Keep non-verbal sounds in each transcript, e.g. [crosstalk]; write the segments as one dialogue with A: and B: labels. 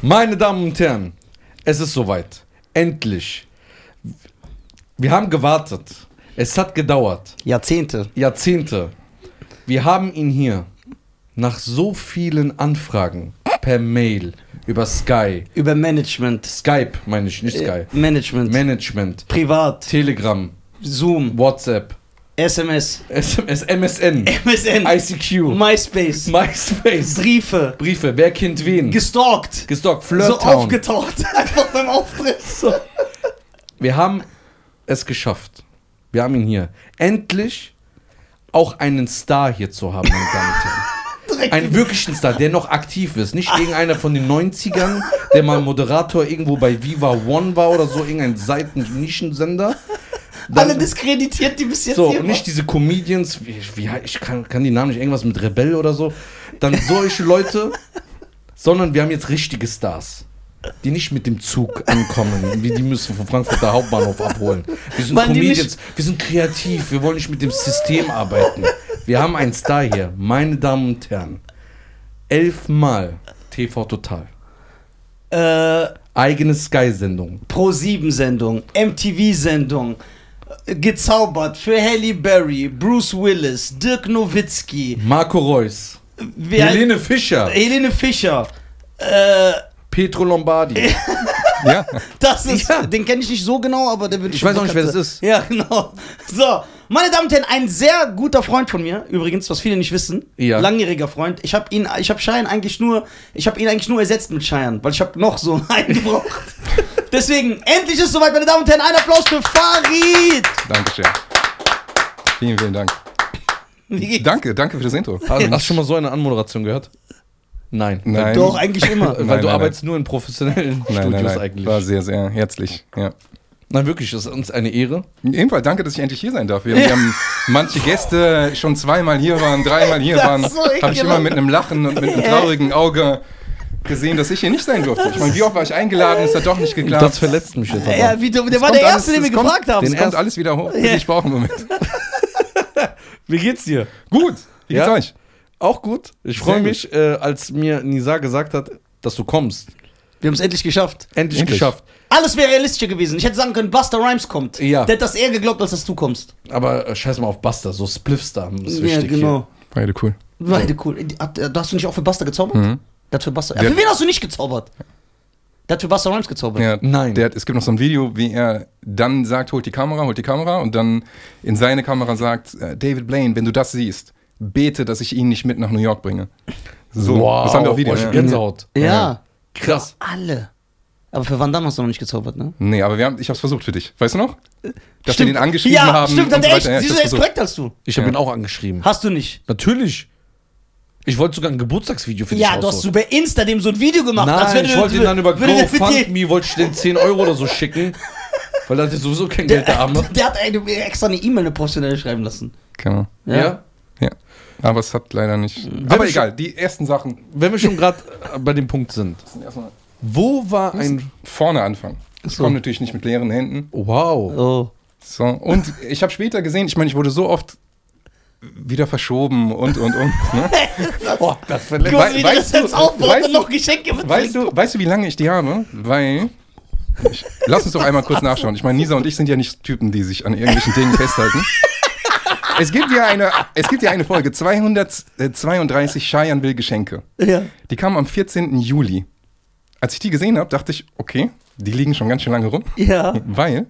A: Meine Damen und Herren, es ist soweit. Endlich. Wir haben gewartet. Es hat gedauert.
B: Jahrzehnte.
A: Jahrzehnte. Wir haben ihn hier. Nach so vielen Anfragen per Mail, über Sky,
B: Über Management.
A: Skype meine ich, nicht Sky,
B: Äh, Management.
A: Management,
B: Privat.
A: Telegram,
B: Zoom.
A: WhatsApp,
B: SMS.
A: SMS, MSN,
B: MSN. [laughs]
A: ICQ,
B: MySpace.
A: MySpace,
B: Briefe.
A: Briefe, wer kennt wen,
B: Gestalkt.
A: gestalkt,
B: So
A: Flirttown.
B: aufgetaucht. [laughs] Einfach beim Auftritt.
A: Wir haben es geschafft. Wir haben ihn hier. Endlich auch einen Star hier zu haben, meine Damen und Herren.
B: Direkt.
A: Einen wirklichen Star, der noch aktiv ist. Nicht irgendeiner von den 90ern, der mal Moderator irgendwo bei Viva One war oder so, irgendein Seiten-Nischensender. Dann-
B: Alle diskreditiert, die bis jetzt
A: so,
B: hier
A: und nicht diese Comedians, wie, wie, ich kann, kann die Namen nicht, irgendwas mit Rebell oder so. Dann solche Leute, sondern wir haben jetzt richtige Stars, die nicht mit dem Zug ankommen. Wir, die müssen vom Frankfurter Hauptbahnhof abholen. Wir sind
B: Waren die
A: Comedians, wir sind kreativ, wir wollen nicht mit dem System arbeiten. Wir haben einen Star hier, meine Damen und Herren. Elfmal TV Total.
B: war. Äh,
A: Eigene Sky-Sendung.
B: Pro-7-Sendung, MTV-Sendung, äh, gezaubert für Halle Berry, Bruce Willis, Dirk Nowitzki,
A: Marco Reus,
B: wer,
A: Helene Fischer,
B: Helene Fischer. Äh,
A: Petro Lombardi.
C: Ja.
B: das ist,
A: Ja.
B: den kenne ich nicht so genau, aber der wird.
A: Ich weiß auch nicht, wer das ist.
B: Ja, genau. So, meine Damen und Herren, ein sehr guter Freund von mir, übrigens, was viele nicht wissen,
A: Ja.
B: langjähriger Freund. Ich habe ihn, ich habe Cheyenne eigentlich nur, ich habe ihn eigentlich nur ersetzt mit Cheyenne, weil ich habe noch so einen [laughs] eingebraucht. Deswegen, endlich ist soweit, meine Damen und Herren, ein Applaus für Farid.
C: Dankeschön. Vielen, vielen Dank.
B: Wie geht's?
C: Danke, danke für das Intro.
A: Hast du schon mal so eine Anmoderation gehört? Nein.
C: Nein.
B: Doch, eigentlich
A: [laughs]
B: immer.
A: Weil
C: Nein,
A: du
C: nein,
A: arbeitest nur in professionellen
C: [laughs] nein,
A: Studios
C: nein, nein.
A: eigentlich.
C: War sehr, sehr herzlich. Ja.
A: Nein, wirklich, es ist uns eine Ehre.
C: Ebenfalls danke, dass ich endlich hier sein darf. Wir, wir
B: [laughs]
C: haben manche Gäste schon zweimal hier waren, dreimal hier
B: Das
C: waren.
B: ist so
C: Habe ich
B: ekelhaft.
C: immer mit einem Lachen und mit einem traurigen Auge gesehen, dass ich hier nicht sein durfte. Ich meine, wie oft war ich eingeladen, ist da doch nicht geklappt.
A: Das verletzt mich jetzt aber.
B: Ja, wie, der war
C: kommt
B: der Erste,
C: alles,
B: den wir
C: es kommt-
B: gefragt haben.
C: Es kommt alles wieder hoch, wie
B: Ja.
C: ich brauche im Moment.
A: Wie geht's dir?
C: Gut, wie geht's
A: Ja?
C: euch?
A: Auch gut. Ich
C: Sehr
A: freue
C: gut.
A: mich, äh, als mir Nisa gesagt hat, dass du kommst.
B: Wir haben es endlich geschafft.
A: Endlich,
C: Endlich.
A: geschafft.
B: Alles wäre realistischer gewesen. Ich hätte sagen können, Buster Rhymes kommt.
A: Ja.
B: Der hat das eher geglaubt, als dass du kommst.
A: Aber äh, scheiß mal auf Buster, so Spliffstar ist wichtig.
B: genau.
C: genau. Beide cool.
B: Beide cool. Hat, äh, hast du nicht auch für Buster gezaubert?
C: Mhm.
B: Der hat für Buster. Ja,
C: Der-
B: für wen hast du nicht gezaubert? Der hat für Buster Rhymes gezaubert.
C: Ja,
A: Nein.
C: Der, hat- es gibt noch so ein Video, wie er dann sagt, holt die Kamera, holt die Kamera und dann in seine Kamera sagt, äh, David Blaine, wenn du das siehst, bete, dass ich ihn nicht mit nach New York bringe. So,
A: Wow,
C: das haben wir auf Video.
A: boah, ich hab
C: ja.
A: Gänsehaut.
B: Ja.
C: Ja.
A: Krass.
B: Alle. Aber für Van Damme hast du noch nicht gezaubert, ne?
C: Nee, aber wir haben, ich hab's versucht für dich. Weißt du noch? Dass wir den angeschrieben
B: ja,
C: haben.
B: Stimmt, hat
C: und so
B: er echt.
C: weiter. Ja, ich
B: Siehst du,
C: hab's
B: er ist
C: versucht.
B: korrekt als du.
A: Ich habe
C: Ja.
A: ihn auch angeschrieben.
B: Hast du nicht.
A: Natürlich. Ich wollte sogar ein Geburtstagsvideo für
B: Ja,
A: dich
B: du hast
A: raussuchen.
B: über Insta dem so ein Video gemacht. als wenn
A: Nein,
B: du-
A: ich wollte ihn dann über
B: würde der mit [laughs] dir-
A: GoFundMe, wollte ich den 10 Euro oder so [laughs] schicken. Weil da hat ja sowieso kein Geld, der Arme.
B: Der hat eine, extra eine E-Mail eine professionelle schreiben lassen.
C: Genau.
A: Ja.
C: Ja. Aber es hat leider nicht. aber egal, die ersten Sachen
A: Wenn wir schon gerade bei dem Punkt sind.
C: müssen erstmal
A: Wo war ein.
C: vorne anfangen. Ich
B: So.
C: komme natürlich nicht mit leeren Händen.
A: Wow.
B: Oh.
C: So, und ich habe später gesehen, ich meine, ich wurde so oft wieder verschoben und und und. Ne?
B: [laughs]
A: Oh, das verletzt.
B: Guck,
C: Wei-
B: wie der das
C: weißt du-
B: jetzt aufbaut
C: weißt
B: und
C: du-
B: noch Geschenke mitbringt.
C: Weißt du, weißt du, wie lange ich die habe? Weil. Ich, lass uns doch einmal kurz nachschauen. Ich meine, Nisa und ich sind ja nicht Typen, die sich an irgendwelchen Dingen festhalten. Es gibt ja eine, es gibt ja eine Folge, 232 Scheiern will Geschenke.
B: Ja.
C: Die kam am 14. Juli. Als ich die gesehen habe, dachte ich, okay, die liegen schon ganz schön lange rum.
B: Ja.
C: Weil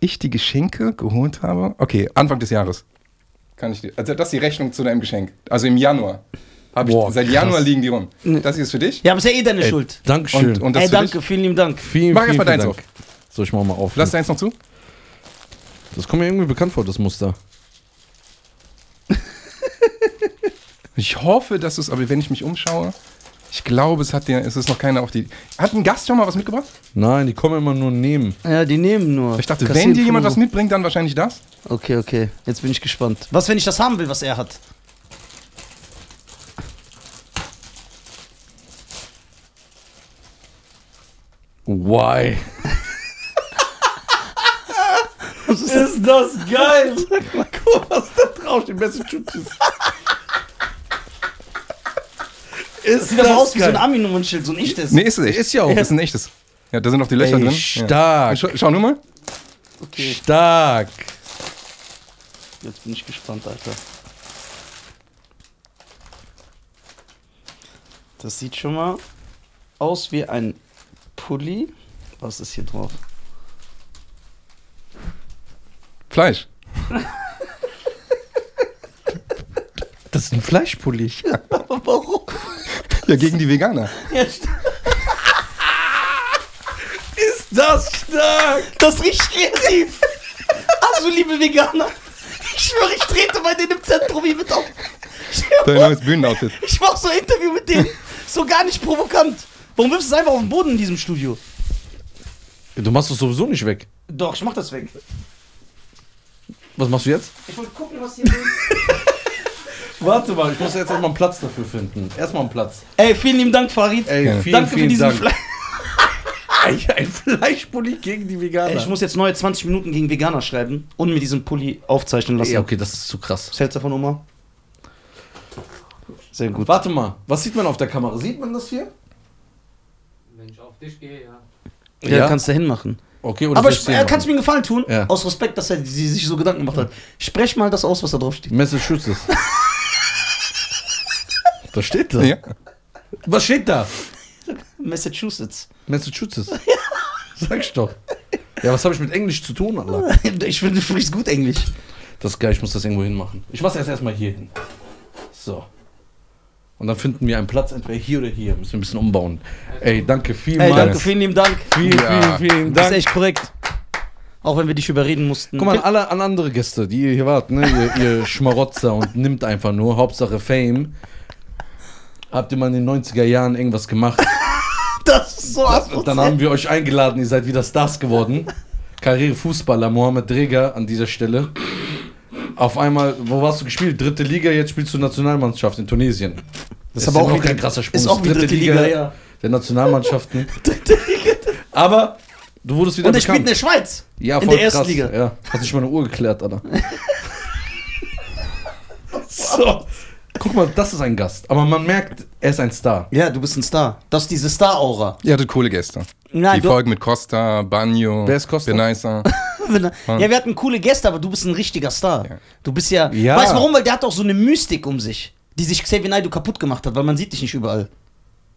C: ich die Geschenke geholt habe. Okay, Anfang des Jahres. Kann ich dir. Also, das ist die Rechnung zu deinem Geschenk. Also im Januar. Hab ich,
A: Boah,
C: seit
A: krass.
C: Januar liegen die rum. Das hier ist für dich.
B: Ja, aber ist ja eh deine Schuld.
A: Dankeschön.
C: Und, und das
B: Ey,
C: für
B: danke,
C: dich.
B: vielen lieben Dank.
A: vielen,
C: Mach erst
A: vielen,
C: mal
A: vielen
C: deins
A: Dank. So, ich mach mal auf.
C: Lass deins noch zu.
A: das kommt mir irgendwie bekannt vor, das Muster.
C: Ich hoffe, dass es, aber wenn ich mich umschaue, ich glaube, es hat dir, es ist noch keiner auf die. Hat ein Gast schon mal was mitgebracht?
A: Nein, die kommen immer nur nehmen.
B: Ja, die nehmen nur.
C: Ich dachte,
B: Kassieren
C: wenn dir jemand was
B: Fünfe.
C: mitbringt, dann wahrscheinlich das.
B: Okay, okay. Jetzt bin ich gespannt. Was, wenn ich das haben will, was er hat?
A: Why?
B: Was ist das, [laughs] geil?
A: Guck mal, was da drauf steht. Massachusetts. Ist
B: Sieht aber
A: das
B: aus wie so ein
A: geil.
B: Ami-Nummernschild, so ein echtes.
C: Nee, ist es echt.
A: Ist ja auch.
C: Ist ein echtes. Ja, da sind noch die Löcher
A: Ey,
C: drin. Ja.
A: stark.
C: Schau, schau nur mal.
B: Okay,
A: Stark.
B: jetzt bin ich gespannt, Alter. Das sieht schon mal aus wie ein Pulli. Was ist hier drauf?
C: Fleisch.
A: Das ist ein Fleischpulli.
B: Aber warum?
C: Ja, gegen die Veganer.
B: Jetzt-
A: [laughs] Ist das stark?
B: Das riecht kreativ. Also, liebe Veganer, ich schwöre, ich trete bei denen im Zentrum hier mit auf. Ich
C: [laughs] Dein
B: schwöre,
C: neues Bühnenoutfit.
B: Ich mach so ein Interview mit denen. So gar nicht provokant. Warum wirfst du es einfach auf den Boden in diesem Studio?
A: Du machst es sowieso nicht weg.
B: Doch, ich mach das weg.
A: Was machst du jetzt?
B: Ich wollte gucken, was hier ist.
A: Warte mal, ich muss jetzt erstmal einen Platz dafür finden. Erstmal einen Platz.
B: Ey, vielen lieben Dank, Farid.
A: Ey,
C: Gerne.
A: vielen,
B: Danke für
A: vielen
B: diesen
A: Dank.
B: Fleisch.
A: Ey, ein Fleischpulli gegen die Veganer.
B: Ich muss jetzt neue 20 Minuten gegen Veganer schreiben und mir diesen Pulli aufzeichnen lassen.
A: ja, okay, das ist zu krass.
B: Was hältst du davon, Oma? Sehr gut.
A: Warte mal, was sieht man auf der Kamera? Sieht man das hier?
D: Wenn ich auf dich gehe, ja.
B: Ja,
A: Ja.
B: kannst du hinmachen.
A: Okay, oder
B: Aber
A: soll ich's
B: ich,
A: dir
B: äh,
A: machen?
B: kannst du mir einen Gefallen tun?
A: Ja.
B: Aus Respekt, dass er sie sich so Gedanken gemacht hat. Sprech mal das aus, was da drauf steht.
A: Massachusetts. da steht da.
C: Ja.
A: Was steht da?
B: Massachusetts. [laughs]
A: Massachusetts. Sag's doch. Ja, was habe ich mit Englisch zu tun, Alter?
B: Ich finde, du sprichst gut Englisch.
A: Das ist geil, ich muss das irgendwo hinmachen. Ich mach's erst erstmal hier hin. So. Und dann finden wir einen Platz, entweder hier oder hier. Müssen wir ein bisschen umbauen. Ey, danke vielmals.
B: Ey, danke, vielen lieben Dank.
A: Vielen,
C: Ja.
A: vielen, vielen
B: Das ist
A: Dank.
B: echt korrekt. Auch wenn wir dich überreden mussten.
A: Guck
B: [laughs]
A: mal, an alle an andere Gäste, die ihr hier wart, ne? ihr, ihr Schmarotzer und nimmt einfach nur. Hauptsache Fame. Habt ihr mal in den 90er Jahren irgendwas gemacht?
B: das ist so
A: Und dann haben wir euch eingeladen, ihr seid wieder Stars geworden. Karriere-Fußballer, Mohamed Dreger an dieser Stelle. Auf einmal, wo warst du gespielt? Dritte Liga, jetzt spielst du Nationalmannschaft in Tunesien. Ist
B: Das ist aber
A: immer
B: auch
A: noch kein
B: wieder,
A: krasser Sprung.
B: ist auch wie dritte Liga. ja.
A: der Nationalmannschaften.
B: [laughs]
A: Aber du wurdest wieder
B: Und er spielt in
A: bekannt.
B: der Schweiz.
A: ja,
B: in
A: voll
B: der ersten
A: krass.
B: Liga.
A: Ja, hat sich meine Uhr geklärt,
B: [laughs]
A: Alter. so. Guck mal, das ist ein Gast. Aber man merkt, er ist ein Star.
B: Ja, du bist ein Star. Das ist diese Star-Aura.
C: Ihr hattet coole Gäste.
B: Nein,
C: die
B: du,
C: Folgen mit Costa, Banyo,
A: Wer ist Costa?
C: Benaisa.
B: ja, wir hatten coole Gäste, aber du bist ein richtiger Star.
C: Ja.
B: Du bist ja,
A: Ja.
B: Weißt du warum? Weil der hat auch so eine Mystik um sich, die sich Xavier Naidoo kaputt gemacht hat, weil man sieht dich nicht überall.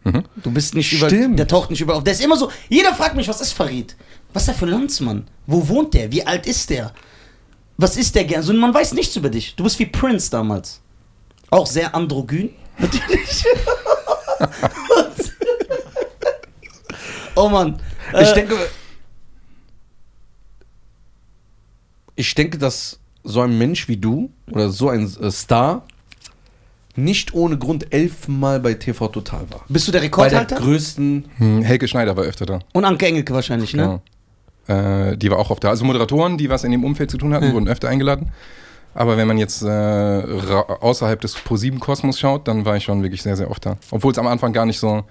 C: Mhm.
B: Du bist nicht überall.
A: Stimmt.
B: Der taucht nicht überall auf. Der ist immer so. Jeder fragt mich, was ist Farid? Was ist der für ein Landsmann? Wo wohnt der? Wie alt ist der? Was ist der gern? So, man weiß nichts über dich. Du bist wie Prince damals. Auch sehr androgyn, [laughs]
A: [laughs]
B: natürlich. Und- oh Mann.
A: Ich
B: Äh,
A: denke. Ich denke, dass so ein Mensch wie du oder so ein äh, Star nicht ohne Grund elfmal bei TV Total war.
B: bist du der
A: Bei der
B: Rekordhalter?
A: größten.
C: Hm, Helge Schneider war öfter da.
B: Und Anke Engelke wahrscheinlich,
A: Genau.
B: ne?
C: Ja. Äh, die war auch oft da. Also Moderatoren, die was in dem Umfeld zu tun hatten, wurden öfter eingeladen. Aber wenn man jetzt äh, ra- außerhalb des ProSieben-Kosmos schaut, dann war ich schon wirklich sehr, sehr oft da. Obwohl es am Anfang gar nicht so.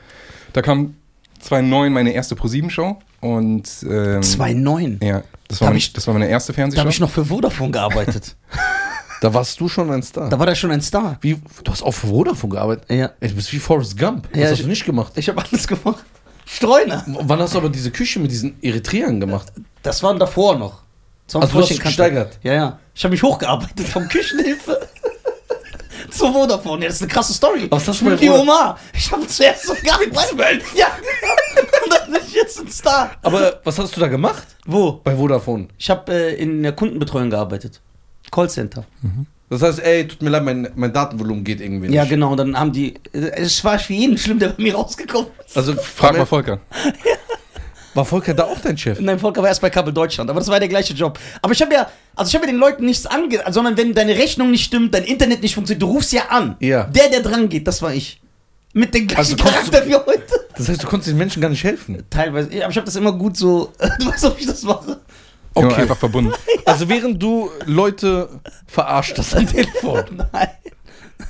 C: Da kam 2009 meine erste ProSieben-Show und. Ähm,
A: Mhm.
B: 2,9.
C: Ja, das war,
B: Hab
C: mein,
B: ich-
C: das war meine erste
B: Da
C: Fernsehshow.
B: habe ich noch für
A: [laughs]
B: Vodafone gearbeitet.
A: Da warst du schon ein Star.
B: da war der schon ein Star.
A: Wie, du hast auch für Vodafone gearbeitet.
B: Ja.
A: Ey, du bist wie Forrest Gump. Das
B: Ja,
A: hast
B: ich-
A: du nicht gemacht.
B: Ich habe alles gemacht. Streuner.
A: W- Wann hast du aber diese Küche mit diesen Eritreern gemacht?
B: Das waren davor noch. Das waren
A: Also du hast
B: Brötchen-
A: dich gesteigert?
B: Ja, ja. Ich habe mich hochgearbeitet von Küchenhilfe [laughs] zu Vodafone. Ja, das ist eine krasse Story.
A: Was hast
B: ich
A: du
B: bin
A: bei
B: wie
A: Vodafone?
B: Omar. Ich habe zuerst so gearbeitet. Ja. [laughs] Und dann bin ich jetzt ein Star.
A: Aber was hast du da gemacht?
B: Wo?
A: Bei Vodafone.
B: Ich habe äh, in der Kundenbetreuung gearbeitet. Callcenter.
A: Das heißt, ey, tut mir leid, mein, mein Datenvolumen geht irgendwie nicht.
B: Ja, genau. Dann haben die. äh, Es war für jeden schlimm, der bei mir rausgekommen ist.
A: Also,
C: Frag mal Volker.
A: war Volker da auch dein Chef?
B: Nein, Volker war erst bei Kabel Deutschland, aber das war der gleiche Job. Aber ich habe ja, also ich habe ja den Leuten nichts ange, sondern wenn deine Rechnung nicht stimmt, dein Internet nicht funktioniert, du rufst ja an.
A: Ja.
B: Der, der dran geht, das war ich. Mit dem gleichen
A: Also konntest du-
B: Charakter wie heute.
A: Das heißt, du konntest den Menschen gar nicht helfen.
B: Teilweise, ja, aber ich habe das immer gut so, [laughs] du weißt, ob ich das mache.
C: Okay.
A: Okay.
B: [laughs]
C: einfach verbunden.
A: Also während du Leute verarscht hast am Telefon,
B: [laughs] Nein.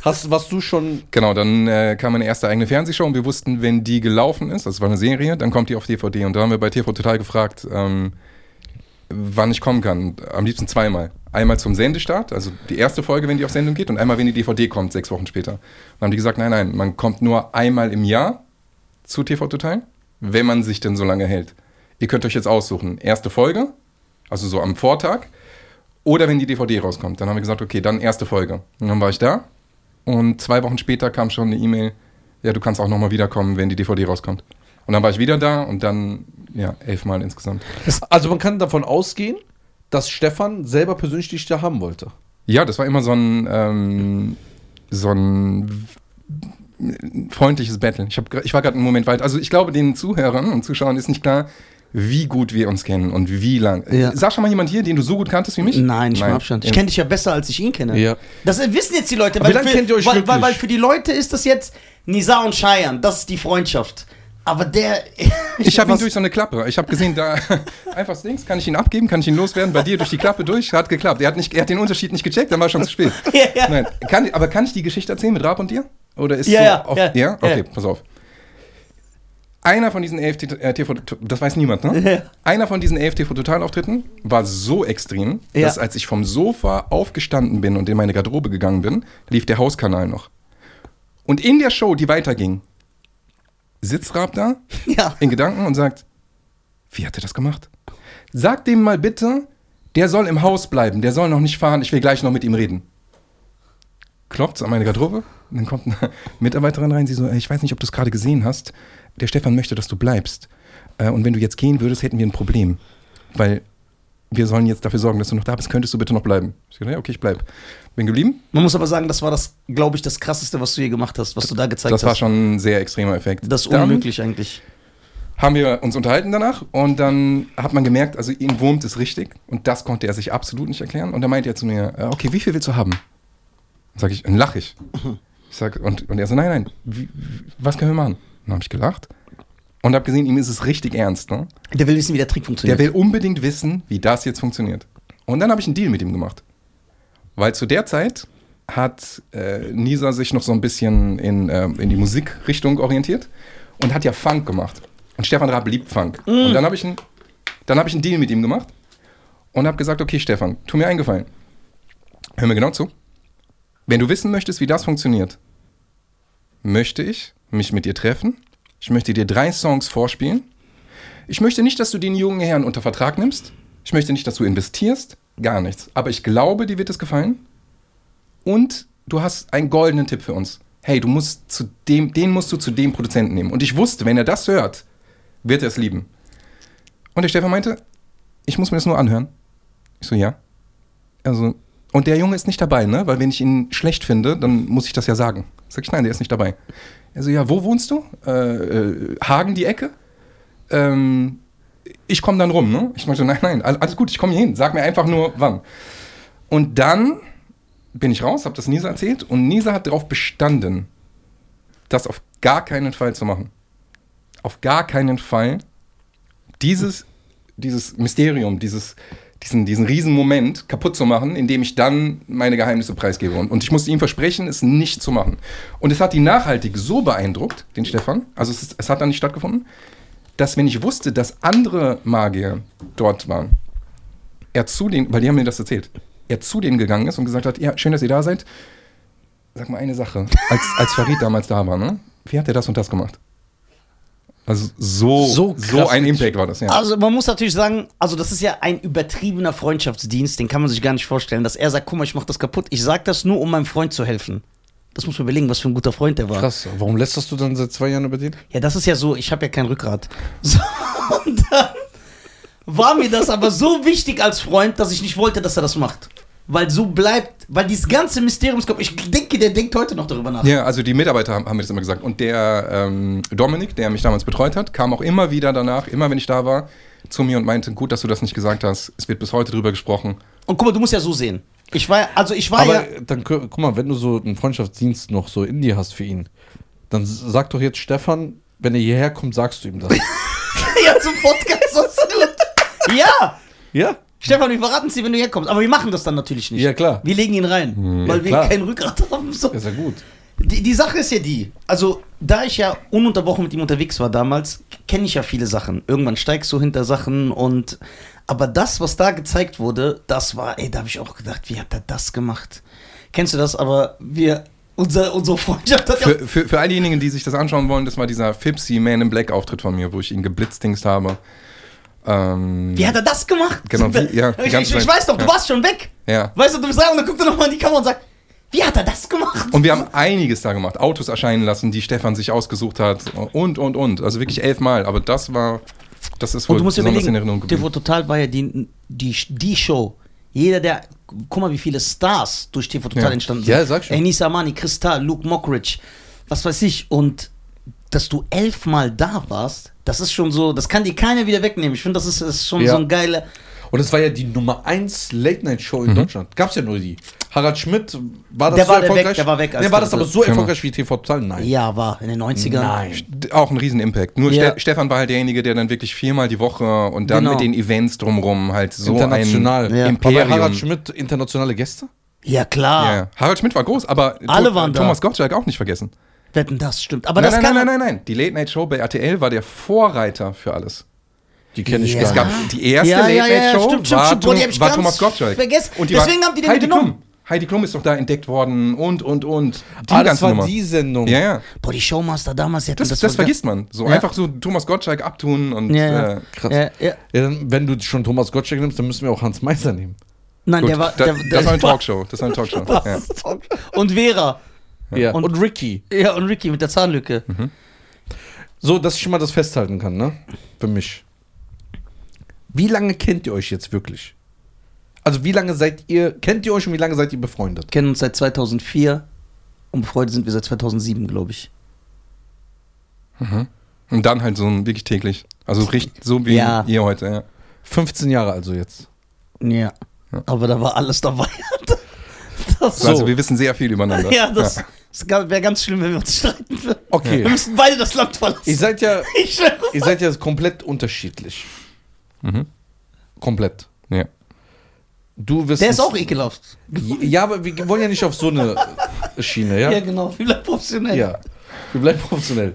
A: hast, warst du schon.
C: Genau, dann äh, kam meine erste eigene Fernsehshow und wir wussten, wenn die gelaufen ist, das war eine Serie, dann kommt die auf DVD. Und da haben wir bei TV Total gefragt, ähm, wann ich kommen kann. Am liebsten zweimal. Einmal zum Sendestart, also die erste Folge, wenn die auf Sendung geht, und einmal, wenn die DVD kommt, sechs Wochen später. Und dann haben die gesagt, nein, nein, man kommt nur einmal im Jahr zu TV Total, wenn man sich denn so lange hält. Ihr könnt euch jetzt aussuchen, erste Folge, also so am Vortag, oder wenn die DVD rauskommt. Dann haben wir gesagt, okay, dann erste Folge. Und dann war ich da und zwei Wochen später kam schon eine E-Mail, ja, du kannst auch nochmal wiederkommen, wenn die DVD rauskommt. Und dann war ich wieder da und dann, ja, elfmal insgesamt.
A: Also man kann davon ausgehen, dass Stefan selber persönlich dich da haben wollte.
C: Ja, das war immer so ein, ähm, so ein freundliches Battle. Ich, hab, gra- ich war gerade einen Moment weit. Also ich glaube, den Zuhörern und Zuschauern ist nicht klar, wie gut wir uns kennen und wie lang.
B: Ja.
C: Sag schon mal jemand hier, den du so gut kanntest wie mich?
B: Nein, ich bin Abstand. Ich kenne dich ja besser, als ich ihn kenne.
A: Ja.
B: Das wissen jetzt die Leute.
A: Aber wie lange
B: für,
A: kennt ihr euch
B: weil, weil,
A: wirklich?
B: weil für die Leute ist das jetzt Nisa und Scheiern. Das ist die Freundschaft. Aber der.
C: Ich habe
B: [laughs]
C: ihn
B: Was-
C: durch so eine Klappe. Ich habe gesehen, da [laughs] einfach links, kann ich ihn abgeben, kann ich ihn loswerden. Bei dir durch die Klappe durch, hat geklappt. Er hat, nicht, er hat den Unterschied nicht gecheckt, dann war schon zu spät.
B: [laughs] Ja, ja.
C: Nein. Kann, aber kann ich die Geschichte erzählen mit Raab und dir? Oder ist
B: Ja,
C: so
B: ja,
C: auf,
B: ja,
C: ja? Okay,
B: ja.
C: pass auf. Einer von diesen elf T- äh, TV, das weiß niemand, ne?
B: Ja.
C: Einer von diesen elf TV-Totalauftritten war so extrem,
B: Ja.
C: dass als ich vom Sofa aufgestanden bin und in meine Garderobe gegangen bin, lief der Hauskanal noch. Und in der Show, die weiterging, sitzt Raab da,
B: Ja.
C: in Gedanken und sagt, wie hat er das gemacht? Sag dem mal bitte, der soll im Haus bleiben, der soll noch nicht fahren, ich will gleich noch mit ihm reden. Klopft's an meine Garderobe und dann kommt eine Mitarbeiterin rein, sie so, "Ey, ich weiß nicht, ob du es gerade gesehen hast, der Stefan möchte, dass du bleibst. Äh, Und wenn du jetzt gehen würdest, hätten wir ein Problem, weil wir sollen jetzt dafür sorgen, dass du noch da bist, könntest du bitte noch bleiben. Ich so, "Ja, okay, ich bleib. Bin geblieben,
B: Man muss aber sagen, das war das, glaube ich, das krasseste, was du hier gemacht hast, was du da gezeigt
C: das
B: hast.
C: war schon ein sehr extremer Effekt.
B: das ist
C: Dann-
B: unmöglich eigentlich.
C: haben wir uns unterhalten danach und dann hat man gemerkt, also ihn wurmt es richtig und das konnte er sich absolut nicht erklären und dann meinte er zu mir, äh, okay, wie viel willst du haben? Sag ich, dann lach ich. ich sag, und, und er so, nein, nein, wie, wie- was können wir machen? Dann habe ich gelacht und habe gesehen, ihm ist es richtig ernst. Ne?
B: Der will wissen, wie der Trick funktioniert.
C: Der will unbedingt wissen, wie das jetzt funktioniert. Und dann habe ich einen Deal mit ihm gemacht. Weil zu der Zeit hat äh, Nisa sich noch so ein bisschen in, ähm, in die Musikrichtung orientiert und hat ja Funk gemacht. Und Stefan Raab liebt Funk. Und dann habe ich, einen- dann hab ich einen Deal mit ihm gemacht und habe gesagt, okay Stefan, tu mir eingefallen. Hör mir genau zu. Wenn du wissen möchtest, wie das funktioniert, möchte ich mich mit dir treffen. Ich möchte dir drei Songs vorspielen. Ich möchte nicht, dass du den jungen Herrn unter Vertrag nimmst. Ich möchte nicht, dass du investierst. Gar nichts. Aber ich glaube, dir wird es gefallen. Und du hast einen goldenen Tipp für uns. Hey, du musst zu dem, den musst du zu dem Produzenten nehmen. Und ich wusste, wenn er das hört, wird er es lieben. Und der Stefan meinte, ich muss mir das nur anhören. Ich so, ja. Also, und der Junge ist nicht dabei, ne? Weil wenn ich ihn schlecht finde, dann muss ich das ja sagen. Sag ich, nein, der ist nicht dabei. Er so, ja, wo wohnst du? Äh, äh, Hagen die Ecke? ähm, ich komme dann rum, ne? Ich meinte, nein, nein, all- alles gut, ich komme hier hin, sag mir einfach nur wann. Und dann bin ich raus, habe das Nisa erzählt und Nisa hat darauf bestanden, das auf gar keinen Fall zu machen. Auf gar keinen Fall dieses, dieses Mysterium, dieses, diesen, diesen riesen Moment kaputt zu machen, indem ich dann meine Geheimnisse preisgebe. Und, und ich musste ihm versprechen, es nicht zu machen. Und es hat ihn nachhaltig so beeindruckt, den Stefan, also es, ist, es hat dann nicht stattgefunden, dass wenn ich wusste, dass andere Magier dort waren, er zu denen, weil die haben mir das erzählt, er zu denen gegangen ist und gesagt hat, ja, schön, dass ihr da seid. Sag mal eine Sache, als, als Farid damals da war, ne? Wie hat er das und das gemacht? Also so,
A: So
C: so,
A: krass.
C: ein Impact war das, ja.
B: Also man muss natürlich sagen, also das ist ja ein übertriebener Freundschaftsdienst, den kann man sich gar nicht vorstellen, dass er sagt, guck mal, ich mach das kaputt. Ich sag das nur, um meinem Freund zu helfen. Das muss man überlegen, was für ein guter Freund der war.
A: Krass, warum lästerst du dann seit zwei Jahren über den?
B: Ja, das ist ja so, ich habe ja kein Rückgrat. [laughs] So, und dann war mir das aber so wichtig als Freund, dass ich nicht wollte, dass er das macht. Weil so bleibt, weil dieses ganze Mysteriumskopf, ich denke, der denkt heute noch darüber nach.
C: Ja, also die Mitarbeiter haben, haben mir das immer gesagt. Und der ähm, Dominik, der mich damals betreut hat, kam auch immer wieder danach, immer wenn ich da war, zu mir und meinte, gut, dass du das nicht gesagt hast. Es wird bis heute drüber gesprochen.
B: Und guck mal, du musst ja so sehen. Ich war, also ich war
A: Aber
B: ja.
A: äh, dann, gu- guck mal, wenn du so einen Freundschaftsdienst noch so in dir hast für ihn, dann s- sag doch jetzt Stefan, wenn er hierher kommt, sagst du ihm das.
B: ja zum Podcast ausgelobt. [laughs] Ja!
A: ja?
B: Stefan, wir verraten sie, wenn du herkommst. Aber wir machen das dann natürlich nicht.
A: Ja, klar.
C: Mhm.
B: Wir legen ihn rein, weil wir
A: klar.
B: kein Rückgrat haben. So.
A: Ist ja gut.
B: Die, die Sache ist ja die, also da ich ja ununterbrochen mit ihm unterwegs war damals, kenne ich ja viele Sachen. Irgendwann steigst du hinter Sachen und aber das, was da gezeigt wurde, das war, ey, da habe ich auch gedacht, wie hat er das gemacht? Kennst du das? Aber wir, unser, unsere Freundschaft hat ja.
C: Für, für, für all diejenigen, die sich das anschauen wollen, das war dieser Fipsy Man in Black Auftritt von mir, wo ich ihn geblitzdingst habe. Ähm,
B: Wie hat er das gemacht?
C: Genau, wie- ja, die
B: ich,
C: ganze
B: ich, ich
C: Zeit,
B: weiß doch, du
C: ja.
B: warst schon weg.
C: ja.
B: Weißt du, du bist rein und dann guckt er nochmal in die Kamera und sagt, wie hat er das gemacht?
C: Und wir haben einiges da gemacht. Autos erscheinen lassen, die Stefan sich ausgesucht hat und, und, und. Also wirklich elfmal. Aber das war, das ist wohl
B: Und du musst dir
C: besonders in Erinnerung
B: überlegen,
C: geblieben.
B: TV Total war ja die, die, die Show. Jeder, der, guck mal, wie viele Stars durch TV Total
C: Ja.
B: entstanden
A: Ja, sag schon.
B: Enis Amani, Kristall, Luke Mockridge, was weiß ich. Und dass du elfmal da warst, das ist schon so, das kann dir keiner wieder wegnehmen. Ich finde, das ist, das ist schon
A: Ja.
B: so ein geiler.
A: Und es war ja die Nummer 1 Late-Night-Show
C: Mhm.
A: in Deutschland. Gab's ja nur die. Harald Schmidt, war das
B: Der
A: so
B: war der
A: erfolgreich?
B: weg, der war weg, als
A: Nee, war das
B: Dritte.
A: aber so
C: Genau.
A: erfolgreich wie TV Total? Nein.
B: Ja, genau. war in den 90ern.
A: Nein.
C: auch ein Riesen-Impact. Nur
B: Ja.
C: Ste Stefan war halt derjenige, der dann wirklich viermal die Woche und dann
B: Genau.
C: mit den Events drumrum halt so
A: International.
C: ein
B: Ja.
A: War bei
C: Imperium.
A: Harald Schmidt internationale Gäste?
B: Ja, klar.
C: Ja. Harald Schmidt war groß, aber
B: Alle waren da.
C: Thomas Gottschalk auch nicht vergessen.
B: Wetten, das stimmt. Aber
C: nein,
B: das
C: nein,
B: kann.
C: nein, nein, nein, nein. Die Late Night Show bei RTL war der Vorreiter für alles.
A: Die kenne ich
B: Ja.
A: gar
C: Es gab
A: nicht.
C: die erste
B: Ja,
C: Late
B: ja, ja,
C: Night Show
B: stimmt, stimmt,
C: war,
B: stimmt. Boah, die
C: Tom-
B: hab ich
C: war
B: ganz
C: Thomas Gottschalk.
B: vergessen.
C: Und die
B: Deswegen
C: war,
B: haben die den
C: Heidi
B: genommen.
C: Klum. Heidi Klum ist doch da entdeckt worden und und und die
A: ah, das
C: ganze
A: war
C: Nummer.
A: die Sendung.
C: Ja, ja.
B: Boah, die Showmaster damals, die hatten
C: Das, das,
B: voll
C: vergisst man. So
B: Ja.
C: einfach so Thomas Gottschalk abtun und
B: geil. Ja, ja.
C: äh,
A: krass.
B: Ja, ja.
A: Ja, dann, wenn du schon Thomas Gottschalk nimmst, dann müssen wir auch Hans Meiser nehmen.
B: Nein,
C: gut,
B: der war.
C: da,
B: Der,
C: das war
B: [laughs] der,
C: eine Talkshow. Das war eine Talkshow. ja.
B: und Vera.
A: Ja.
B: Und-
A: Und, Ricky.
B: Ja, und Ricky mit der Zahnlücke.
A: So, dass ich mal das festhalten kann, ne? Für mich. Wie lange kennt ihr euch jetzt wirklich? Also wie lange seid ihr, kennt ihr euch und wie lange seid ihr befreundet?
B: kennen uns seit 2004 und befreundet sind wir seit 2007, glaube ich.
C: Und dann halt so ein- wirklich täglich. Also richtig so wie
B: Ja.
C: ihr heute. Ja.
A: 15 Jahre also jetzt.
B: Ja.
C: Ja.
B: Aber da war alles dabei. [laughs] das,
C: So. Also wir wissen sehr viel übereinander.
B: [laughs] Ja, das, das wäre ganz schlimm, wenn wir uns streiten würden.
A: Okay.
B: Wir müssten beide das Land verlassen.
A: Ihr seid ja,
B: Ich schwöre.
A: ihr seid ja komplett unterschiedlich.
C: Mhm.
A: Komplett.
C: Ja.
A: Du wirst.
B: Der ist auch ekelhaft.
A: Ja, aber wir wollen ja nicht auf so eine Schiene,
B: Ja,
A: ja? Ja.
B: genau. Viel professionell.
A: Wir bleiben professionell.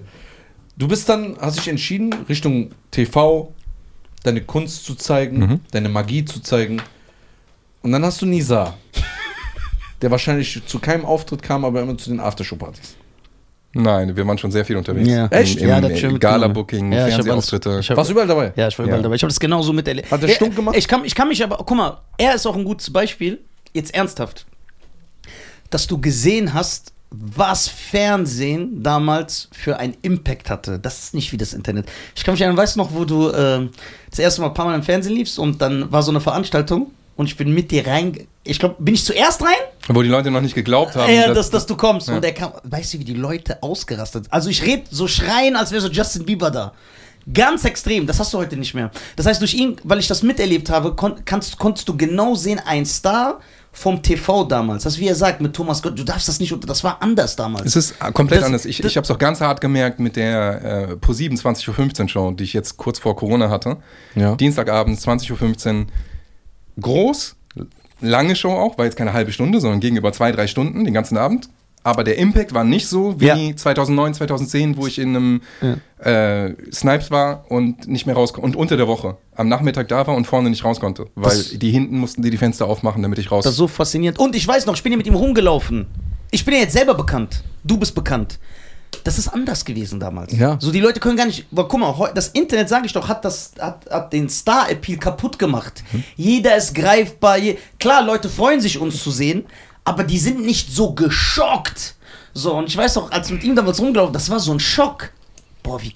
A: Du bist dann, hast dich entschieden, Richtung TV, deine Kunst zu zeigen,
C: Mhm.
A: deine Magie zu zeigen. Und dann hast du
B: [laughs]
A: Nisa, der wahrscheinlich zu keinem Auftritt kam, aber immer zu den Aftershow-Partys.
C: Nein, wir waren schon sehr viel unterwegs.
B: Ja.
A: Echt?
C: Im,
B: Ja,
C: ja,
B: das stimmt. genau.
C: Gala-Booking,
B: Ja, ich hab
C: Fernsehauftritte.
B: alles- ich hab-
A: Warst du überall dabei?
B: Ja, ich war überall
C: Ja.
B: dabei. Ich habe das genauso miterlebt.
A: Hat er
B: Ja,
A: stumm gemacht?
B: Ich kann, ich kann mich aber, guck mal, er ist auch ein gutes Beispiel, jetzt ernsthaft, dass du gesehen hast, was Fernsehen damals für einen Impact hatte. Das ist nicht wie das Internet. Ich kann mich erinnern, weißt du noch, wo du ähm, das erste Mal ein paar Mal im Fernsehen liefst und dann war so eine Veranstaltung und ich bin mit dir rein. Ich glaube, bin ich zuerst rein?
C: Wo die Leute noch nicht geglaubt haben.
B: Ja, dass, dass du kommst.
C: Ja.
B: Und er kam, weißt du, wie die Leute ausgerastet sind? Also ich rede so schreien, als wäre so Justin Bieber da. Ganz extrem, das hast du heute nicht mehr. Das heißt, durch ihn, weil ich das miterlebt habe, kon kannst, konntest du genau sehen, ein Star vom TV damals. Das, wie er sagt, mit Thomas Gott, du darfst das nicht unter, das war anders damals.
C: es ist komplett
B: Das-
C: anders. Ich,
B: das-
C: ich habe es auch ganz hart gemerkt mit der äh, Pro 7 20.15 Uhr Show, die ich jetzt kurz vor Corona hatte.
A: Ja.
C: Dienstagabend 20.15 Uhr. Groß, lange Show auch, war jetzt keine halbe Stunde, sondern ging über zwei, drei Stunden den ganzen Abend. Aber der Impact war nicht so wie
B: Ja.
C: 2009, 2010, wo ich in einem äh, Snipes war und nicht mehr raus und unter der Woche am Nachmittag da war und vorne nicht raus konnte, weil
B: Das-
C: die hinten mussten die die Fenster aufmachen, damit ich raus.
B: Das ist so faszinierend. Und ich weiß noch, ich bin ja mit ihm rumgelaufen. Ich bin ja jetzt selber bekannt. Du bist bekannt. Das ist anders gewesen damals.
A: Ja.
B: So, die Leute können gar nicht. Aber guck mal, heu- das Internet, sage ich doch, hat, das, hat, hat den Star-Appeal kaputt gemacht.
C: Mhm.
B: Jeder ist greifbar. Je, klar, Leute freuen sich, uns zu sehen, aber die sind nicht so geschockt. So, und ich weiß noch, als ich mit ihm damals rumgelaufen das war so ein Schock. Boah, wie.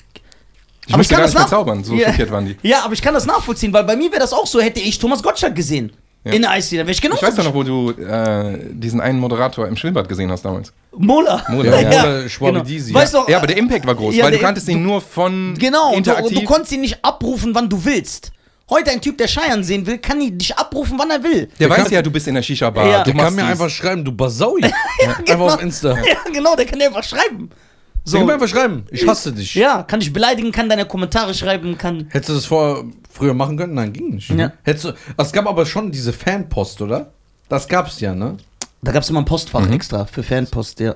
C: ich musste gar nicht
B: nach-
C: verzaubern, so
B: Ja.
C: schockiert waren die.
B: Ja, aber ich kann das nachvollziehen, weil bei mir wäre das auch so, hätte ich Thomas Gottschalk gesehen.
C: Ja.
B: In der Eisdiele, dann wäre ich genau
C: Ich weiß doch noch, wo du äh, diesen einen Moderator im Schwimmbad gesehen hast damals.
B: Mola. Genau.
C: Mola, ja.
A: Mola, Schwabidisi,
B: Weißt du,
A: ja.
B: noch,
C: Ja, aber der Impact war groß,
B: äh, ja,
C: weil du
B: der-
C: kanntest ihn nur von
B: genau, und du,
C: interaktiv.
B: und du konntest ihn nicht abrufen, wann du willst. Heute ein Typ, der Scheiern sehen will, kann ihn dich abrufen, wann er will.
C: der
A: der
C: weiß
A: kann-
C: ja, du bist in der Shisha-Bar.
B: Ja.
C: du
A: Der kann
C: machst
A: mir
C: dies.
A: einfach schreiben, du
B: [laughs]
A: Basaui.
B: Genau.
A: Einfach auf Insta. Der
B: [laughs] Ja, genau, der kann dir einfach schreiben. So.
A: kann mir einfach schreiben, ich hasse dich.
B: Ja, kann dich beleidigen, kann deine Kommentare schreiben, kann.
A: Hättest du das vor, früher machen können? Nein, ging nicht.
B: Ja.
A: Hättest du, es gab aber schon diese Fanpost, oder? Das gab's ja, ne?
B: Da gab es immer ein Postfach
C: Mhm.
B: extra für Fanpost, ja.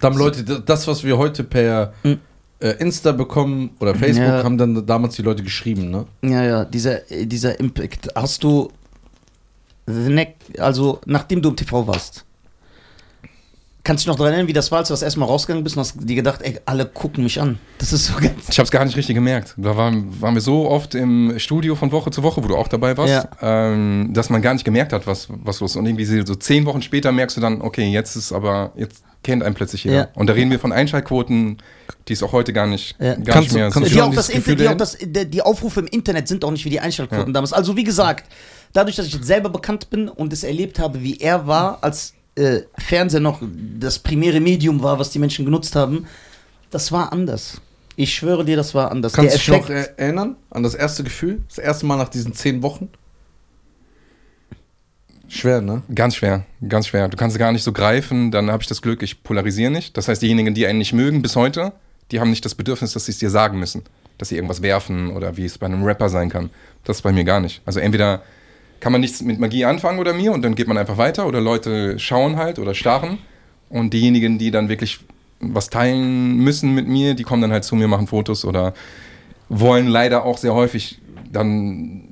A: Da haben Leute, d- das, was wir heute per äh, Insta bekommen oder Facebook,
B: Mm. Ja.
A: haben dann damals die Leute geschrieben, ne?
B: Ja, ja, dieser, äh, dieser Impact. Hast du, the next- also nachdem du im TV warst, kannst du dich noch daran erinnern, wie das war, als du das erstmal rausgegangen bist und hast dir gedacht, ey, alle gucken mich an. Das ist so ganz.
C: Ich habe es gar nicht richtig gemerkt. Da waren, waren wir so oft im Studio von Woche zu Woche, wo du auch dabei
B: Ja.
C: warst, ähm, dass man gar nicht gemerkt hat, was, was los ist. Und irgendwie so zehn Wochen später merkst du dann, okay, jetzt ist aber, jetzt kennt einen plötzlich jeder.
B: Ja.
C: Und da reden wir von Einschaltquoten, die es auch heute gar nicht,
B: Ja.
C: gar
A: Kannst
C: nicht
A: du-
C: mehr
A: kannst du
B: Äh, Die,
A: schon
B: auch
A: dieses
B: das Inter,
A: Gefühl
B: die, auch
A: dahin?
B: das, der- die Aufrufe im Internet sind auch nicht wie die Einschaltquoten damals. Also wie gesagt, dadurch, dass ich jetzt selber bekannt bin und es erlebt habe, wie er war, als äh, Fernseher noch das primäre Medium war, was die Menschen genutzt haben, das war anders. Ich schwöre dir, das war anders.
A: Kannst du
B: Der
A: dich noch
B: Effekt-
A: er- erinnern an das erste Gefühl? Das erste Mal nach diesen zehn Wochen? Schwer, ne?
C: Ganz schwer, ganz schwer. Du kannst gar nicht so greifen, dann habe ich das Glück, ich polarisiere nicht. Das heißt, diejenigen, die einen nicht mögen bis heute, die haben nicht das Bedürfnis, dass sie es dir sagen müssen. Dass sie irgendwas werfen oder wie es bei einem Rapper sein kann. Das ist bei mir gar nicht. Also entweder kann man nichts mit Magie anfangen oder mir und dann geht man einfach weiter oder Leute schauen halt oder starren. Und diejenigen, die dann wirklich was teilen müssen mit mir, die kommen dann halt zu mir, machen Fotos oder wollen leider auch sehr häufig dann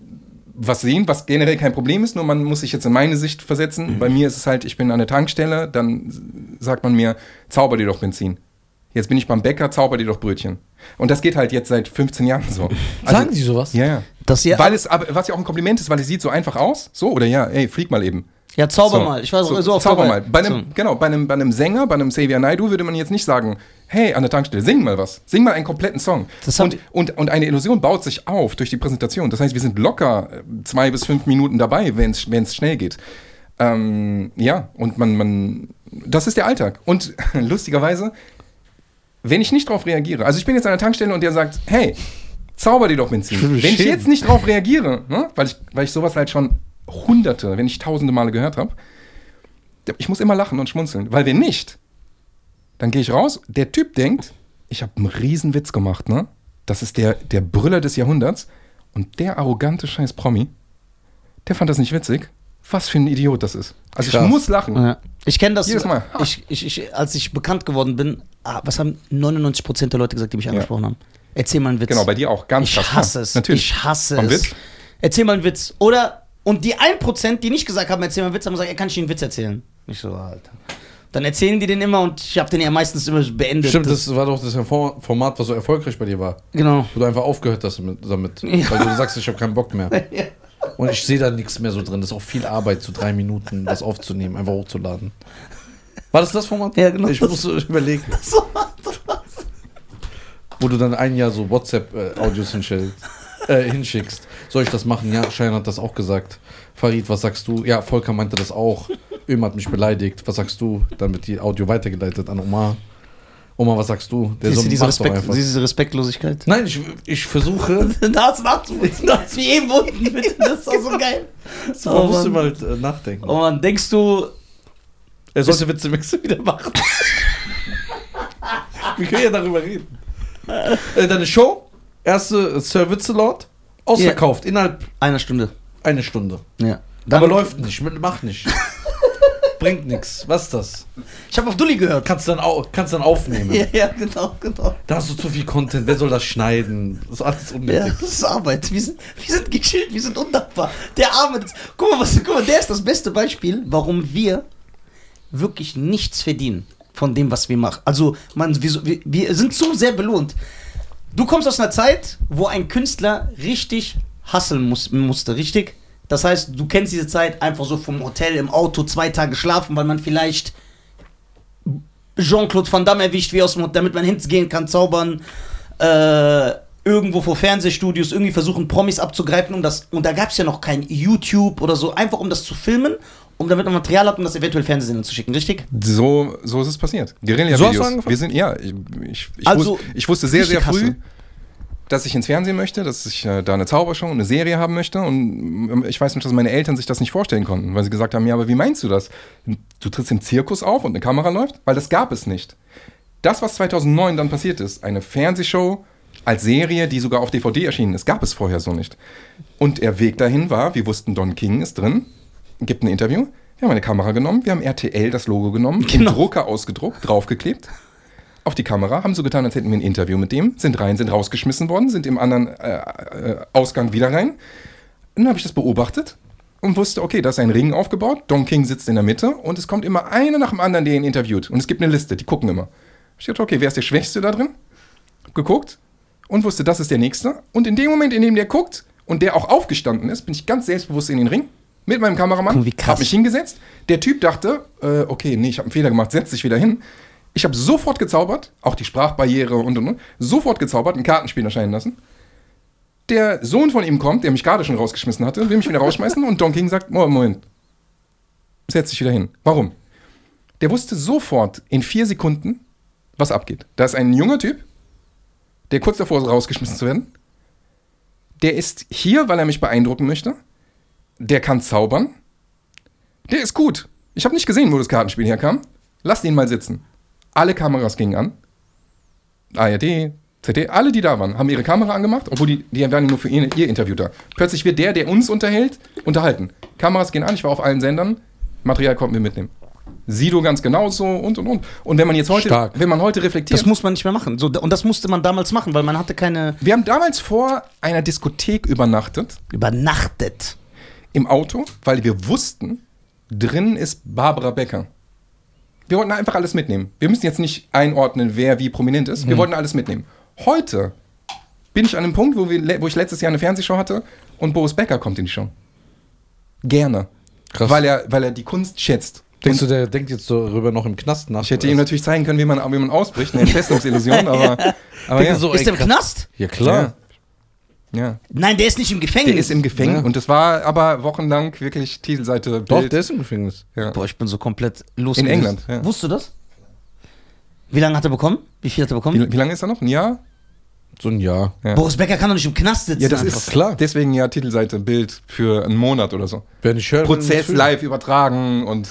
C: was sehen, was generell kein Problem ist, nur man muss sich jetzt in meine Sicht versetzen. Bei mir ist es halt, ich bin an der Tankstelle, dann sagt man mir, zauber dir doch Benzin. Jetzt bin ich beim Bäcker, zauber dir doch Brötchen. Und das geht halt jetzt seit 15 Jahren so. Also
A: Sagen die sowas?
C: äh, Ja, ja.
B: Dass ihr-
C: weil es, aber, was ja auch ein Kompliment ist, weil es sieht so einfach aus. So, oder ja, ey, flieg mal eben.
B: Ja, zauber
C: So,
B: mal. Ich war so, so auf
C: Zauber
B: Zauber-
C: mal. Bei einem,
B: So.
C: Genau, bei einem, bei einem Sänger, bei einem Xavier Naidu würde man jetzt nicht sagen, hey, an der Tankstelle, sing mal was. Sing mal einen kompletten Song.
B: Das haben
C: und, und, und eine Illusion baut sich auf durch die Präsentation. Das heißt, wir sind locker äh, zwei bis fünf Minuten dabei, wenn es schnell geht. Ähm, ja, und man, man, das ist der Alltag. Und [laughs] lustigerweise, wenn ich nicht drauf reagiere, also ich bin jetzt an der Tankstelle und der sagt, hey, zauber dir doch Benzin.
A: Ich will mich
C: Wenn ich
A: schämen.
C: jetzt nicht drauf reagiere, ne, weil, ich, weil ich sowas halt schon hunderte, wenn nicht tausende Male gehört habe, ich muss immer lachen und schmunzeln, weil wenn nicht, dann gehe ich raus, der Typ denkt, ich habe einen riesen Witz gemacht, ne? Das ist der, der Brüller des Jahrhunderts und der arrogante scheiß Promi, der fand das nicht witzig. Was für ein Idiot das ist. Also
A: Krass.
C: ich muss lachen.
B: Ja. Ich kenne das.
C: Jedes Mal.
B: Ich, ich, ich, als ich bekannt geworden bin, ah, was haben 99% der Leute gesagt, die mich angesprochen haben? Erzähl mal einen Witz.
C: Genau, bei dir auch. Ganz
B: ich
C: krass.
B: hasse es.
C: Natürlich.
B: Ich hasse
C: Am
B: es.
C: Witz?
B: Erzähl mal einen Witz. Oder, und die 1%, die nicht gesagt haben, erzähl mal einen Witz, haben gesagt, er kann ich dir einen Witz erzählen. Ich so, Alter. Dann erzählen die den immer und ich habe den ja meistens immer beendet.
A: Stimmt, das war doch das Form- Format, was so erfolgreich bei dir war.
B: genau.
A: Wo du einfach aufgehört hast damit. damit.
B: Ja.
A: Weil du sagst, ich habe keinen
B: [laughs]
A: Bock mehr. Und ich sehe da nichts mehr so drin. Das ist auch viel Arbeit, so drei Minuten das aufzunehmen, einfach hochzuladen. War das das Format?
B: Ja, genau.
A: Ich muss so überlegen. Wo du dann ein Jahr so WhatsApp-Audios hinstellst. Äh, hinschickst. Soll ich das machen? Ja, Schein hat das auch gesagt. Farid, was sagst du? Ja, Volker meinte das auch. Ömer hat mich beleidigt. Was sagst du? Dann wird die Audio weitergeleitet an Omar. Omar, was sagst du? Der
B: Siehst du diese,
A: mach's doch
B: Respekt,
A: einfach.
B: diese Respektlosigkeit? [laughs]
A: Nein, ich, ich versuche.
B: Da ist nachzuvollziehen. Das ist wie eben unten, bitte. Das ist auch so geil.
A: Man
B: Oh,
A: musste
B: Mann.
A: mal äh, nachdenken.
B: Oh Mann, denkst du,
A: Er sollte Witze Mixe wieder
B: [laughs]
A: machen. Wir können ja darüber reden. Äh, deine Show, erste äh, Sir Witzelord, ausverkauft innerhalb
B: Einer Stunde.
A: einer Stunde.
B: Ja. Dann
A: Aber läuft nicht, mit- macht
B: [laughs]
A: nicht. Bringt nichts. Was ist das?
B: Ich habe auf Dulli gehört.
A: Kannst dann, au kannst dann aufnehmen.
B: [laughs] Ja, ja, genau, genau.
A: Da hast du zu viel Content. Wer soll das schneiden? Das ist alles
B: Ja,
A: unnötig.
B: das ist Arbeit. Wir sind, wir sind gechillt, wir sind undankbar. Der arme. Guck mal, was, guck mal, der ist das beste Beispiel, warum wir wirklich nichts verdienen von dem, was wir machen. Also, man, wir, so- wir, wir sind so sehr belohnt. Du kommst aus einer Zeit, wo ein Künstler richtig hasseln muss, musste, richtig? Das heißt, du kennst diese Zeit einfach so vom Hotel im Auto zwei Tage schlafen, weil man vielleicht Jean-Claude Van Damme erwischt, wie aus dem, damit man hingehen kann, zaubern, äh, irgendwo vor Fernsehstudios irgendwie versuchen, Promis abzugreifen, um das, und da gab es ja noch kein YouTube oder so, einfach um das zu filmen, um damit man Material hat, um das eventuell Fernsehsendern zu schicken, richtig?
C: So, so ist es passiert.
A: So hast du
C: Guerilla-Videos.
A: angefangen?
C: wir sind, ja, ich, ich, ich,
B: Also,
C: wus ich wusste sehr, sehr
B: richtig
C: früh,
B: Hassel.
C: dass ich ins Fernsehen möchte, dass ich äh, da eine Zaubershow, eine Serie haben möchte. Und ähm, ich weiß nicht, dass meine Eltern sich das nicht vorstellen konnten, weil sie gesagt haben, ja, aber wie meinst du das? Du trittst im Zirkus auf und eine Kamera läuft? Weil das gab es nicht. Das, was 2009 dann passiert ist, eine Fernsehshow als Serie, die sogar auf DVD erschienen ist, gab es vorher so nicht. Und der Weg dahin war, wir wussten, Don King ist drin, gibt ein Interview. Wir haben eine Kamera genommen, wir haben RTL das Logo genommen, den Drucker ausgedruckt, draufgeklebt, auf die Kamera, haben so getan, als hätten wir ein Interview mit dem, sind rein, sind rausgeschmissen worden, sind im anderen äh, äh, Ausgang wieder rein. Dann habe ich das beobachtet und wusste, okay, da ist ein Ring aufgebaut, Don King sitzt in der Mitte und es kommt immer einer nach dem anderen, der ihn interviewt. Und es gibt eine Liste, die gucken immer. Ich dachte, okay, wer ist der Schwächste da drin? Hab geguckt und wusste, das ist der Nächste. Und in dem Moment, in dem der guckt und der auch aufgestanden ist, bin ich ganz selbstbewusst in den Ring mit meinem Kameramann,
B: Guck, wie krass.
C: hab mich hingesetzt. Der Typ dachte, äh, okay, nee, ich habe einen Fehler gemacht, setz dich wieder hin. Ich habe sofort gezaubert, auch die Sprachbarriere und und und, sofort gezaubert, ein Kartenspiel erscheinen lassen der Sohn von ihm kommt, der mich gerade schon rausgeschmissen hatte, will mich wieder rausschmeißen und Don King sagt, "Mo- Moment, setz dich wieder hin. Warum? Der wusste sofort in vier Sekunden, was abgeht. Da ist ein junger Typ, der kurz davor ist, rausgeschmissen zu werden. Der ist hier, weil er mich beeindrucken möchte. Der kann zaubern. Der ist gut. Ich habe nicht gesehen, wo das Kartenspiel herkam. Lasst ihn mal sitzen. Alle Kameras gingen an. ARD, ZD, alle, die da waren, haben ihre Kamera angemacht, obwohl die, die waren nur für ihr, ihr Interview da. Plötzlich wird der, der uns unterhält, unterhalten. Kameras gehen an, ich war auf allen Sendern, Material konnten wir mitnehmen. Sido ganz genauso und und und. Und wenn man jetzt heute,
A: Stark.
C: wenn man heute reflektiert.
B: Das muss man nicht mehr machen. So, und das musste man damals machen, weil man hatte keine
C: wir haben damals vor einer Diskothek übernachtet,
B: übernachtet.
C: im Auto, weil wir wussten, drin ist Barbara Becker. Wir wollten einfach alles mitnehmen. Wir müssen jetzt nicht einordnen, wer wie prominent ist.
A: Hm.
C: Wir wollten alles mitnehmen. Heute bin ich an einem Punkt, wo, wir, le- wo ich letztes Jahr eine Fernsehshow hatte und Boris Becker kommt in die Show. Gerne.
A: Krass.
C: Weil er, weil er die Kunst schätzt.
A: Denkst du, der denkt jetzt darüber noch im Knast nach?
C: Ich hätte ihm natürlich zeigen können, wie man, wie man
A: [laughs]
C: ausbricht, eine Entfestungsillusion, aber, aber ja.
A: so,
B: Ist der im
A: krass.
B: Knast?
A: Ja, klar.
C: Ja. ja.
B: Nein, der ist nicht im Gefängnis.
C: Der ist im Gefängnis
A: Ja.
C: und das war aber wochenlang wirklich Titelseite Bild.
A: Doch, der ist im Gefängnis.
C: ja.
B: Boah, ich bin so komplett los.
C: In England, ja.
B: Wusstest du das? Wie lange hat er bekommen? Wie viel hat er bekommen?
C: Wie, wie lange ist er noch? Ein Jahr?
A: So ein Jahr.
C: Ja.
B: Boris Becker kann doch nicht im Knast sitzen.
C: Ja, das
B: einfach.
C: ist
A: klar.
C: klar. Deswegen ja Titelseite, Bild für einen Monat oder so.
A: Wenn ich höre,
C: Prozess
A: wenn ich
C: live übertragen und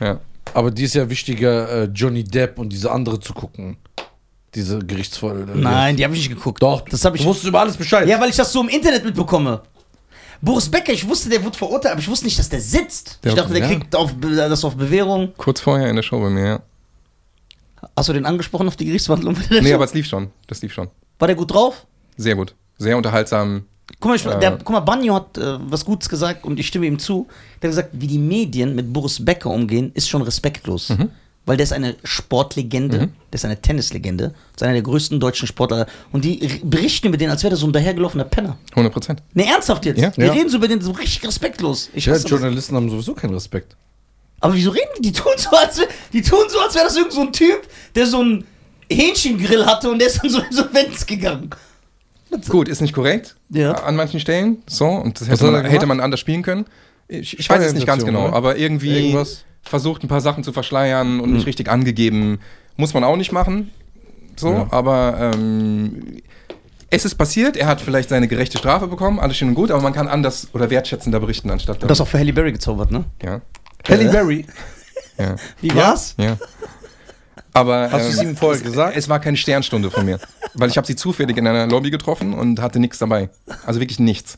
C: ja.
A: fühle. Aber die ist ja wichtiger, äh, Johnny Depp und diese andere zu gucken. Diese Gerichtsvoll. äh,
B: Nein, die habe ich nicht geguckt.
A: Doch,
B: das habe ich.
A: Du wusstest über alles
C: Äh,
A: Bescheid.
B: Ja, weil ich das so im Internet mitbekomme. Boris Becker, ich wusste, der wird verurteilt, aber ich wusste nicht, dass der sitzt.
C: Der-
B: ich dachte, der
C: ja.
B: kriegt auf, äh, das auf Bewährung.
C: Kurz vorher in der Show bei mir, ja.
B: Hast du den angesprochen auf die Gerichtsverhandlung? [laughs]
C: Nee, aber es lief schon. Das lief schon.
B: War der gut drauf?
C: Sehr gut. Sehr unterhaltsam.
B: Guck mal, ich,
C: Ja.
B: der, guck mal Banjo hat äh, was Gutes gesagt und ich stimme ihm zu. Der hat gesagt, wie die Medien mit Boris Becker umgehen, ist schon respektlos.
C: Mhm.
B: Weil der ist eine Sportlegende, der ist eine Tennislegende, ist einer der größten deutschen Sportler. Und die r- berichten über den, als wäre der so ein dahergelaufener Penner.
C: 100 Prozent.
B: Ne, ernsthaft jetzt.
C: Ja.
B: Wir
A: Ja.
B: reden so über den so richtig respektlos. Ich
A: Ja,
B: hasse das.
A: Journalisten haben sowieso keinen Respekt.
B: Aber wieso reden die? Die tun so, als, wär- die tun so, als wäre das irgend so ein Typ, der so einen Hähnchengrill hatte und der ist dann so insolvenz gegangen.
C: Gut, ist nicht korrekt.
B: Ja.
C: An manchen Stellen. So, und das hätte
A: hat er
C: man,
A: gemacht?
C: hätte man anders spielen können. Ich, ich weiß es nicht ganz genau,
A: Steuerinflation,
C: aber irgendwie
A: Irgendwas.
C: versucht ein paar Sachen zu verschleiern und nicht richtig angegeben. Muss man auch nicht machen. So,
A: Ja.
C: aber ähm, es ist passiert, er hat vielleicht seine gerechte Strafe bekommen, alles schön und gut, aber man kann anders oder wertschätzender berichten, anstatt
B: Du hast auch für Halle Berry gezaubert, ne?
C: Ja.
A: Halle Berry.
C: Ja.
B: Wie war's?
C: Ja. Aber ähm,
A: Hast du's ihm vorher
C: es,
A: gesagt?
C: Es war keine Sternstunde von mir, weil ich habe sie zufällig in einer Lobby getroffen und hatte nichts dabei. Also wirklich nichts.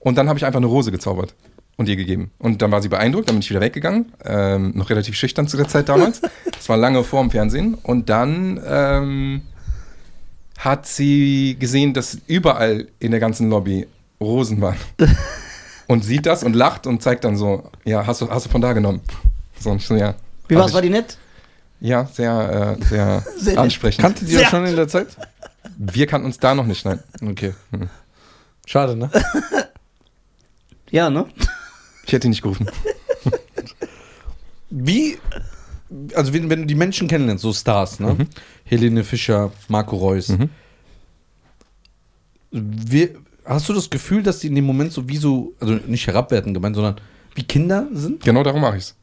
C: Und dann habe ich einfach eine Rose gezaubert und ihr gegeben. Und dann war sie beeindruckt, dann bin ich wieder weggegangen. Ähm, noch relativ schüchtern zu der Zeit damals.
A: [laughs]
C: Das war lange vor dem Fernsehen. Und dann ähm, hat sie gesehen, dass überall in der ganzen Lobby
A: [laughs]
C: Rosen waren. Und sieht das und lacht und zeigt dann so, ja, hast du, hast du von da genommen. So, und ich so, ja.
B: Wie
C: Hab
B: war's?
C: ich.
B: War die nett?
C: Ja, sehr, äh, sehr,
B: Sehr nett.
C: ansprechend.
A: Kanntet ihr
B: Ja.
A: das schon in der Zeit?
C: Wir kannten uns da noch nicht, nein.
A: Okay. Schade, ne?
B: Ja, ne?
C: Ich hätte ihn nicht gerufen.
A: Wie, also wenn, wenn du die Menschen kennenlernst, so Stars, ne?
C: Mhm.
A: Helene Fischer, Marco Reus. Wie, hast du das Gefühl, dass die in dem Moment so wie so, also nicht herabwertend gemeint, sondern wie Kinder sind?
C: Genau darum mache ich es.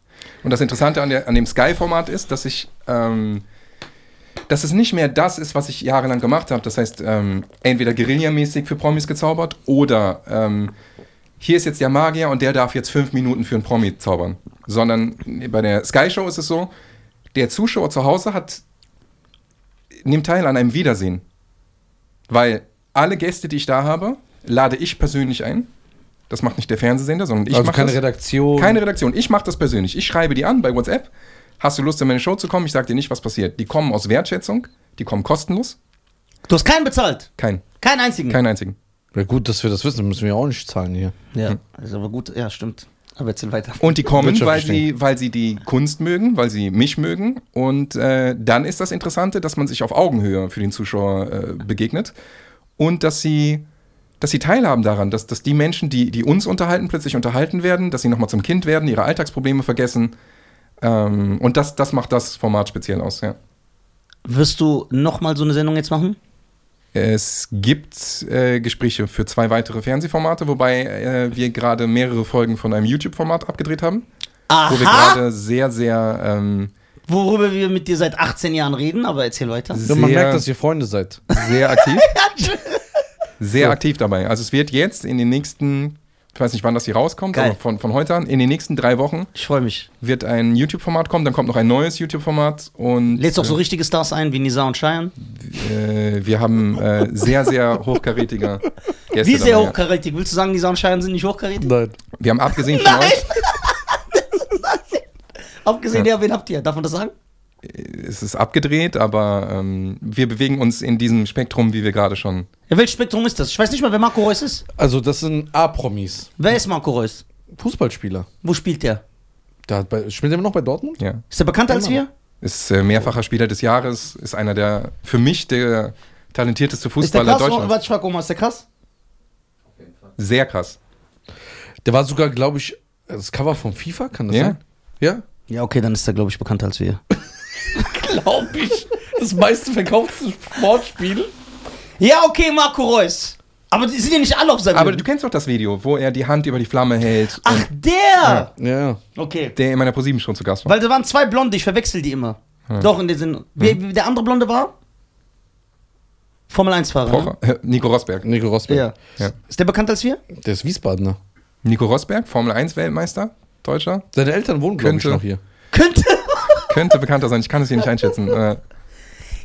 C: Und das Interessante an, der, an dem Sky-Format ist, dass ich, ähm, dass es nicht mehr das ist, was ich jahrelang gemacht habe. Das heißt, ähm, entweder guerillamäßig für Promis gezaubert oder ähm, hier ist jetzt der Magier und der darf jetzt fünf Minuten für einen Promi zaubern. Sondern bei der Sky-Show ist es so, der Zuschauer zu Hause hat, nimmt teil an einem Wiedersehen. Weil alle Gäste, die ich da habe, lade ich persönlich ein. Das macht nicht der Fernsehsender, sondern ich
A: also
C: mache
A: keine
C: das.
A: Redaktion.
C: Keine Redaktion. Ich mache das persönlich. Ich schreibe die an bei WhatsApp. Hast du Lust, in meine Show zu kommen? Ich sage dir nicht, was passiert. Die kommen aus Wertschätzung. Die kommen kostenlos.
B: Du hast keinen bezahlt.
C: Kein,
B: Keinen einzigen.
C: keinen einzigen.
A: ja, gut, dass wir das wissen, müssen wir auch nicht zahlen hier.
B: Ja, ist aber gut. Ja, stimmt. Aber erzähl weiter.
C: Und die kommen, weil
A: Wirtschaftlich
C: sie, weil sie die Kunst mögen, weil sie mich mögen. Und äh, dann ist das Interessante, dass man sich auf Augenhöhe für den Zuschauer äh, begegnet. Und dass sie, dass sie teilhaben daran, dass, dass die Menschen, die, die uns unterhalten, plötzlich unterhalten werden, dass sie nochmal zum Kind werden, ihre Alltagsprobleme vergessen. Ähm, und das, das macht das Format speziell aus, ja.
B: Wirst du nochmal so eine Sendung jetzt machen?
C: Es gibt äh, Gespräche für zwei weitere Fernsehformate, wobei äh, wir gerade mehrere Folgen von einem YouTube-Format abgedreht haben, wo wir
B: Aha!
C: gerade sehr, sehr, ähm,
B: Worüber wir mit dir seit 18 Jahren reden, aber erzähl weiter.
A: Ja, man
C: Sehr-
A: merkt, dass ihr Freunde seid.
B: [laughs]
C: sehr aktiv, sehr aktiv dabei. Also es wird jetzt in den nächsten, ich weiß nicht, wann das hier rauskommt,
B: Geil.
C: aber von, von heute an, in den nächsten drei Wochen
B: Ich freue mich.
C: wird ein YouTube-Format kommen, dann kommt noch ein neues YouTube-Format und
B: Lädst auch so richtige Stars ein wie Nisa und Cheyenne?
C: äh, wir haben äh, sehr, sehr hochkarätige Gäste
B: Wie sehr
C: dabei.
B: hochkarätig? Willst du sagen, Nisa und Cheyenne sind nicht hochkarätig?
A: Nein.
C: Wir haben abgesehen von euch,
B: Abgesehen, ja, wen habt ihr? Darf man das sagen?
C: es ist abgedreht, aber ähm, wir bewegen uns in diesem Spektrum, wie wir gerade schon.
B: Ja, welches Spektrum ist das? Ich weiß nicht mal, wer Marco Reus ist.
A: Also, das sind A-Promis.
B: Wer ist Marco Reus?
A: Fußballspieler.
B: Wo spielt der?
A: Da hat bei, spielt er immer noch bei Dortmund?
C: Ja.
B: Ist er bekannter als
A: Immer
B: wir?
C: Ist äh, mehrfacher Spieler des Jahres, ist einer der, für mich der
B: Ist
C: talentierteste
B: der
C: Fußballer
B: krass? Oh,
C: Deutschlands.
B: Warte, ich frag Oma, ist der krass?
D: Auf jeden Fall.
C: Sehr krass.
A: Der war sogar, glaube ich, das Cover von FIFA, kann das
C: Ja.
A: sein? Ja?
B: Ja, okay, dann ist er, glaube ich, bekannter als wir. [laughs]
A: Glaube ich. Das meiste verkaufte Sportspiel.
B: Ja, okay, Marco Reus. Aber die sind ja nicht alle auf seinem
C: Aber
B: Leben.
C: du kennst doch das Video, wo er die Hand über die Flamme hält
B: Ach, der!
A: Ja.
B: Okay.
C: der in meiner ProSieben schon zu Gast war.
B: Weil da waren zwei Blonde, ich verwechsel die immer. Doch, in dem
C: Hm.
B: Sinne. Wer- wer Der andere Blonde war? Formel-1-Fahrer. ne?
C: Rocher, äh, Nico Rosberg.
A: Nico
B: Ja.
A: Rosberg.
C: Ja.
B: Ist der bekannter als wir?
A: Der ist Wiesbadener.
C: Nico Rosberg, Formel 1 Weltmeister, Deutscher.
A: Seine Eltern wohnen, glaube ich,
C: Könnte.
A: noch hier.
C: [laughs]
B: Könnte.
C: Könnte bekannter sein, ich kann es hier nicht einschätzen. Äh,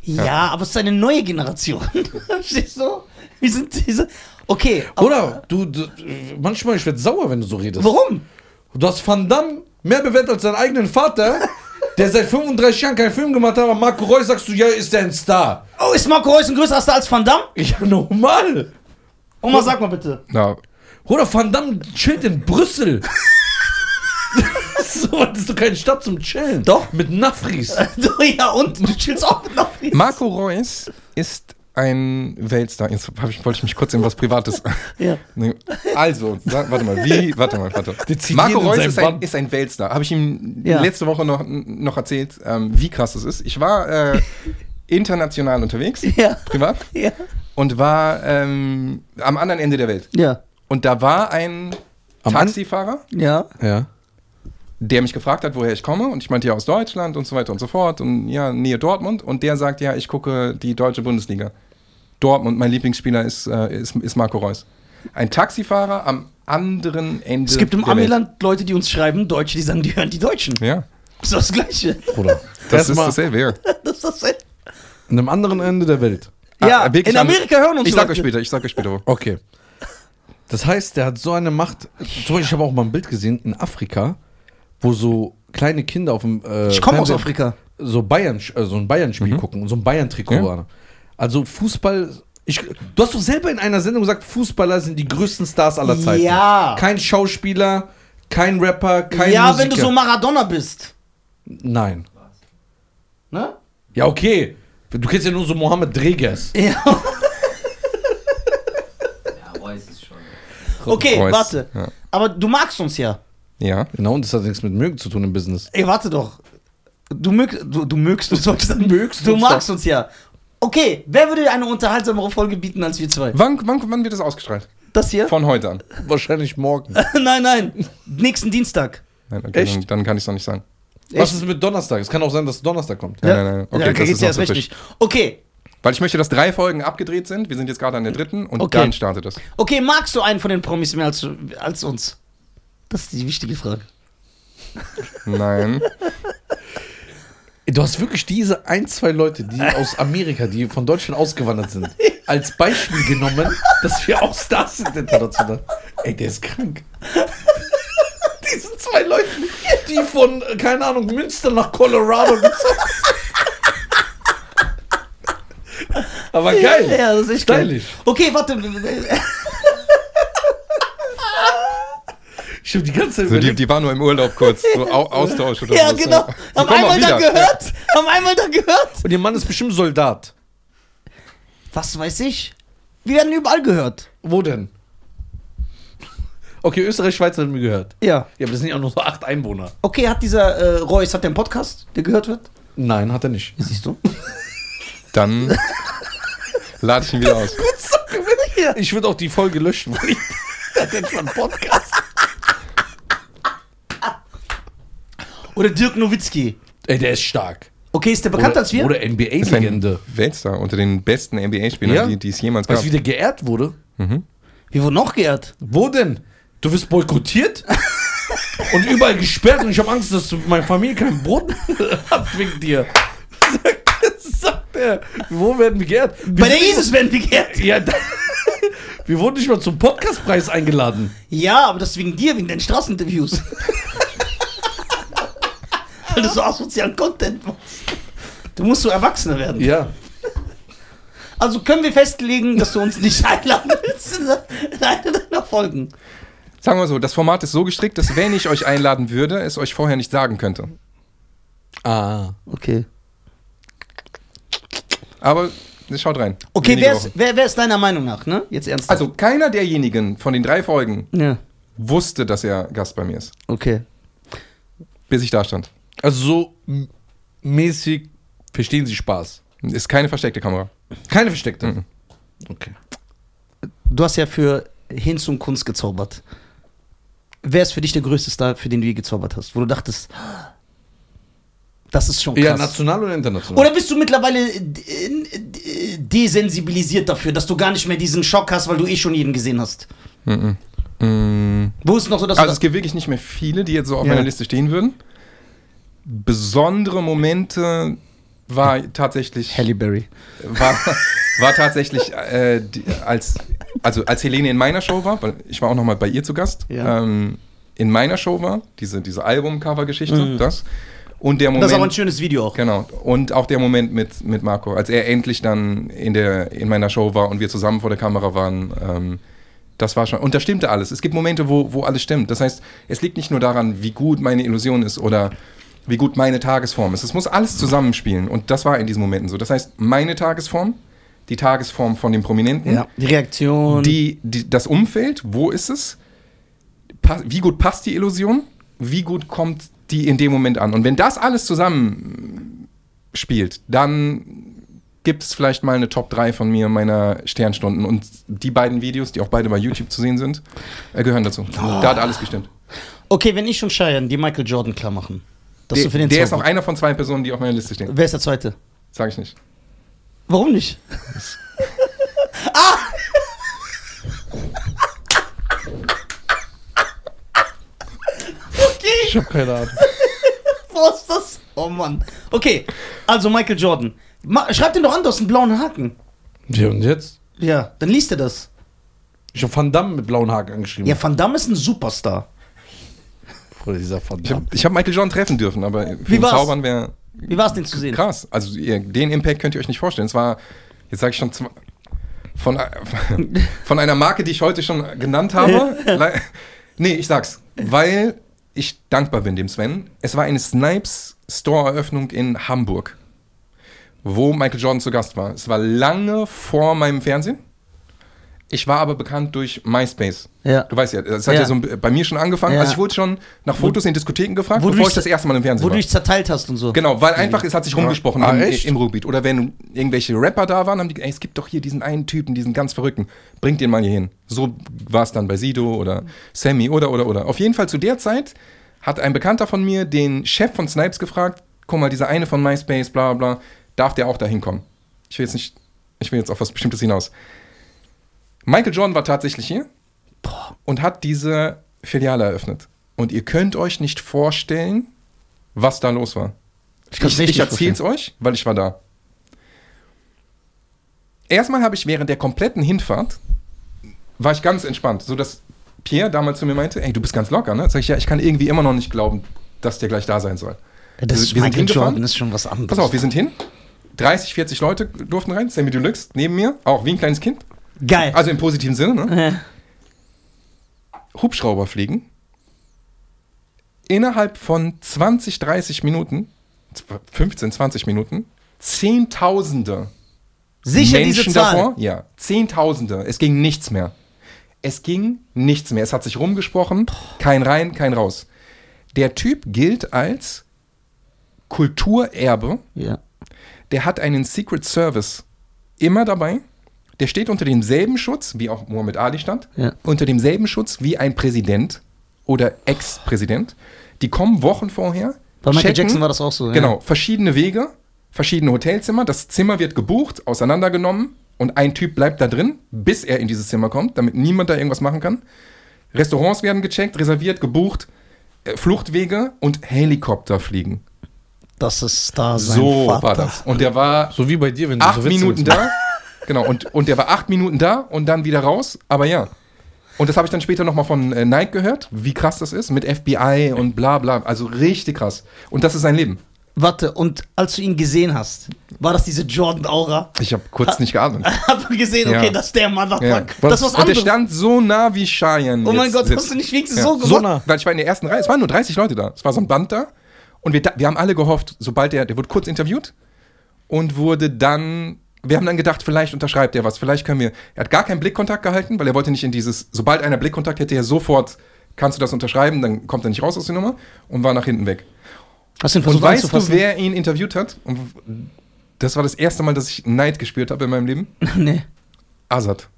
B: Ja, aber es ist eine neue Generation. [laughs] Verstehst du? Wir sind diese. Okay. aber-
A: Oder? Du, du, manchmal, ich werde sauer, wenn du so redest.
B: Warum?
A: Du hast Van Damme mehr bewertet als deinen eigenen Vater, der seit 35 Jahren keinen Film gemacht hat. Aber Marco Reus sagst du, ja, ist der ein Star.
B: Oh, ist Marco Reus ein größerer Star als Van Damme?
A: [laughs] Ja, normal.
B: Oma, sag mal bitte. [laughs]
C: na,
A: Oder Van Damme chillt in Brüssel. [laughs] so, das ist doch keine Stadt zum Chillen.
B: Doch.
A: Mit Nafris.
B: ja, und du chillst auch mit Nafri.
C: Marco Reus ist ein Weltstar. Jetzt hab ich, wollte ich mich kurz in was
B: [laughs]
C: Privates. [laughs]
B: Ja.
C: Nee. Also, sag, warte mal, wie, warte mal, warte.
A: Dezidiert
C: Marco
A: in
C: Reus
A: seinem
C: ist ein,
A: Bann.
C: ist ein Weltstar. Habe ich ihm
B: Ja.
C: letzte Woche noch, noch erzählt, ähm, wie krass das ist. Ich war äh,
A: [laughs]
C: international unterwegs,
B: Ja.
C: privat,
B: Ja.
C: und war ähm, am anderen Ende der Welt.
B: Ja.
C: Und da war ein
A: Am an-
C: Taxifahrer,
B: Ja.
A: Ja.
C: der mich gefragt hat, woher ich komme. Und ich meinte ja aus Deutschland und so weiter und so fort. Und ja, Nähe Dortmund. Und der sagt, ja, ich gucke die deutsche Bundesliga. Dortmund, mein Lieblingsspieler ist, äh, ist, ist Marco Reus. Ein Taxifahrer am anderen Ende.
B: Es gibt im
C: der Welt.
B: Amiland Leute, die uns schreiben, Deutsche, die sagen, die hören die Deutschen.
C: Ja,
B: Das ist das Gleiche. [laughs]
A: Bruder.
C: das E- ist
A: Erstmal
C: dasselbe. Ja.
B: Das ist das
A: an einem anderen Ende der Welt.
B: [laughs] Ja,
C: Ah, wirklich
B: in
C: am-
B: Amerika hören uns
C: Ich sag
B: Leute.
C: euch später, ich sag euch später. wo.
A: Okay. Das heißt, der hat so eine Macht. Zum Beispiel, ich habe auch mal ein Bild gesehen in Afrika, wo so kleine Kinder auf dem. Äh,
B: Ich komme aus
A: Fernseher-
B: Afrika.
A: so Bayern, äh, so ein Bayern-Spiel gucken und so ein Bayern-Trikot
C: Ja.
A: an. Also Fußball. Ich, du hast doch selber in einer Sendung gesagt, Fußballer sind die größten Stars aller Zeiten.
B: Ja.
A: Kein Schauspieler, kein Rapper, kein
B: ja,
A: Musiker.
B: wenn du so Maradona bist.
A: Nein.
B: Ne?
A: Ja, okay. Du kennst ja nur so Mohammed Dreges.
B: Ja.
D: Ja, Reus ist schon.
B: Okay,
C: Reus,
B: warte.
C: ja.
B: Aber du magst uns ja.
C: Ja.
A: Genau, und das hat nichts mit Mögen zu tun im Business.
B: Ey, warte doch. Du, mög, du, du mögst uns heute sagen.
A: Mögst
B: Du
A: uns
B: magst uns ja. Okay, wer würde eine unterhaltsamere Folge bieten als wir zwei?
C: Wann, wann, wann wird das ausgestrahlt?
B: Das hier?
C: Von heute an.
A: Wahrscheinlich
B: [laughs]
A: morgen.
B: nein, nein. Nächsten Dienstag.
C: Nein, okay,
A: Echt?
C: Dann, dann kann ich es noch nicht sagen.
A: Was ist mit Donnerstag? Es kann auch sein, dass Donnerstag kommt.
C: Nein, nein, nein. Okay,
B: ja,
C: das
B: geht's
C: ist
B: ja erst
C: noch zu
B: recht
C: frisch.
B: nicht. Okay,
C: Weil ich möchte, dass drei Folgen abgedreht sind. Wir sind jetzt gerade an der dritten und
B: Okay.
C: dann startet es.
B: okay, magst du einen von den Promis mehr als, als uns? Das ist die wichtige Frage.
C: Nein.
A: Du hast wirklich diese ein, zwei Leute, [laughs] die aus Amerika, die von Deutschland ausgewandert sind, als Beispiel genommen, dass wir auch Stars sind international. Ey, der ist krank. [laughs] Diese zwei Leute, die von, äh, keine Ahnung, Münster nach Colorado gezogen sind. Aber geil.
B: Ja, das ist echt geil.
A: Stylisch.
B: Okay, warte. [laughs]
A: Ich hab die ganze Zeit
C: So, die,
A: überlegt,
C: die war nur im Urlaub kurz,
B: [laughs]
C: so Au Austausch oder
B: ja,
C: sowas, ne?
B: genau.
C: Die
B: Haben
C: kommen auch
B: einmal da
C: wieder.
B: gehört. Haben einmal da gehört.
A: Und ihr Mann ist bestimmt Soldat.
B: Was weiß ich? Wir werden überall gehört.
A: Wo denn? Okay, Österreich, Schweiz hat mir gehört.
B: Ja.
A: Ja, aber das sind ja auch nur so acht Einwohner.
B: Okay, hat dieser äh, Reus, hat der einen Podcast, der gehört wird?
A: Nein, hat er nicht.
B: Siehst du?
C: Dann lade ich ihn
A: [laughs]
C: wieder aus.
B: ja.
A: Ich würde auch die Folge löschen, [laughs] weil ich da denkt man Podcast.
B: Oder Dirk Nowitzki.
A: Ey, der ist stark.
B: Okay, ist der bekannt als wir?
A: Oder
C: Das ist ein
A: NBA-Legende.
C: Weltstar unter den besten NBA-Spielern,
A: Ja?
C: die, die es jemals gab.
A: Weißt du, wie der geehrt wurde?
B: Wir wurden noch geehrt.
A: Wo denn? Du wirst [laughs] boykottiert und überall gesperrt und ich habe Angst, dass du meine Familie kein Brot [laughs] habt wegen dir. Sagt, sagt er. Wo werden wir geehrt? Wir
B: Bei der
A: sind-
B: ISIS werden wir geehrt.
A: Ja, da, [laughs] wir wurden nicht mal zum Podcastpreis eingeladen.
B: Ja, aber das ist wegen dir, wegen deinen Straßeninterviews. [laughs] Weil du so asozialen Content machst. Du musst so Erwachsener werden.
A: Ja.
B: Also können wir festlegen, dass du uns nicht [laughs] einladen willst in einer deiner Folgen.
C: Sagen wir so, das Format ist so gestrickt, dass wenn ich euch einladen würde, es euch vorher nicht sagen könnte.
A: Ah.
B: Okay.
C: Aber schaut rein.
B: Okay,
C: Wenige
B: wer
C: Wochen.
B: ist, wer, wer ist deiner Meinung nach, ne? Jetzt ernsthaft.
C: Also keiner derjenigen von den drei Folgen
B: Ja,
C: wusste, dass er Gast bei mir ist,
B: okay.
C: bis ich da stand.
A: Also so m- mäßig verstehen sie Spaß.
C: Ist keine versteckte Kamera.
A: Keine versteckte.
C: Mhm.
A: Okay.
B: Du hast ja für Hinz und Kunst gezaubert. Wer ist für dich der größte Star, für den du je gezaubert hast? Wo du dachtest, das ist schon krass.
A: Ja, national oder international?
B: Oder bist du mittlerweile äh, d- äh, desensibilisiert dafür, dass du gar nicht mehr diesen Schock hast, weil du eh schon jeden gesehen hast?
C: Mhm. Mhm.
B: Wo ist noch so, dass
C: Also es
B: du
C: gibt wirklich nicht mehr viele, die jetzt so auf
B: Ja.
C: meiner Liste stehen würden. Besondere Momente war tatsächlich
B: Halle Berry.
C: war, war tatsächlich äh, die, als also als Helene in meiner Show war, weil ich war auch noch mal bei ihr zu Gast.
B: Ja.
C: Ähm, in meiner Show war diese diese Albumcover-Geschichte, das und der
B: Mhm.
C: Moment.
B: Das ist aber ein schönes Video auch.
C: Genau. Und auch der Moment mit, mit Marco, als er endlich dann in, der, in meiner Show war und wir zusammen vor der Kamera waren, ähm, das war schon. Und da stimmte alles. Es gibt Momente, wo, wo alles stimmt. Das heißt, es liegt nicht nur daran, wie gut meine Illusion ist oder wie gut meine Tagesform ist. Es muss alles zusammenspielen. Und das war in diesen Momenten so. Das heißt, meine Tagesform, die Tagesform von dem Prominenten,
B: Ja, die Reaktion.
C: die, die, das Umfeld, wo ist es? Pass, wie gut passt die Illusion? Wie gut kommt die in dem Moment an? Und wenn das alles zusammen spielt, dann gibt es vielleicht mal eine Top 3 von mir meiner Sternstunden. Und die beiden Videos, die auch beide bei YouTube zu sehen sind, äh, gehören dazu.
B: Oh,
C: Da hat alles gestimmt.
B: okay, wenn ich und Cheyenne die Michael Jordan klar machen, dass
C: Der,
B: du für den
C: der ist auch
B: Zauber-
C: einer von zwei Personen, die auf meiner Liste stehen.
B: Wer ist der Zweite?
C: Sag ich nicht.
B: Warum nicht? [laughs] ah! okay.
A: Ich habe keine Ahnung.
B: Wo ist das? Oh Mann. Okay, also Michael Jordan. Ma Schreib den doch an, du hast einen blauen Haken.
A: [laughs] Ja, und jetzt?
B: Ja, dann liest er das.
A: Ich habe Van Damme mit blauen Haken angeschrieben.
B: Ja, Van Damme ist ein Superstar.
A: Bruder, dieser Van
C: Ich
A: Damme.
C: habe hab Michael Jordan treffen dürfen, aber für
B: Wie
C: den
B: war's?
C: Zaubern wäre
B: Wie war es den zu sehen?
C: krass. Also ihr, den Impact könnt ihr euch nicht vorstellen. Es war, jetzt sage ich schon, zwei- von, [laughs] von einer Marke, die ich heute schon
B: [laughs]
C: genannt habe. Le- nee, ich sag's, weil ich dankbar bin dem Sven. Es war eine Snipes Store-Eröffnung in Hamburg, wo Michael Jordan zu Gast war. Es war lange vor meinem Fernsehen. Ich war aber bekannt durch MySpace.
B: Ja.
C: Du weißt ja, das hat ja,
B: Ja.
C: so bei mir schon angefangen.
B: Ja.
C: Also ich wurde schon nach Fotos in Diskotheken gefragt,
B: Wo du
C: bevor
B: dich-
C: ich das erste Mal im Fernsehen
B: Wo du
C: war.
B: dich zerteilt hast und so.
C: Genau, weil einfach, es hat sich rumgesprochen
A: Also Ah,
C: im,
A: echt?
C: im Ruhrgebiet. Oder wenn irgendwelche Rapper da waren, haben die, ey, es gibt doch hier diesen einen Typen, diesen ganz verrückten, bringt den mal hier hin. So war es dann bei Sido oder Sammy oder, oder, oder. Auf jeden Fall zu der Zeit hat ein Bekannter von mir den Chef von Snipes gefragt, guck mal, dieser eine von MySpace, bla, bla, bla, darf der auch da hinkommen? Ich will jetzt nicht, ich will jetzt auf was Bestimmtes hinaus. Michael Jordan war tatsächlich hier und hat diese Filiale eröffnet. Und ihr könnt euch nicht vorstellen, was da los war.
B: Ich kann's
C: Ich,
B: richtig
C: ich erzähl's euch, weil ich war da. Erstmal habe ich während der kompletten Hinfahrt war ich ganz entspannt, so dass Pierre damals zu mir meinte, ey, du bist ganz locker, ne? Sag ich, ja, ich kann irgendwie immer noch nicht glauben, dass der gleich da sein soll.
B: Das ist
C: wir sind
B: Michael
C: hingefahren.
B: Jordan, ist schon was anderes.
C: Pass auf, wir sind hin. 30, 40 Leute durften rein. Sammy Deluxe neben mir, auch wie ein kleines Kind.
B: Geil.
C: Also im positiven Sinne, ne?
B: Äh,
C: Hubschrauber fliegen. Innerhalb von 20, 30 Minuten, 15, 20 Minuten, Zehntausende
B: [laughs] sicher diese
C: Menschen
B: Zahl.
C: davor. Ja, Zehntausende. Es ging nichts mehr. Es ging nichts mehr. Es hat sich rumgesprochen. Kein rein, kein raus. Der Typ gilt als Kulturerbe.
B: Ja.
C: Der hat einen Secret Service immer dabei. Der steht unter demselben Schutz, wie auch Muhammad Ali stand,
B: Ja.
C: unter demselben Schutz wie ein Präsident oder Ex-Präsident. Die kommen Wochen vorher.
B: Bei Michael Jackson war das auch so, ja.
C: Genau, verschiedene Wege, verschiedene Hotelzimmer. Das Zimmer wird gebucht, auseinandergenommen und ein Typ bleibt da drin, bis er in dieses Zimmer kommt, damit niemand da irgendwas machen kann. Restaurants werden gecheckt, reserviert, gebucht, äh, Fluchtwege und Helikopter fliegen.
B: Das ist da sein
C: So
B: Vater.
C: war das. Und der war
A: So wie bei dir, wenn
C: acht
A: so Witze
C: Minuten also
A: machst.
C: da. Genau, und, und der war acht Minuten da und dann wieder raus, aber ja. Und das habe ich dann später nochmal von äh, Nike gehört, wie krass das ist, mit FBI und bla bla. Also richtig krass. Und das ist sein Leben.
B: Warte, und als du ihn gesehen hast, war das diese Jordan-Aura? [laughs]
C: Ich habe kurz nicht geatmet.
B: Hab gesehen, okay,
C: Ja.
B: das ist der Motherfucker.
C: Ja.
B: Das ist was
C: und der
B: anderes.
C: stand so nah wie Cheyenne.
B: oh mein
C: jetzt
B: Gott,
C: sitzt.
B: hast du nicht wenigstens
C: Ja.
B: so
A: So
B: gewonnen?
A: nah.
C: Weil ich war in der ersten Reihe, es waren nur 30 Leute da. Es war so ein Band da. Und wir, da- wir haben alle gehofft, sobald der, der wurde kurz interviewt und wurde dann, wir haben dann gedacht, vielleicht unterschreibt er was, vielleicht können wir. Er hat gar keinen Blickkontakt gehalten, weil er wollte nicht in dieses, sobald einer Blickkontakt hätte, er sofort, kannst du das unterschreiben, dann kommt er nicht raus aus der Nummer und war nach hinten weg.
B: Hast du ihn
C: Und
B: versucht
C: weißt du,
B: anzufassen?
C: wer ihn interviewt hat? Und das war das erste Mal, dass ich Neid gespürt habe in meinem Leben.
B: [laughs] nee.
C: Azad,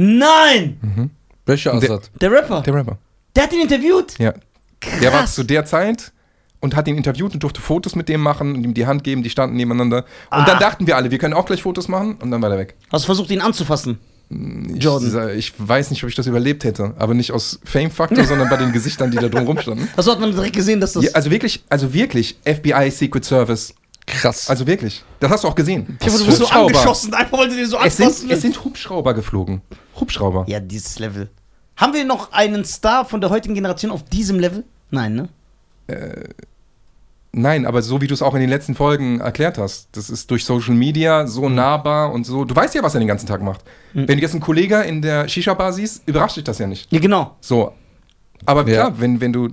B: Nein!
A: Welcher Assad?
B: Der Rapper. Der,
C: der Rapper.
B: hat ihn interviewt.
C: Ja,
B: Krass.
C: Der war zu der Zeit und hat ihn interviewt und durfte Fotos mit dem machen und ihm die Hand geben, die standen nebeneinander. Und
B: Ah.
C: dann dachten wir alle, wir können auch gleich Fotos machen und dann war der weg.
B: Hast du versucht, ihn anzufassen?
C: Ich,
B: Jordan.
C: sa- ich weiß nicht, ob ich das überlebt hätte, aber nicht aus Fame-Faktor, sondern bei den Gesichtern, die da drum rumstanden.
B: Also hat man direkt gesehen, dass das.
C: Ja, also wirklich, also wirklich FBI Secret Service.
A: Krass.
C: Also wirklich. Das hast du auch gesehen.
B: Ja, aber du wirst so angeschossen, einfach wollte den so
C: Es
B: anfassen.
C: sind, es sind Hubschrauber geflogen. Hubschrauber.
B: ja, dieses Level. Haben wir noch einen Star von der heutigen Generation auf diesem Level? Nein, ne?
C: Nein, aber so wie du es auch in den letzten Folgen erklärt hast, das ist durch Social Media so nahbar und so. Du weißt ja, was er den ganzen Tag macht. Wenn du jetzt einen Kollegen in der Shisha-Bar siehst, überrascht dich das ja nicht.
B: Ja, genau.
C: So. Aber
A: Ja.
C: klar, wenn, wenn du,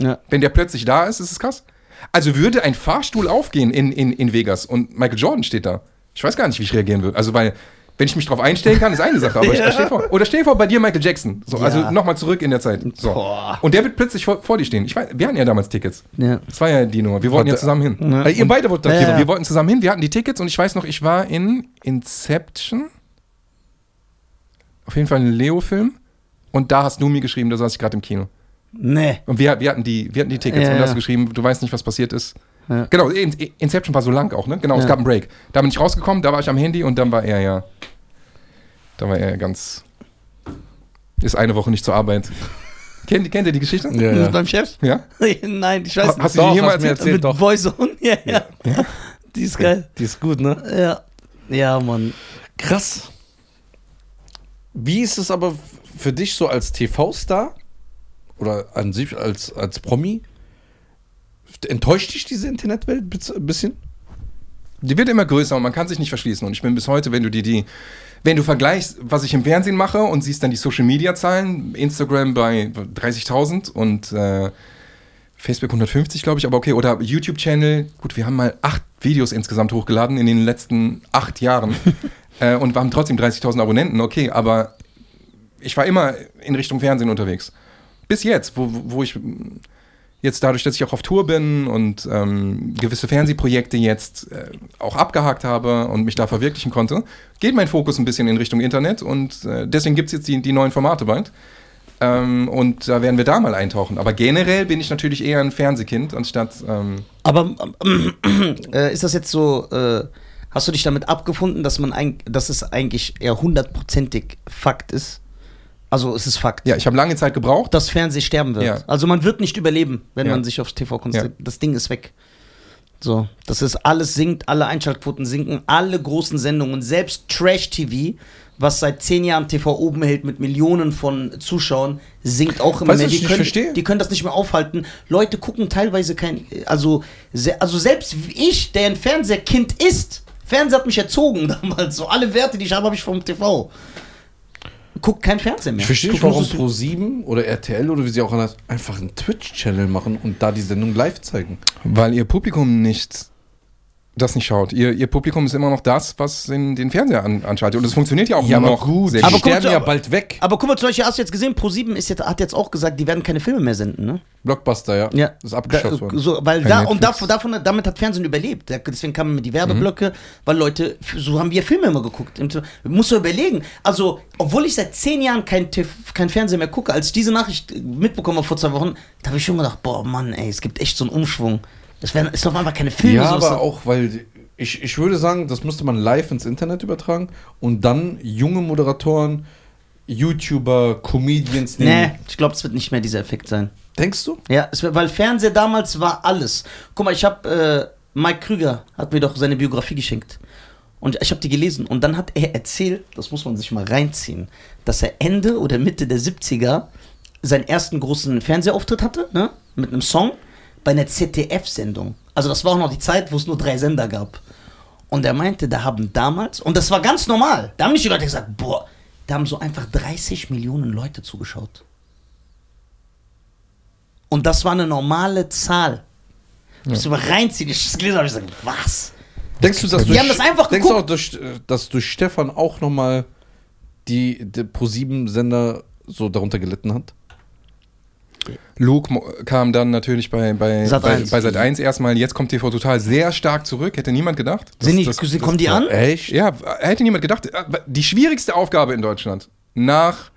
B: Ja.
C: wenn der plötzlich da ist, ist es krass. Also würde ein Fahrstuhl aufgehen in, in, in Vegas und Michael Jordan steht da. Ich weiß gar nicht, wie ich reagieren würde. Also, weil, wenn ich mich drauf einstellen kann, ist eine
B: [laughs]
C: Sache. Aber
B: Ja.
C: ich, also stell vor, oder stell dir vor, bei dir Michael Jackson. So,
B: Ja.
C: Also nochmal zurück in der Zeit. So.
B: Boah.
C: Und der wird plötzlich vor, vor dir stehen. Ich weiß, wir hatten ja damals Tickets.
B: Ja.
C: Das war ja die Nummer. Wir wollten
A: Hat-
C: ja zusammen hin.
B: Ja.
C: Äh, ihr beide wolltet
B: Ja,
C: ja,
B: ja.
C: Wir wollten zusammen hin. Wir hatten die Tickets und ich weiß noch, ich war in Inception. Auf jeden Fall ein Leo-Film. Und da hast du mir geschrieben, da saß ich gerade im Kino.
B: Nee.
C: Und wir, wir, hatten, die, wir hatten die Tickets
B: Ja,
C: und da hast
B: ja.
C: du geschrieben, du weißt nicht, was passiert ist.
B: Ja.
C: Genau, In- Inception war so lang auch, ne? Genau, es
B: Ja.
C: gab einen Break. Da bin ich rausgekommen, da war ich am Handy und dann war er ja. Da war er ja ganz. Ist eine Woche nicht
B: [laughs]
C: zur Arbeit. kennt, kennt ihr die Geschichte?
A: Ja, ja.
B: Beim Chef? [laughs]
C: Ja?
B: Nein, ich weiß
C: Ha-
B: nicht.
C: Hast du die
A: Doch,
C: hier mal
A: hast mir
C: erzählt?
A: erzählt,
B: Mit
A: doch.
B: Voice on, [laughs] ja, ja. Die ist geil.
A: Die ist gut, ne?
B: Ja. Ja, Mann.
A: Krass. Wie ist es aber f- für dich so als TV-Star oder an sich als, als Promi? Enttäuscht dich diese Internetwelt bitz- ein bisschen?
C: Die wird immer größer und man kann sich nicht verschließen. Und ich bin bis heute, wenn du die, die, wenn du vergleichst, was ich im Fernsehen mache und siehst dann die Social Media Zahlen, Instagram bei 30.000 und äh, Facebook 150, glaube ich, aber okay, oder YouTube Channel. Gut, wir haben mal acht Videos insgesamt hochgeladen in den letzten acht Jahren äh, und wir haben trotzdem 30.000 Abonnenten. Okay, aber ich war immer in Richtung Fernsehen unterwegs. Bis jetzt, wo, wo ich jetzt dadurch, dass ich auch auf Tour bin und ähm, gewisse Fernsehprojekte jetzt äh, auch abgehakt habe und mich da verwirklichen konnte, geht mein Fokus ein bisschen in Richtung Internet und äh, deswegen gibt es jetzt die, die neuen Formate bald. Ähm, und da werden wir da mal eintauchen. Aber generell bin ich natürlich eher ein Fernsehkind, anstatt. Ähm,
B: Aber [clears throat] ähm, äh, ist das jetzt so, äh, hast du dich damit abgefunden, dass man ein, dass es eigentlich eher hundertprozentig Fakt ist? Also es ist Fakt.
C: ja, ich habe lange Zeit gebraucht.
B: Dass Fernsehen sterben wird.
C: Ja.
B: Also man wird nicht überleben, wenn
C: Ja.
B: man sich aufs TV konzentriert. Das Ding ist weg. So, das ist alles sinkt, alle Einschaltquoten sinken, alle großen Sendungen, selbst Trash TV, was seit zehn Jahren TV oben hält mit Millionen von Zuschauern, sinkt auch immer
C: Weißt
B: mehr. Die
C: du, was ich nicht
B: können,
C: verstehe?
B: die können das nicht mehr aufhalten. Leute gucken teilweise kein, also, se, also selbst ich, der ein Fernseherkind ist, Fernseher hat mich erzogen [laughs] damals, so alle Werte, die ich habe, habe ich vom TV. Guckt kein Fernsehen mehr.
A: Ich verstehe nicht,
B: Guckt nur
A: warum
B: so-
A: Pro7 oder RTL oder wie sie auch anders einfach einen Twitch-Channel machen und da die Sendung live zeigen.
C: Weil ihr Publikum nicht das nicht schaut. Ihr, ihr Publikum ist immer noch das, was in den Fernseher an, anschaltet. Und es funktioniert ja auch immer noch sehr
A: die
B: Aber
C: gut.
B: guck
A: sterben
B: mal,
A: ja
B: aber-
A: bald weg.
B: Aber guck mal, zum Beispiel hast du jetzt gesehen, Pro7 ist jetzt, hat jetzt auch gesagt, die werden keine Filme mehr senden, ne?
A: Blockbuster, ja.
B: Ja.
A: Ist abgeschafft
B: da, äh,
A: worden.
B: So, weil da,
C: Bei Netflix.
B: und davon, davon, damit hat Fernsehen überlebt. Da- Deswegen kamen die Werbeblöcke,
A: Mhm.
B: weil Leute, so haben wir Filme immer geguckt. Im- Musst du überlegen. Also, obwohl ich seit zehn Jahren kein, TV, kein Fernsehen mehr gucke, als ich diese Nachricht mitbekommen habe vor zwei Wochen, da habe ich schon gedacht, boah, Mann, ey, es gibt echt so einen Umschwung. Es werden, es laufen einfach keine Filme.
A: Ja,
B: sowas.
A: aber auch, weil die- ich, ich würde sagen, das müsste man live ins Internet übertragen und dann junge Moderatoren, YouTuber, Comedians
B: nee,
A: nehmen.
B: ich glaube, es wird nicht mehr dieser Effekt sein.
A: Denkst du?
B: Ja, es, war- weil Fernseher damals war alles. Guck mal, ich habe äh, Mike Krüger hat mir doch seine Biografie geschenkt. Und ich habe die gelesen. Und dann hat er erzählt, das muss man sich mal reinziehen, dass er Ende oder Mitte der 70er seinen ersten großen Fernsehauftritt hatte, ne? mit einem Song, bei einer ZDF-Sendung. Also das war auch noch die Zeit, wo es nur drei Sender gab. Und er meinte, da haben damals, und das war ganz normal, da haben nicht die Leute gesagt, boah, da haben so einfach 30 Millionen Leute zugeschaut. Und das war eine normale Zahl. Musst du mal reinziehen. Ich das gelesen habe, ich gesagt, was?
A: Denkst du, dass
B: Die haben das einfach
A: denkst du auch,
B: geguckt.
A: durch, dass durch Stefan auch nochmal die, die Pro7-Sender so darunter gelitten hat?
C: Luke mo- kam dann natürlich bei, bei,
B: Sat.
C: bei,
B: 1.
C: bei Sat 1 erstmal. Jetzt kommt TV Total sehr stark zurück. Hätte niemand gedacht. Das-
B: sind die,
C: das-
B: sind-
C: das-
B: kommen die an?
A: Echt?
C: Ja, hätte niemand gedacht. Äh, Die schwierigste Aufgabe in Deutschland nach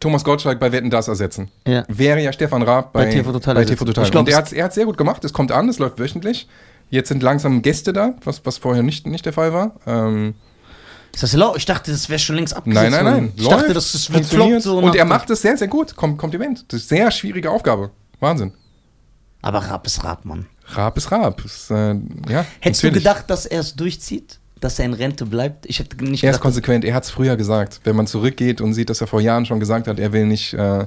C: Thomas Gottschalk bei Wetten das ersetzen.
B: Ja.
C: Wäre ja Stefan Raab bei,
B: Bei TV Total
C: Bei
B: ersetzen.
C: TV Total.
B: Ich glaub,
C: Und er
B: es-
C: hat er hat's sehr gut gemacht. Es kommt an, es läuft wöchentlich. Jetzt sind langsam Gäste da, was, was vorher nicht, nicht der Fall war. Ähm,
B: Ist das lau? Ich dachte, das wäre schon längst abgesetzt.
C: nein, nein,
B: worden.
C: nein.
B: Ich
C: läuft,
B: dachte, das ist, wird floppt.
C: funktioniert.
B: So
C: Und
B: nach-
C: er macht es sehr, sehr gut. Kom Kompliment. Das ist eine sehr schwierige Aufgabe. Wahnsinn.
B: Aber Raab ist Raab, Mann.
C: Raab ist Raab. Ist, äh, ja,
B: Hättest
C: natürlich.
B: du gedacht, dass er es durchzieht? Dass er in Rente bleibt? Ich hätte nicht
C: Er ist
B: gedacht.
C: konsequent, er hat es früher gesagt. Wenn man zurückgeht und sieht, dass er vor Jahren schon gesagt hat, er will nicht, äh,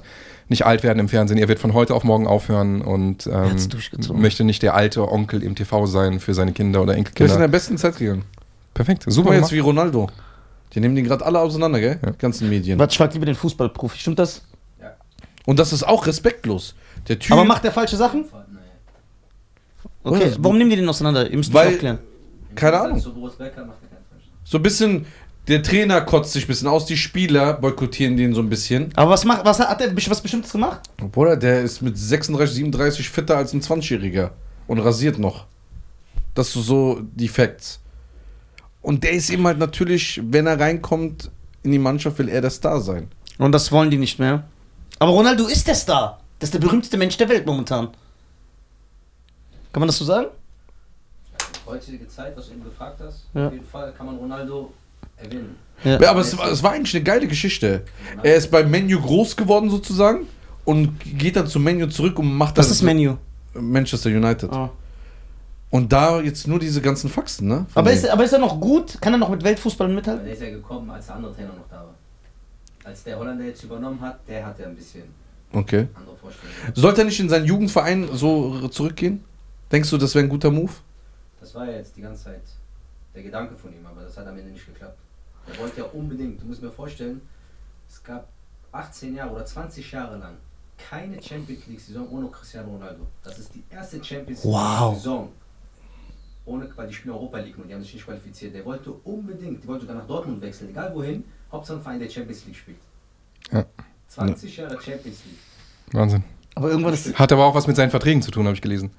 C: nicht alt werden im Fernsehen, er wird von heute auf morgen aufhören und ähm,
B: hat's durchgezogen.
C: möchte nicht der alte Onkel im TV sein für seine Kinder oder
A: Der ist in der
C: Enkelkinder.
A: besten Zeit gegangen.
C: Perfekt,
A: Guck
C: super
A: mal jetzt
C: gemacht.
A: wie Ronaldo. Die nehmen den gerade alle auseinander, gell? Die ganzen Medien.
B: Warte, ich frag lieber den Fußballprofi. Stimmt das?
A: Und das ist auch respektlos. Der Typ,
B: Aber macht er falsche Sachen? Okay,
A: Was?
B: warum nehmen die den auseinander? Ihr müsst mich
A: Weil-
B: aufklären.
A: Keine Ahnung.
D: So Boris Becker macht er keinen Verstand.
A: so ein bisschen, der Trainer kotzt sich ein bisschen aus, die Spieler boykottieren den so ein bisschen.
B: Aber was, macht, was hat, hat er best- was Bestimmtes gemacht?
A: Bruder, der ist mit 36, 37 fitter als ein 20-Jähriger und rasiert noch. Das ist so die Facts. Und der ist eben halt natürlich, wenn er reinkommt in die Mannschaft, will er der Star sein.
B: Und das wollen die nicht mehr. Aber Ronaldo ist der Star. Das ist der berühmteste Mensch der Welt momentan. Kann man das so sagen?
D: Heutige Zeit, was du eben gefragt hast,
B: Ja.
D: auf jeden Fall kann man Ronaldo erwähnen.
A: Ja, aber es, war- es war eigentlich eine geile Geschichte. Er ist beim Menu groß geworden sozusagen und geht dann zum Menu zurück und macht
B: Das
A: dann
B: ist Menu. Ah.
A: Manchester United. Und da jetzt nur diese ganzen Faxen, ne? Von
B: Aber,
A: denen.
B: ist, aber ist er noch gut? Kann er noch mit Weltfußball
D: Weil
B: mithalten?
D: der ist ja gekommen, als der andere Trainer noch da war. Als der Holländer jetzt übernommen hat, der hat ja ein bisschen
A: Okay.
D: andere Vorstellungen.
A: Sollte er nicht in seinen Jugendverein so zurückgehen? Denkst du, das wäre ein guter Move?
D: Das war ja jetzt die ganze Zeit der Gedanke von ihm, aber das hat am Ende nicht geklappt. Er wollte ja unbedingt, du musst mir vorstellen, es gab 18 Jahre oder 20 Jahre lang keine Champions League-Saison ohne Cristiano Ronaldo. Das ist die erste Champions
B: Wow.
D: League-Saison. Ohne, weil die spielen Europa League und die haben sich nicht qualifiziert. Der wollte unbedingt, die wollte dann nach Dortmund wechseln, egal wohin, Hauptsache ein Verein, der Champions League spielt.
C: Ja.
D: 20 Jahre Champions League.
C: Wahnsinn.
B: Aber irgendwann ist.
C: Hat aber auch was mit seinen Verträgen zu tun, habe ich gelesen.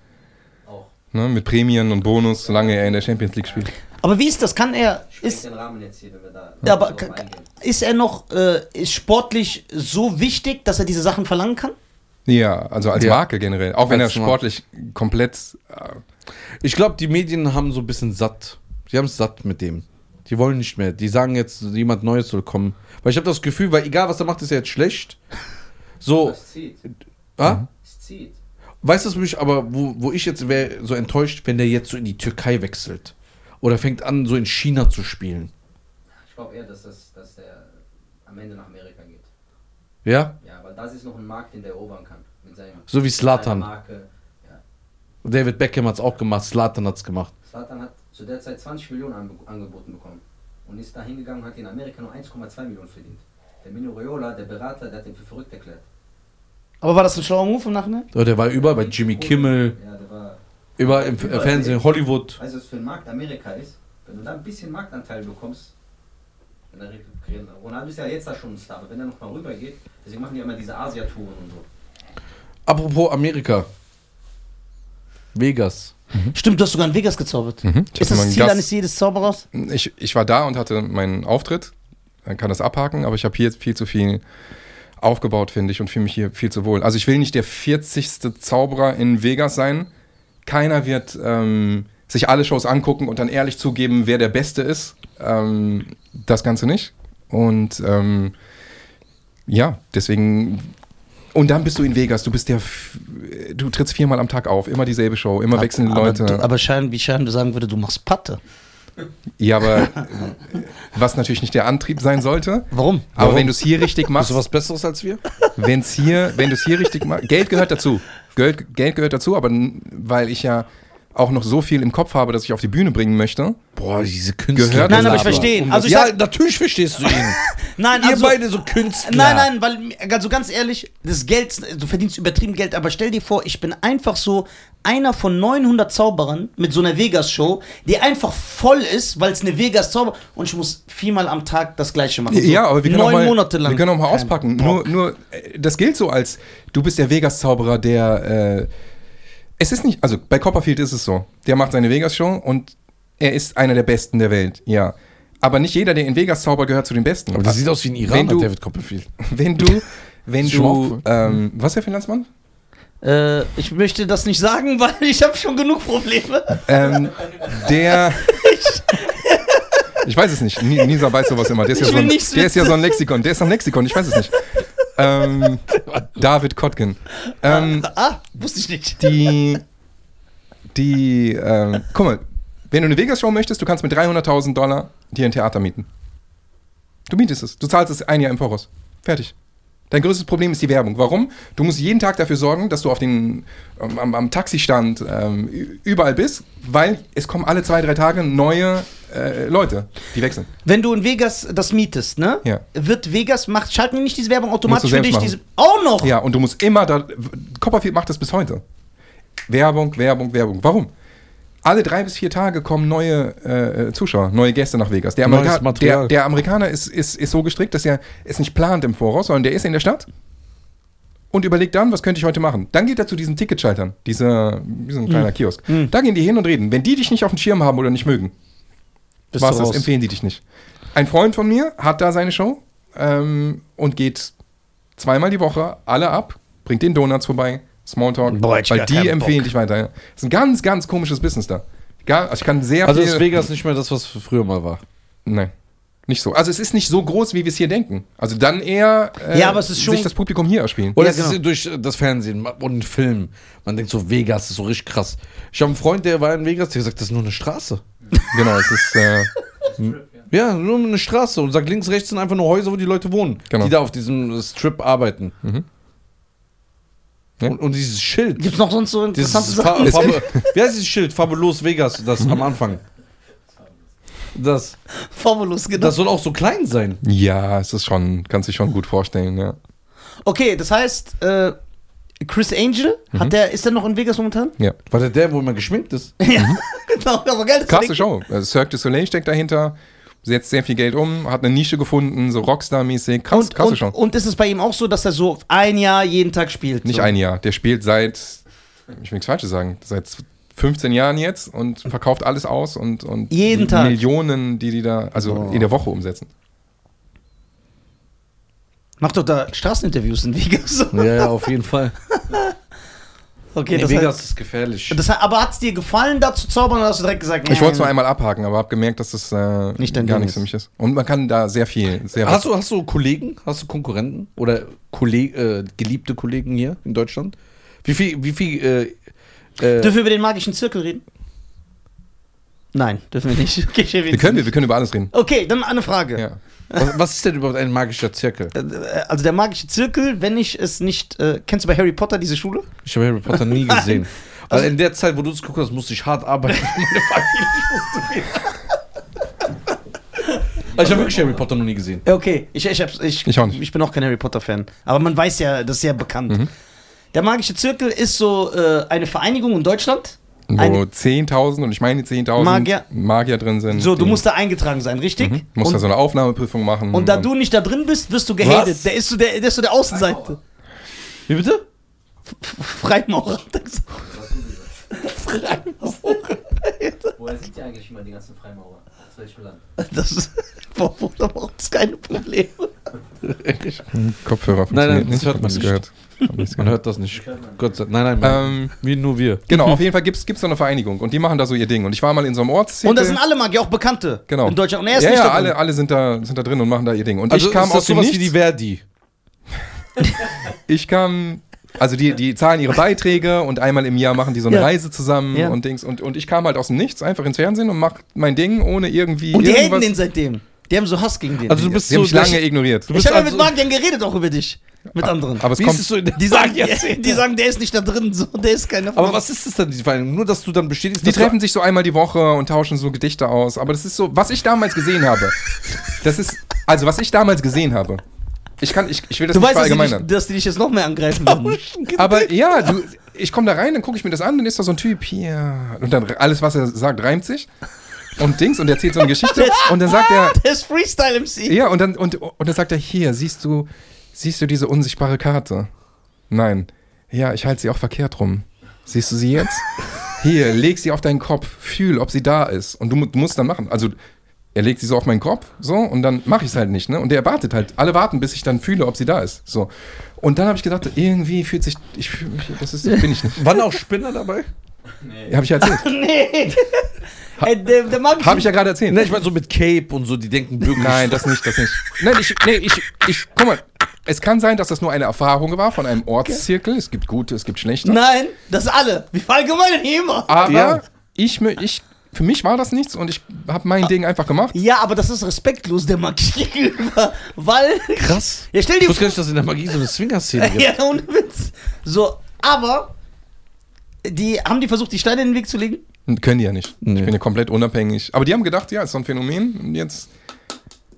D: Auch.
C: Ne? Mit Prämien und Bonus, solange er in der Champions League spielt.
B: Aber wie ist das? Kann er.
D: Sprengt
B: Ist,
D: den Rahmen jetzt hier, wenn wir da.
B: ja, aber
D: drauf
B: ka- ka-
D: eingehen.
B: ist er noch äh, ist sportlich so wichtig, dass er diese Sachen verlangen kann?
C: Ja, also als
A: Ja.
C: Marke generell. Auch wenn
A: Als
C: er
A: Marke.
C: sportlich komplett. Äh,
A: Ich glaube, die Medien haben so ein bisschen satt. Die haben es satt mit dem. Die wollen nicht mehr. Die sagen jetzt, jemand Neues soll kommen. Weil ich habe das Gefühl,
B: Oh.
A: weil egal was er macht, ist er jetzt schlecht. So,
B: Mhm.
D: Es zieht.
A: ah?
D: Es zieht.
A: Weißt du, was mich aber, wo, wo ich jetzt wäre so enttäuscht, wenn der jetzt so in die Türkei wechselt oder fängt an, so in China zu spielen.
D: Ich glaube eher, dass, das, dass der am Ende nach Amerika geht.
A: Ja?
D: Ja, weil das ist noch ein Markt, den der erobern kann. Mit seinem,
A: So wie
D: seiner
A: Slatan.
D: Marke. Ja.
A: David Beckham hat's auch gemacht, Slatan hat's gemacht.
D: Slatan hat zu der Zeit 20 Millionen anbe- angeboten bekommen und ist da hingegangen und hat in Amerika nur 1,2 Millionen verdient. Der Mino Raiola, der Berater, der hat ihn für verrückt erklärt.
B: Aber war das ein schlauer Move im Nachhinein?
A: Ja, Der war überall bei Jimmy Kimmel,
D: Ja, der war.
A: überall im F- äh, Fernsehen, Hollywood.
D: Weißt du, was für ein Markt Amerika ist? Wenn du da ein bisschen Marktanteil bekommst, in der Regel- Ronaldo ist ja jetzt da schon ein Star, aber wenn er nochmal rübergeht, deswegen machen die immer diese Asiatouren und so.
A: Apropos Amerika. Vegas.
B: Stimmt, du hast sogar in Vegas gezaubert.
C: Mhm. Ich
B: Ist
C: hatte mal
B: das
C: einen
B: Ziel
C: Gast-
B: eines jedes Zauberers?
C: ich, ich war da und hatte meinen Auftritt, dann kann das abhaken, aber ich habe hier jetzt viel zu viel aufgebaut, finde ich, und fühle mich hier viel zu wohl. Also ich will nicht der 40. Zauberer in Vegas sein. Keiner wird ähm, sich alle Shows angucken und dann ehrlich zugeben, wer der Beste ist. Ähm, das Ganze nicht. Und ähm, ja, deswegen. Und dann bist du in Vegas, du bist der. F- Du trittst viermal am Tag auf, immer dieselbe Show, immer wechselnde
B: aber,
C: Leute.
B: du- Aber Schein, wie Schein sagen würde, du machst Patte.
C: Ja, aber äh, was natürlich nicht der Antrieb sein sollte.
B: Warum?
C: Aber
A: Warum?
C: wenn du es hier richtig
A: Bist
C: machst,
A: du was Besseres als wir?
C: wenn's hier, wenn du es hier richtig machst, Geld gehört dazu. Geld, Geld gehört dazu, aber n- weil ich ja auch noch so viel im Kopf habe, dass ich auf die Bühne bringen möchte.
A: Boah, diese Künstler.
C: Gehört
B: Nein, aber ich
C: Laber.
B: verstehe ihn. Also ich
A: ja,
B: sag,
A: natürlich verstehst
B: [laughs]
A: du ihn.
B: nein,
A: Ihr
B: also,
A: beide so Künstler.
B: Nein, nein, weil, also ganz ehrlich, das Geld, du verdienst übertrieben Geld, aber stell dir vor, ich bin einfach so einer von 900 Zauberern mit so einer Vegas-Show, die einfach voll ist, weil es eine Vegas-Zauber und ich muss viermal am Tag das Gleiche machen.
A: Also
B: So
C: Ja, aber wir können
B: neun
C: auch mal,
B: Monate lang.
C: Wir können auch mal
B: Kein
C: auspacken.
B: Bock.
C: Nur, nur, äh, das gilt so als, du bist der Vegas-Zauberer, der, äh, es ist nicht, also bei Copperfield ist es so. Der macht seine Vegas-Show und er ist einer der Besten der Welt, ja. Aber nicht jeder, der in Vegas zaubert, gehört zu den Besten.
A: Aber das sieht aus wie ein
C: Wenn
A: Iraner,
C: du-
A: David Copperfield.
C: wenn du, wenn
A: Ist schon
C: du,
A: aufgefallen.
C: ähm, was Herr Finanzmann?
B: Äh, ich möchte das nicht sagen, [laughs] weil ich habe schon genug Probleme. [laughs]
C: Ähm, der, ich weiß es nicht. Ni- Nisa weiß sowas immer. Der ist, ja
B: Ich
C: so
B: will
C: ein,
B: nichts
C: der ist ja so ein Lexikon. Der ist ein Lexikon. Ich weiß es nicht.
B: [laughs]
C: Ähm, David Kotkin. Ähm,
B: Ah, wusste ich nicht.
C: die, die, ähm, guck mal, wenn du eine Vegas-Show möchtest, du kannst mit 300.000 Dollar dir ein Theater mieten. Du mietest es. Du zahlst es ein Jahr im Voraus. Fertig. Dein größtes Problem ist die Werbung. Warum? Du musst jeden Tag dafür sorgen, dass du auf den, ähm, am, am Taxistand ähm, ü- überall bist, weil es kommen alle zwei, drei Tage neue äh, Leute, die wechseln.
B: Wenn du in Vegas das mietest, ne?
C: Ja.
B: Wird Vegas, macht, schalten die nicht diese Werbung automatisch
C: Musst
B: für
C: du
B: dich?
C: selbst
B: Diese, auch noch?
C: Ja, und du musst immer da. Copperfield macht das bis heute. Werbung, Werbung, Werbung. Warum? Alle drei bis vier Tage kommen neue äh, Zuschauer, neue Gäste nach Vegas. Der,
A: Neues
C: Amerika
A: Material.
C: der, der Amerikaner ist, ist, ist so gestrickt, dass er es nicht plant im Voraus, sondern der ist in der Stadt und überlegt dann, was könnte ich heute machen. Dann geht er zu diesen Ticketschaltern, dieser, wie so
A: Hm.
C: ein kleiner Kiosk. Da gehen die hin und reden. Wenn die dich nicht auf dem Schirm haben oder nicht mögen,
B: Bist
C: war's
B: du
C: das,
B: raus.
C: empfehlen die dich nicht. Ein Freund von mir hat da seine Show ähm, und geht zweimal die Woche alle ab, bringt den Donuts vorbei, Smalltalk,
B: Boah, hätte ich
C: weil
B: gar
C: die
B: keinen
C: empfehlen
B: Bock.
C: dich weiter. ja. ist ein ganz, ganz komisches Business da. Gar, also ich kann sehr
A: Also
C: viel...
A: ist Vegas nicht mehr das, was früher mal war.
C: Nein, nicht so. Also es ist nicht so groß, wie wir es hier denken. Also dann eher äh,
B: Ja, aber es ist schon-
C: sich das Publikum hier erspielen.
A: Oder
B: Ja,
A: es ist durch das Fernsehen und Film. Man denkt so, Vegas ist so richtig krass. Ich habe einen Freund, der war in Vegas, der sagt, das ist nur eine Straße.
C: Genau, es ist... Äh, [laughs]
A: Ja, nur eine Straße. Und sagt, links, rechts sind einfach nur Häuser, wo die Leute wohnen,
C: Genau.
A: die da auf diesem Strip arbeiten.
C: Ja.
A: Und, und dieses Schild.
B: Gibt's noch sonst so interessante
A: Dieses Fa
B: Sachen? [laughs]
A: Fab Wie heißt dieses Schild? Fabulous Vegas, das am Anfang. Das,
B: Fabulous, genau.
A: das soll auch so klein sein.
C: ja, es ist schon, kannst dich schon gut vorstellen, ja.
B: Okay, das heißt, äh, Chris Angel,
C: Mhm.
B: hat der, ist der noch in Vegas
C: [laughs]
B: momentan?
C: ja.
A: War der der, wo immer geschminkt ist?
B: Ja, [laughs] genau, aber geil. das
C: Krasse
B: ist-
C: Show. Also Cirque du Soleil steckt dahinter, setzt sehr viel Geld um, hat eine Nische gefunden, so Rockstar-mäßig. Krass,
B: Und,
C: krasse
B: und,
C: Show.
B: und ist es bei ihm auch so, dass er so ein Jahr jeden Tag spielt?
C: Nicht
B: so?
C: ein Jahr. Der spielt seit, ich will nichts Falsches sagen, seit 15 Jahren jetzt und verkauft alles aus und, und
B: Jeden
C: die
B: Tag.
C: Millionen, die die da, also in der Woche umsetzen.
B: Macht doch da Straßeninterviews in Vegas. [laughs]
A: Ja, ja, auf jeden Fall.
B: Okay,
A: Nee,
B: das
A: Vegas
B: heißt,
A: ist gefährlich.
B: das, heißt- aber hat's dir gefallen, da zu zaubern oder hast du direkt gesagt,
C: Ich wollte es nur
B: nee,
C: einmal abhaken, aber habe gemerkt, dass das äh,
B: Nicht dein
C: gar
B: Ding
C: nichts
B: ist.
C: für mich ist. Und man kann da sehr viel, sehr
A: Hast du, hast du Kollegen, hast du Konkurrenten oder Kolle äh, geliebte Kollegen hier in Deutschland, Wie viel, wie viel, äh, äh,
B: Dürfen wir über den magischen Zirkel reden? Nein, dürfen wir nicht. [laughs] Okay, ich erwähne
C: Wir
B: es
C: können,
B: nicht.
C: wir können über alles reden.
B: okay dann eine Frage.
C: Ja.
A: was, was ist denn überhaupt ein magischer Zirkel?
B: Äh, Also der magische Zirkel, wenn ich es nicht. Äh, kennst du bei Harry Potter diese Schule?
A: Ich habe Harry Potter nie gesehen. Weil
C: Also
A: in der Zeit, wo du es geguckt hast, musste ich hart
C: [laughs]
A: arbeiten. für meine Familie. Also ich habe wirklich Harry Potter noch nie gesehen.
B: Ja, Okay, ich, ich, hab's, ich,
C: Ich auch nicht. Mhm.
B: bin auch kein Harry Potter-Fan. Aber man weiß ja, das ist ja bekannt. Der magische Zirkel ist so äh, eine Vereinigung in Deutschland.
C: Wo
B: Eine-
C: 10.000 und ich meine 10.000
B: Magier-
C: Magier. drin sind.
B: So, du
C: die-
B: musst da eingetragen sein, richtig?
C: musst
B: und,
C: da so eine Aufnahmeprüfung machen.
B: und da du nicht da drin bist, wirst du gehatet.
A: Was?
B: Der ist so der, der, ist so der Außenseite.
D: Freimaurer.
A: Wie bitte?
B: Freimaurer. hat er gesagt.
D: Was hast du gesagt? Woher sind die eigentlich immer die ganzen Freimaurer? Aus welchem Land?
B: Das, boah, boah, da macht es keine Probleme.
C: Kopfhörer
A: Nein, nein, das
C: funktioniert
A: hört
C: hab
A: man
C: nichts
A: nicht.
C: Gehört. Hab nichts
A: Man
C: gehört.
A: hört das nicht. Gott sei Nein, nein, nein.
C: Ähm,
A: Wir, nur wir.
C: genau, auf jeden Fall gibt es so eine Vereinigung und die machen da so ihr Ding. Und ich war mal in so einem Ortszirkel.
B: Und das sind alle Magier, auch Bekannte.
C: genau.
B: In Deutschland. Und er ist
C: ja,
B: nicht
C: ja,
B: da drin.
C: alle, alle sind, da, sind da drin und machen da ihr Ding. Und ich
A: Also
C: kam
A: ist das
C: aus dem
A: sowas wie
C: Nichts.
A: die Verdi.
C: ich kam, also die, die zahlen ihre Beiträge und einmal im Jahr machen die so eine
B: Ja.
C: Reise zusammen
B: Ja.
C: und Dings. Und, und ich kam halt aus dem Nichts einfach ins Fernsehen und mach mein Ding ohne irgendwie.
B: Und die haten
C: irgendwas.
B: den seitdem. Die haben so Hass gegen den.
A: Also du bist
C: Sie haben
A: so
C: mich lange
A: der-
C: ignoriert.
A: Du
B: ich
A: bist
B: habe ja mit
A: also-
B: Magiern geredet auch über dich.
C: Ah,
B: Mit anderen.
C: Aber es
A: Wie
C: kommt.
A: ist es so in der
B: Die sagen,
C: [laughs]
B: die,
A: Magierzirkel?
B: die sagen, der ist nicht da drin, so, der ist keiner
A: Aber was ist das dann, die Vereinigung? Nur, dass du dann bestätigst,
C: Die
A: dass
C: treffen sich so einmal die Woche und tauschen so Gedichte aus. Aber das ist so, was ich damals gesehen habe. Das ist, also was ich damals gesehen habe. Ich kann, ich, ich will das
B: Du
C: nicht
B: weißt, dass die, dich,
C: verallgemeinern.
B: dass die dich jetzt noch mehr angreifen werden.
C: Aber ja, du, ich komme da rein, dann gucke ich mir das an, dann ist da so ein Typ hier. Und dann alles, was er sagt, reimt sich. Und Dings und erzählt so
B: [laughs]
C: eine Geschichte. Und dann sagt er,
B: Der ist Freestyle-MC.
C: ja, und dann, und, und dann sagt er, hier, siehst du, siehst du diese unsichtbare Karte? Nein. Ja, ich halte sie auch verkehrt rum. Siehst du sie jetzt? Hier, leg sie auf deinen Kopf, fühl, ob sie da ist. Und du, mu- du musst dann machen. Also, er legt sie so auf meinen Kopf, so, und dann mache ich es halt nicht, ne? Und der wartet halt, alle warten, bis ich dann fühle, ob sie da ist. So. Und dann habe ich gedacht, irgendwie fühlt sich, ich fühl mich, das ist, bin ich nicht.
A: Wann auch Spinner dabei?
D: Nee.
C: Habe ich ja erzählt.
B: Nee. Ey, der, der mag
C: Habe ich ja gerade erzählt.
A: Ne, ich meine so mit Cape und so, die denken wirklich.
C: Nein, das nicht, das nicht. Nein, ich, nee, ich, ich, guck mal, es kann sein, dass das nur eine Erfahrung war von einem Ortszirkel. Es gibt gute, es gibt schlechte.
B: Nein, das alle. Wir verallgemeinern hier immer.
C: aber
A: Ja.
C: ich, mö- ich, für mich war das nichts und ich habe mein Ding einfach gemacht.
B: Ja, aber das ist respektlos der Magie gegenüber, weil.
A: [laughs] krass.
B: Ja, stell
A: Ich
B: dir
A: wusste gar nicht, dass es in der Magie so eine Swinger-Szene gibt.
B: Ja, ohne Witz. So, aber. Die haben die versucht, die Steine in den Weg zu legen?
C: Können die ja nicht.
A: Nee.
C: Ich bin ja komplett unabhängig. Aber die haben gedacht, ja, ist so ein Phänomen und jetzt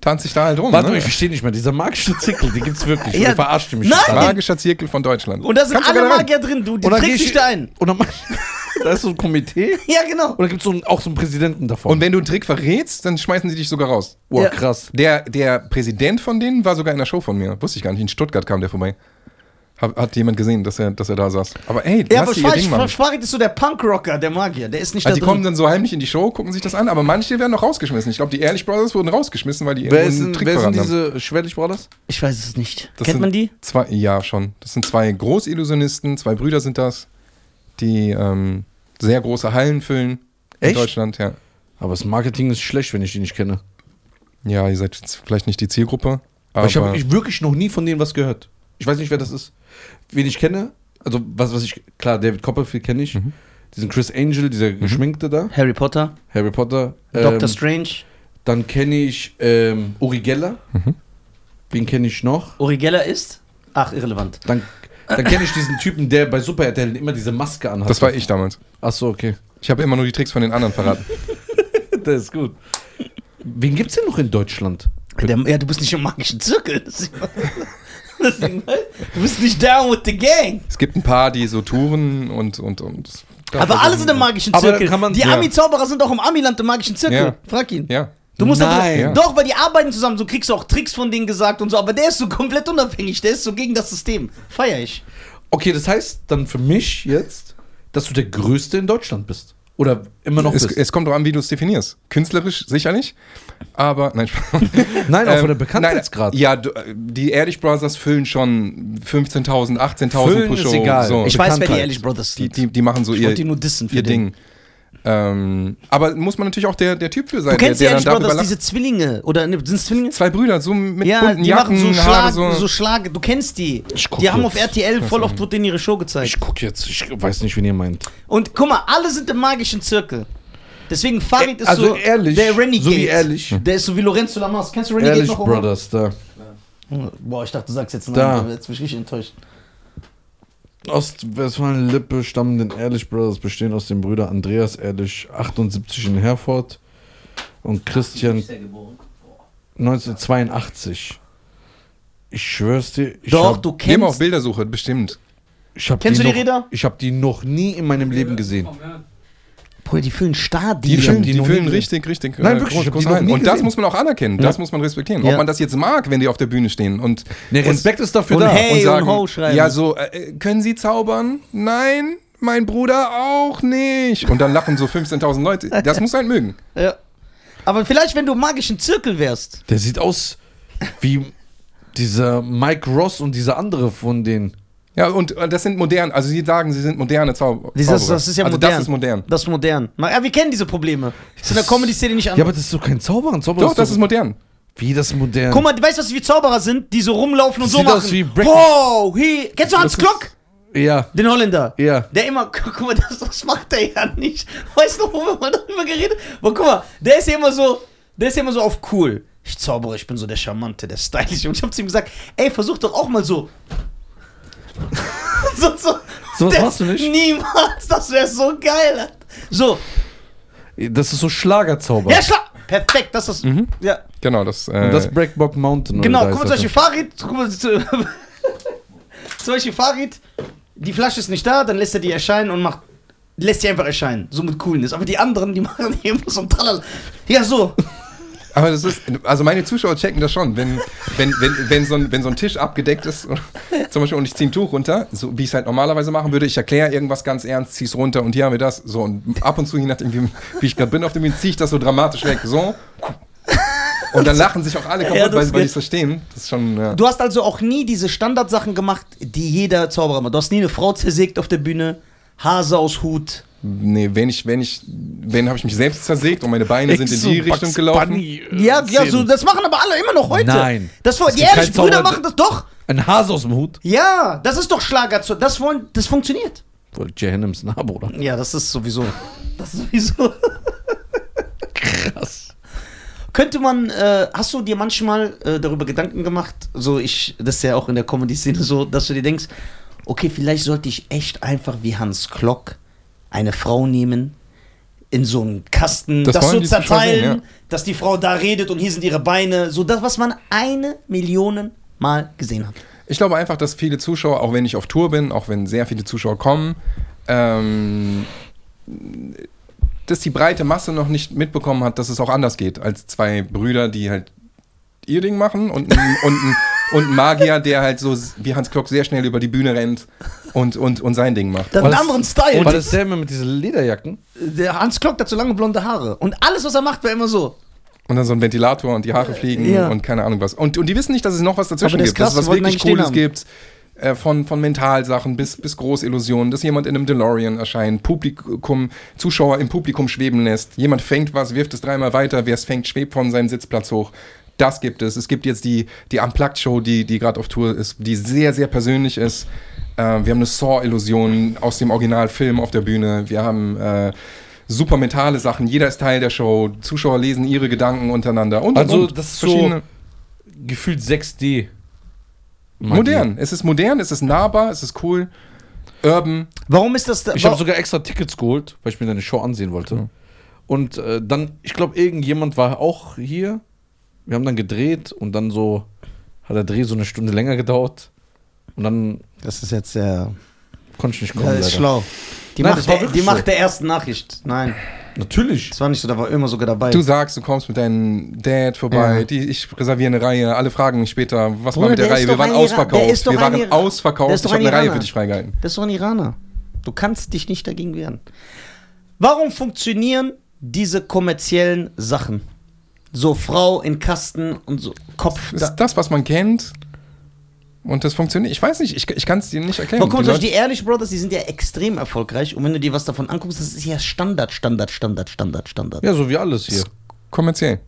C: tanze ich da halt rum.
A: Warte mal,
C: ne?
A: ich verstehe nicht mehr. Dieser magische Zirkel, den gibt's wirklich. Ja.
B: Ja.
A: Du verarscht mich.
B: Nein!
A: total.
C: Magischer Zirkel von Deutschland.
B: Und da sind
C: Kannst du
B: alle
C: gerne rein.
B: Magier drin, du. Die
A: Und dann
B: trickst
A: geh
B: dich da ein.
A: Und dann mach, [laughs] da ist so ein Komitee.
B: Ja, genau.
A: Und da gibt's so einen, auch so einen Präsidenten davon.
C: Und wenn du einen Trick verrätst, dann schmeißen sie dich sogar raus.
A: Boah,
B: Ja.
A: krass.
C: Der, der Präsident von denen war sogar in der Show von mir. Wusste ich gar nicht. In Stuttgart kam der vorbei. Hab, hat jemand gesehen, dass er, dass er da saß. Aber ey,
B: Ja,
C: lass
B: aber
C: sie ihr Ding machen.
B: Schwarik Schwarik ist so der Punkrocker, der Magier. Der ist nicht
C: Also die
B: da drin.
C: kommen dann so heimlich in die Show, gucken sich das an, aber manche werden noch rausgeschmissen. Ich glaube, die Ehrlich Brothers wurden rausgeschmissen, weil die
A: Wer, ist
C: irgendwo
A: denn,
C: einen
A: wer sind
C: verraten haben.
A: diese Schwellig Brothers?
B: Ich weiß es nicht.
C: Das
B: Kennt
C: sind
B: man die?
C: Zwei, ja, schon. Das sind zwei Großillusionisten, zwei Brüder sind das, die ähm, sehr große Hallen füllen in
A: Echt?
C: Deutschland. Ja.
A: Aber das Marketing ist schlecht, wenn ich die nicht kenne.
C: ja, ihr seid jetzt vielleicht nicht die Zielgruppe, aber
A: Weil ich habe wirklich noch nie von denen was gehört. Ich weiß nicht, wer das ist. Wen ich kenne, also was, was ich, klar, David Copperfield kenne ich. Diesen Chris Angel, dieser Geschminkte da,
B: Harry Potter,
A: Harry Potter.
B: Doctor
A: Ähm,
B: Strange,
A: Dann kenne ich ähm, Uri Geller. Wen kenne ich noch?
B: Uri Geller ist? Ach, irrelevant.
A: Dann, dann kenne ich diesen Typen, der bei Super RTL immer diese Maske anhat.
C: das war ich damals.
A: Achso,
B: [laughs]
A: okay.
C: Ich habe immer nur die Tricks von den anderen verraten.
A: Das ist gut. Wen gibt's denn noch in Deutschland?
B: Der, ja, du bist nicht im magischen Zirkel. Deswegen- [laughs] Deswegen, du bist nicht down with the gang.
C: Es gibt ein paar, die so touren und. und, und
A: Also,
B: Aber alle sind im magischen
A: Aber da
B: Zirkel.
A: kann man-
B: die
A: ja.
B: Ami-Zauberer sind auch im Amiland im magischen Zirkel.
C: Ja.
B: Frag ihn.
C: Ja.
B: Du musst
A: Nein.
B: Aber, doch, weil die arbeiten zusammen, so kriegst du auch Tricks von denen gesagt und so, aber der ist so komplett unabhängig, der ist so gegen das System. Feier ich.
C: Oh,
A: Okay, das heißt dann für mich jetzt, dass du der Größte in Deutschland bist. Oder immer noch
C: Es,
A: bist.
C: es kommt drauf an, wie du es definierst. Künstlerisch sicherlich, aber nein,
B: Genau,
C: Spaß.
A: Nein, auch
C: Ähm,
A: von der
C: nein,
A: Bekanntheitsgrad.
C: Ja, du, äh, die Ehrlich Brothers füllen schon 15.000, 18.000
A: Füllen
C: pro
A: ist
C: Show.
A: egal.
C: So.
B: Ich weiß, wer die
A: Bekanntheit.
B: Ehrlich Brothers
C: die,
B: sind.
C: die, die machen so
B: Ich
C: ihr,
B: wollte die nur dissen für
C: ihr
B: den.
C: Ding. Ähm, aber muss man natürlich auch der, der Typ für sein,
B: Du kennst
C: der,
B: ja
C: der
B: eigentlich Brothers,
C: lacht.
B: diese Zwillinge. Oder ne, sind es Zwillinge?
C: Zwei Brüder, so mit
B: Ja,
C: bunten
B: die
C: Jacken,
B: machen so Schlag,
C: Haare,
B: so,
C: so.
B: Schlag. Du kennst die.
A: Ich guck
B: Die haben auf
A: jetzt.
B: RTL voll oft wird denen ihre Show gezeigt.
A: Ich guck jetzt, ich weiß nicht, wen ihr meint.
B: Und guck mal, alle sind im magischen Zirkel. Deswegen Farid ist
A: also
B: so
A: ehrlich,
B: der Renegade. Hm.
A: so wie ehrlich.
B: Der ist so wie Lorenzo Lamas. Kennst du Renegade
A: Ehrlich,
B: noch? Omar?
A: Brothers, da.
B: Boah, ich dachte, du sagst jetzt einen
A: Da.
B: anderen, aber Jetzt bin ich richtig enttäuscht.
A: Ostwestfalen-Lippe stammen den Ehrlich Brothers, bestehen aus den Brüdern Andreas Ehrlich, 78 in Herford und Christian
D: Ist er geboren? Boah.
A: 1982. Ich schwör's dir, ich
B: Doch,
A: hab,
B: du
C: Die haben auch
B: kennst.
C: Bildersuche, bestimmt.
A: ich hab
B: Kennst
A: die
B: du
A: noch,
B: die Räder?
A: Ich habe die noch nie in meinem Leben gesehen.
B: Boah, die füllen
A: Die
B: Stadien.
A: füllen- haben
C: die
A: noch nie
C: füllen
A: gesehen.
C: richtig, richtig.
A: Nein, wirklich, ich hab die noch
C: ein.
A: nie
C: Und das
A: gesehen.
C: muss man auch anerkennen, das muss man respektieren.
B: Ja.
C: Ob man das jetzt mag, wenn die auf der Bühne stehen und,
A: Ne,
C: und,
A: Respekt ist dafür
B: und
A: da.
B: hey.
C: und sagen,
B: ho schreiben.
C: ja, so, äh, können Sie zaubern? Nein, mein Bruder auch nicht. Und dann lachen so 15.000 Leute. Das muss halt mögen.
B: Ja. Aber vielleicht, wenn du im magischen Zirkel wärst.
A: Der sieht aus wie dieser Mike Ross und dieser andere von denen.
C: Ja, und äh, das sind modern, also sie sagen, sie sind moderne Zauber.
B: Das, das, das ist ja
C: also
B: modern.
C: das ist modern.
B: Das ist modern. Na, Ja, wir kennen diese Probleme. Das ist in der
A: Das-
B: Comedy-Szene nicht
A: Ja,
B: anders.
A: aber das ist doch kein Zauberer. Zauberer
C: Doch, das ist modern.
A: wie das modern.
B: Guck mal, weißt du, was wir Zauberer sind? Die so rumlaufen
A: Das
B: und so
A: sieht
B: machen.
A: aus wie Breaking-
B: wow, he. Kennst du Hans
C: Das ist-
B: Glock?
A: Ja,
B: Den Holländer.
A: ja.
B: [laughs] Der immer, guck mal, das, das macht er ja nicht. Weißt du, wo wir mal darüber geredet haben? Aber guck mal, der ist ja immer so, der ist ja immer so auf cool. Ich zaubere, ich bin so der Charmante, der Stylische. Und ich hab zu ihm gesagt, ey, versuch doch auch mal so. [laughs] so, so.
A: So was
B: Der-
A: machst du nicht?
B: Niemals, das wäre so geil. So,
A: Das ist so Schlagerzauber.
B: ja, schlag. Perfekt, das ist,
A: Mhm.
B: ja.
C: Genau, das. Äh,
A: Und das Breakbox Mountain.
B: Genau,
A: oder
B: guck mal,
A: wie
B: zum
A: heißt
B: Beispiel
A: das
B: Farid, guck mal, zu- [laughs] zum Beispiel Farid, die Flasche ist nicht da, dann lässt er die erscheinen und macht, lässt sie einfach erscheinen, so mit Coolness. Aber die anderen, die [laughs] machen hier immer so ein Tralala. Ja, so.
C: Aber das ist, also meine Zuschauer checken das schon, wenn, wenn, wenn, wenn, so, ein, wenn so ein Tisch abgedeckt ist, zum Beispiel, und ich ziehe ein Tuch runter, so wie ich es halt normalerweise machen würde, ich erkläre irgendwas ganz ernst, zieh's runter und hier haben wir das, so, und ab und zu, je nachdem, wie, wie ich gerade bin auf dem Bild, ziehe ich das so dramatisch weg, so. Und dann lachen sich auch alle kaputt,
B: Ja, das
C: weil, weil
B: geht.
C: die es verstehen. Das ist schon, ja.
B: Du hast also auch nie diese Standardsachen gemacht, die jeder Zauberer macht. Du hast nie eine Frau zersägt auf der Bühne, Hase aus Hut.
C: Äh, nee, wenn ich, wenn ich, wenn habe ich mich selbst zersägt und meine Beine sind in die Richtung gelaufen.
B: Ja, ja, so, das machen aber alle immer noch heute.
A: Nein.
B: Das wollen,
A: Es
B: die
A: gibt
B: ehrlichen
A: keinen
B: Brüder
A: Zauber-
B: machen das doch.
A: Ein Hase aus dem Hut.
B: Ja, das ist doch Schlager. Das, wollen, das funktioniert.
A: Voll Jehanims Narbe, oder?
B: Ja, das ist sowieso. Das ist sowieso. Krass. Könnte man, äh, hast du dir manchmal äh, darüber Gedanken gemacht, so ich, das ist ja auch in der Comedy-Szene so, dass du dir denkst, okay, vielleicht sollte ich echt einfach wie Hans Klock eine Frau nehmen, in so einen Kasten, das,
C: Das
B: so
C: wollen die Zuschauer
B: zerteilen,
C: sehen, ja.
B: dass die Frau da redet und hier sind ihre Beine, so das, was man eine Million Mal gesehen hat.
C: Ich glaube einfach, dass viele Zuschauer, auch wenn ich auf Tour bin, auch wenn sehr viele Zuschauer kommen, ähm, dass die breite Masse noch nicht mitbekommen hat, dass es auch anders geht als zwei Brüder, die halt ihr Ding machen
B: [laughs]
C: und ein, und ein, und ein Magier, der halt so wie Hans Klock sehr schnell über die Bühne rennt und, und, und sein Ding macht.
B: Das hat einen
A: das-
B: anderen Style.
A: Und war das der mit diesen Lederjacken?
B: der Hans Klock hat so lange blonde Haare und alles, was er macht, war immer so.
C: Und dann so ein Ventilator und die Haare fliegen
B: Ja.
C: und keine Ahnung was. Und, und die wissen nicht, dass es noch was dazwischen
B: Aber das ist
C: gibt, dass es
B: krass,
C: was
B: wir wollten eigentlich
C: wirklich
B: den
C: Cooles
B: haben.
C: gibt. äh, Von, von Mentalsachen bis, bis Großillusionen, dass jemand in einem DeLorean erscheint, Publikum, Zuschauer im Publikum schweben lässt, jemand fängt was, wirft es dreimal weiter, wer es fängt, schwebt von seinem Sitzplatz hoch. Das gibt es. Es gibt jetzt die, die Unplugged-Show, die, die gerade auf Tour ist, die sehr, sehr persönlich ist. Äh, wir haben eine Saw-Illusion aus dem Originalfilm auf der Bühne. Wir haben äh, super mentale Sachen. Jeder ist Teil der Show. Zuschauer lesen ihre Gedanken untereinander. Und,
A: Also,
C: und, und
A: das ist so Gefühlt 6D. Magie.
C: modern. Es ist modern, es ist nahbar, es ist cool. Urban.
B: Warum ist das da?
A: Ich
B: wa-
A: habe sogar extra Tickets geholt, weil ich mir deine Show ansehen wollte. Und äh, dann, ich glaube, irgendjemand war auch hier. Wir haben dann gedreht und dann so hat der Dreh so eine Stunde länger gedauert. Und dann
B: das ist jetzt sehr.
A: konnte ich nicht kommen.
B: Das ist
A: leider.
B: schlau. Die,
A: Nein,
B: macht,
A: das war
B: der, die
A: wirklich so.
B: macht der ersten Nachricht. Nein,
A: Natürlich.
B: das war nicht so, da war immer sogar dabei.
C: Du sagst, du kommst mit deinem Dad vorbei,
B: Äh. Ja.
C: die, ich reserviere eine Reihe, alle fragen mich später, was
B: Bruder,
C: war mit der
B: der ist
C: Reihe?
B: doch
C: Wir waren
B: ein Ira- der
C: ausverkauft.
B: ist doch
C: Wir
B: ein
C: waren
B: Ira- der ist
C: ausverkauft.
B: doch
C: Ich habe
B: ein
C: eine Reihe
B: Iraner.
C: für dich freigehalten.
B: das ist doch ein Iraner. Du kannst dich nicht dagegen wehren. Warum funktionieren diese kommerziellen Sachen? So Frau in Kasten und so Kopf.
C: Das
B: Da.
C: ist das, was man kennt. Und das funktioniert. Ich weiß nicht, ich, ich kann es dir nicht erklären.
B: Aber guck mal,
C: Die
B: zum Beispiel
C: Leute-
B: die Ehrlich Brothers, die sind ja extrem erfolgreich. Und wenn du dir was davon anguckst, das ist ja Standard, Standard, Standard, Standard, Standard.
A: Ja, so wie alles hier.
C: ist kommerziell.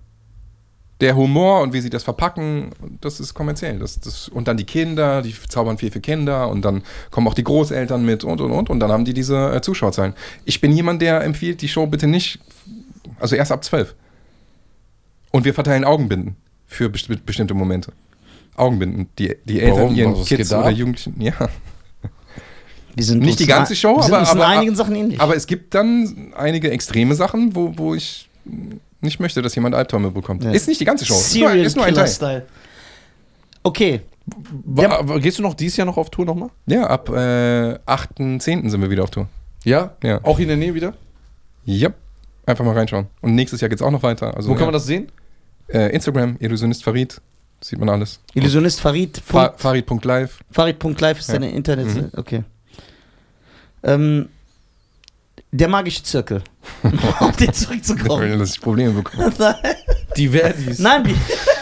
C: Der Humor und wie sie das verpacken, das ist kommerziell. Das, das, und dann die Kinder, die zaubern viel für Kinder und dann kommen auch die Großeltern mit und und und und dann haben die diese äh, Zuschauerzahlen. Ich bin jemand, der empfiehlt, die Show bitte nicht, also erst ab 12. Und wir verteilen Augenbinden für best bestimmte Momente. Augenbinden, die, die Eltern
A: Warum?
C: ihren
A: Was geht
C: Kids
A: da
C: oder
A: ab?
C: Jugendlichen, ja.
B: Wir sind
C: Nicht
B: uns
C: die
B: in
C: ganze
B: ein-
C: Show,
B: wir sind
C: aber-
B: uns in
C: aber-
B: einigen Sachen ähnlich.
C: Aber es gibt dann einige extreme Sachen, wo, wo ich nicht möchte, dass jemand Albträume bekommt.
B: Ja.
C: Ist nicht die ganze Show. Ist nur,
B: Serial
C: ist nur ein Teil.
B: Killer-Style. Okay,
A: Wa- aber Gehst du noch dieses Jahr noch auf Tour nochmal?
C: Ja, ab äh, 8.10. sind wir wieder auf Tour.
A: Ja?
C: Ja.
A: Auch in der Nähe wieder?
C: Yep. Einfach mal reinschauen. Und nächstes Jahr geht's auch noch weiter. Also,
A: Wo kann
C: ja.
A: man das sehen?
C: Äh, Instagram, Illusionist Farid. Sieht man alles.
B: Illusionist Farid.
C: Fa Farid.live.
B: Farid.live ist
C: Ja. Mhm.
B: deine Internetseite. Okay. Ähm, der magische
C: [laughs]
B: Zirkel. [laughs] um den zurückzukommen.
C: Dass ich Probleme bekomme.
A: Die Verdis.
B: [laughs] Nein, wir,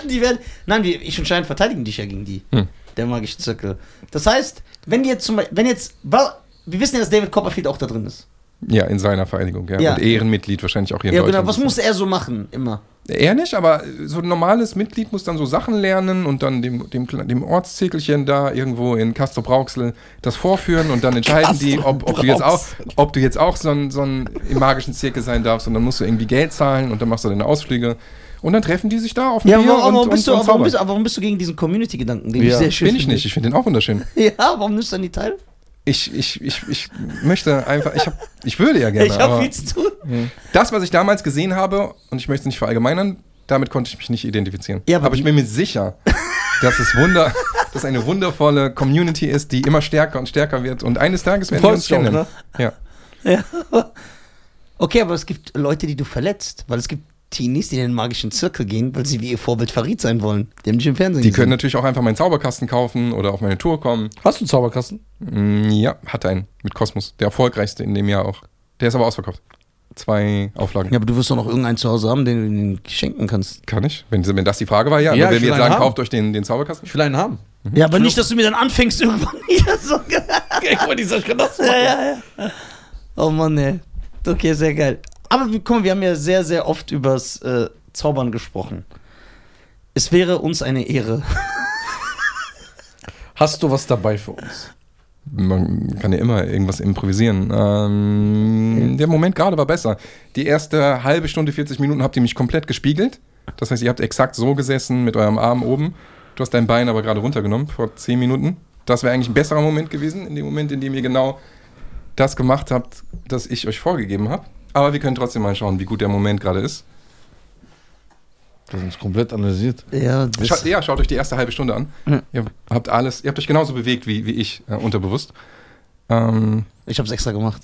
B: die werden, nein wir, ich und Schein verteidigen dich ja gegen die.
C: Hm.
B: Der magische Zirkel. Das heißt, wenn die jetzt zum Beispiel, wenn jetzt, wa- wir wissen ja, dass David Copperfield auch da drin ist.
C: Ja, in seiner Vereinigung. Ja.
B: Ja.
C: Und Ehrenmitglied wahrscheinlich auch hier in
B: ja, genau.
C: Deutschland.
B: Was muss er so machen, immer?
C: Er nicht, aber so ein normales Mitglied muss dann so Sachen lernen und dann dem, dem, Kle- dem Ortszirkelchen da irgendwo in Castro Brauxel das vorführen und dann entscheiden die, ob, ob, du jetzt auch, ob du jetzt auch so ein, so ein im magischen Zirkel sein darfst und dann musst du irgendwie Geld zahlen und dann machst du deine Ausflüge und dann treffen die sich da auf ein
B: Ja,
C: Bier
B: aber warum,
C: und,
B: warum, bist
C: und,
B: du,
C: und
B: aber warum,
C: zaubern.
B: bist, aber warum bist du gegen diesen Community-Gedanken, den ich
A: Ja,
B: sehr schön
C: Bin ich nicht, ich finde den auch wunderschön.
B: [laughs] Ja, warum nimmst du da nicht teil?
C: Ich, ich, ich, ich möchte einfach, ich, hab, ich würde ja
B: [laughs]
C: gerne,
B: ich habe
C: aber
B: viel zu tun.
C: das, was ich damals gesehen habe, und ich möchte es nicht verallgemeinern, damit konnte ich mich nicht identifizieren.
B: Ja, aber
C: aber ich
B: die-
C: bin mir sicher, dass es Wunder, [laughs] dass eine wundervolle Community ist, die immer stärker und stärker wird. Und eines Tages werden wir uns
A: Freust dich auch,
C: kennen.
A: ne?
C: Ja.
B: Ja. Okay, aber es gibt Leute, die du verletzt, weil es gibt Teenies, die in den magischen Zirkel gehen, weil sie wie ihr Vorbild Farid sein wollen. Die haben dich im Fernsehen
C: Die
B: gesehen.
C: können natürlich auch einfach meinen Zauberkasten kaufen oder auf meine Tour kommen.
A: Hast du einen Zauberkasten?
C: Mm, Ja, hat einen mit Kosmos. Der erfolgreichste in dem Jahr auch. Der ist aber ausverkauft. Zwei Auflagen.
B: Ja, aber du wirst doch noch irgendeinen zu Hause haben, den du ihnen schenken kannst.
C: Kann ich? Wenn, wenn das die Frage war, ja.
A: Ja, ich
C: Nur wenn wir
A: will
C: jetzt
A: einen
C: sagen,
A: haben.
C: kauft euch den, den Zauberkasten.
A: Ich will einen
B: [laughs]
A: haben.
C: Mhm.
B: Ja, aber nicht, dass du mir dann anfängst [laughs] irgendwann wieder so.
A: Guck mal, dieser kann das
B: ja, ja, ja. Oh Mann, ey. Okay, sehr geil. Aber wir- guck mal, wir haben ja sehr, sehr oft übers äh, Zaubern gesprochen. Es wäre uns eine Ehre.
A: Hast du was dabei für uns?
C: Man kann ja immer irgendwas improvisieren. Ähm, der Moment gerade war besser. Die erste halbe Stunde, 40 Minuten habt ihr mich komplett gespiegelt. Das heißt, ihr habt exakt so gesessen mit eurem Arm oben. Du hast dein Bein aber gerade runtergenommen vor 10 Minuten. Das wäre eigentlich ein besserer Moment gewesen, in dem Moment, in dem ihr genau das gemacht habt, das ich euch vorgegeben habe. Aber wir können trotzdem mal schauen, wie gut der Moment gerade ist.
A: Das ist komplett analysiert.
B: [laughs] Ja,
C: Schaut, ja, schaut euch die erste halbe Stunde an.
B: Mhm.
C: Ihr habt alles, ihr habt euch genauso bewegt wie, wie ich, äh, unterbewusst. Ähm,
B: ich hab's extra gemacht.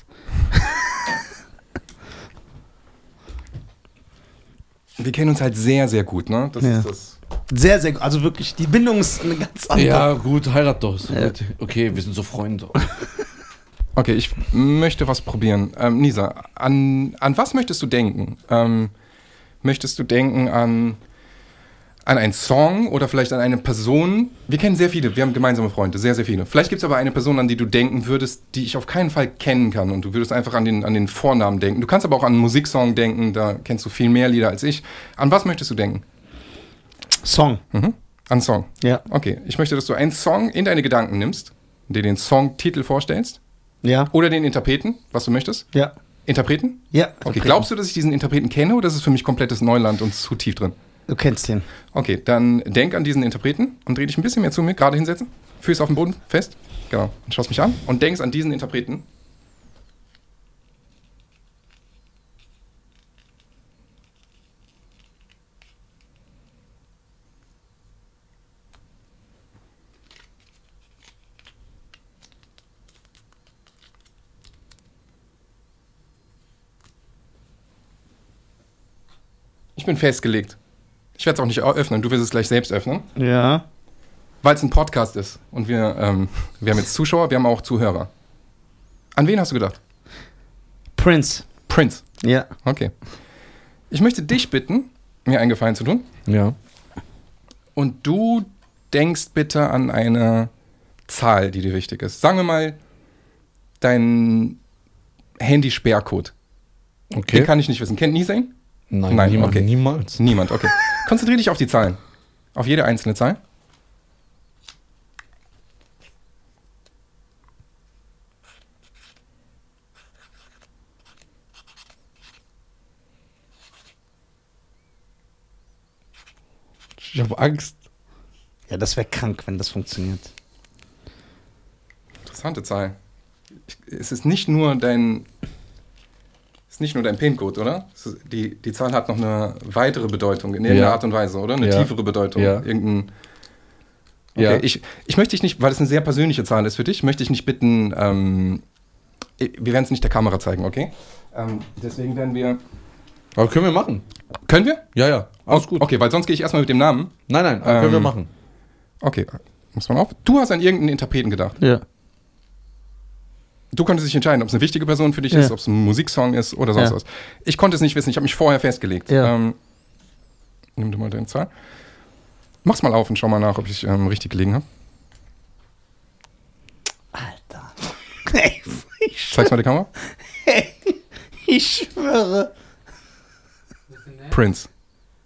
C: wir kennen uns halt sehr, sehr gut, ne? Das
B: Ja.
C: ist das.
B: Sehr, sehr gut. Also wirklich, die Bindung ist eine ganz andere.
A: Ja, gut, heirat doch. Ist
B: Ah, Ja.
A: gut. Okay, wir sind so Freunde. [laughs]
C: Okay, ich möchte was probieren. Ähm, Nisa, an, an was möchtest du denken? Ähm, möchtest du denken an, an einen Song oder vielleicht an eine Person? Wir kennen sehr viele, wir haben gemeinsame Freunde, sehr, sehr viele. Vielleicht gibt es aber eine Person, an die du denken würdest, die ich auf keinen Fall kennen kann und du würdest einfach an den, an den Vornamen denken. Du kannst aber auch an einen Musiksong denken, da kennst du viel mehr Lieder als ich. An was möchtest du denken?
B: Song.
C: Mhm. An Song.
B: Ja.
C: Okay, ich möchte, dass du einen Song in deine Gedanken nimmst, dir den Songtitel vorstellst
B: Ja.
C: oder den Interpreten, was du möchtest.
B: Ja.
C: Interpreten?
B: Ja.
C: Okay, glaubst du, dass ich diesen Interpreten kenne oder ist es für mich komplettes Neuland und zu tief drin?
B: Du kennst den.
C: Okay, dann denk an diesen Interpreten und dreh dich ein bisschen mehr zu mir, gerade hinsetzen, Füße auf den Boden, fest, genau, und schaust mich an und denkst an diesen Interpreten. Ich bin festgelegt. Ich werde es auch nicht au- öffnen, du wirst es gleich selbst öffnen,
B: Ja.
C: weil es ein Podcast ist und wir, ähm, wir haben jetzt Zuschauer, wir haben auch Zuhörer. An wen hast du gedacht?
B: Prince.
C: Prince.
B: Ja.
C: Okay. Ich möchte dich bitten, mir einen Gefallen zu tun.
A: Ja.
C: Und du denkst bitte an eine Zahl, die dir wichtig ist. Sagen wir mal, dein Handy-Sperrcode. Den
A: Okay.
C: kann ich nicht wissen. Kennt Nisane?
A: Nein,
C: Nein,
A: niemand,
C: okay.
A: niemals.
C: Niemand, okay. Konzentrier dich auf die Zahlen. Auf jede einzelne Zahl.
A: Ich habe Angst.
B: Ja, das wäre krank, wenn das funktioniert.
C: Interessante Zahl. Ich, es ist nicht nur dein. Es ist nicht nur dein PIN-Code, oder? Es ist, die, die Zahl hat noch eine weitere Bedeutung in irgendeiner
A: Ja.
C: Art und Weise, oder? Eine
A: Ja.
C: tiefere Bedeutung.
A: Ja.
C: Irgendein. Okay,
A: Ja.
C: ich, ich möchte dich nicht, weil es eine sehr persönliche Zahl ist für dich, möchte ich nicht bitten, ähm, wir werden es nicht der Kamera zeigen, okay? Ähm, deswegen werden wir.
A: Aber können wir machen.
C: Können wir?
A: Ja, ja. Alles gut.
C: Okay, weil sonst gehe ich erstmal mit dem Namen.
A: Nein, nein, aber können wir
C: Ähm,
A: machen.
C: Okay, muss man auf. Du hast an irgendeinen Interpreten gedacht.
B: Ja.
C: Du konntest dich entscheiden, ob es eine wichtige Person für dich
B: Ja.
C: ist, ob es ein Musiksong ist oder sonst
B: Ja.
C: was. Ich konnte es nicht wissen, ich habe mich vorher festgelegt.
B: Ja.
C: Ähm, nimm dir mal deine Zahl. Mach's mal auf und schau mal nach, ob ich ähm, richtig gelegen habe.
B: Alter. [laughs] Ey, ich,
C: Zeig's mal der Kamera.
B: ich schwöre.
C: Prince.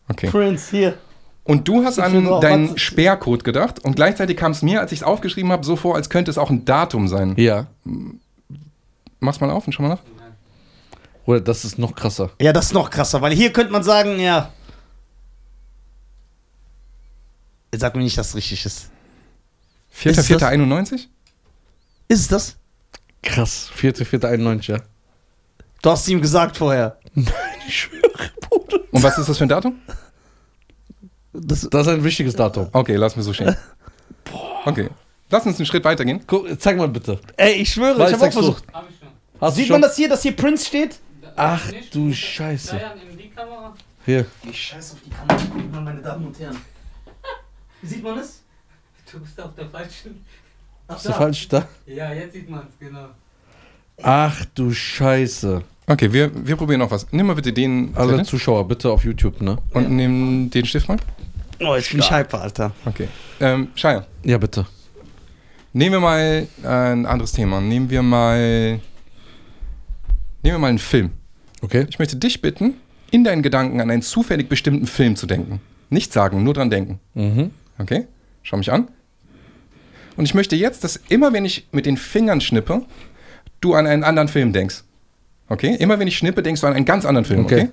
C: Okay.
B: Prince, hier.
C: Und du hast
B: Ich bin
C: an
B: auch
C: deinen
B: Mathe-
C: Sperrcode gedacht und gleichzeitig kam es mir, als ich es aufgeschrieben habe, so vor, als könnte es auch ein Datum sein.
A: Ja.
C: Mach's mal auf und schau mal nach.
A: Oder das ist noch krasser.
B: Ja, das ist noch krasser, weil hier könnte man sagen, ja. Jetzt Sag mir nicht, dass es richtig ist.
C: 4.4.91?
B: Ist es das?
A: Krass. 4.4.91, ja.
B: Du hast ihm gesagt vorher.
A: Ich schwöre, Bruder.
C: Und was ist das für ein Datum?
B: Das,
A: Das ist ein wichtiges Datum.
C: Okay, lass mir so stehen. Okay. Lass uns einen Schritt weitergehen.
A: Guck, zeig mal bitte.
B: ey, ich schwöre,
A: Weil ich
B: ich habe auch
A: sag's so.
B: versucht.
E: Hab ich schon.
A: Hast
B: Sieht man das hier, dass hier Prince steht?
E: Da-
A: Ach,
E: nicht,
A: du
E: muss-
A: Scheiße.
E: Dayan, nimm die Kamera.
A: Hier.
D: Ich scheiß auf die Kamera, guck mal, meine Damen und Herren. Sieht man es?
E: Du bist auf der falschen.
D: Ach,
A: Ist der falsch da?
E: Ja, jetzt sieht man es, genau.
A: Ach du Scheiße.
C: Okay, wir, wir probieren noch was. Nimm mal bitte den
A: Alle
C: Zettel
A: Zuschauer, bitte auf YouTube, ne?
C: und nimm den Stift mal.
B: Oh, ich bin hyper, Alter.
C: Okay. Ähm, Shire,
A: Ja, bitte.
C: nehmen wir mal äh, ein anderes Thema. Nehmen wir mal. Nehmen wir mal einen Film.
A: Okay.
C: Ich möchte dich bitten, in deinen Gedanken an einen zufällig bestimmten Film zu denken. Nicht sagen, nur dran denken.
A: Mhm.
C: Okay? Schau mich an. Und ich möchte jetzt, dass immer wenn ich mit den Fingern schnippe, du an einen anderen Film denkst. Okay? Immer wenn ich schnippe, denkst du an einen ganz anderen Film. Okay?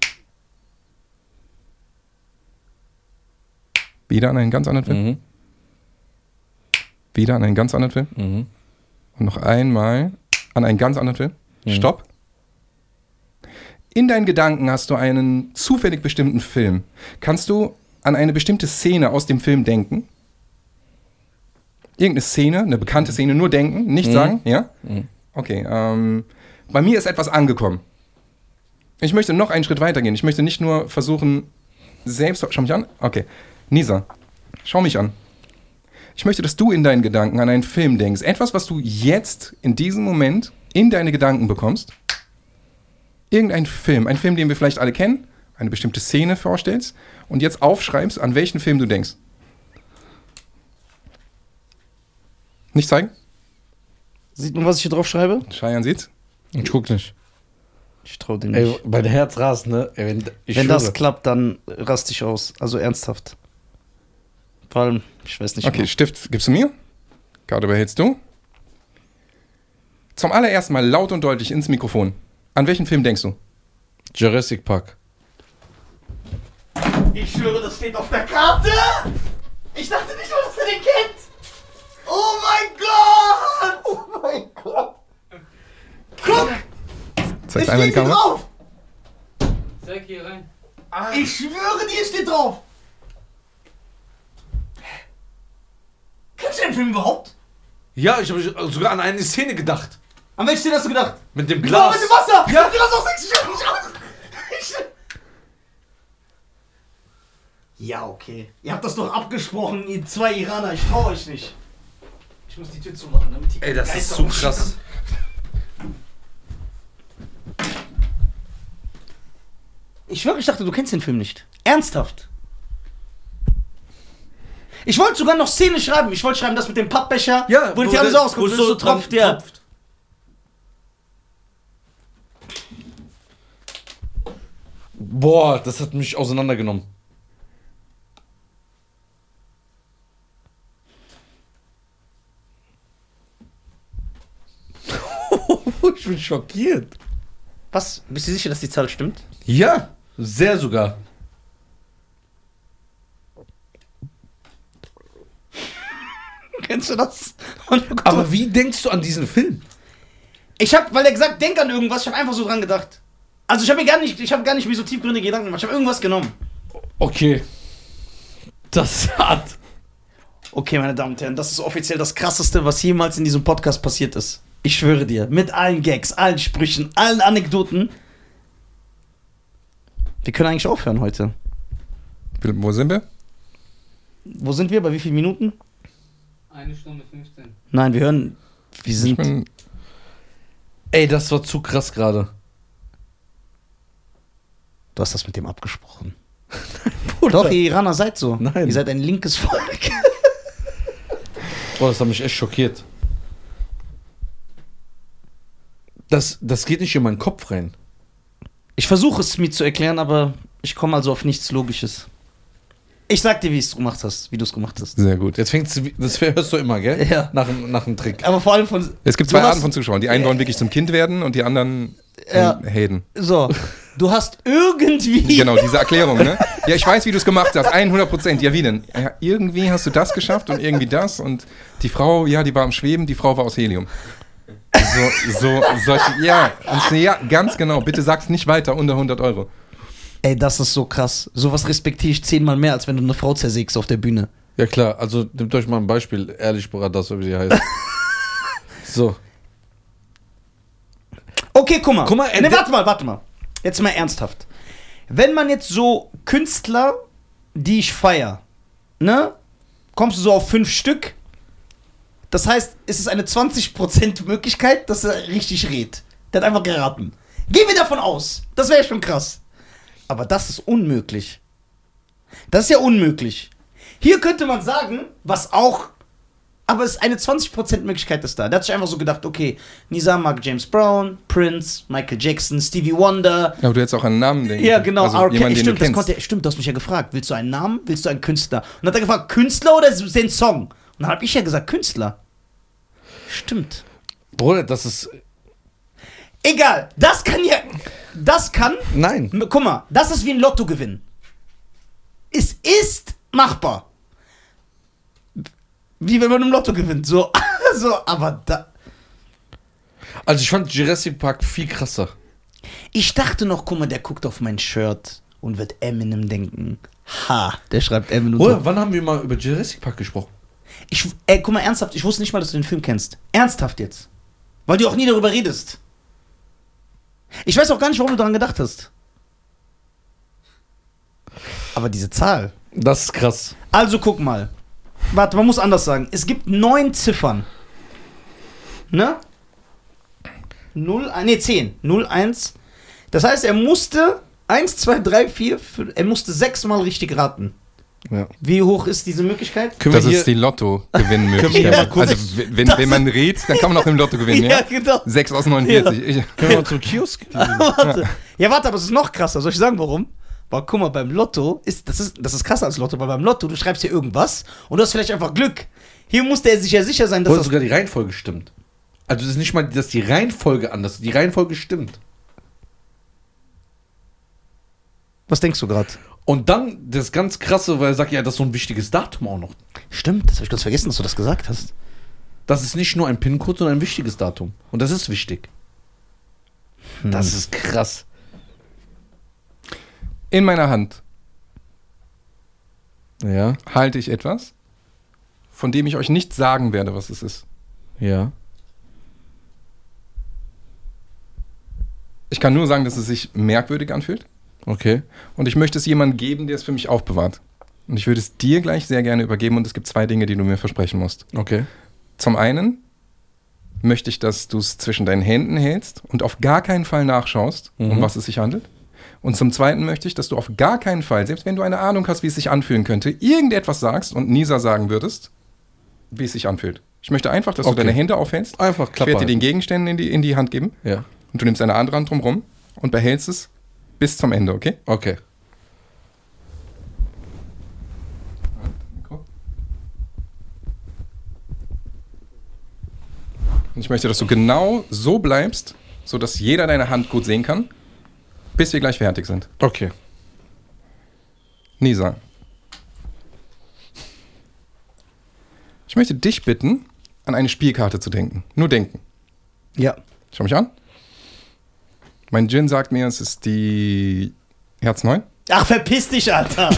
A: Okay.
C: Wieder an einen ganz anderen Film.
A: Mhm.
C: Wieder an einen ganz anderen Film.
A: Mhm.
C: Und noch einmal an einen ganz anderen Film.
A: Mhm.
C: Stopp. In deinen Gedanken hast du einen zufällig bestimmten Film. Kannst du an eine bestimmte Szene aus dem Film denken? Irgendeine Szene, eine bekannte Szene, nur denken, nicht
A: Mhm.
C: sagen, ja?
A: Mhm.
C: Okay, ähm, bei mir ist etwas angekommen. Ich möchte noch einen Schritt weitergehen. Ich möchte nicht nur versuchen, selbst. Schau mich an. Okay. Nisa, schau mich an. Ich möchte, dass du in deinen Gedanken an einen Film denkst. Etwas, was du jetzt in diesem Moment in deine Gedanken bekommst. Irgendein Film. Ein Film, den wir vielleicht alle kennen. Eine bestimmte Szene vorstellst. Und jetzt aufschreibst, an welchen Film du denkst. Nicht zeigen?
B: Sieht man, was ich hier drauf schreibe?
C: Scheiern sieht's.
A: Ich guck nicht.
B: Ich traue dem
A: Ey,
B: nicht.
A: mein Herz rast, ne? Ey, wenn ich
B: Wenn das
A: schwöre.
B: klappt, dann raste ich aus. Also ernsthaft. Vor allem, ich weiß nicht.
C: Okay, Stift gibst du mir. Karte behältst du. Zum allerersten Mal laut und deutlich ins Mikrofon. An welchen Film denkst du?
A: Jurassic Park.
B: Ich schwöre, das steht auf der Karte! Ich dachte nicht mal, dass er den kennt! Oh mein Gott! Oh mein Gott! Guck!
C: Zeig's einmal in die Kamera.
B: drauf!
E: Zeig hier rein.
D: Ah.
B: Ich schwöre dir, steht drauf! Kennst du den Film überhaupt?
A: Ja, ich habe sogar an eine Szene gedacht.
B: An welche Szene hast du gedacht?
A: Mit dem
B: Oh, mit dem Wasser! Ja! Du hast auch 60 Jahre nicht [laughs] aus! Ich- Ja, okay. Ihr habt das doch abgesprochen, ihr zwei Iraner. Ich trau euch nicht. Ich muss die Tür zumachen, damit die.
A: Ey, das ist
B: Geister
A: so
B: umschicken.
A: krass.
B: Ich wirklich dachte, du kennst den Film nicht. Ernsthaft. Ich wollte sogar noch Szene schreiben. Ich wollte schreiben, das mit dem Pappbecher,
A: Ja,
B: wo die
A: wo
B: Thermos
A: der-
B: rauskommt,
A: wo
B: so
A: das so
B: tropft, ja.
A: tropft. Boah, das hat mich auseinandergenommen. [laughs] ich bin schockiert.
B: Was? Bist du sicher, dass die Zahl stimmt?
A: Ja, sehr sogar.
B: [laughs] Kennst du das? [laughs] Und
A: Aber wie denkst du an diesen Film?
B: ich habe, weil er gesagt, denk an irgendwas, ich habe einfach so dran gedacht. Also ich habe mir gar nicht, ich habe gar nicht mir so tiefgründige Gedanken gemacht. Ich habe irgendwas genommen.
A: Okay. Das hat.
B: Okay, meine Damen und Herren, das ist offiziell das krasseste, was jemals in diesem Podcast passiert ist. Ich schwöre dir, mit allen Gags, allen Sprüchen, allen Anekdoten. Wir können eigentlich aufhören heute.
C: Philipp, wo sind wir?
B: Wo sind wir? Bei wie vielen Minuten?
E: Eine Stunde 15.
B: Nein, wir hören. Wir
C: Ich
B: sind.
C: bin,
A: Ey, das war zu krass gerade.
B: Du hast das mit dem abgesprochen. Doch, ihr Iraner seid so.
A: Nein.
B: Ihr seid ein linkes Volk.
A: Boah, das hat mich echt schockiert. Das, das geht nicht in meinen Kopf rein.
B: Ich versuche es mir zu erklären, aber ich komme also auf nichts Logisches. Ich sag dir, wie es gemacht hast, wie du es gemacht hast.
C: sehr gut.
A: Jetzt fängt's, das hörst du immer, gell?
B: Ja.
A: Nach, dem- nach dem Trick.
B: Aber vor allem von.
C: Es gibt zwei
B: du hast-
C: Arten von Zuschauern. Die einen wollen wirklich zum Kind werden und die anderen
B: Ja.
C: ja. Hayden.
B: So, du hast irgendwie.
C: Genau, diese Erklärung, ne? Ja, ich weiß, wie du es gemacht hast. 100 Prozent. Ja, wie denn? Ja, irgendwie hast du das geschafft und irgendwie das. Und die Frau, ja, die war am Schweben, die Frau war aus Helium. So, so, solche, ja, und, ja, ganz genau. Bitte sag's nicht weiter unter 100 Euro.
B: Ey, das ist so krass. Sowas respektiere ich zehnmal mehr, als wenn du eine Frau zersägst auf der Bühne.
A: Ja klar, also nehmt euch mal ein Beispiel. Ehrlich, Boradas, wie die [laughs] heißt. so.
B: Okay, guck mal.
A: Guck mal, äh,
B: nee,
A: der-
B: warte mal, warte mal. Jetzt mal ernsthaft. Wenn man jetzt so Künstler, die ich feier, ne? Kommst du so auf fünf Stück? Das heißt, es ist eine 20% Möglichkeit, dass er richtig redet. Der hat einfach geraten. Gehen wir davon aus. Das wäre schon krass. Aber das ist unmöglich. Das ist ja unmöglich. Hier könnte man sagen, was auch aber es ist eine 20% Möglichkeit ist da. Der hat sich einfach so gedacht, okay, Nisa mag James Brown, Prince, Michael Jackson, Stevie Wonder.
C: Aber du hättest auch an einen Namen denken
B: Ja,
C: können.
B: genau,
C: Also
B: R. Kelly.
C: jemanden, den
B: Stimmt,
C: du
B: das
C: kennst.
B: konnte, er- stimmt, du hast mich ja gefragt. Willst du einen Namen, willst du einen Künstler? Und dann hat er gefragt, Künstler oder den Song? Und dann habe ich ja gesagt, Künstler. Stimmt.
A: Bruder, das ist.
B: Egal, das kann ja. Das kann.
A: Nein.
B: M- Guck mal, das ist wie ein Lotto gewinnen. Es ist machbar. Wie wenn man im Lotto gewinnt. So, [laughs] so aber da.
A: Also ich fand Jurassic Park viel krasser.
B: Ich dachte noch, guck mal, der guckt auf mein Shirt und wird Eminem denken. Ha, der schreibt Eminem.
A: Bruder,
B: Drauf.
A: wann haben wir mal über Jurassic Park gesprochen?
B: Ich, ey, guck mal, ernsthaft, ich wusste nicht mal, dass du den Film kennst. Ernsthaft jetzt. Weil du auch nie darüber redest. Ich weiß auch gar nicht, warum du daran gedacht hast. Aber diese Zahl.
A: Das ist krass.
B: Also guck mal. Warte, man muss anders sagen. Es gibt neun Ziffern. Ne? Null, ein- nee, zehn. Null, eins. Das heißt, er musste eins, zwei, drei, vier, fünf, er musste sechsmal richtig raten.
A: Ja.
B: Wie hoch ist diese Möglichkeit?
A: Können
C: Das
A: wir hier,
C: ist die
B: Können wir
C: Lotto-Gewinnmöglichkeit.
B: mal kurz-
C: also, w- wenn,
B: Das
C: wenn man redet, dann kann man auch im Lotto
B: [laughs]
C: gewinnen, ja?
B: genau.
C: 6 aus 49. Ich,
A: können wir mal zum Kiosk?
B: [laughs] warte. Ja, warte, aber es ist noch krasser. Soll ich sagen, warum? Weil guck mal, beim Lotto ist das, ist das ist krasser als Lotto, weil beim Lotto, du schreibst hier irgendwas und du hast vielleicht einfach Glück. Hier musste er sich ja sicher sein, dass
A: Oder
B: das
A: sogar die Reihenfolge stimmt. Also es ist nicht mal, dass die Reihenfolge anders Die Reihenfolge stimmt.
B: Was denkst du gerade?
A: Und dann das ganz krasse, weil er sagt, ja, das ist so ein wichtiges Datum auch noch.
B: Stimmt, das habe ich ganz vergessen, dass du das gesagt hast.
A: Das ist nicht nur ein PIN-Code, sondern ein wichtiges Datum. Und das ist wichtig. Das ist krass.
C: in meiner Hand
A: Ja,
C: halte ich etwas, von dem ich euch nicht sagen werde, was es ist.
A: ja.
C: Ich kann nur sagen, dass es sich merkwürdig anfühlt.
A: Okay.
C: Und ich möchte es jemandem geben, der es für mich aufbewahrt. Und ich würde es dir gleich sehr gerne übergeben. Und es gibt zwei Dinge, die du mir versprechen musst.
A: Okay.
C: Zum einen möchte ich, dass du es zwischen deinen Händen hältst und auf gar keinen Fall nachschaust,
A: Mhm.
C: um was es sich handelt. Und zum Zweiten möchte ich, dass du auf gar keinen Fall, selbst wenn du eine Ahnung hast, wie es sich anfühlen könnte, irgendetwas sagst und Nisa sagen würdest, wie es sich anfühlt. Ich möchte einfach, dass
A: Okay.
C: du deine Hände aufhältst.
A: Einfach
C: Ich
A: Klappe
C: werde dir den
A: halten.
C: Gegenständen in die, in die Hand geben
A: Ja,
C: und du nimmst deine andere Hand drumrum und behältst es bis zum Ende, okay?
A: okay.
C: Und ich möchte, dass du genau so bleibst, sodass jeder deine Hand gut sehen kann, bis wir gleich fertig sind.
A: Okay.
C: Nisa. Ich möchte dich bitten, an eine Spielkarte zu denken. Nur denken.
B: Ja.
C: Schau mich an. Mein Gin sagt mir, es ist die Herz 9.
B: Ach, verpiss dich, [laughs] Alter.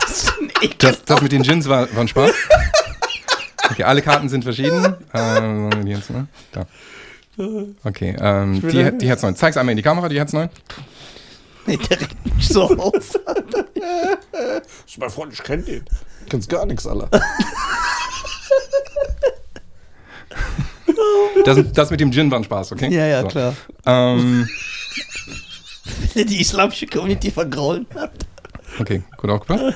B: Das ist ein Ekel.
C: Das, das mit den Gins war, war ein Spaß. Okay, alle Karten sind verschieden. Ähm, die Herz 9. Da. Okay, ähm, die, die Herz 9. Zeig's einmal in die Kamera, die Herz 9.
B: Nee, der regt mich so auf.
A: Das ist mein Freund, ich kenne den. Kennst gar nichts, Alter.
C: Das, das mit dem Gin war ein Spaß, okay?
B: Ja, ja,
C: So.
B: klar.
C: Ähm,
B: Der die islamische Community vergraulen hat.
C: Okay, gut aufgepasst.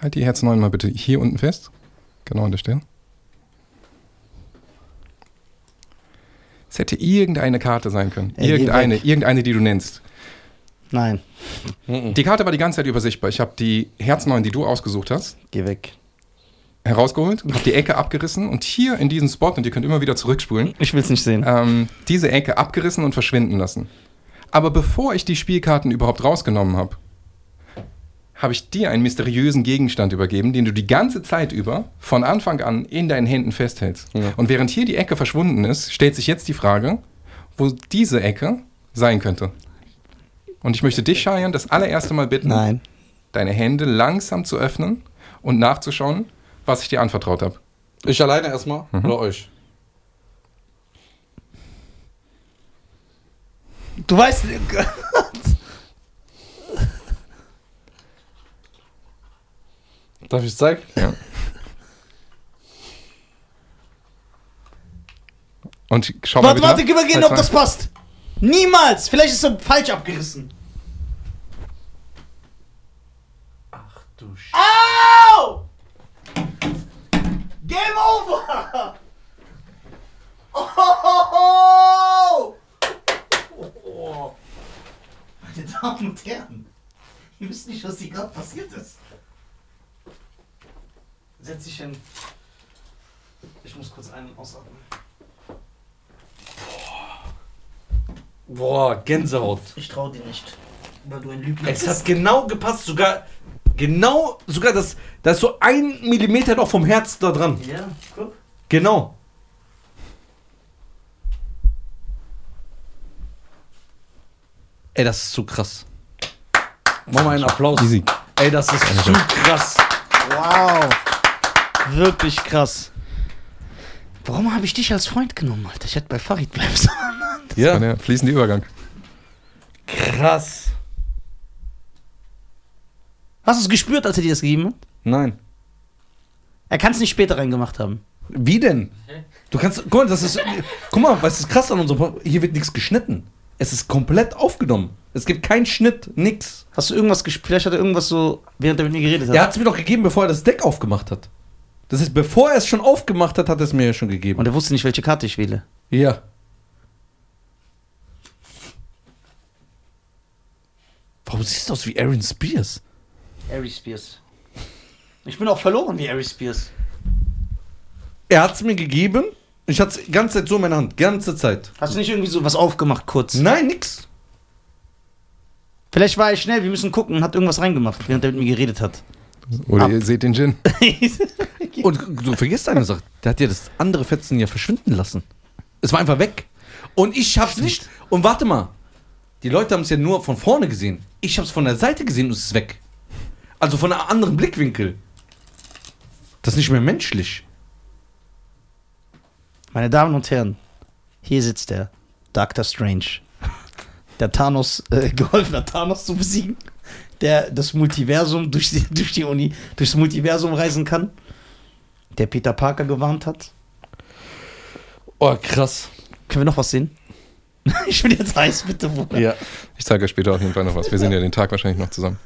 C: Halt die Herzen neunmal bitte hier unten fest. Genau an der Stirn. Es hätte irgendeine Karte sein können.
B: Ey, geh
C: irgendeine,
B: weg.
C: irgendeine, die du nennst.
B: Nein,
C: Die Karte war die ganze Zeit übersichtbar. Ich habe die Herz 9, die du ausgesucht hast,
B: geh weg.
C: herausgeholt, habe die Ecke abgerissen und hier in diesen Spot, und ihr könnt immer wieder zurückspulen,
B: Ich will's nicht sehen.
C: ähm, diese Ecke abgerissen und verschwinden lassen. Aber bevor ich die Spielkarten überhaupt rausgenommen habe, habe ich dir einen mysteriösen Gegenstand übergeben, den du die ganze Zeit über von Anfang an in deinen Händen festhältst.
A: Ja.
C: Und während hier die Ecke verschwunden ist, stellt sich jetzt die Frage, wo diese Ecke sein könnte. Und ich möchte dich, Cheyenne, das allererste Mal bitten,
B: Nein.
C: deine Hände langsam zu öffnen und nachzuschauen, was ich dir anvertraut habe.
A: Ich alleine erstmal oder euch?
B: Du weißt.
A: Darf ich zeigen?
C: Ja. Und schau mal
B: Warte,
C: bitte
B: warte,
C: nach.
B: gib mal gehen,
C: Halt
B: ob das
C: mal.
B: passt. Niemals. Vielleicht ist er falsch abgerissen.
D: Ach du Sch...
B: Au! Game over! [laughs] Oh! Meine Damen und Herren, ihr wisst nicht, was hier gerade passiert ist. Setz dich hin. Ich muss kurz einen ausatmen.
A: Boah, Gänsehaut.
B: Ich trau dir nicht, weil du ein Lügner
A: Es
B: bist.
A: hat genau gepasst, sogar genau, sogar das, da ist so ein Millimeter noch vom Herz da dran.
B: ja, guck.
A: Genau. Ey, das ist zu krass. Mach mal einen Applaus.
C: Easy.
A: Ey, das ist zu krass.
B: Wow. Wirklich krass. Warum habe ich dich als Freund genommen, Alter? Ich hätte bei Farid bleiben sollen.
C: Ja. Der fließende Übergang.
A: krass.
B: Hast du es gespürt, als er dir das gegeben hat?
A: Nein.
B: Er kann es nicht später reingemacht haben.
A: Wie denn? Du kannst, guck mal, das ist, guck mal, was ist krass an unserem Pod- Hier wird nichts geschnitten. Es ist komplett aufgenommen. Es gibt keinen Schnitt, nix.
B: Hast du irgendwas gespürt? Vielleicht hat er irgendwas so, während er mit mir geredet hat.
A: Er hat es mir doch gegeben, bevor er das Deck aufgemacht hat. Das heißt, bevor er es schon aufgemacht hat, hat er es mir ja schon gegeben.
B: Und er wusste nicht, welche Karte ich wähle.
A: Ja. Warum siehst du aus wie Aaron Spears?
B: Harry Spears. Ich bin auch verloren wie Harry Spears.
A: Er hat es mir gegeben. Ich hatte es ganze Zeit so in meiner Hand. Ganze Zeit.
B: Hast du nicht irgendwie so was aufgemacht kurz?
A: Nein, nix.
B: Vielleicht war er schnell, wir müssen gucken und hat irgendwas reingemacht, während er mit mir geredet [laughs] hat.
C: Oder
B: Ab.
C: ihr seht den Gin.
A: Und du vergisst eine Sache. Der hat ja das andere Fetzen ja verschwinden lassen. Es war einfach weg. Und ich hab's nicht. Und warte mal. Die Leute haben es ja nur von vorne gesehen. Ich hab's von der Seite gesehen und es ist weg. Also von einem anderen Blickwinkel. Das ist nicht mehr menschlich.
B: Meine Damen und Herren, hier sitzt der Dr. Strange, der Thanos äh, [laughs] geholfen hat, Thanos zu besiegen, der das Multiversum durch die, [laughs] durch die Uni, durchs Multiversum reisen kann, der Peter Parker gewarnt hat.
A: Oh, krass.
B: Können wir noch was sehen? [laughs] Ich bin jetzt heiß, bitte, Bruder.
A: Ja.
C: Ich zeige euch später auf jeden Fall noch was. Wir sehen ja den Tag wahrscheinlich noch zusammen.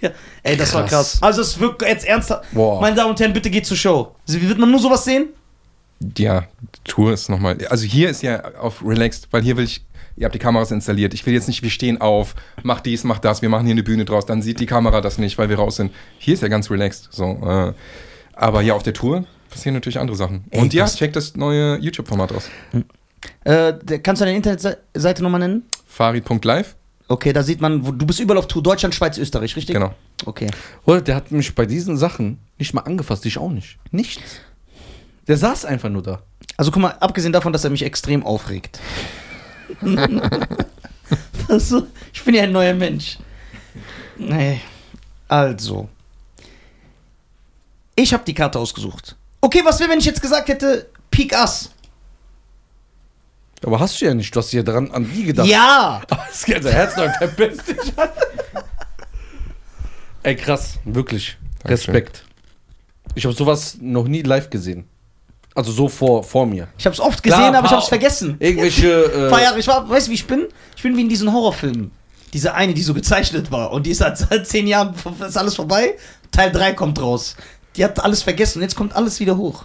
B: Ja. Ey, das war
A: Krass.
B: krass. Also, es wirkt jetzt ernsthaft.
C: Boah.
B: Meine Damen und Herren, bitte geht zur Show. Sie- Wird man nur sowas sehen?
C: Ja, tu es nochmal. Also hier ist ja auf relaxed, weil hier will ich, ihr habt die Kameras installiert. Ich will jetzt nicht, wir stehen auf, mach dies, mach das, wir machen hier eine Bühne draus, dann sieht die Kamera das nicht, weil wir raus sind. Hier ist ja ganz relaxed. So, äh. Aber ja, auf der Tour passieren natürlich andere Sachen.
B: Ey,
C: Und ja,
B: das-
C: check das neue YouTube-Format aus.
B: Äh, der- kannst du deine Internetseite nochmal nennen?
C: Farid.live,
B: Okay, da sieht man, wo, du bist überall auf Tour. Deutschland, Schweiz, Österreich, richtig?
C: genau.
B: Okay.
A: Oder der hat mich bei diesen Sachen nicht mal angefasst, ich auch nicht. Nichts. Der saß einfach nur da.
B: Also guck mal, abgesehen davon, dass er mich extrem aufregt. also, ich bin ja ein neuer Mensch. Nee. Also. Ich habe die Karte ausgesucht. Okay, was wäre, wenn ich jetzt gesagt hätte, Peak Ass?
A: Aber hast du ja nicht, du hast ja dran an die gedacht.
B: Ja!
A: [laughs] Das geht sein Herz läuft der Beste. Ey, krass, wirklich.
C: Dankeschön.
A: Respekt. Ich habe sowas noch nie live gesehen. Also so vor, vor mir.
B: Ich habe es oft
A: Klar,
B: gesehen, aber ich
A: paar-
B: habe es vergessen. Ein paar
A: Irgendwelche. Äh,
B: Jahre, ich war, weißt du, wie ich bin? Ich bin wie in diesen Horrorfilmen. Diese eine, die so gezeichnet war und die ist seit, seit zehn Jahren, ist alles vorbei. Teil 3 kommt raus. Die hat alles vergessen und jetzt kommt alles wieder hoch.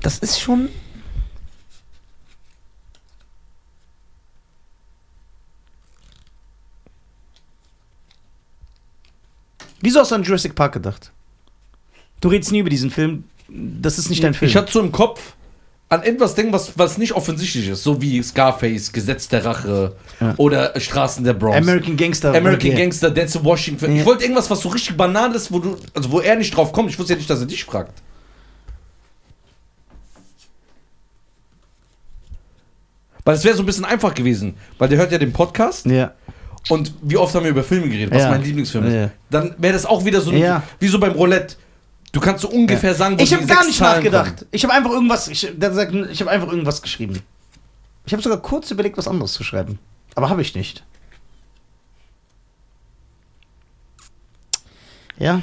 B: Das ist schon. Wieso hast du an Jurassic Park gedacht? Du redest nie über diesen Film. Das ist nicht dein Film.
A: ich hatte so im Kopf an etwas denken, was, was nicht offensichtlich ist. So wie Scarface, Gesetz der Rache
B: Ja.
A: oder Straßen der Bronx.
B: American Gangster.
A: American
B: Okay.
A: Gangster, Dance Washington.
B: Ja.
A: Ich wollte irgendwas, was so richtig banal ist, wo du, also wo er nicht drauf kommt. Ich wusste ja nicht, dass er dich fragt. Weil es wäre so ein bisschen einfach gewesen, weil der hört ja den Podcast
B: Ja.
A: und wie oft haben wir über Filme geredet, was
B: Ja.
A: mein Lieblingsfilm ist.
B: Ja.
A: Dann wäre das auch wieder so, ein-
B: Ja.
A: wie so beim Roulette. Du kannst so ungefähr sagen, wo
B: Ich habe
A: die
B: gar
A: sechs
B: nicht
A: Zahlen
B: nachgedacht.
A: kommen.
B: Ich habe einfach irgendwas. Ich, der sagt, ich habe einfach irgendwas geschrieben. Ich habe sogar kurz überlegt, was anderes zu schreiben, aber habe ich nicht. Ja.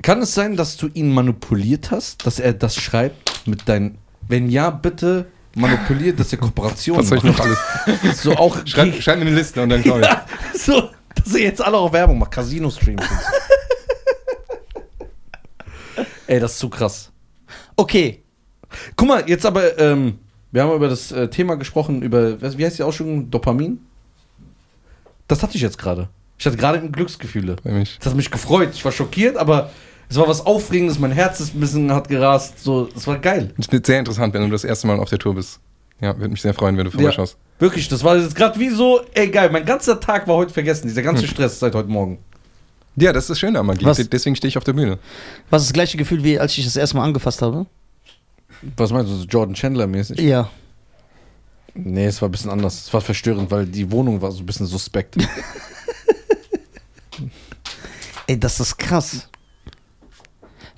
A: Kann es sein, dass du ihn manipuliert hast, dass er das schreibt mit deinen, wenn ja, bitte manipuliert, dass er Kooperationen
C: Was soll ich noch
B: [laughs]
C: alles?
A: So auch [laughs]
C: Schreib, schreib mir eine Liste und dann komm ich.
A: so, dass ihr jetzt alle auch Werbung macht, Casino Streams. und so. [laughs] Ey, das ist zu krass.
B: Okay.
A: Guck mal, jetzt aber ähm, wir haben über das äh, Thema gesprochen über was- wie heißt die Ausschüttung Dopamin? Das hatte ich jetzt gerade. Ich hatte gerade Glücksgefühle.
C: Bei mich.
A: Das hat mich gefreut. Ich war schockiert, aber es war was Aufregendes. Mein Herz ist ein bisschen hat gerast. So, es war geil.
C: Das wird sehr interessant, wenn du das erste Mal auf der Tour bist. Ja, würde mich sehr freuen, wenn du vorbeischaust.
A: Wirklich, das war jetzt gerade wie so, ey geil, mein ganzer Tag war heute vergessen, dieser ganze Stress seit heute Morgen.
C: Ja. das ist das Schöne am Magie.
B: Was?
C: Deswegen stehe ich auf der Bühne.
B: Was ist das gleiche Gefühl, wie als ich das erste Mal angefasst habe?
A: Was meinst du, so Jordan Chandler-mäßig?
B: Ja.
A: Nee, es war ein bisschen anders. Es war verstörend, weil die Wohnung war so ein bisschen suspekt.
B: Ey, das ist krass.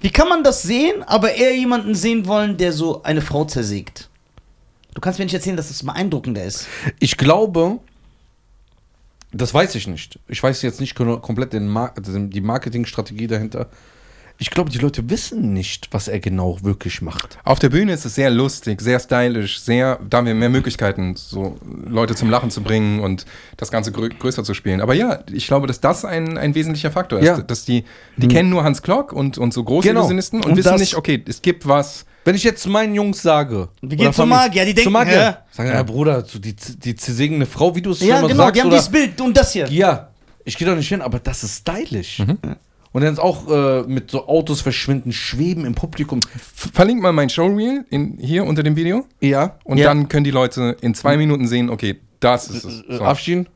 B: Wie kann man das sehen, aber eher jemanden sehen wollen, der so eine Frau zersägt? Du kannst mir nicht erzählen, dass das beeindruckender ist.
A: [laughs] Ich glaube, das weiß ich nicht. Ich weiß jetzt nicht genau- komplett den Mar den- die Marketingstrategie dahinter. Ich glaube, die Leute wissen nicht, was er genau wirklich macht.
C: Auf der Bühne ist es sehr lustig, sehr stylisch, sehr, da haben wir mehr Möglichkeiten, so Leute zum Lachen zu bringen und das Ganze grö größer zu spielen. Aber ja, ich glaube, dass das ein, ein wesentlicher Faktor ist.
A: Ja. Mhm.
C: Dass die, die kennen nur Hans Klock und, und so große
A: Genau.
C: Illusionisten und,
A: Und
C: wissen
A: das-
C: nicht, okay, es gibt was.
A: Wenn ich jetzt meinen Jungs sage,
B: Wir gehen
A: oder
B: zum
A: Familie-
B: Magier, die denken,
A: zum Magier,
B: hä?
A: sagen, ja, Bruder, so die, z- die zersegende Frau, wie du es
B: Ja,
A: immer
B: genau,
A: sagst,
B: die haben
A: oder,
B: dieses Bild und das hier.
A: ja, ich gehe da nicht hin, aber das ist stylisch. Und dann ist auch äh, mit so Autos verschwinden, schweben im Publikum.
C: Verlink mal mein Showreel in, hier unter dem Video
A: Ja,
C: und
A: ja.
C: dann können die Leute in zwei Minuten sehen, okay, das ist es.
A: Äh,
C: So.
A: Afshin,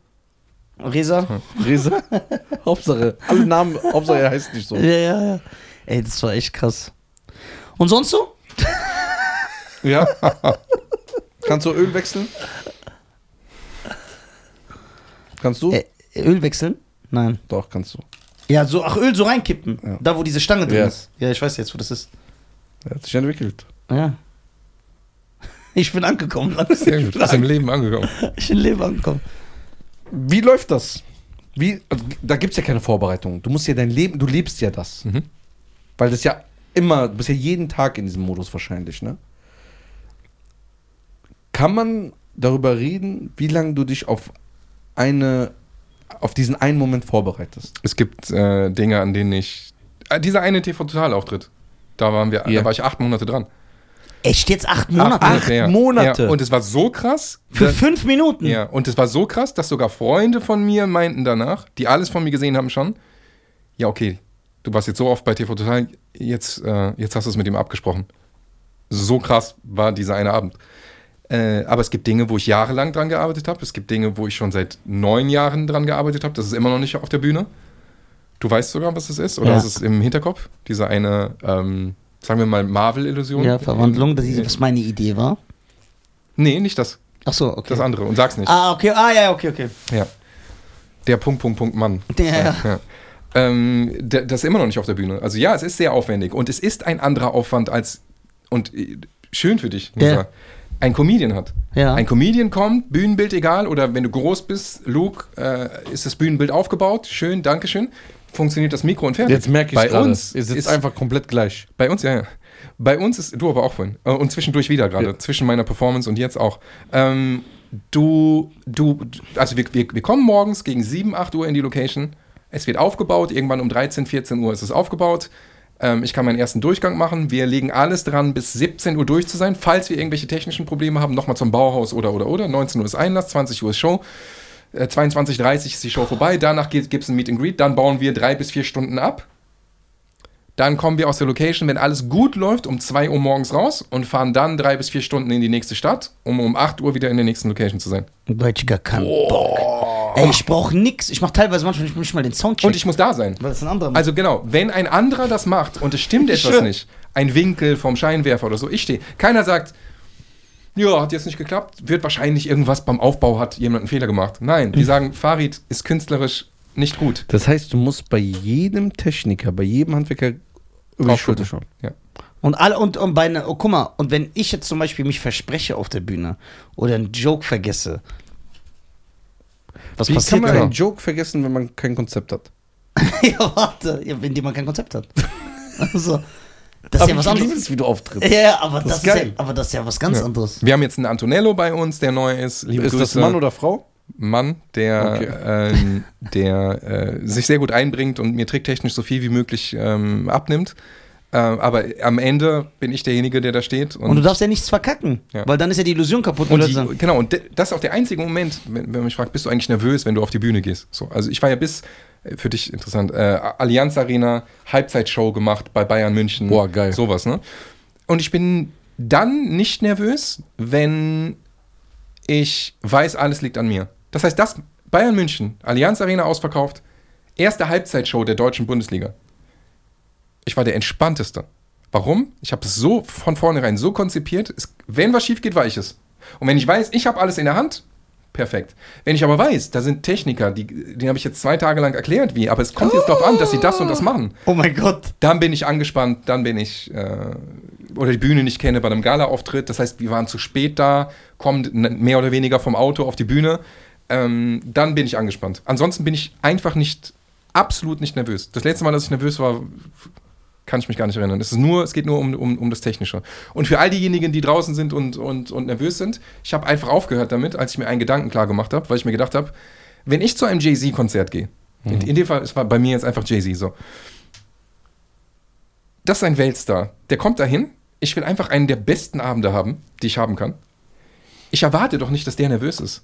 B: Resa?
A: Reza, Hauptsache, [laughs] alle Namen, Hauptsache er heißt nicht so.
B: Ja, ja, ja. Ey, das war echt krass. Und sonst so?
A: Ja. Kannst du Öl wechseln? Kannst du?
B: Äh, Öl wechseln? Nein.
A: Doch, kannst du.
B: Ja, so, ach, Öl so reinkippen.
A: Ja.
B: Da, wo diese Stange drin
A: Ja.
B: ist. Ja, ich weiß jetzt, wo das ist.
A: Er hat sich entwickelt.
B: Ja. [laughs] Ich bin angekommen.
C: Sehr gut, du bist im Leben angekommen.
B: Ich bin Leben angekommen.
A: Wie läuft das? Wie, also, da gibt es ja keine Vorbereitung. Du musst ja dein Leben, du lebst ja das.
C: Mhm.
A: Weil das ja immer, du bist ja jeden Tag in diesem Modus wahrscheinlich, ne? Kann man darüber reden, wie lange du dich auf eine, auf diesen einen Moment vorbereitest?
C: Es gibt äh, Dinge, an denen ich. Ah, dieser eine TV-Total-Auftritt. Da waren wir,
A: Ja.
C: da war ich acht Monate dran.
B: Echt jetzt acht Monate?
A: Acht
C: ja.
A: Monate?
C: Ja. Und es war so krass.
B: Für
C: dass-
B: fünf Minuten?
C: Ja, und es war so krass, dass sogar Freunde von mir meinten danach, die alles von mir gesehen haben schon, ja, okay, du warst jetzt so oft bei TV Total, jetzt, äh, jetzt hast du es mit ihm abgesprochen. So krass war dieser eine Abend. Äh, aber es gibt Dinge, wo ich jahrelang dran gearbeitet habe. Es gibt Dinge, wo ich schon seit neun Jahren dran gearbeitet habe. Das ist immer noch nicht auf der Bühne. Du weißt sogar, was es ist, oder
B: Ja.
C: es ist im Hinterkopf? Diese eine, ähm, sagen wir mal, Marvel-Illusion.
B: Ja, Verwandlung, das ist, was meine Idee war.
C: Nee, nicht das.
B: Ach so, okay.
C: Das andere. Und sag's nicht.
B: ah, okay, ah, ja, okay, okay.
C: Ja. Der Punkt, Punkt, Punkt, Mann.
B: Ja, ja.
C: Ähm, d- das ist immer noch nicht auf der Bühne. Also ja, es ist sehr aufwendig und es ist ein anderer Aufwand als und äh, schön für dich, Nisa,
B: Ja.
C: ein Comedian hat.
B: Ja.
C: Ein Comedian kommt, Bühnenbild egal oder wenn du groß bist, Luke, äh, ist das Bühnenbild aufgebaut, schön, Dankeschön. Funktioniert das Mikro und fertig.
A: Jetzt merke ich
C: bei
A: gerade.
C: uns
A: Ihr sitzt
C: ist
A: einfach komplett gleich.
C: bei uns, ja, ja. Bei uns ist, du aber auch vorhin. Äh, Und zwischendurch wieder gerade.
A: Ja.
C: Zwischen meiner Performance und jetzt auch. Ähm, du, du, also wir, wir, wir kommen morgens gegen 7, 8 Uhr in die Location. Es wird aufgebaut. Irgendwann um 13, 14 Uhr ist es aufgebaut. Ähm, ich kann meinen ersten Durchgang machen. Wir legen alles dran, bis 17 Uhr durch zu sein. Falls wir irgendwelche technischen Probleme haben, nochmal zum Bauhaus oder, oder, oder. 19 Uhr ist Einlass, 20 Uhr ist Show. Äh, 22.30 ist die Show vorbei, danach gibt es ein Meet and Greet, dann bauen wir drei bis vier Stunden ab, dann kommen wir aus der Location, wenn alles gut läuft, um 2 Uhr morgens raus und fahren dann drei bis vier Stunden in die nächste Stadt, um um 8 Uhr wieder in der nächsten Location zu sein.
B: Deutsche gar keinen Bock. Ey, ich brauch nix. Ich mach teilweise manchmal nicht- nicht mal den Soundcheck.
C: Und ich muss da sein.
B: weil das ein anderer
C: Also genau, wenn ein anderer das macht und es stimmt etwas
B: schwör.
C: nicht, ein Winkel vom Scheinwerfer oder so, ich stehe. Keiner sagt, ja, hat jetzt nicht geklappt, wird wahrscheinlich irgendwas beim Aufbau hat jemand einen Fehler gemacht. Nein,
A: Hm.
C: die sagen, Farid ist künstlerisch nicht gut.
A: Das heißt, du musst bei jedem Techniker, bei jedem Handwerker über die
C: Aufgucken.
A: Schulter schauen.
C: Ja.
B: Und alle und, und bei einer, oh, guck mal, und wenn ich jetzt zum Beispiel mich verspreche auf der Bühne oder einen Joke vergesse, was
A: Wie kann
B: passiert
A: man
B: [laughs]
A: einen
B: dann?
A: Joke vergessen, wenn man kein Konzept hat?
B: ja, warte, ja, wenn jemand kein Konzept hat. [laughs] Also, das ist ja was
A: ich liebe
B: anderes.
A: es, wie du auftrittst.
B: Ja, Ja, aber das,
A: ist
B: ist
A: geil.
B: ja, aber das ist ja was ganz
C: Ja.
B: anderes.
C: Wir haben jetzt einen Antonello bei uns, der neu ist. Liebe
A: Ist das
C: Grüße.
A: Mann oder Frau?
C: Mann, der,
A: Okay.
C: ähm, der äh, sich sehr gut einbringt und mir tricktechnisch so viel wie möglich ähm, abnimmt. Äh, aber am Ende bin ich derjenige, der da steht. Und,
B: Und du darfst ja nichts verkacken,
C: Ja.
B: weil dann ist ja die Illusion kaputt.
C: und
B: oder so.
C: die, genau, und de- das ist auch der einzige Moment, wenn, wenn man mich fragt, bist du eigentlich nervös, wenn du auf die Bühne gehst? So, also ich war ja bis, äh, für dich interessant, äh, Allianz Arena, Halbzeitshow gemacht bei Bayern München.
A: Boah, geil.
C: Sowas, ne? Und ich bin dann nicht nervös, wenn ich weiß, alles liegt an mir. Das heißt, das Bayern München, Allianz Arena ausverkauft, erste Halbzeitshow der deutschen Bundesliga. Ich war der entspannteste. Warum? Ich habe es so von vornherein so konzipiert, es, wenn was schief geht, weiß ich es. Und wenn ich weiß, ich habe alles in der Hand, perfekt. Wenn ich aber weiß, da sind Techniker, die, denen habe ich jetzt zwei Tage lang erklärt, wie, aber es kommt jetzt darauf an, dass sie das und das machen
B: oh mein Gott.
C: dann bin ich angespannt, dann bin ich äh, oder die Bühne nicht kenne bei einem Gala-Auftritt. Das heißt, wir waren zu spät da, kommen n- mehr oder weniger vom Auto auf die Bühne. Ähm, dann bin ich angespannt. Ansonsten bin ich einfach nicht, absolut nicht nervös. Das letzte Mal, dass ich nervös war, kann ich mich gar nicht erinnern. Es, ist nur, es geht nur um, um, um das Technische. Und für all diejenigen, die draußen sind und, und, und nervös sind, ich habe einfach aufgehört damit, als ich mir einen Gedanken klar gemacht habe, weil ich mir gedacht habe, wenn ich zu einem Jay-Z-Konzert gehe, in, in dem Fall es war bei mir jetzt einfach Jay-Z so, das ist ein Weltstar. Der kommt dahin. Ich will einfach einen der besten Abende haben, die ich haben kann. Ich erwarte doch nicht, dass der nervös ist.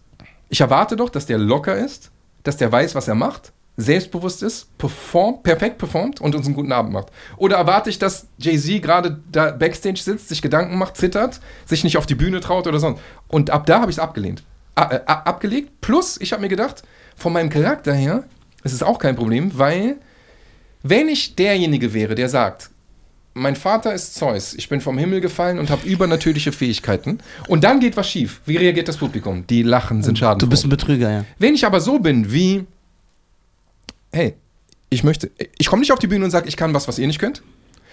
C: Ich erwarte doch, dass der locker ist, dass der weiß, was er macht, selbstbewusst ist, performt, perfekt performt und uns einen guten Abend macht. Oder erwarte ich, dass Jay-Z gerade da backstage sitzt, sich Gedanken macht, zittert, sich nicht auf die Bühne traut oder sonst. Und ab da habe ich es abgelehnt. A äh, a- abgelegt. Plus, ich habe mir gedacht, von meinem Charakter her, es ist auch kein Problem, weil wenn ich derjenige wäre, der sagt, mein Vater ist Zeus, ich bin vom Himmel gefallen und habe übernatürliche Fähigkeiten. Und dann geht was schief. Wie reagiert das Publikum? Die lachen, sind schadenfroh.
B: Du bist ein Betrüger, ja.
C: Wenn ich aber so bin wie, hey, Ich möchte, ich komme nicht auf die Bühne und sage, ich kann was, was ihr nicht könnt.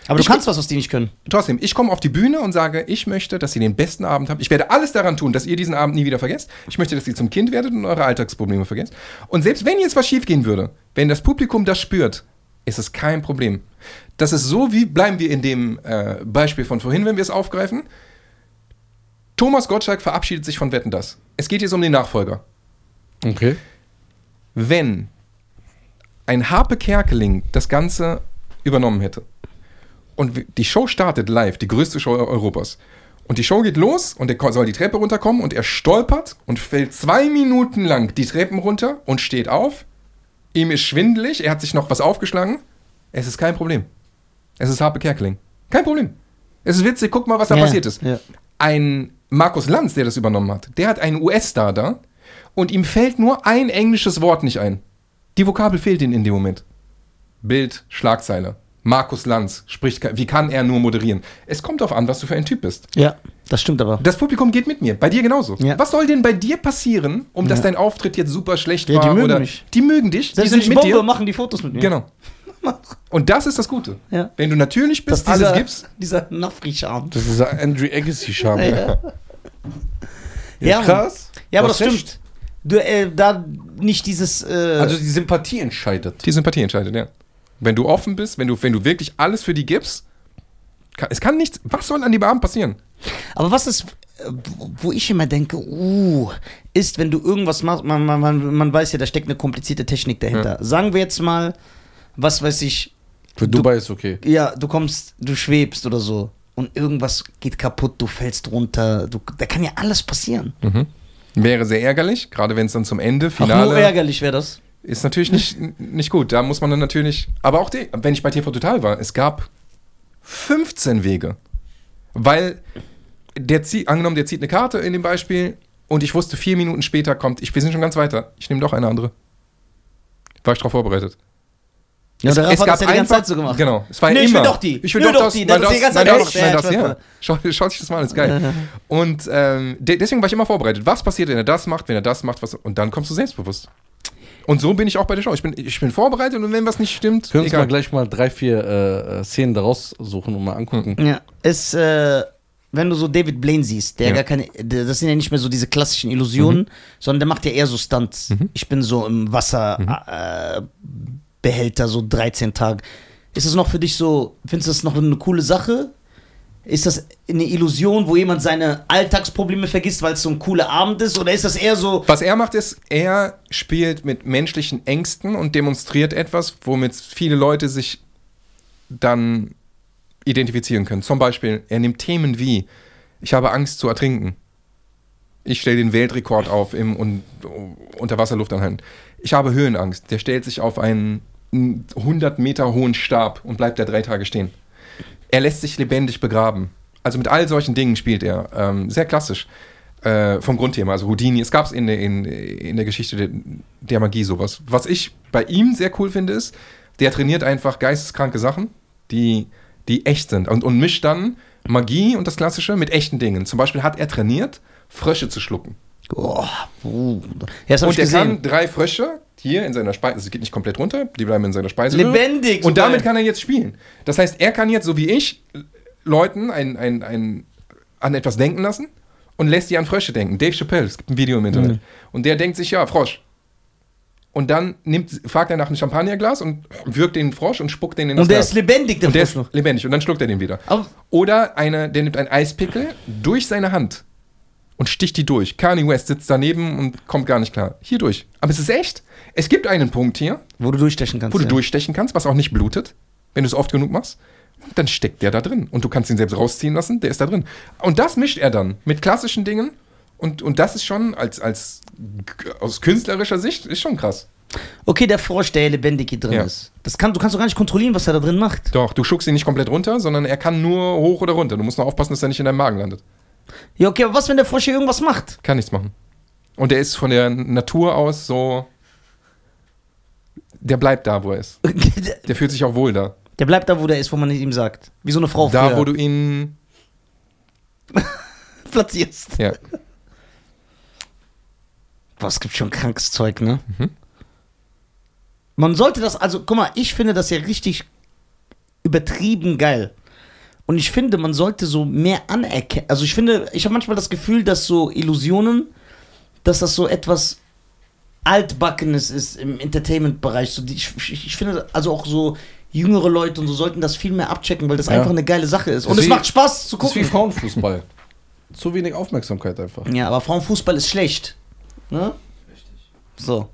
B: Aber du
C: Ich-
B: kannst was, was die nicht können.
C: Trotzdem, ich komme auf die Bühne und sage, ich möchte, dass ihr den besten Abend habt. Ich werde alles daran tun, dass ihr diesen Abend nie wieder vergesst. Ich möchte, dass ihr zum Kind werdet und eure Alltagsprobleme vergesst. Und selbst wenn jetzt was schiefgehen würde, wenn das Publikum das spürt, ist es kein Problem. Das ist so, wie bleiben wir in dem äh, Beispiel von vorhin, wenn wir es aufgreifen. Thomas Gottschalk verabschiedet sich von Wetten das. Es geht jetzt um den Nachfolger.
A: Okay.
C: Wenn ein Harpe Kerkeling das Ganze übernommen hätte und w- die Show startet live, die größte Show Europas. Und die Show geht los und er ko- soll die Treppe runterkommen und er stolpert und fällt zwei Minuten lang die Treppen runter und steht auf. Ihm ist schwindelig, er hat sich noch was aufgeschlagen. Es ist kein Problem. Es ist Harpe Kerkeling. Kein Problem. Es ist witzig, guck mal, was da
B: Ja,
C: passiert ist.
B: ja.
C: Ein Markus Lanz, der das übernommen hat, der hat einen US-Star da und ihm fällt nur ein englisches Wort nicht ein. Die Vokabel fehlt ihm in dem Moment. Bild, Schlagzeile. Markus Lanz spricht, ke- wie kann er nur moderieren? Es kommt darauf an, was du für ein Typ bist.
B: Ja, das stimmt aber.
C: Das Publikum geht mit mir, bei dir genauso.
B: Ja.
C: Was soll denn bei dir passieren, um dass
B: Ja.
C: dein Auftritt jetzt super schlecht
B: Ja,
C: war?
B: die mögen
C: oder
B: mich.
C: Die mögen dich,
B: Selbst
C: die
B: wenn ich bombe, machen die Fotos mit mir. [laughs]
C: Genau. Und das ist das Gute.
B: Ja.
C: Wenn du natürlich
B: Dass
C: bist, alles
B: dieser,
C: gibst.
B: dieser Nafri-Charme.
A: Das ist dieser Andrew Agassi-Charme.
B: Ja. Mann.
A: krass.
B: Ja, aber
A: Du hast
B: das stimmt. Du, äh, da nicht dieses. Äh,
A: Also die Sympathie entscheidet.
C: Die Sympathie entscheidet, ja. Wenn du offen bist, wenn du, wenn du wirklich alles für die gibst, kann, es kann nichts. Was soll an dem Abend passieren?
B: aber was ist, äh, wo ich immer denke, uh, ist, wenn du irgendwas machst, man, man, man, man weiß ja, da steckt eine komplizierte Technik dahinter. Sagen wir jetzt mal, was weiß ich,
A: Für Dubai ist okay.
B: ja, du kommst, du schwebst oder so und irgendwas geht kaputt, du fällst runter, du, da kann ja alles passieren.
C: Mhm. Wäre sehr ärgerlich, gerade wenn es dann zum Ende,
B: Ach, nur
C: Finale,
B: ärgerlich wäre das.
C: ist natürlich nicht, n- nicht gut. Da muss man dann natürlich, aber auch die, wenn ich bei TV Total war, es gab 15 Wege. Weil der zieht, angenommen, der zieht eine Karte in dem Beispiel und ich wusste, vier Minuten später kommt, ich, wir sind schon ganz weiter, ich nehme doch eine andere. War ich darauf vorbereitet.
B: Ja, der Raff hat das ja die ganze
C: einfach-
B: Zeit so gemacht.
C: Genau. Es war
B: Nee,
C: immer.
B: ich will doch die.
C: Ich will
B: Nö,
C: doch,
B: doch
C: das.
B: die.
C: Nein,
B: Das ist die ganze
C: nein,
B: Zeit
C: das,
B: echt.
C: nein,
B: Ja,
C: das,
B: ich weiß
C: ja.
B: voll.
C: Schau, schau dich das mal an,
B: [laughs]
C: ist geil. Und ähm, de deswegen war ich immer vorbereitet. Was passiert, wenn er das macht, wenn er das macht, was, und dann kommst du selbstbewusst. Und so bin ich auch bei der Show. Ich bin, ich bin vorbereitet und wenn was nicht stimmt,
A: Können Sie mal
C: egal.
A: gleich mal drei, vier äh, äh, Szenen daraus suchen und mal angucken.
B: Ja, ist, äh, wenn du so David Blaine siehst, der
C: Ja. Mhm.
B: gar keine, der, das sind ja nicht mehr so diese klassischen Illusionen, sondern der macht ja eher so Stunts. Ich bin so im
C: Mhm.
B: Wasserbehälter äh, Behälter so 13 Tage. Ist es noch für dich so, findest du das noch eine coole Sache? Ist das eine Illusion, wo jemand seine Alltagsprobleme vergisst, weil es so ein cooler Abend ist? Oder ist das eher so,
C: Was er macht, ist, er spielt mit menschlichen Ängsten und demonstriert etwas, womit viele Leute sich dann identifizieren können. Zum Beispiel, er nimmt Themen wie: Ich habe Angst zu ertrinken. Ich stelle den Weltrekord auf im un Unterwasserluft anhalten. Ich habe Höhenangst. Der stellt sich auf einen 100 Meter hohen Stab und bleibt da drei Tage stehen. Er lässt sich lebendig begraben. Also mit all solchen Dingen spielt er. Ähm, sehr klassisch. Äh, vom Grundthema. Also Houdini, es gab es in, der- in, in der Geschichte der, der Magie sowas. Was ich bei ihm sehr cool finde, ist, der trainiert einfach geisteskranke Sachen, die, die echt sind. Und, und mischt dann Magie und das Klassische mit echten Dingen. Zum Beispiel hat er trainiert, Frösche zu schlucken.
B: oh, uh, ja, das hab
C: Und
B: ich
C: er
B: gesehen.
C: kann drei Frösche hier in seiner Speise, es geht nicht komplett runter, die bleiben in seiner Speise.
B: Lebendig
C: Und
B: sogar.
C: damit kann er jetzt spielen. Das heißt, er kann jetzt, so wie ich, Leuten ein, ein, ein, an etwas denken lassen und lässt die an Frösche denken. Dave Chappelle, es gibt ein Video im Internet.
B: Mhm.
C: Und der denkt sich, ja, Frosch. Und dann nimmt, fragt er nach einem Champagnerglas und wirkt den Frosch und spuckt den in das
B: und der
C: Glas.
B: ist lebendig, der
C: und der
B: Frosch
C: ist
B: noch.
C: lebendig und dann schluckt er den wieder.
B: Aber-
C: Oder eine, der nimmt einen Eispickel durch seine Hand und sticht die durch. Kanye West sitzt daneben und kommt gar nicht klar. Hier durch. Aber es ist echt. Es gibt einen Punkt hier,
B: Wo du durchstechen kannst.
C: wo du
B: ja.
C: durchstechen kannst, was auch nicht blutet, wenn du es oft genug machst. Und dann steckt der da drin. Und du kannst ihn selbst rausziehen lassen, der ist da drin. Und das mischt er dann mit klassischen Dingen. Und, und das ist schon als, als aus künstlerischer Sicht ist schon krass.
B: Okay, der Frosch, der lebendig hier drin
C: Ja.
B: ist. Das kann, du kannst doch gar nicht kontrollieren, was er da drin macht.
C: Doch, du schuckst ihn nicht komplett runter, sondern er kann nur hoch oder runter. Du musst nur aufpassen, dass er nicht in deinem Magen landet.
B: Ja, okay, aber was, wenn der Frosch hier irgendwas
C: [laughs]
B: macht?
C: Kann nichts machen. Und er ist von der Natur aus so. Der bleibt da, wo er ist. Der fühlt sich auch wohl da.
B: Der bleibt da, wo der ist, wo man es ihm sagt. Wie so eine Frau
C: da,
B: früher.
C: wo du ihn.
B: [laughs] platzierst.
C: [laughs] Ja.
B: Boah, es gibt schon krankes Zeug, ne? Man sollte das, also guck mal, ich finde das ja richtig übertrieben geil. Und ich finde, man sollte so mehr anerkennen. Also ich finde, ich habe manchmal das Gefühl, dass so Illusionen, dass das so etwas altbackenes ist im Entertainment-Bereich. So, die- ich, ich, ich finde, also auch so jüngere Leute und so sollten das viel mehr abchecken, weil das
A: Ja.
B: einfach eine geile Sache ist. Und
A: Ist
B: es
A: wie-
B: macht Spaß zu
A: Das ist wie
B: gucken.
A: Frauenfußball. Zu wenig Aufmerksamkeit einfach.
B: Ja, aber Frauenfußball ist schlecht. Ne?
D: Richtig.
B: So.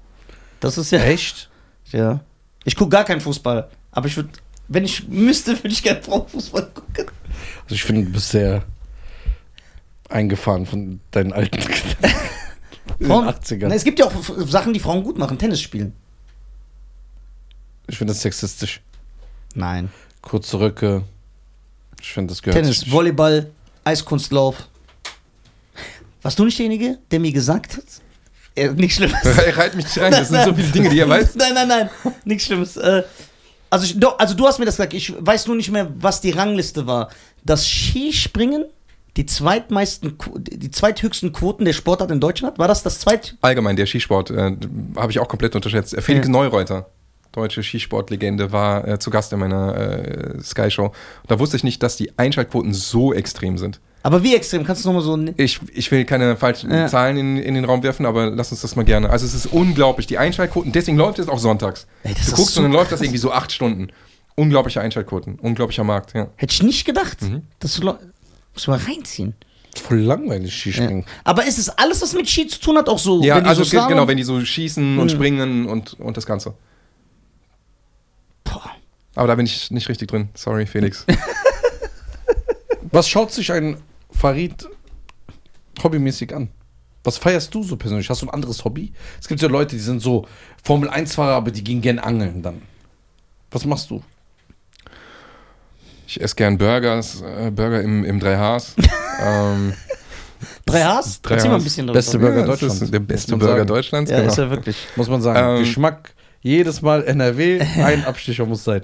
B: Das ist ja.
A: Echt?
B: Ja. Ich gucke gar keinen Fußball. Aber ich würde, wenn ich müsste, würde ich gerne Frauenfußball gucken.
A: Also ich finde, du bist sehr eingefahren von deinen alten Gedanken. In den
B: Frauen-
A: 80ern.
B: Na, es gibt ja auch F- F- Sachen, die Frauen gut machen. Tennis spielen.
A: Ich finde das sexistisch.
B: Nein.
A: Kurze Röcke. Ich finde, das gehört
B: Tennis,
A: sich-
B: Volleyball, Eiskunstlauf. Warst du nicht derjenige, der mir gesagt hat? Äh, nichts
A: [laughs]
B: Schlimmes.
C: Er reiht mich nicht rein. Das sind so viele Dinge, die er weiß.
B: Nein, nein, nein. Nichts Schlimmes. Äh, also, ich, doch, also du hast mir das gesagt. Ich weiß nur nicht mehr, was die Rangliste war. Das Skispringen, die zweitmeisten, Qu- die zweithöchsten Quoten der Sportart in Deutschland, war das das zweit...
C: Allgemein, der Skisport äh, habe ich auch komplett unterschätzt. Äh, Felix
B: Ja.
C: Neureuter, deutsche Skisportlegende, war äh, zu Gast in meiner äh, Sky-Show. Da wusste ich nicht, dass die Einschaltquoten so extrem sind.
B: Aber wie extrem? Kannst du nochmal so... ne-
C: Ich, ich will keine falschen
B: Ja.
C: Zahlen in, in den Raum werfen, aber lass uns das mal gerne. Also es ist unglaublich, die Einschaltquoten, deswegen läuft es auch sonntags.
B: Ey, das
C: du
B: ist
C: guckst
B: so
C: und dann läuft
B: krass.
C: das irgendwie so acht Stunden. Unglaubliche Einschaltquoten, unglaublicher Markt, ja.
B: Hätte ich nicht gedacht.
C: Mhm.
B: dass du Leu- Muss mal reinziehen.
A: Voll langweilig
B: Ja.
A: Skispringen.
B: Aber ist es alles, was mit Ski zu tun hat, auch so?
C: Ja,
B: wenn die
C: also
B: so
C: ge-
B: Slalom-
C: genau, wenn die so schießen und springen und, und das Ganze.
B: Boah.
C: Aber da bin ich nicht richtig drin. Sorry, Felix.
A: Was schaut sich ein Farid hobbymäßig an? Was feierst du so persönlich? Hast du ein anderes Hobby? Es gibt ja Leute, die sind so Formel-1-Fahrer, aber die gehen gern angeln dann. Was machst du?
C: Ich esse gern Burgers, äh, Burger im,
A: [laughs]
C: im 3Hs. ähm,
B: Drei Haars?
C: Drei
B: Erzähl mal ein
C: Haars.
B: bisschen
A: Beste Burger
C: das
A: Deutschlands,
C: ist Der beste
A: muss man
C: Burger
A: sagen.
C: Deutschlands,
B: Ja,
C: genau.
B: ist ja wirklich.
A: Muss man sagen.
C: Ähm.
A: Geschmack, jedes Mal NRW, ein Abstecher muss sein.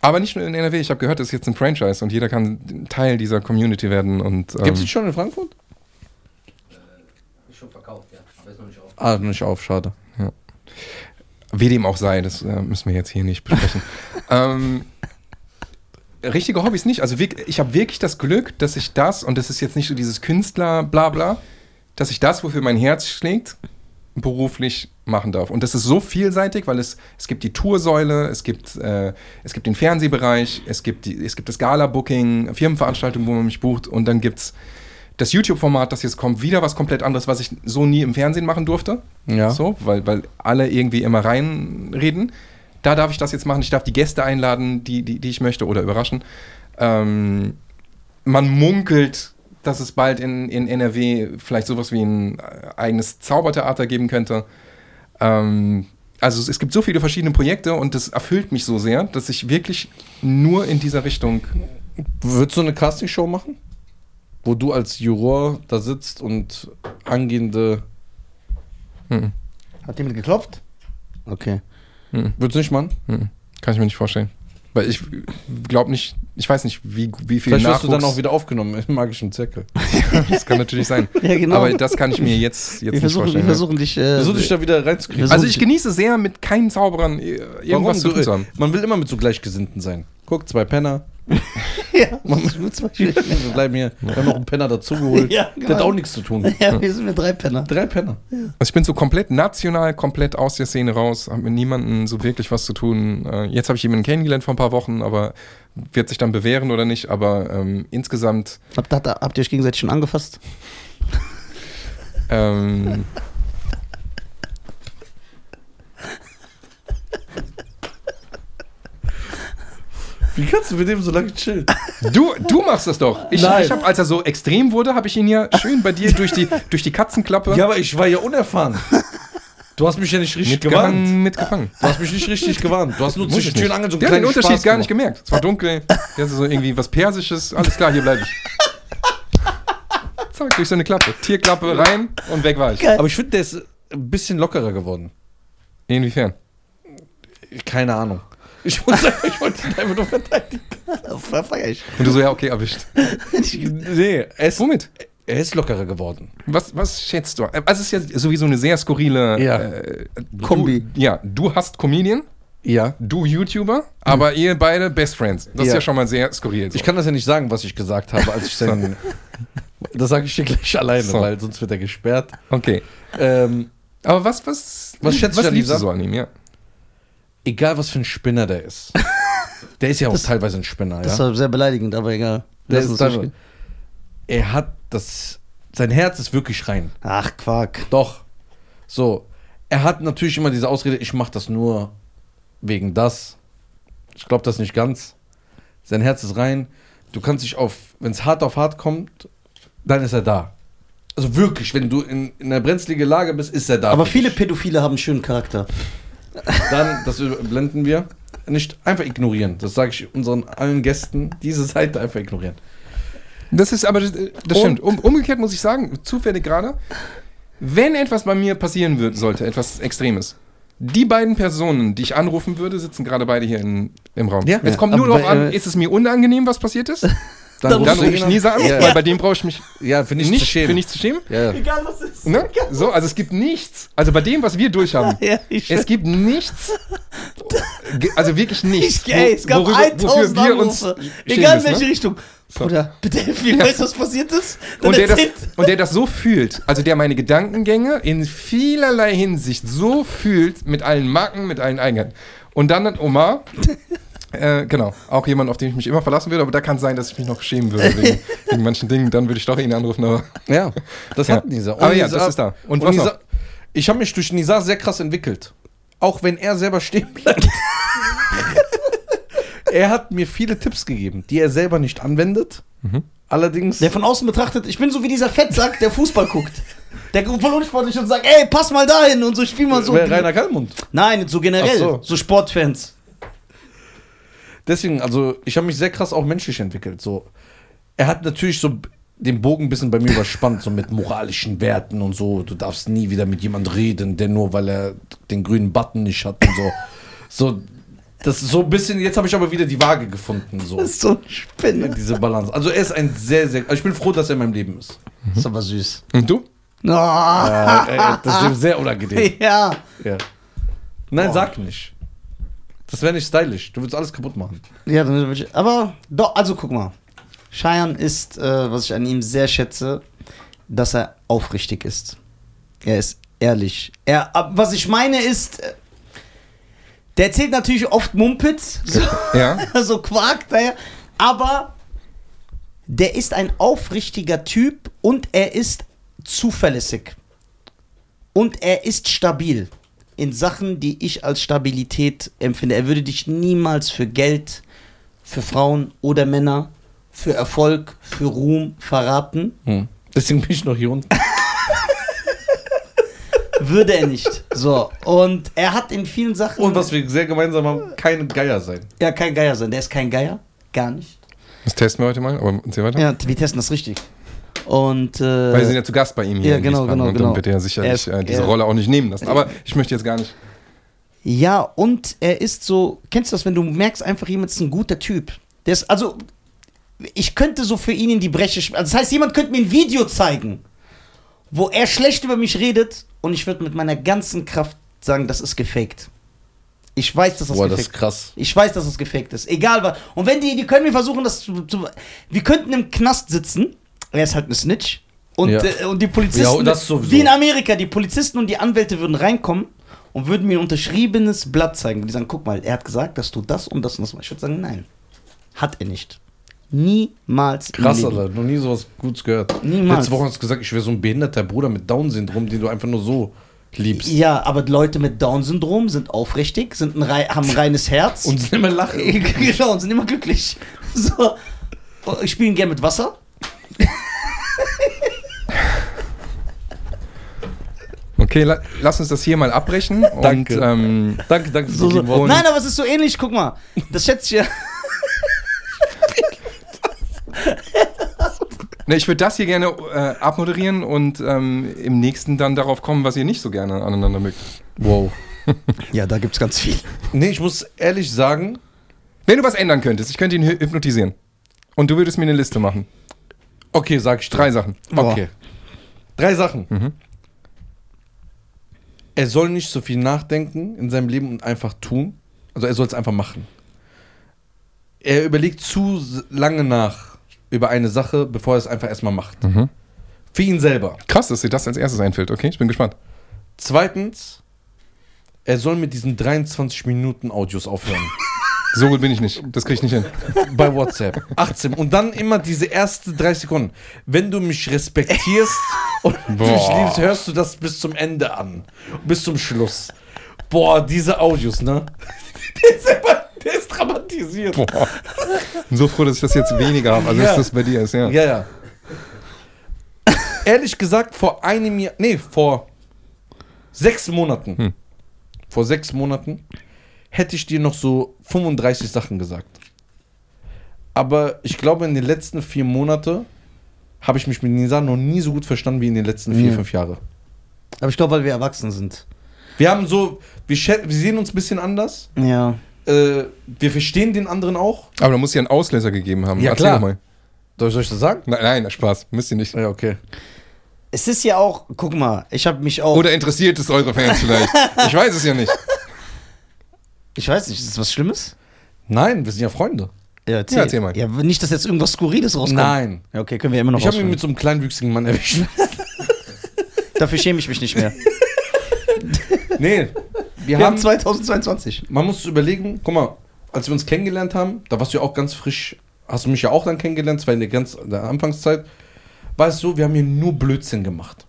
C: Aber nicht nur in NRW, ich habe gehört, das ist jetzt ein Franchise und jeder kann Teil dieser Community werden. Und, ähm,
A: Gibt es die schon in Frankfurt?
D: Ist schon verkauft, ja. Aber ist noch nicht auf.
A: Ah, nicht auf, schade.
C: Wie dem auch sei, das äh, müssen wir jetzt hier nicht besprechen. ähm, richtige Hobbys nicht. Also wirk- ich habe wirklich das Glück, dass ich das, und das ist jetzt nicht so dieses Künstler-Blabla, dass ich das, wofür mein Herz schlägt, beruflich machen darf. Und das ist so vielseitig, weil es, es gibt die Toursäule, es gibt, äh, es gibt den Fernsehbereich, es gibt, die, es gibt das Gala-Booking, Firmenveranstaltungen, wo man mich bucht und dann gibt es das YouTube-Format, das jetzt kommt, wieder was komplett anderes, was ich so nie im Fernsehen machen durfte.
A: Ja.
C: So, weil, weil alle irgendwie immer reinreden. Da darf ich das jetzt machen. Ich darf die Gäste einladen, die, die, die ich möchte oder überraschen. Ähm, man munkelt, dass es bald in, in NRW vielleicht sowas wie ein äh, eigenes Zaubertheater geben könnte. Ähm, also es- es gibt so viele verschiedene Projekte und das erfüllt mich so sehr, dass ich wirklich nur in dieser Richtung.
A: Würdest du eine Castingshow machen? Wo du als Juror da sitzt und angehende.
C: Mhm.
B: Hat jemand geklopft? Okay.
A: Würdest du nicht machen?
C: Mhm. Kann ich mir nicht vorstellen. Weil ich glaube nicht, ich weiß nicht, wie, wie viel
A: Vielleicht wirst
C: Nachwuchs. Äh,
A: du dann auch wieder aufgenommen im magischen Zirkel.
C: das kann natürlich sein.
B: [laughs] Ja, genau.
C: Aber das kann ich mir jetzt, jetzt
B: wir,
C: nicht
B: versuchen, wir
C: vorstellen. ne?
B: versuchen dich. Äh,
A: Versuch dich da wieder reinzukriegen.
B: versuchen-
C: also ich genieße sehr, mit keinen Zauberern äh, irgendwas zu
A: Warum?
C: tun zu
A: Du,
C: haben.
A: man will immer mit so Gleichgesinnten sein. Guck, zwei Penner.
C: [laughs]
B: [laughs] ja, das ist gut, zum Beispiel.
A: Wir bleiben hier. Wir haben noch einen Penner dazugeholt.
B: Ja,
A: Der hat
B: genau.
A: auch nichts zu tun.
B: [laughs] ja, wir sind mit drei Penner.
A: Drei Penner.
C: Also ich bin so komplett national, komplett aus der Szene raus, habe mit niemandem so wirklich was zu tun. Äh, Jetzt habe ich jemanden kennengelernt vor ein paar Wochen, aber wird sich dann bewähren oder nicht. Aber ähm, insgesamt
B: Habt, habt, habt ihr euch gegenseitig schon angefasst? [laughs]
C: ähm,
A: Wie kannst du mit dem so lange chillen?
C: Du, du machst das doch. Ich,
A: Nein.
C: ich habe, als er so extrem wurde, habe ich ihn ja schön bei dir durch die, durch die Katzenklappe
A: Ja, aber ich war ja unerfahren. Du hast mich ja nicht richtig gewarnt.
C: mitgefangen. mitgefangen.
A: Du hast mich nicht richtig gewarnt. Du hast nur
C: Muss
A: zwischen
C: ich
A: Tür
C: nicht.
A: und Angel so einen
C: Der hat den
A: kleinen
C: Unterschied
A: Spaß
C: gar nicht
A: gemacht.
C: gemerkt. Es
A: [laughs]
C: war dunkel. Der hatte so irgendwie was Persisches. Alles klar, hier bleibe ich. Zack, durch so eine Klappe. Tierklappe rein und weg war ich.
A: Aber ich finde, der ist ein bisschen lockerer geworden.
C: Inwiefern?
A: Keine Ahnung. Ich muss sagen, ich wollte ihn einfach nur verteidigen.
B: Oh, Feier ich.
C: Und du so, ja, okay, erwischt.
A: Nee, es,
C: Womit?
A: Er ist lockerer geworden.
C: Was, was schätzt du? Also es ist ja sowieso eine sehr skurrile
A: Ja.
C: äh,
B: Kombi.
C: Du, ja, du hast Comedian,
A: Ja.
C: du YouTuber, aber ihr beide Best Friends. Das ist
A: Mhm. Ja.
C: ja schon mal sehr skurril. so.
A: Ich kann das ja nicht sagen, was ich gesagt habe, als ich dann. das sage ich dir gleich alleine,
C: So.
A: weil sonst wird er gesperrt.
C: okay.
A: Ähm,
C: Aber was, was,
A: Was schätzt
C: was
A: du an
C: liebst du
A: Lisa?
C: so an ihm? Ja.
A: egal was für ein Spinner der ist. Der ist ja auch
B: Das-
A: teilweise ein Spinner,
B: Das
A: ja.
B: war sehr beleidigend, aber egal.
A: Der
B: Lass
A: ist
B: uns
A: teilweise,
B: durchgehen.
A: er hat das. Sein Herz ist wirklich rein.
B: Ach, Quark.
A: Doch. So. Er hat natürlich immer diese Ausrede, ich mache das nur wegen das. Ich glaube das nicht ganz. Sein Herz ist rein. Du kannst dich auf, wenn es hart auf hart kommt, dann ist er da. Also wirklich, wenn du in, in einer brenzligen Lage bist, ist er da.
B: Aber
A: für
B: viele
A: dich.
B: Pädophile haben einen schönen Charakter.
A: Dann, das blenden wir, nicht einfach ignorieren. Das sage ich unseren allen Gästen, diese Seite einfach ignorieren.
C: Das ist aber, das stimmt. Um, umgekehrt muss ich sagen, zufällig gerade, wenn etwas bei mir passieren wird, sollte, etwas Extremes, die beiden Personen, die ich anrufen würde, sitzen gerade beide hier in, im Raum.
A: Ja.
C: Jetzt kommt
A: Ja,
C: nur
A: aber
C: darauf an,
A: bei-
C: ist es mir unangenehm, was passiert ist?
A: Dann,
C: Dann
A: rufst du
C: rufe ich
A: ihn
C: Nisa an,
A: Ja,
C: weil bei dem brauche ich mich
A: ja finde ich
C: nicht,
A: zu schämen.
C: für nichts zu schämen.
A: ja. ja.
B: Egal was ist.
C: Ne? So, also es gibt nichts. Also bei dem, was wir durchhaben,
B: Ja, [laughs] ich
C: es gibt nichts. Ge- Also wirklich nichts.
B: Ich, ey, es gab
C: worüber-
B: 1000
C: wofür wir uns
B: Anrufe.
C: schämen
B: Egal in
C: müssen, ne?
B: welche Richtung. Bruder, bitte helf mir, weißt du, was passiert ist? Dann
C: Und der, das,
B: erzählt-
C: und der das so fühlt, also der meine Gedankengänge in vielerlei Hinsicht so fühlt, mit allen Macken, mit allen Eigenheiten. Und dann hat Omar, äh, genau, auch jemand, auf den ich mich immer verlassen würde, aber da kann es sein, dass ich mich noch schämen würde wegen, wegen manchen Dingen, dann würde ich doch ihn anrufen, aber
A: Ja, das
C: Ja.
A: hat Nisa.
C: Aber ja,
A: Nisa,
C: das ist da.
A: Und,
C: Und was
A: Nisa, ich habe mich durch Nisa sehr krass entwickelt. Auch wenn er selber stehen bleibt. er hat mir viele Tipps gegeben, die er selber nicht anwendet. Allerdings.
B: Der von außen betrachtet, ich bin so wie dieser Fettsack, der Fußball guckt. Der guckt voll unsportlich und sagt, ey, pass mal dahin und so spiel mal so.
A: Wer- Rainer Kallmund.
B: Nein, so generell,
A: Ach so.
B: so. Sportfans.
A: Deswegen, also ich habe mich sehr krass auch menschlich entwickelt. So, er hat natürlich so den Bogen ein bisschen bei mir überspannt, so mit moralischen Werten und so. Du darfst nie wieder mit jemand reden, der nur weil er den grünen Button nicht hat und so. So, das ist so ein bisschen. Jetzt habe ich aber wieder die Waage gefunden, so
B: Das ist so ein Spinner.
A: diese Balance. Also er ist ein sehr, sehr. Also ich bin froh, dass er in meinem Leben ist.
B: Das ist aber süß.
C: und du?
B: Oh, ja.
A: Äh, äh, das ist ihm sehr [laughs] unangenehm.
B: [laughs]
A: Ja. Nein,
B: Boah.
A: sag nicht. Das wäre nicht stylisch. Du würdest alles kaputt machen.
B: Ja, dann würd ich, aber doch, also guck mal. Cheyenne ist, äh, was ich an ihm sehr schätze, dass er aufrichtig ist. Er ist ehrlich. Er, ab- was ich meine ist, äh, der erzählt natürlich oft Mumpitz, so,
C: Ja.
B: [laughs] so Quark daher, aber der ist ein aufrichtiger Typ und er ist zuverlässig. Und er ist stabil in Sachen, die ich als Stabilität empfinde. Er würde dich niemals für Geld, für Frauen oder Männer, für Erfolg, für Ruhm verraten.
A: Hm. Deswegen bin ich noch hier unten.
B: Würde
A: [laughs]
B: er nicht. So. Und er hat in vielen Sachen.
A: Und was wir sehr gemeinsam haben, keine Geier sein.
B: Ja, kein Geier sein. Der ist kein Geier. Gar nicht.
C: Das testen wir heute mal, aber erzähl weiter.
B: Ja, wir testen das richtig. Und. Äh,
C: Weil wir sind ja zu Gast bei ihm hier.
B: ja,
C: in
B: genau,
C: Wiesbaden
B: genau,
C: und
B: genau.
C: dann wird er sicherlich
B: Er ist-
C: äh, diese
B: er-
C: Rolle auch nicht nehmen lassen. Aber ich möchte jetzt gar nicht.
B: Ja, und er ist so, kennst du das, wenn du merkst, einfach jemand ist ein guter Typ. Der ist, also, ich könnte so für ihn in die Breche sp- Also, das heißt, jemand könnte mir ein Video zeigen, wo er schlecht über mich redet und ich würde mit meiner ganzen Kraft sagen, das ist gefaked. Ich weiß, dass das
A: Boah, das ist
B: gefaked ist.
A: krass.
B: Ich weiß, dass das gefaked ist. Egal was. Und wenn die, die können wir versuchen, das zu, zu. Wir könnten im Knast sitzen. Er ist halt eine Snitch. Und,
A: Ja.
B: äh, und die Polizisten.
A: Ja, das sowieso.
B: Wie in Amerika, die Polizisten und die Anwälte würden reinkommen und würden mir ein unterschriebenes Blatt zeigen. Und die sagen: guck mal, er hat gesagt, dass du das und das und das machst. Ich würde sagen: nein. Hat er nicht. Niemals. im
A: Krass,
B: Leben.
A: Alter. Noch nie sowas Gutes gehört.
B: Niemals.
A: Letzte Woche hast du gesagt, ich wäre so ein behinderter Bruder mit Down-Syndrom, den du einfach nur so liebst.
B: Ja, aber Leute mit Down-Syndrom sind aufrichtig, sind ein, rei- haben ein reines Herz.
A: Und [laughs] sind immer lachen.
B: [laughs] genau, und sind immer glücklich. So. Oh, Ich spiele gerne mit Wasser.
C: Okay, la lass uns das hier mal abbrechen.
A: Danke.
C: Und, ähm,
A: Danke, danke für
B: So,
A: die
B: so.
A: lieben Worte.
B: Nein, aber es ist so ähnlich, guck mal. Das schätze ich ja.
C: Ne, ich würde das hier gerne äh, abmoderieren und ähm, im nächsten dann darauf kommen, was ihr nicht so gerne aneinander mögt.
A: Wow.
B: [laughs] Ja, da gibt's ganz viel.
A: Nee, ich muss ehrlich sagen,
C: Wenn du was ändern könntest, ich könnte ihn hy- hypnotisieren. Und du würdest mir eine Liste machen.
A: Okay, sag ich
C: Drei Sachen.
B: Boah.
A: Okay. Drei Sachen. Er soll nicht so viel nachdenken in seinem Leben und einfach tun. Also er soll es einfach machen. Er überlegt zu s- lange nach über eine Sache, bevor er es einfach erstmal macht. Für ihn selber.
C: Krass, dass dir das als erstes einfällt. Okay, ich bin gespannt.
A: Zweitens, er soll mit diesen 23 Minuten Audios aufhören.
C: So gut bin ich nicht. Das krieg ich nicht hin.
A: bei WhatsApp. 18. Und dann immer diese erste 30 Sekunden. Wenn du mich respektierst [laughs] und mich
C: Boah.
A: liebst, hörst du das bis zum Ende an. Bis zum Schluss. Boah, diese Audios, ne? [laughs] Der ist, immer, der ist dramatisiert.
C: Boah. Bin so froh, dass ich das jetzt weniger habe. Also,
A: Ja.
C: dass das bei dir ist, ja.
A: Ja, ja. Ehrlich gesagt, vor einem Jahr, nee, vor sechs Monaten,
C: Hm.
A: vor sechs Monaten hätte ich dir noch so 35 Sachen gesagt. Aber ich glaube, in den letzten vier Monaten habe ich mich mit Nisa noch nie so gut verstanden wie in den letzten vier,
B: Ja.
A: fünf Jahren.
B: Aber ich glaube, weil wir erwachsen sind.
A: Wir haben so, wir, schä- wir sehen uns ein bisschen anders.
B: Ja.
A: Äh, wir verstehen den anderen auch.
C: Aber da muss ja einen Auslöser gegeben haben.
A: Ja,
C: Erzähl
A: klar.
C: doch Mal.
A: Soll ich euch das sagen?
C: Nein, nein, Spaß. Müsst ihr nicht.
A: Ja, okay.
B: Es ist ja auch, guck mal, ich habe mich auch.
C: Oder interessiert es eure Fans vielleicht? Ich weiß es ja nicht.
B: ich weiß nicht, ist das was Schlimmes?
A: Nein, wir sind ja Freunde.
B: Ja,
C: Ja, erzähl mal.
B: Ja, nicht, dass jetzt irgendwas Skurriles rauskommt.
A: Nein.
B: Ja, okay, können wir immer noch
A: Ich habe ihn
B: rausfinden.
A: mit so einem kleinwüchsigen Mann [laughs] erwischt.
B: Dafür schäme ich mich nicht [laughs] mehr. Wir,
A: Nee, wir,
B: haben [laughs]
A: haben,
B: 2022.
A: man muss überlegen, guck mal, als wir uns kennengelernt haben, da warst du ja auch ganz frisch, hast du mich ja auch dann kennengelernt, zwar in der ganz der Anfangszeit, war es so, wir haben hier nur Blödsinn gemacht.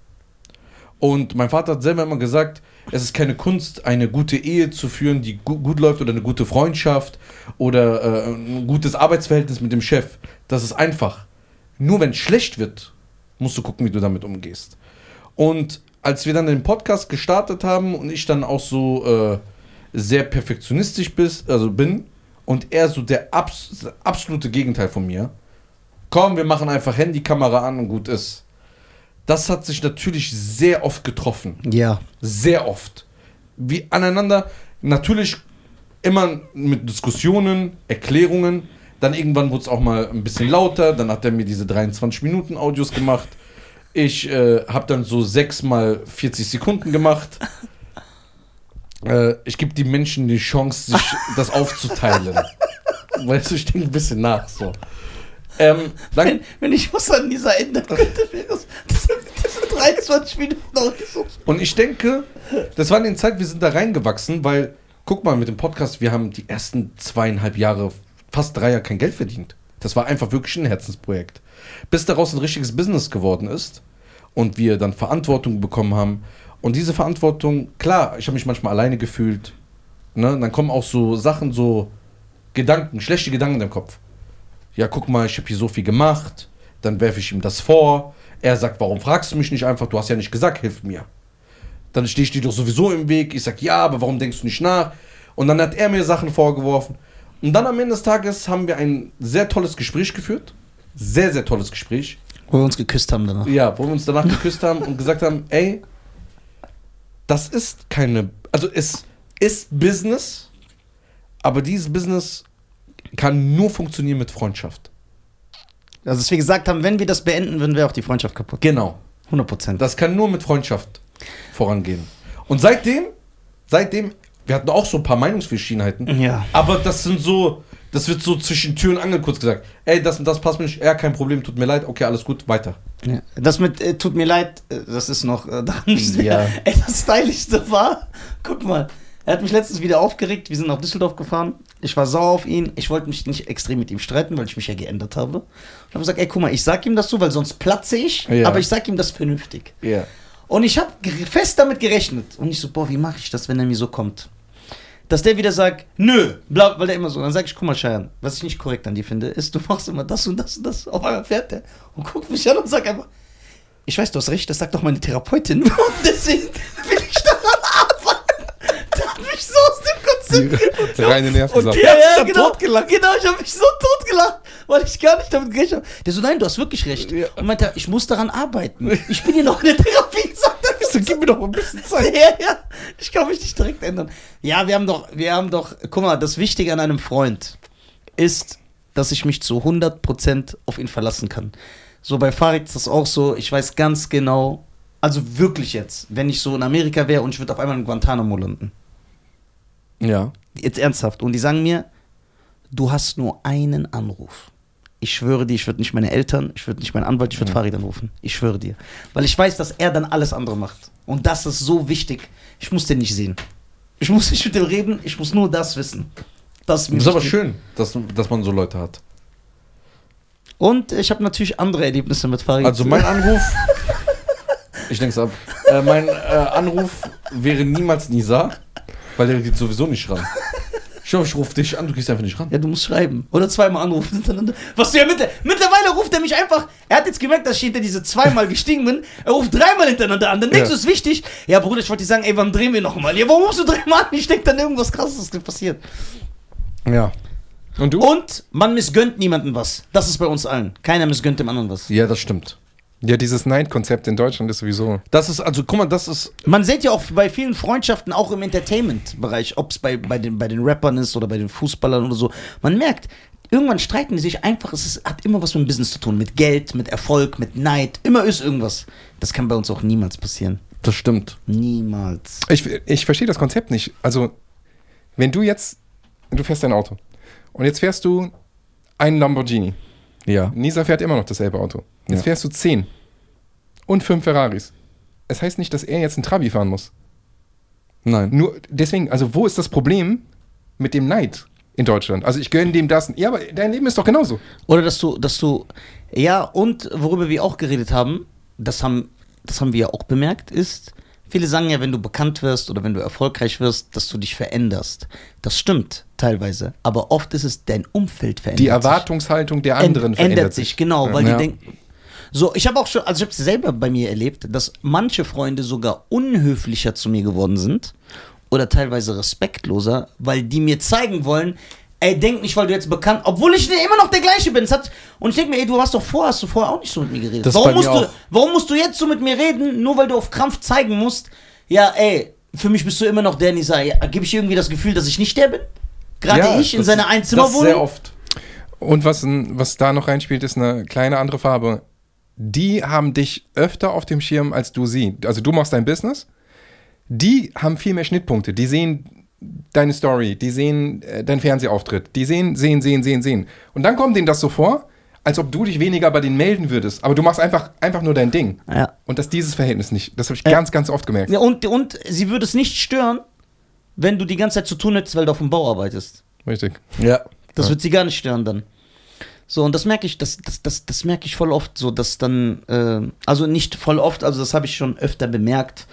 A: Und mein Vater hat selber immer gesagt, es ist keine Kunst, eine gute Ehe zu führen, die gu gut läuft oder eine gute Freundschaft oder äh, ein gutes Arbeitsverhältnis mit dem Chef. Das ist einfach. Nur wenn es schlecht wird, musst du gucken, wie du damit umgehst. Und als wir dann den Podcast gestartet haben und ich dann auch so äh, sehr perfektionistisch bis, also bin und er so der abs absolute Gegenteil von mir, komm, wir machen einfach Handykamera an und gut ist. Das hat sich natürlich sehr oft getroffen.
B: Ja.
A: Sehr oft. Wie aneinander, natürlich immer mit Diskussionen, Erklärungen. Dann irgendwann wurde es auch mal ein bisschen lauter. Dann hat er mir diese 23 Minuten Audios gemacht. Ich äh, habe dann so sechs mal 40 Sekunden gemacht. Äh, ich gebe den Menschen die Chance, sich das aufzuteilen. Weißt du, ich denke ein bisschen nach. So. Ähm, dann,
B: Wenn, wenn ich was an dieser Ende könnte, wäre es das sind- das sind 23 Minuten noch so.
A: Und ich denke, das war in der Zeit, wir sind da reingewachsen, weil, guck mal, mit dem Podcast, wir haben die ersten zweieinhalb Jahre, fast drei Jahre kein Geld verdient. Das war einfach wirklich ein Herzensprojekt. Bis daraus ein richtiges Business geworden ist und wir dann Verantwortung bekommen haben. Und diese Verantwortung, klar, ich habe mich manchmal alleine gefühlt. Ne? Und dann kommen auch so Sachen, so Gedanken, schlechte Gedanken im Kopf ja, guck mal, ich habe hier so viel gemacht, dann werfe ich ihm das vor. Er sagt, warum fragst du mich nicht einfach, du hast ja nicht gesagt, hilf mir. Dann stehe ich dir doch sowieso im Weg. Ich sag, ja, aber warum denkst du nicht nach? Und dann hat er mir Sachen vorgeworfen. Und dann am Ende des Tages haben wir ein sehr tolles Gespräch geführt. Sehr, sehr tolles Gespräch.
B: Wo wir uns geküsst haben danach.
A: Ja, wo wir uns danach geküsst haben und gesagt haben, ey, das ist keine, also es ist Business, aber dieses Business kann nur funktionieren mit Freundschaft.
B: Also, dass wir gesagt haben, wenn wir das beenden, würden wir auch die Freundschaft kaputt.
A: Genau.
B: 100 Prozent.
A: Das kann nur mit Freundschaft vorangehen. Und seitdem, seitdem, wir hatten auch so ein paar Meinungsverschiedenheiten,
B: Ja.
A: aber das sind so, das wird so zwischen Tür und Angel kurz gesagt. Ey, das und das passt mir nicht, ja, kein Problem, tut mir leid, okay, alles gut, weiter.
B: Ja. Das mit, äh, tut mir leid, äh, das ist noch, äh, daran müssen
A: Ja.
B: wir, [laughs] ey, das Stylischste war, guck mal, er hat mich letztens wieder aufgeregt, wir sind nach Düsseldorf gefahren, ich war sauer auf ihn, ich wollte mich nicht extrem mit ihm streiten, weil ich mich ja geändert habe. Und habe gesagt, ey, guck mal, ich sag ihm das so, weil sonst platze ich,
A: Ja.
B: aber ich sag ihm das vernünftig.
A: Ja.
B: Und ich habe fest damit gerechnet. Und ich so, boah, wie mache ich das, wenn er mir so kommt? Dass der wieder sagt, nö, bla, weil der immer so. Dann sage ich, guck mal, Scheiern, was ich nicht korrekt an dir finde, ist, du machst immer das und das und das. Auf einmal fährt der und guckt mich an und sagt einfach, ich weiß, du hast recht, das sagt doch meine Therapeutin. [laughs] Und deswegen will ich daran arbeiten. Der hat mich so aus dem Konzept gebracht.
C: Reine
B: Und
C: Nervensache.
B: der hat ja, genau, genau, ich habe mich so totgelacht, weil ich gar nicht damit gerechnet habe. Der so, nein, du hast wirklich recht. Und meinte, ich muss daran arbeiten. Ich bin hier noch in der Therapie, [laughs] sagt er. Ich so, gib mir doch ein bisschen Zeit. Ja, ja, ich kann mich nicht direkt ändern. Ja, wir haben doch, wir haben doch, guck mal, das Wichtige an einem Freund ist, dass ich mich zu 100% auf ihn verlassen kann. So bei Farid ist das auch so. Ich weiß ganz genau, also wirklich jetzt, wenn ich so in Amerika wäre und ich würde auf einmal in Guantanamo landen.
A: Ja.
B: Jetzt ernsthaft. Und die sagen mir, du hast nur einen Anruf. Ich schwöre dir, ich würde nicht meine Eltern, ich würde nicht meinen Anwalt, ich würde Farid anrufen. Ich schwöre dir. Weil ich weiß, dass er dann alles andere macht. Und das ist so wichtig. Ich muss den nicht sehen. Ich muss nicht mit dem reden, ich muss nur das wissen. Das ist, mir
A: Ist aber
B: wichtig.
A: schön, dass, dass man so Leute hat.
B: Und ich habe natürlich andere Erlebnisse mit Farid.
A: Also mein
B: [laughs]
A: Anruf. ich denke es ab. Äh, mein äh, Anruf wäre niemals Nisa, weil der geht sowieso nicht ran. Ich hoffe, ich rufe dich an, du gehst einfach nicht ran.
B: Ja, du musst schreiben. Oder zweimal anrufen [laughs] hintereinander. Was du ja mitte mittlerweile ruft er mich einfach. Er hat jetzt gemerkt, dass ich hinter diese zweimal gestiegen bin. Er ruft dreimal hintereinander an. Dann denkst
A: Ja.
B: du, ist wichtig. Ja, Bruder, ich wollte dir sagen, ey, wann drehen wir nochmal? Ja, warum rufst du dreimal an? Ich denke, dann irgendwas krasses ist passiert.
C: Ja. Und du?
B: Und man missgönnt niemandem was. Das ist bei uns allen. Keiner missgönnt dem anderen was.
A: Ja, das stimmt.
C: Ja, dieses Neidkonzept in Deutschland ist sowieso.
A: Das ist, also guck mal, das ist.
B: Man sieht ja auch bei vielen Freundschaften, auch im Entertainment-Bereich, ob es bei, bei, den, bei den Rappern ist oder bei den Fußballern oder so, man merkt, irgendwann streiten die sich einfach, es ist, hat immer was mit dem Business zu tun, mit Geld, mit Erfolg, mit Neid, immer ist irgendwas. Das kann bei uns auch niemals passieren.
A: Das stimmt.
B: Niemals.
C: Ich, ich verstehe das Konzept nicht. Also, wenn du jetzt, du fährst dein Auto und jetzt fährst du einen Lamborghini.
A: Ja.
C: Nisa fährt immer noch dasselbe Auto. Jetzt
A: Ja.
C: fährst du zehn und fünf Ferraris. Es heißt nicht, dass er jetzt einen Trabi fahren muss.
A: Nein.
C: Nur deswegen, also wo ist das Problem mit dem Neid in Deutschland? Also ich gönne dem das. Ja, aber dein Leben ist doch genauso.
B: Oder dass du, dass du, ja, und worüber wir auch geredet haben, das haben, das haben wir ja auch bemerkt, ist, viele sagen ja, wenn du bekannt wirst oder wenn du erfolgreich wirst, dass du dich veränderst. Das stimmt teilweise, aber oft ist es dein Umfeld verändert.
C: Die
B: sich.
C: Erwartungshaltung der anderen
B: Änd- ändert sich, genau, weil
A: Ja.
B: die denken. So, ich habe auch schon, also ich habe es selber bei mir erlebt, dass manche Freunde sogar unhöflicher zu mir geworden sind oder teilweise respektloser, weil die mir zeigen wollen, ey, denk nicht, weil du jetzt bekannt, obwohl ich immer noch der gleiche bin. Es hat, und ich denke mir, ey, du hast doch vorher, hast du vorher auch nicht so mit mir geredet.
A: Das ist
B: warum,
A: bei mir
B: musst du,
A: auch.
B: warum musst du jetzt so mit mir reden, nur weil du auf Krampf zeigen musst, ja, ey, für mich bist du immer noch der Nisa. Ja, Gebe ich irgendwie das Gefühl, dass ich nicht der bin? Gerade
A: Ja,
B: ich in
A: das-
B: seiner
A: Das sehr
B: Einzimmerwohnung?
A: oft.
C: Und was, was da noch reinspielt, ist eine kleine andere Farbe. Die haben dich öfter auf dem Schirm als du sie. Also du machst dein Business. Die haben viel mehr Schnittpunkte. Die sehen deine Story, die sehen äh, deinen Fernsehauftritt, die sehen, sehen, sehen, sehen, sehen. Und dann kommt denen das so vor, als ob du dich weniger bei denen melden würdest. Aber du machst einfach, einfach nur dein Ding.
B: Ja.
C: Und dass dieses Verhältnis nicht, das habe ich ganz, ganz oft gemerkt.
B: Ja, und, und sie würde es nicht stören, wenn du die ganze Zeit zu tun hättest, weil du auf dem Bau arbeitest.
C: Richtig.
A: Ja.
B: Das wird sie gar nicht stören dann. So, und das merke ich, das, das, das, das merke ich voll oft, so dass dann, äh, also nicht voll oft, also das habe ich schon öfter bemerkt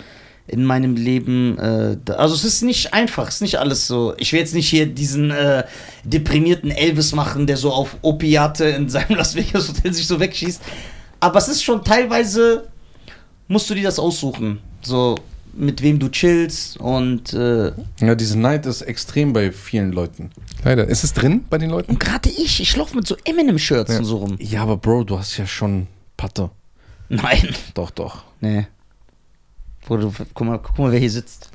B: in meinem Leben. Äh, da, also es ist nicht einfach, es ist nicht alles so. Ich will jetzt nicht hier diesen äh, deprimierten Elvis machen, der so auf Opiate in seinem Las Vegas Hotel sich so wegschießt. Aber es ist schon teilweise, musst du dir das aussuchen, so mit wem du chillst und äh,
A: Ja, diese Neid ist extrem bei vielen Leuten.
C: Leider. Ist es drin bei den Leuten?
B: und gerade ich, ich laufe mit so Eminem-Shirts und so rum.
A: Ja, aber Bro, du hast ja schon Patte.
B: Nein.
A: Doch, doch.
B: Nee. Bruder, guck mal, guck mal, wer hier sitzt.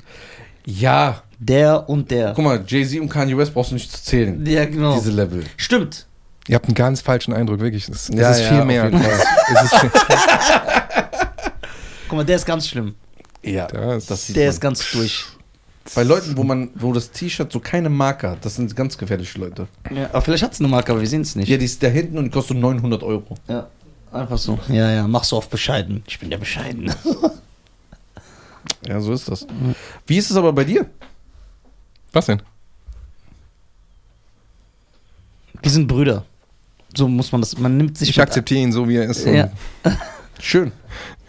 A: Ja.
B: Der und der.
A: Guck mal, Jay-Z und Kanye West brauchst du nicht zu zählen.
B: Ja, genau.
A: Diese Level.
B: Stimmt.
C: Ihr habt einen ganz falschen Eindruck, wirklich. Es, es
A: Ja,
C: ist
A: ja,
C: viel
A: auf
C: mehr.
A: jeden Fall.
C: Es ist viel,
B: Guck mal, der ist ganz schlimm.
A: Ja.
C: Das-
A: sieht
B: Der
A: man.
B: ist ganz durch.
A: Bei Leuten, wo man, wo das T-Shirt so keine Marke hat, das sind ganz gefährliche Leute.
B: Ja, aber vielleicht hat's eine Marke, aber wir sehen es nicht.
A: Ja, die ist da hinten und die kostet 900 Euro.
B: Ja, Einfach so. Ja, ja, mach so auf bescheiden. Ich bin ja bescheiden.
A: Ja, so ist das. Wie ist es aber bei dir?
C: was denn?
B: [laughs] Wir sind Brüder. So muss man das. Man nimmt sich.
C: Ich akzeptiere ihn so, wie er ist. und-
B: Ja.
A: Schön.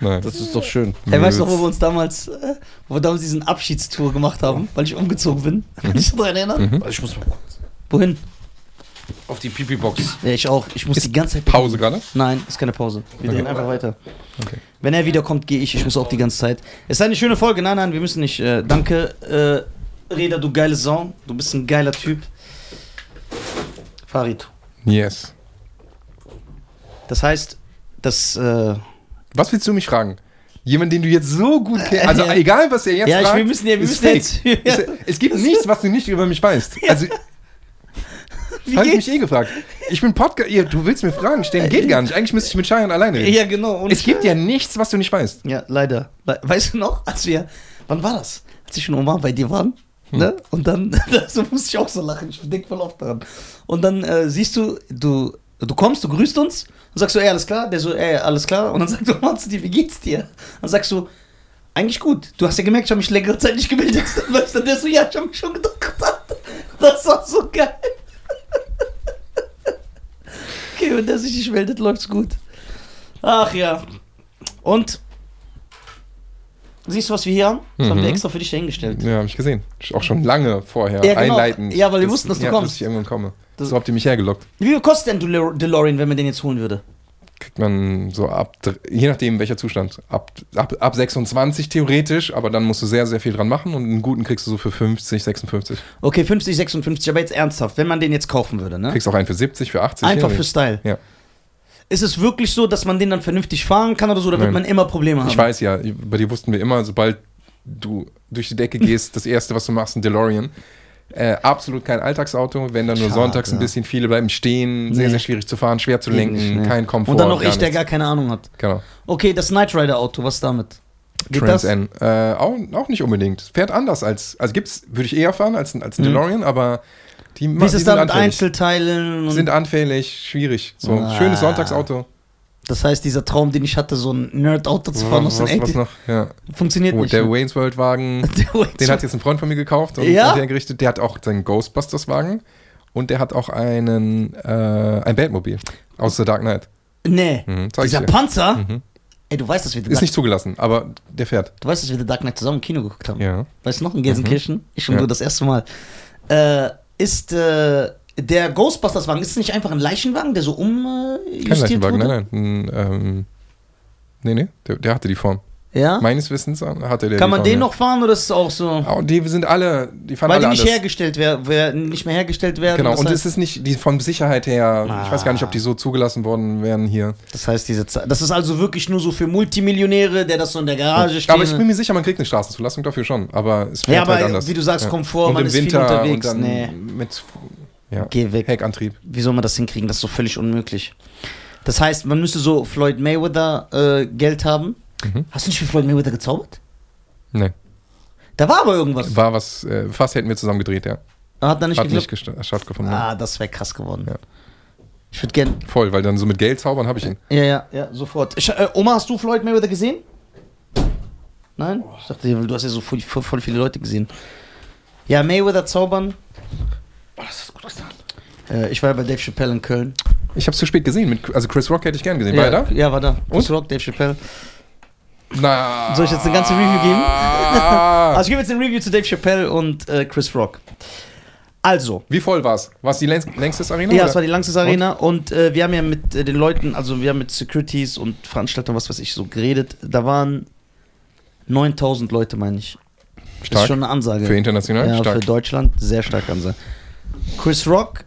C: Nein.
A: Das ist doch schön.
B: Er weiß
C: Nö.
B: noch, wo wir uns damals, äh, wo wir damals diesen Abschiedstour gemacht haben, weil ich umgezogen bin. Kann ich dich daran erinnern?
C: Mhm.
A: Also ich muss mal kurz
B: Wohin?
A: auf die Pipi-Box.
B: Ja, ich auch. Ich muss die ganze Zeit
C: Pause gerade?
B: Nein, ist keine Pause. Wir
C: Okay.
B: drehen einfach weiter.
C: Okay.
B: Wenn er wiederkommt, gehe ich. Ich muss auch die ganze Zeit. Es ist eine schöne Folge. Nein, nein, wir müssen nicht. Äh, danke, äh, Reda, du geile Sau. Du bist ein geiler Typ. Farid.
C: Yes.
B: Das heißt, das. Äh,
C: Was willst du mich fragen? Jemand, den du jetzt so gut
B: [laughs]
C: kennst. Also
B: Ja.
C: egal, was er jetzt
B: ja, ich,
C: fragt,
B: wir müssen ja, wir
C: ist
B: müssen
C: fake. [laughs]
B: jetzt.
C: Ist, es gibt nichts, was du nicht über mich weißt. Also,
B: Wie
C: habe ich
B: geht's?
C: mich eh gefragt. Ich bin Podcast. ihr- Du willst mir Fragen stellen? Geht gar nicht. Eigentlich müsste ich mit Cheyenne alleine reden.
B: [laughs] Ja, genau. ohne
C: es gibt
B: Scheiß.
C: ja nichts, was du nicht weißt.
B: Ja, leider. Le- Weißt du noch, als wir, wann war das? Als ich und Oma bei dir waren, ne? Und dann, [laughs] so musste ich auch so lachen, ich denk voll oft daran. Und dann äh, siehst du, du, du kommst, du grüßt uns, und sagst so, ey, alles klar? Der so, ey, alles klar? Und dann [laughs] sagt Oma zu dir, wie geht's dir? Dann sagst du, eigentlich gut. Du hast ja gemerkt, ich habe mich längere Zeit nicht gemeldet. [laughs] Dann weißt du, der so, ja, ich habe mich schon gedacht. [laughs] Das war so geil. [laughs] Okay, wenn der sich nicht meldet, läuft's gut. Ach ja. Und siehst du, was wir hier haben? Das haben wir
C: Mhm.
B: extra für dich dahingestellt.
C: Ja, habe ich gesehen. Auch schon lange vorher.
B: Ja, genau.
C: Einleitend.
B: Ja, weil wir wussten, dass du
C: ja,
B: kommst.
C: Dass ich irgendwann komme.
B: Das-
C: so habt ihr mich hergelockt.
B: Wie viel kostet denn Delo- DeLorean, wenn man den jetzt holen würde?
C: Kriegt man so ab, je nachdem welcher Zustand, ab, ab, ab 26 theoretisch, aber dann musst du sehr, sehr viel dran machen und einen guten kriegst du so für 50, 56.
B: Okay, 50, 56, aber jetzt ernsthaft, wenn man den jetzt kaufen würde, ne?
C: Kriegst auch einen für 70, für 80.
B: Einfach
C: Ja,
B: für Style.
C: Ja.
B: Ist es wirklich so, dass man den dann vernünftig fahren kann oder so? Da wird
C: Nein.
B: man immer Probleme haben.
C: Ich weiß ja, bei dir wussten wir immer, sobald du durch
B: [laughs]
C: die Decke gehst, das erste, was du machst, ein DeLorean. Äh, absolut kein Alltagsauto, wenn dann nur
B: Schade.
C: sonntags ein bisschen viele bleiben stehen, sehr,
B: Nee.
C: sehr schwierig zu fahren, schwer zu
B: Geht
C: lenken,
B: nicht, ne?
C: kein Komfort.
B: Und dann noch
C: gar
B: ich, der
C: nichts.
B: gar keine Ahnung hat.
C: Genau.
B: Okay, das Knight Rider Auto, was damit? Geht
C: Trans
B: das?
C: N. Äh, auch, auch nicht unbedingt. Fährt anders als, also gibt's, würde ich eher fahren als, ein- als ein DeLorean, aber die,
B: Mhm. Wie ist
C: die
B: es da mit
C: anfällig.
B: Einzelteilen? Und
C: sind anfällig, schwierig. So ein
B: Ah.
C: schönes Sonntagsauto.
B: das heißt, dieser Traum, den ich hatte, so ein Nerd-Auto zu fahren, aus
C: Was,
B: den 80
C: was, was noch? Ja.
B: funktioniert
C: Oh,
B: nicht.
C: der
B: ne?
C: Wayne's World Wagen,
B: [laughs] Der Wayne
C: den
B: so-
C: hat jetzt ein Freund von mir gekauft und
B: Ja?
C: hat hergerichtet. Der hat auch seinen Ghostbusters Wagen und der hat auch einen äh, ein Batmobil aus The Dark Knight.
B: Nee,
C: Mhm, zeig ich
B: dieser
C: dir.
B: Panzer.
C: Mhm.
B: Ey, du weißt, dass wir The
C: Ist
B: Dark,
C: nicht zugelassen, aber der fährt.
B: du weißt, dass wir The Dark Knight zusammen im Kino geguckt haben.
C: Ja.
B: Weißt du noch, in Gelsenkirchen? Ich und
C: Mhm. Ja.
B: du das erste Mal. Äh, ist äh, der Ghostbusters-Wagen, ist es nicht einfach ein Leichenwagen, der so
C: Kein
B: umjustiert äh,
C: Leichenwagen,
B: wurde?
C: nein, nein. Ein, ähm, nee, nee, der, der hatte die Form.
B: Ja?
C: Meines Wissens hatte der
B: Ah. Kann
C: die
B: man
C: Form,
B: den
C: ja.
B: noch fahren oder ist es auch so?
C: Oh, die sind alle, die fahren
B: Weil die
C: alle
B: nicht
C: anders.
B: hergestellt werden, wer, nicht mehr hergestellt werden.
C: Genau,
B: das
C: und
B: heißt, Ah.
C: es ist nicht, die von Sicherheit her, ich weiß gar nicht, ob die so zugelassen worden wären hier.
B: Das heißt, diese Zeit. Das ist also wirklich nur so für Multimillionäre, der das so in der Garage steht.
C: aber ich bin mir sicher, man kriegt eine Straßenzulassung dafür schon, aber es fährt
B: Ah, ja, aber
C: halt anders.
B: wie du sagst,
C: Ja.
B: Komfort, man ist viel unterwegs.
C: und dann
B: nee.
C: mit ja,
B: Geh weg.
C: Heckantrieb.
B: Wie soll man das hinkriegen? Das ist so völlig unmöglich. Das heißt, man müsste so Floyd Mayweather äh, Geld haben.
C: Mhm.
B: Hast du nicht für Floyd Mayweather gezaubert?
C: Nee,
B: Da war aber irgendwas.
C: war was, äh, fast hätten wir zusammen gedreht, ja.
B: Hat da nicht
C: Hat nicht
B: geklappt.
C: gesta- stattgefunden.
B: Ah, das wäre krass geworden.
C: Ja.
B: Ich würde gern.
C: Voll, weil dann so mit Geld zaubern habe ich ihn.
B: Ja, ja, ja, sofort. Ich, äh, Oma, hast du Floyd Mayweather gesehen? Nein? Ich dachte, du hast ja so voll, voll, voll viele Leute gesehen. Ja, Mayweather zaubern. Äh, ich war ja bei Dave Chappelle in Köln.
C: Ich habe es zu spät gesehen, mit, also Chris Rock hätte ich gern gesehen. War er da?
B: Ja, ja, war da. Chris Rock, Dave Chappelle.
C: Na.
B: Soll ich jetzt eine ganze Review geben?
C: [laughs] geben? Ah.
B: Also ich gebe jetzt ein Review zu Dave Chappelle und äh, Chris Rock. Also,
C: wie voll war's? War's die längst, längstes Arena?
B: ja,
C: oder?
B: es war die Lanxess Arena und äh, wir haben ja mit äh, den Leuten, also wir haben mit Securities und Veranstaltern, was weiß ich, so geredet. Da waren 9000 Leute, meine ich. Das
C: stark.
B: ist schon eine Ansage.
C: für international
B: ja,
C: stark.
B: für Deutschland sehr stark an sein. Chris Rock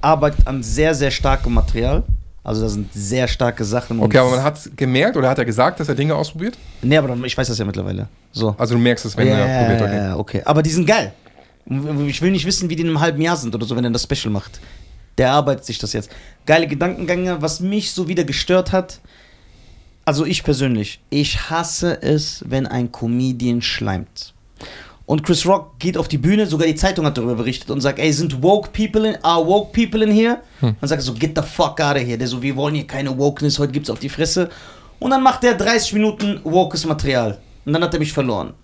B: arbeitet an sehr, sehr starkem Material. Also da sind sehr starke Sachen. und-
C: Okay, aber man hat gemerkt oder hat er gesagt, dass er Dinge ausprobiert?
B: Nee, aber dann- ich weiß das ja mittlerweile. So.
C: Also du merkst es, wenn
B: ja,
C: er probiert. ne? Okay.
B: ja, ja, okay. Aber die sind geil. Ich will nicht wissen, wie die in einem halben Jahr sind oder so, wenn er das Special macht. Der arbeitet sich das jetzt. Geile Gedankengänge, was mich so wieder gestört hat. Also ich persönlich, ich hasse es, wenn ein Comedian schleimt. Und Chris Rock geht auf die Bühne, sogar die Zeitung hat darüber berichtet und sagt, ey, sind woke people in, are woke people in here?
C: Hm.
B: Dann sagt er so, get the fuck out of here. Der so, wir wollen hier keine Wokeness, heute gibt's auf die Fresse. Und dann macht er 30 Minuten wokes Material. Und dann hat er mich verloren.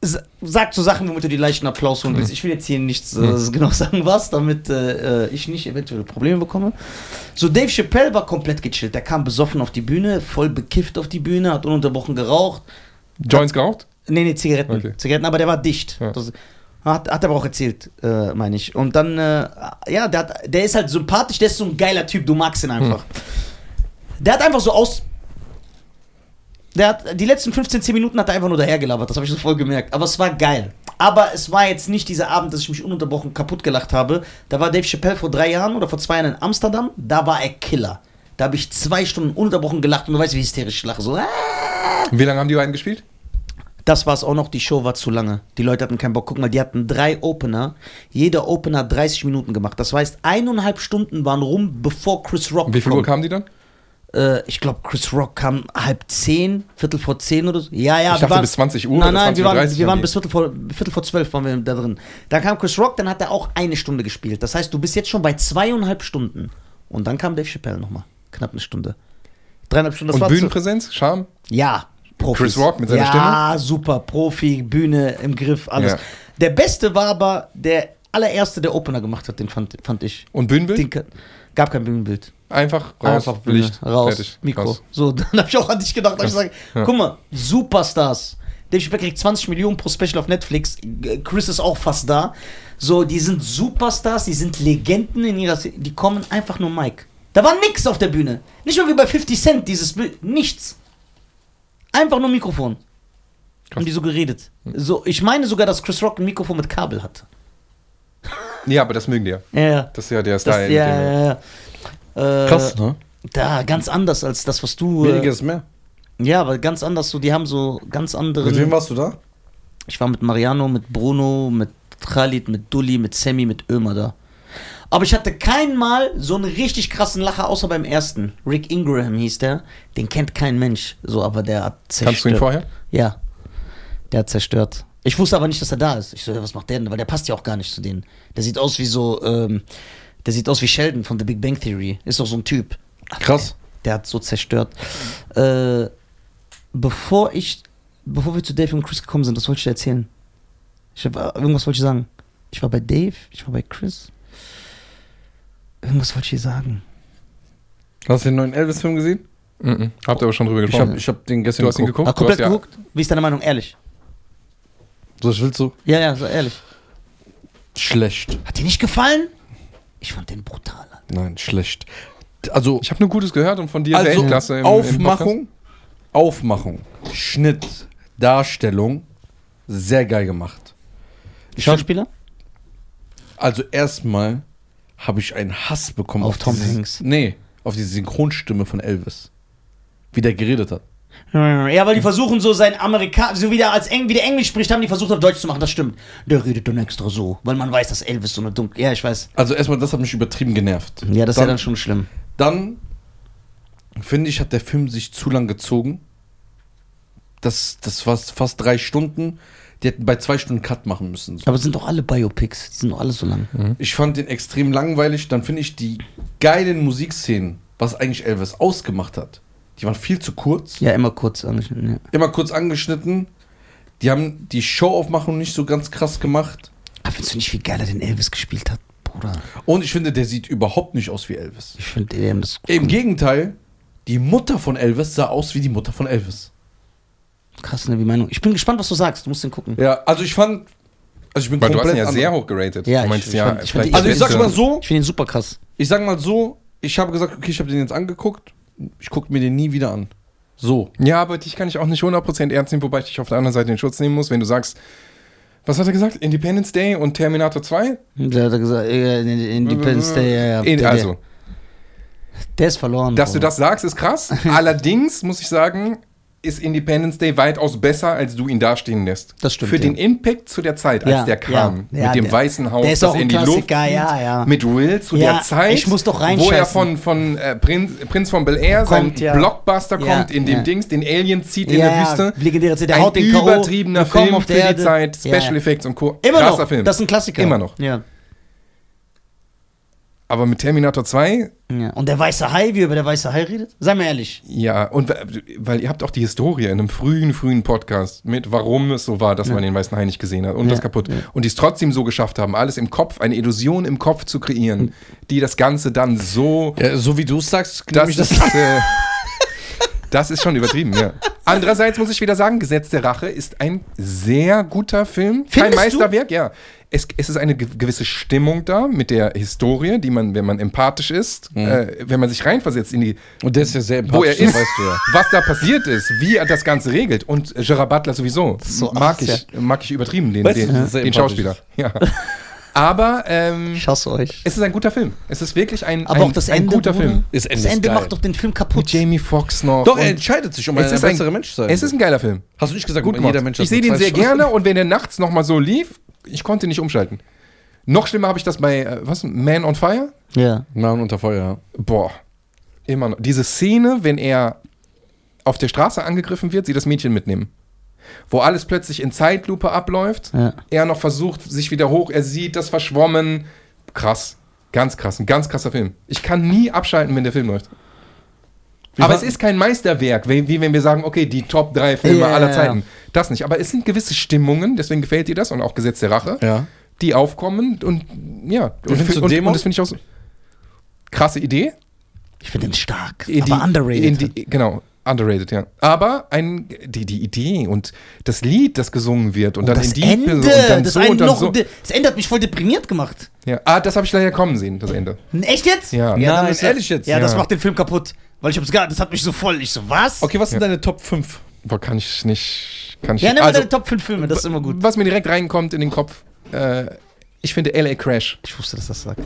B: S- Sag so Sachen, womit du die leichten Applaus holen willst. Ich will jetzt hier nichts äh, [laughs] genau sagen, was, damit äh, äh, ich nicht eventuell Probleme bekomme. So, Dave Chappelle war komplett gechillt. Der kam besoffen auf die Bühne, voll bekifft auf die Bühne, hat ununterbrochen geraucht.
C: Joints geraucht?
B: Nee, nee, Zigaretten.
C: Okay.
B: Zigaretten, aber der war dicht.
C: Ja.
B: Das, hat, hat er aber auch erzählt, äh, meine ich. Und dann, äh, ja, der, hat, der ist halt sympathisch, der ist so ein geiler Typ, du magst ihn
C: Hm.
B: einfach. Der hat einfach so aus. Der hat, die letzten 15, 10 Minuten hat er einfach nur dahergelabert, das habe ich so voll gemerkt. Aber es war geil. Aber es war jetzt nicht dieser Abend, dass ich mich ununterbrochen kaputt gelacht habe. Da war Dave Chappelle vor drei Jahren oder vor zwei Jahren in Amsterdam, da war er Killer. Da habe ich zwei Stunden ununterbrochen gelacht und du weißt, wie hysterisch ich lache. So, ah,
C: Wie lange haben die beiden gespielt?
B: Das war es auch noch, die Show war zu lange. Die Leute hatten keinen Bock. Guck mal, die hatten drei Opener. Jeder Opener hat 30 Minuten gemacht. Das heißt, eineinhalb Stunden waren rum, bevor Chris Rock
C: Wie viel Uhr
B: kommt.
C: kamen die dann?
B: Äh, ich glaube, Chris Rock kam halb zehn, Viertel vor zehn oder so. Ja, ja.
C: Ich dachte, bis 20 Uhr
B: Nein,
C: oder
B: nein, wir
C: 20:30
B: waren, wir
C: haben
B: waren
C: die.
B: bis Viertel vor, Viertel vor zwölf waren wir da drin. Dann kam Chris Rock, dann hat er auch eine Stunde gespielt. Das heißt, du bist jetzt schon bei zweieinhalb Stunden. Und dann kam Dave Chappelle nochmal. Knapp eine Stunde. Dreieinhalb Stunden. Das
C: Und
B: war zu-
C: Bühnenpräsenz, Charme?
B: ja, Profis.
C: Chris Rock mit seiner
B: ja,
C: Stimme?
B: Ja, super, Profi, Bühne im Griff, alles.
C: Ja.
B: Der Beste war aber der allererste, der Opener gemacht hat, den fand, fand ich.
C: Und Bühnenbild?
B: Den, kann- gab kein Bühnenbild.
C: Einfach raus,
B: Einfach Bühne,
C: Licht,
B: raus,
C: fertig,
B: Mikro.
C: raus.
B: So, [laughs] dann habe ich auch an dich gedacht. Hab ich gesagt,
C: Ja.
B: guck mal, Superstars. Dave Chappelle kriegt 20 Millionen pro Special auf Netflix. G- Chris ist auch fast da. So, die sind Superstars, die sind Legenden in ihrer. Szene. Die kommen einfach nur Mike. Da war nix auf der Bühne. Nicht mal wie bei 50 Cent, dieses. Bild- Nichts. Einfach nur Mikrofon. Haben die so geredet. So, ich meine sogar, dass Chris Rock ein Mikrofon mit Kabel hatte.
C: Ja, aber das mögen die ja.
B: Ja, ja.
C: Das ist ja der
B: Das,
C: Style. mit
B: ja,
C: dem-
B: ja, ja. Äh,
A: Krass, ne?
B: Da, ganz anders als das, was du.
A: Weniger
B: Äh,
A: ist mehr.
B: ja, aber ganz anders so, die haben so ganz
A: Mit wem
B: andere.
A: warst du da?
B: Ich war mit Mariano, mit Bruno, mit Khalid, mit Dulli, mit Sammy, mit Ömer da. Aber ich hatte kein Mal so einen richtig krassen Lacher, außer beim ersten. Rick Ingraham hieß der. Den kennt kein Mensch. So, aber der hat zerstört.
C: Kannst du ihn vorher?
B: Ja. Der hat zerstört. Ich wusste aber nicht, dass er da ist. Ich so, ja, was macht der denn? Weil der passt ja auch gar nicht zu denen. Der sieht aus wie so, ähm, der sieht aus wie Sheldon von The Big Bang Theory. Ist doch so ein Typ. Aber
A: Krass.
B: Der, der hat so zerstört. Äh, bevor ich, bevor wir zu Dave und Chris gekommen sind, das wollte ich dir erzählen. Ich hab, äh, irgendwas wollte ich sagen. Ich war bei Dave, ich war bei Chris. Irgendwas wollte ich dir sagen.
A: Hast du den neuen Elvis-Film gesehen?
C: Mhm. Habt ihr aber schon drüber
A: Ich
C: gesprochen.
A: hab, ich hab den gestern
C: du hast ihn geguckt?
B: Ah,
C: du hast
B: komplett geguckt? Wie ist deine Meinung? Ehrlich.
A: So, ich willst so
B: Ja, ja, so ehrlich.
A: schlecht.
B: Hat dir nicht gefallen? Ich fand den brutal. Alter.
A: Nein, schlecht. Also,
C: Ich habe nur Gutes gehört und von dir sehr
A: also
C: Klasse im- im Podcast.
A: Aufmachung, Aufmachung, Schnitt, Darstellung, sehr geil gemacht. Ich hab,
B: Schauspieler?
A: also erstmal habe ich einen Hass bekommen
B: Auf Tom
A: diese,
B: Hanks.
A: Nee, auf diese Synchronstimme von Elvis. Wie der geredet hat.
B: Ja, weil die versuchen so sein Amerikaner, so wie der als Eng, wie der Englisch spricht, haben die versucht auf Deutsch zu machen, das stimmt. Der redet dann extra so, weil man weiß, dass Elvis so eine dunkle. Ja, ich weiß.
A: Also erstmal, das hat mich übertrieben genervt.
B: Ja, das ist ja
A: dann,
B: dann schon schlimm.
A: Dann finde ich, hat der Film sich zu lang gezogen. Das, das war fast drei Stunden. Die hätten bei zwei Stunden Cut machen müssen. So.
B: Aber es sind doch alle Biopics, die sind doch alle so lang.
A: Ich fand den extrem langweilig. Dann finde ich die geilen Musikszenen, was eigentlich Elvis ausgemacht hat, die waren viel zu kurz.
B: Ja, immer kurz angeschnitten. Ja.
A: Immer kurz angeschnitten. Die haben die Showaufmachung nicht so ganz krass gemacht.
B: Aber findest du nicht, wie geil er den Elvis gespielt hat, Bruder?
A: Und ich finde, der sieht überhaupt nicht aus wie Elvis.
B: Ich finde, die haben das.
A: Im Gegenteil, die Mutter von Elvis sah aus wie die Mutter von Elvis.
B: Krass, ne, wie Meinung. Ich bin gespannt, was du sagst. Du musst den gucken.
A: Ja, also ich fand. Also ich bin
C: Weil du hast ihn
A: komplett
C: ja
A: anderer-
C: sehr hoch geratet.
B: Ja,
C: du
B: ich-
C: meinst
B: ich
C: ja,
B: fand- ich fand die-
C: vielleicht
A: Also ich sag
C: beste-
A: mal so,
B: Ich finde ihn super krass.
A: ich sag mal so, ich habe gesagt, okay, ich habe den jetzt angeguckt, ich gucke mir den nie wieder an. So.
C: Ja, aber dich kann ich auch nicht 100% ernst nehmen, wobei ich dich auf der anderen Seite in Schutz nehmen muss, wenn du sagst, was hat er gesagt? Independence Day und Terminator 2?
B: Der hat gesagt, äh, Independence Day, ja, ja.
C: Äh,
B: Der,
C: also,
B: der, der ist verloren.
C: dass du
B: Bruder.
C: das sagst, ist krass.
B: [laughs]
C: Allerdings muss ich sagen, ist Independence Day weitaus besser, als du ihn dastehen lässt.
B: Das stimmt,
C: Für
B: ja.
C: den Impact zu der Zeit, als
B: Ja,
C: der kam,
B: ja, ja,
C: mit dem
B: der-
C: Weißen Haus,
B: der ist auch
C: er
B: ein Klassiker, ja, ja.
C: mit Will zu
B: Ja,
C: der Zeit,
B: ich muss doch
C: wo er
B: reinscheißen.
C: von, von äh, Prinz, Prinz von Bel Air,
B: Kommt,
C: sein
B: ja.
C: Blockbuster
B: Ja,
C: kommt, in dem
B: ja.
C: Dings, den Alien zieht in
B: Ja,
C: der
B: ja,
C: Wüste.
B: legendäre Szene, der
C: ein
B: haut den K.O.,
C: übertriebener
B: willkommen
C: Film
B: auf
C: für
B: der
C: die
B: Erde.
C: Zeit,
B: Ja, ja.
C: Special Effects und Co.
B: Immer
C: Krasser
B: noch.
C: Film.
B: Das ist ein Klassiker.
C: Immer noch.
B: Ja.
C: Aber mit Terminator 2
B: ja. Und der weiße Hai, wie er über der weiße Hai redet? Sei mal ehrlich.
C: Ja, und we- weil ihr habt auch die Historie in einem frühen, frühen Podcast mit, warum es so war, dass man den Weißen Hai nicht gesehen hat und das kaputt. Und die es trotzdem so geschafft haben, alles im Kopf, eine Illusion im Kopf zu
B: Hm.
C: kreieren, die das Ganze dann so.
A: Ja, so wie du es sagst,
C: Das
A: nehme ich das
C: ist, äh, das ist schon übertrieben, ja. Andererseits muss ich wieder sagen, Gesetz der Rache ist ein sehr guter Film.
B: Findest
C: Kein
B: du?
C: Meisterwerk, ja. Es, es ist eine ge- gewisse Stimmung da mit der Historie, die man, wenn man empathisch ist,
A: Mhm.
C: äh, wenn man sich reinversetzt in die
A: Und der ist ja sehr
C: wo er
A: empathisch,
C: ist,
A: das weißt du ja.
C: was da passiert ist, wie er das Ganze regelt. Und Gerard Butler sowieso.
B: so ass,
C: mag, ich, mag ich übertrieben, den,
A: Weißt du,
C: den,
A: das ist sehr
C: den
A: empathisch.
C: Schauspieler. Ja. Aber ähm,
B: Ich hasse euch.
C: es ist ein guter Film. Es ist wirklich ein,
B: Aber
C: ein,
B: auch das
C: ein
B: Ende.
C: guter
B: Bruder,
C: Film.
A: Ist
B: Das
A: Ende ist
B: Ende
A: geil.
B: macht doch den Film kaputt.
C: Mit Jamie Foxx noch.
A: Doch,
C: und-
A: er entscheidet sich, um ein besserer Mensch zu sein.
C: Es ist ein geiler Film.
A: Hast du nicht gesagt,
C: Gut
A: jeder
C: gemacht.
A: Mensch hat
C: ich sehe
A: nur
C: den
A: zwei
C: sehr
A: Stunden?
C: gerne und wenn der nachts nochmal so lief, ich konnte nicht umschalten. Noch schlimmer habe ich das bei, äh, was, Man on Fire?
B: Ja.
A: Mann unter Feuer.
C: Boah, immer noch. Diese Szene, wenn er auf der Straße angegriffen wird, sie das Mädchen mitnehmen. Wo alles plötzlich in Zeitlupe abläuft,
B: Ja.
C: er noch versucht, sich wieder hoch, er sieht das verschwommen. Krass. Ganz krass, ein ganz krasser Film. Ich kann nie abschalten, wenn der Film läuft. aber es ist kein Meisterwerk, wie, wie wenn wir sagen, okay, die Top 3 Filme
B: Ja, ja,
C: aller
B: ja.
C: Zeiten. Das nicht. Aber es sind gewisse Stimmungen, deswegen gefällt dir das und auch Gesetz der Rache
A: Ja.
C: die aufkommen und ja. Und,
A: findest
C: fi-
A: du
C: und,
A: Demo?
C: und das finde ich auch so. Krasse Idee.
B: Ich finde den stark.
C: In
B: aber
C: die-
B: underrated.
C: In die, genau, underrated, ja. Aber ein, die, die Idee und das Lied, das gesungen wird und, dann
B: Oh, das
C: in die
B: Ende.
C: und dann
B: das,
C: so
B: eine
C: und dann
B: noch,
C: so.
B: das Ende hat mich voll deprimiert gemacht.
C: Ja. Ah, das habe ich leider kommen sehen, das Ende.
B: Echt jetzt?
C: Ja.
A: Ja,
B: dann
A: Nein,
B: ist-
A: ehrlich jetzt.
B: Ja, das
C: Ja.
B: macht den Film kaputt. Weil ich hab's gar, das hat mich so voll. Ich so, was?
A: Okay, was sind
C: Ja.
A: deine Top 5?
C: Boah, kann ich nicht. Kann ich
B: Ja, nimm mal
C: also,
B: deine Top 5 Filme, das ist immer gut.
C: Was mir direkt reinkommt in den Kopf, äh, ich finde LA Crash.
B: Ich wusste, dass das sagt.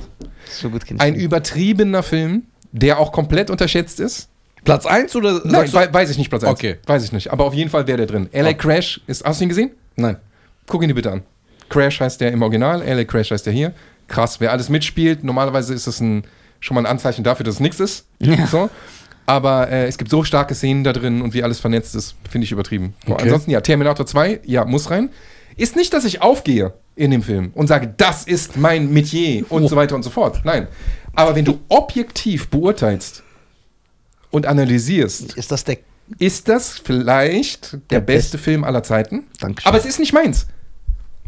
B: So gut kenn ich
C: Ein
B: den.
C: übertriebener Film, der auch komplett unterschätzt ist.
A: Platz 1 oder
C: Nein,
A: sagst du-
C: wei- weiß ich nicht, Platz 1.
A: Okay.
C: Weiß ich nicht. Aber auf jeden Fall wäre der drin. LA
A: Ah.
C: Crash ist. Hast du ihn gesehen?
A: Nein.
C: Guck ihn dir bitte an. Crash heißt der im Original, LA Crash heißt der hier. Krass, wer alles mitspielt. Normalerweise ist es ein, schon mal ein Anzeichen dafür, dass es nichts ist.
B: Ja.
C: So. Aber äh, es gibt so starke Szenen da drin und wie alles vernetzt ist, finde ich übertrieben. Boah,
A: Okay.
C: Ansonsten, ja, Terminator 2, ja, muss rein. Ist nicht, dass ich aufgehe in dem Film und sage, das ist mein Metier und so weiter und so fort. Nein. Aber wenn du objektiv beurteilst und analysierst,
B: Ist das der.
C: ist das vielleicht der,
B: Der
C: beste Film aller Zeiten.
B: Dankeschön.
C: Aber es ist nicht meins.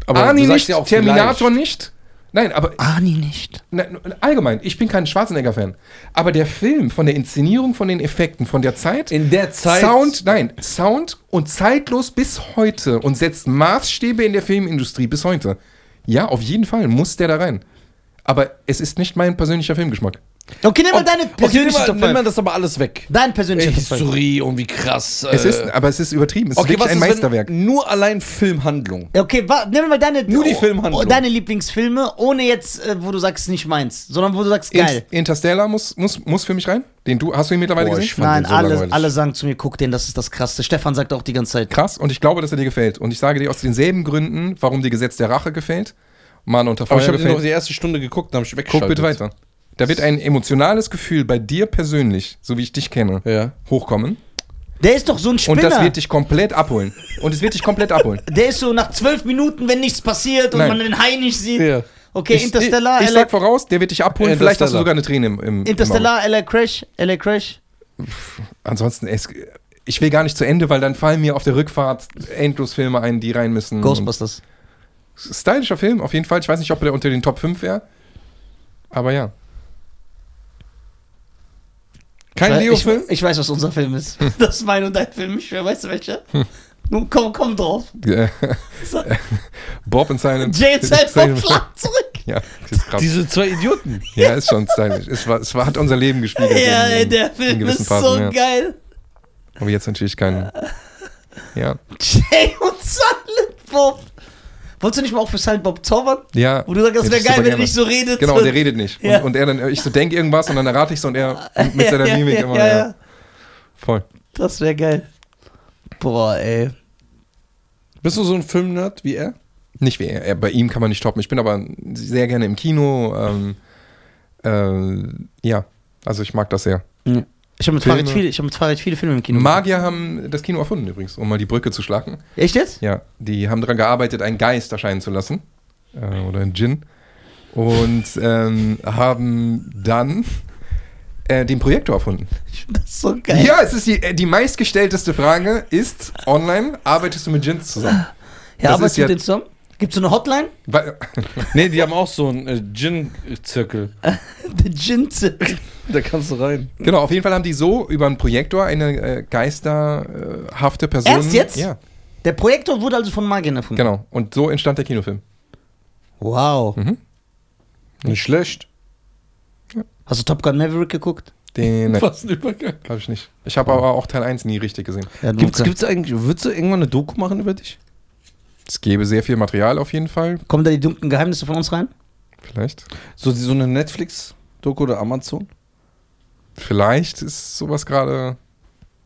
A: Aber
C: Arnie
A: du sagst
C: nicht,
A: ja auch
C: Terminator
A: vielleicht.
C: nicht. Nein, aber
B: Ani nicht.
C: nein, allgemein, ich bin kein Schwarzenegger-Fan. Aber der Film von der Inszenierung, von den Effekten, von der Zeit,
A: In der Zeit.
C: Sound, nein, Sound und zeitlos bis heute und setzt Maßstäbe in der Filmindustrie bis heute. Ja, auf jeden Fall muss der da rein. Aber es ist nicht mein persönlicher Filmgeschmack.
B: Okay, nimm mal deine
A: Okay, nimm
B: persönliche
A: mal,
B: Top
A: nimm mal
B: 5.
A: das aber alles weg.
B: Dein persönlicher Top 5.
A: Historie und wie krass.
C: Es ist, aber es ist übertrieben. Es ist
A: Äh. okay, was
C: wirklich ein
A: ist,
C: Meisterwerk.
A: Wenn nur allein Filmhandlung.
B: Okay, wa- nimm mal deine. Oh,
A: Nur die Filmhandlung.
B: Deine Lieblingsfilme, ohne jetzt, äh, wo du sagst, nicht meins, sondern wo du sagst, geil.
C: Inter- Interstellar muss, muss, muss für mich rein. Den du, hast du ihn mittlerweile
A: Boah, ich
C: gesehen?
A: fand
B: Nein,
A: den so
B: alle,
A: langweilig.
B: alle sagen zu mir, guck den, das ist das Krasseste. Stefan sagt auch die ganze Zeit.
C: Krass. Und ich glaube, dass er dir gefällt. Und ich sage dir aus denselben Gründen, warum dir Gesetz der Rache gefällt, Mann unter Feuer
A: Aber ich habe
C: gefällt.
A: noch die erste Stunde geguckt, dann habe ich
C: Guck
A: weggeschaltet.
C: bitte weiter. Da wird ein emotionales Gefühl bei dir persönlich, so wie ich dich kenne,
A: Ja.
C: hochkommen.
B: Der ist doch so ein Spinner.
C: Und das wird dich komplett abholen. Und es wird dich komplett
A: [laughs]
C: abholen.
B: der ist so nach zwölf Minuten, wenn nichts passiert und
C: Nein.
B: man den Hai nicht sieht.
A: Ja.
B: Okay,
C: ich,
B: Interstellar,
C: ich, ich
B: LA,
C: sag voraus, der wird dich abholen. Vielleicht hast du
A: Interstellar.
C: sogar eine Träne im, im Im Auge.
B: Interstellar, LA Crash, LA Crash.
C: Ansonsten, es, ich will gar nicht zu Ende, weil dann fallen mir auf der Rückfahrt endlos Filme ein, die rein müssen. Und-
B: Ghostbusters.
C: stylischer Film, auf jeden Fall. Ich weiß nicht, ob der unter den Top 5 wäre. Aber ja.
A: Kein
B: ich,
A: Leo-Film?
B: ich weiß, was unser Film ist. Das ist mein und dein Film. Ich weiß, welcher. Nun komm, komm
C: [laughs]
B: drauf.
C: Äh, Bob und Silent.
B: Jay
C: [laughs]
B: ist halt vom Schlag zurück.
C: Ja, das ist
B: [laughs]
C: krass.
A: Diese zwei
C: [laughs]
A: Idioten.
C: ja, ist schon stylisch. Es, war, es war, hat unser Leben gespiegelt.
B: Ja,
C: in-
B: ey,
C: in-
B: der
C: in
B: Film
C: gewissen
B: ist
C: Phasen,
B: so
C: ja.
B: geil.
C: Aber jetzt natürlich kein. Ja.
B: Jay und Silent Bob. Wolltest du nicht mal auch für Silent Bob zaubern?
C: ja.
B: Wo du sagst, das
C: Hätte
B: wäre
C: ich
B: geil,
C: super
B: wenn er
C: gerne.
B: nicht so redet.
C: Genau, und der redet nicht.
B: Ja.
C: Und, und er dann, ich so denke irgendwas und dann errate ich so und er mit seiner
B: [laughs] Ja,
C: Mimik
B: ja,
C: immer.
B: ja,
C: Ja,
B: ja.
C: Voll.
B: Das wäre geil. Boah, ey.
A: Bist du so ein Filmnerd wie er?
C: Nicht wie er. er. Bei ihm kann man nicht toppen. Ich bin aber sehr gerne im Kino. Ähm, äh, ja, also ich mag das sehr.
B: Ich habe mit,
C: Filme.
B: Fahrrad viele- ich hab mit Fahrrad viele Filme im Kino.
C: Magier haben das Kino erfunden übrigens, um mal die Brücke zu schlagen.
B: Echt jetzt?
C: Ja, die haben daran gearbeitet, einen Geist erscheinen zu lassen. Äh, oder einen Djinn. Und ähm, haben dann äh, den Projektor erfunden.
B: Das ist so geil. Ja,
C: Ja, es ist die, äh, die meistgestellteste Frage ist online, arbeitest du mit Djinns zusammen? das
B: aber
C: ist
B: mit
C: ja-
B: denen zusammen? Gibt es so eine Hotline?
C: Weil-
A: Nee, die haben auch so einen äh, Gin-Zirkel.
B: Der gin
A: Da kannst du rein.
C: Genau, auf jeden Fall haben die so über einen Projektor eine äh, geisterhafte Person.
B: Ernst jetzt?
C: Ja,
B: Der Projektor wurde also von Magiern erfunden.
C: genau. Und so entstand der Kinofilm. Genau.
B: Wow.
A: Nicht schlecht.
B: Hast du Top Gun Maverick geguckt?
C: Den
A: [laughs]
C: ne,
A: Was ein Übergang.
C: habe ich nicht. Ich habe aber auch Teil 1 nie richtig gesehen.
B: Ja, du
A: Gibt's,
B: musst-
A: gibt's eigentlich, würdest du irgendwann eine Doku machen über dich?
C: Es gäbe sehr viel Material auf jeden Fall.
B: Kommen da die dunklen Geheimnisse von uns rein?
C: Vielleicht.
A: So, so eine Netflix-Doku oder Amazon?
C: Vielleicht ist sowas gerade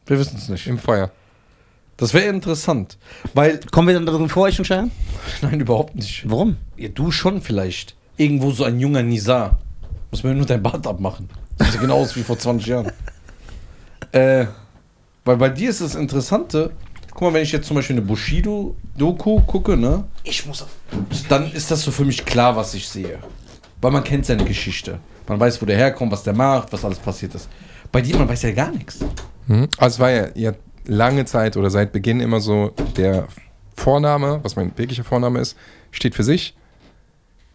A: Wir wissen es nicht.
C: im Feuer.
A: Das wäre interessant. Weil, [laughs]
B: Kommen wir dann darin vor, euch und Schein?
A: nein, überhaupt nicht.
B: Warum?
A: Ja, du schon vielleicht. Irgendwo so ein junger Nizar. Muss man nur dein Bart abmachen. Das sieht genau aus wie vor 20 Jahren. [laughs] Äh, weil bei dir ist das Interessante. Guck mal, wenn ich jetzt zum Beispiel eine Bushido-Doku gucke, ne?
B: Ich muss auf.
A: dann ist das so für mich klar, was ich sehe. Weil man kennt seine Geschichte. Man weiß, wo der herkommt, was der macht, was alles passiert ist. Bei dir, man weiß ja gar nichts.
C: Mhm. Also es war ja, ja lange Zeit oder seit Beginn immer so, der Vorname, was mein wirklicher Vorname ist, steht für sich.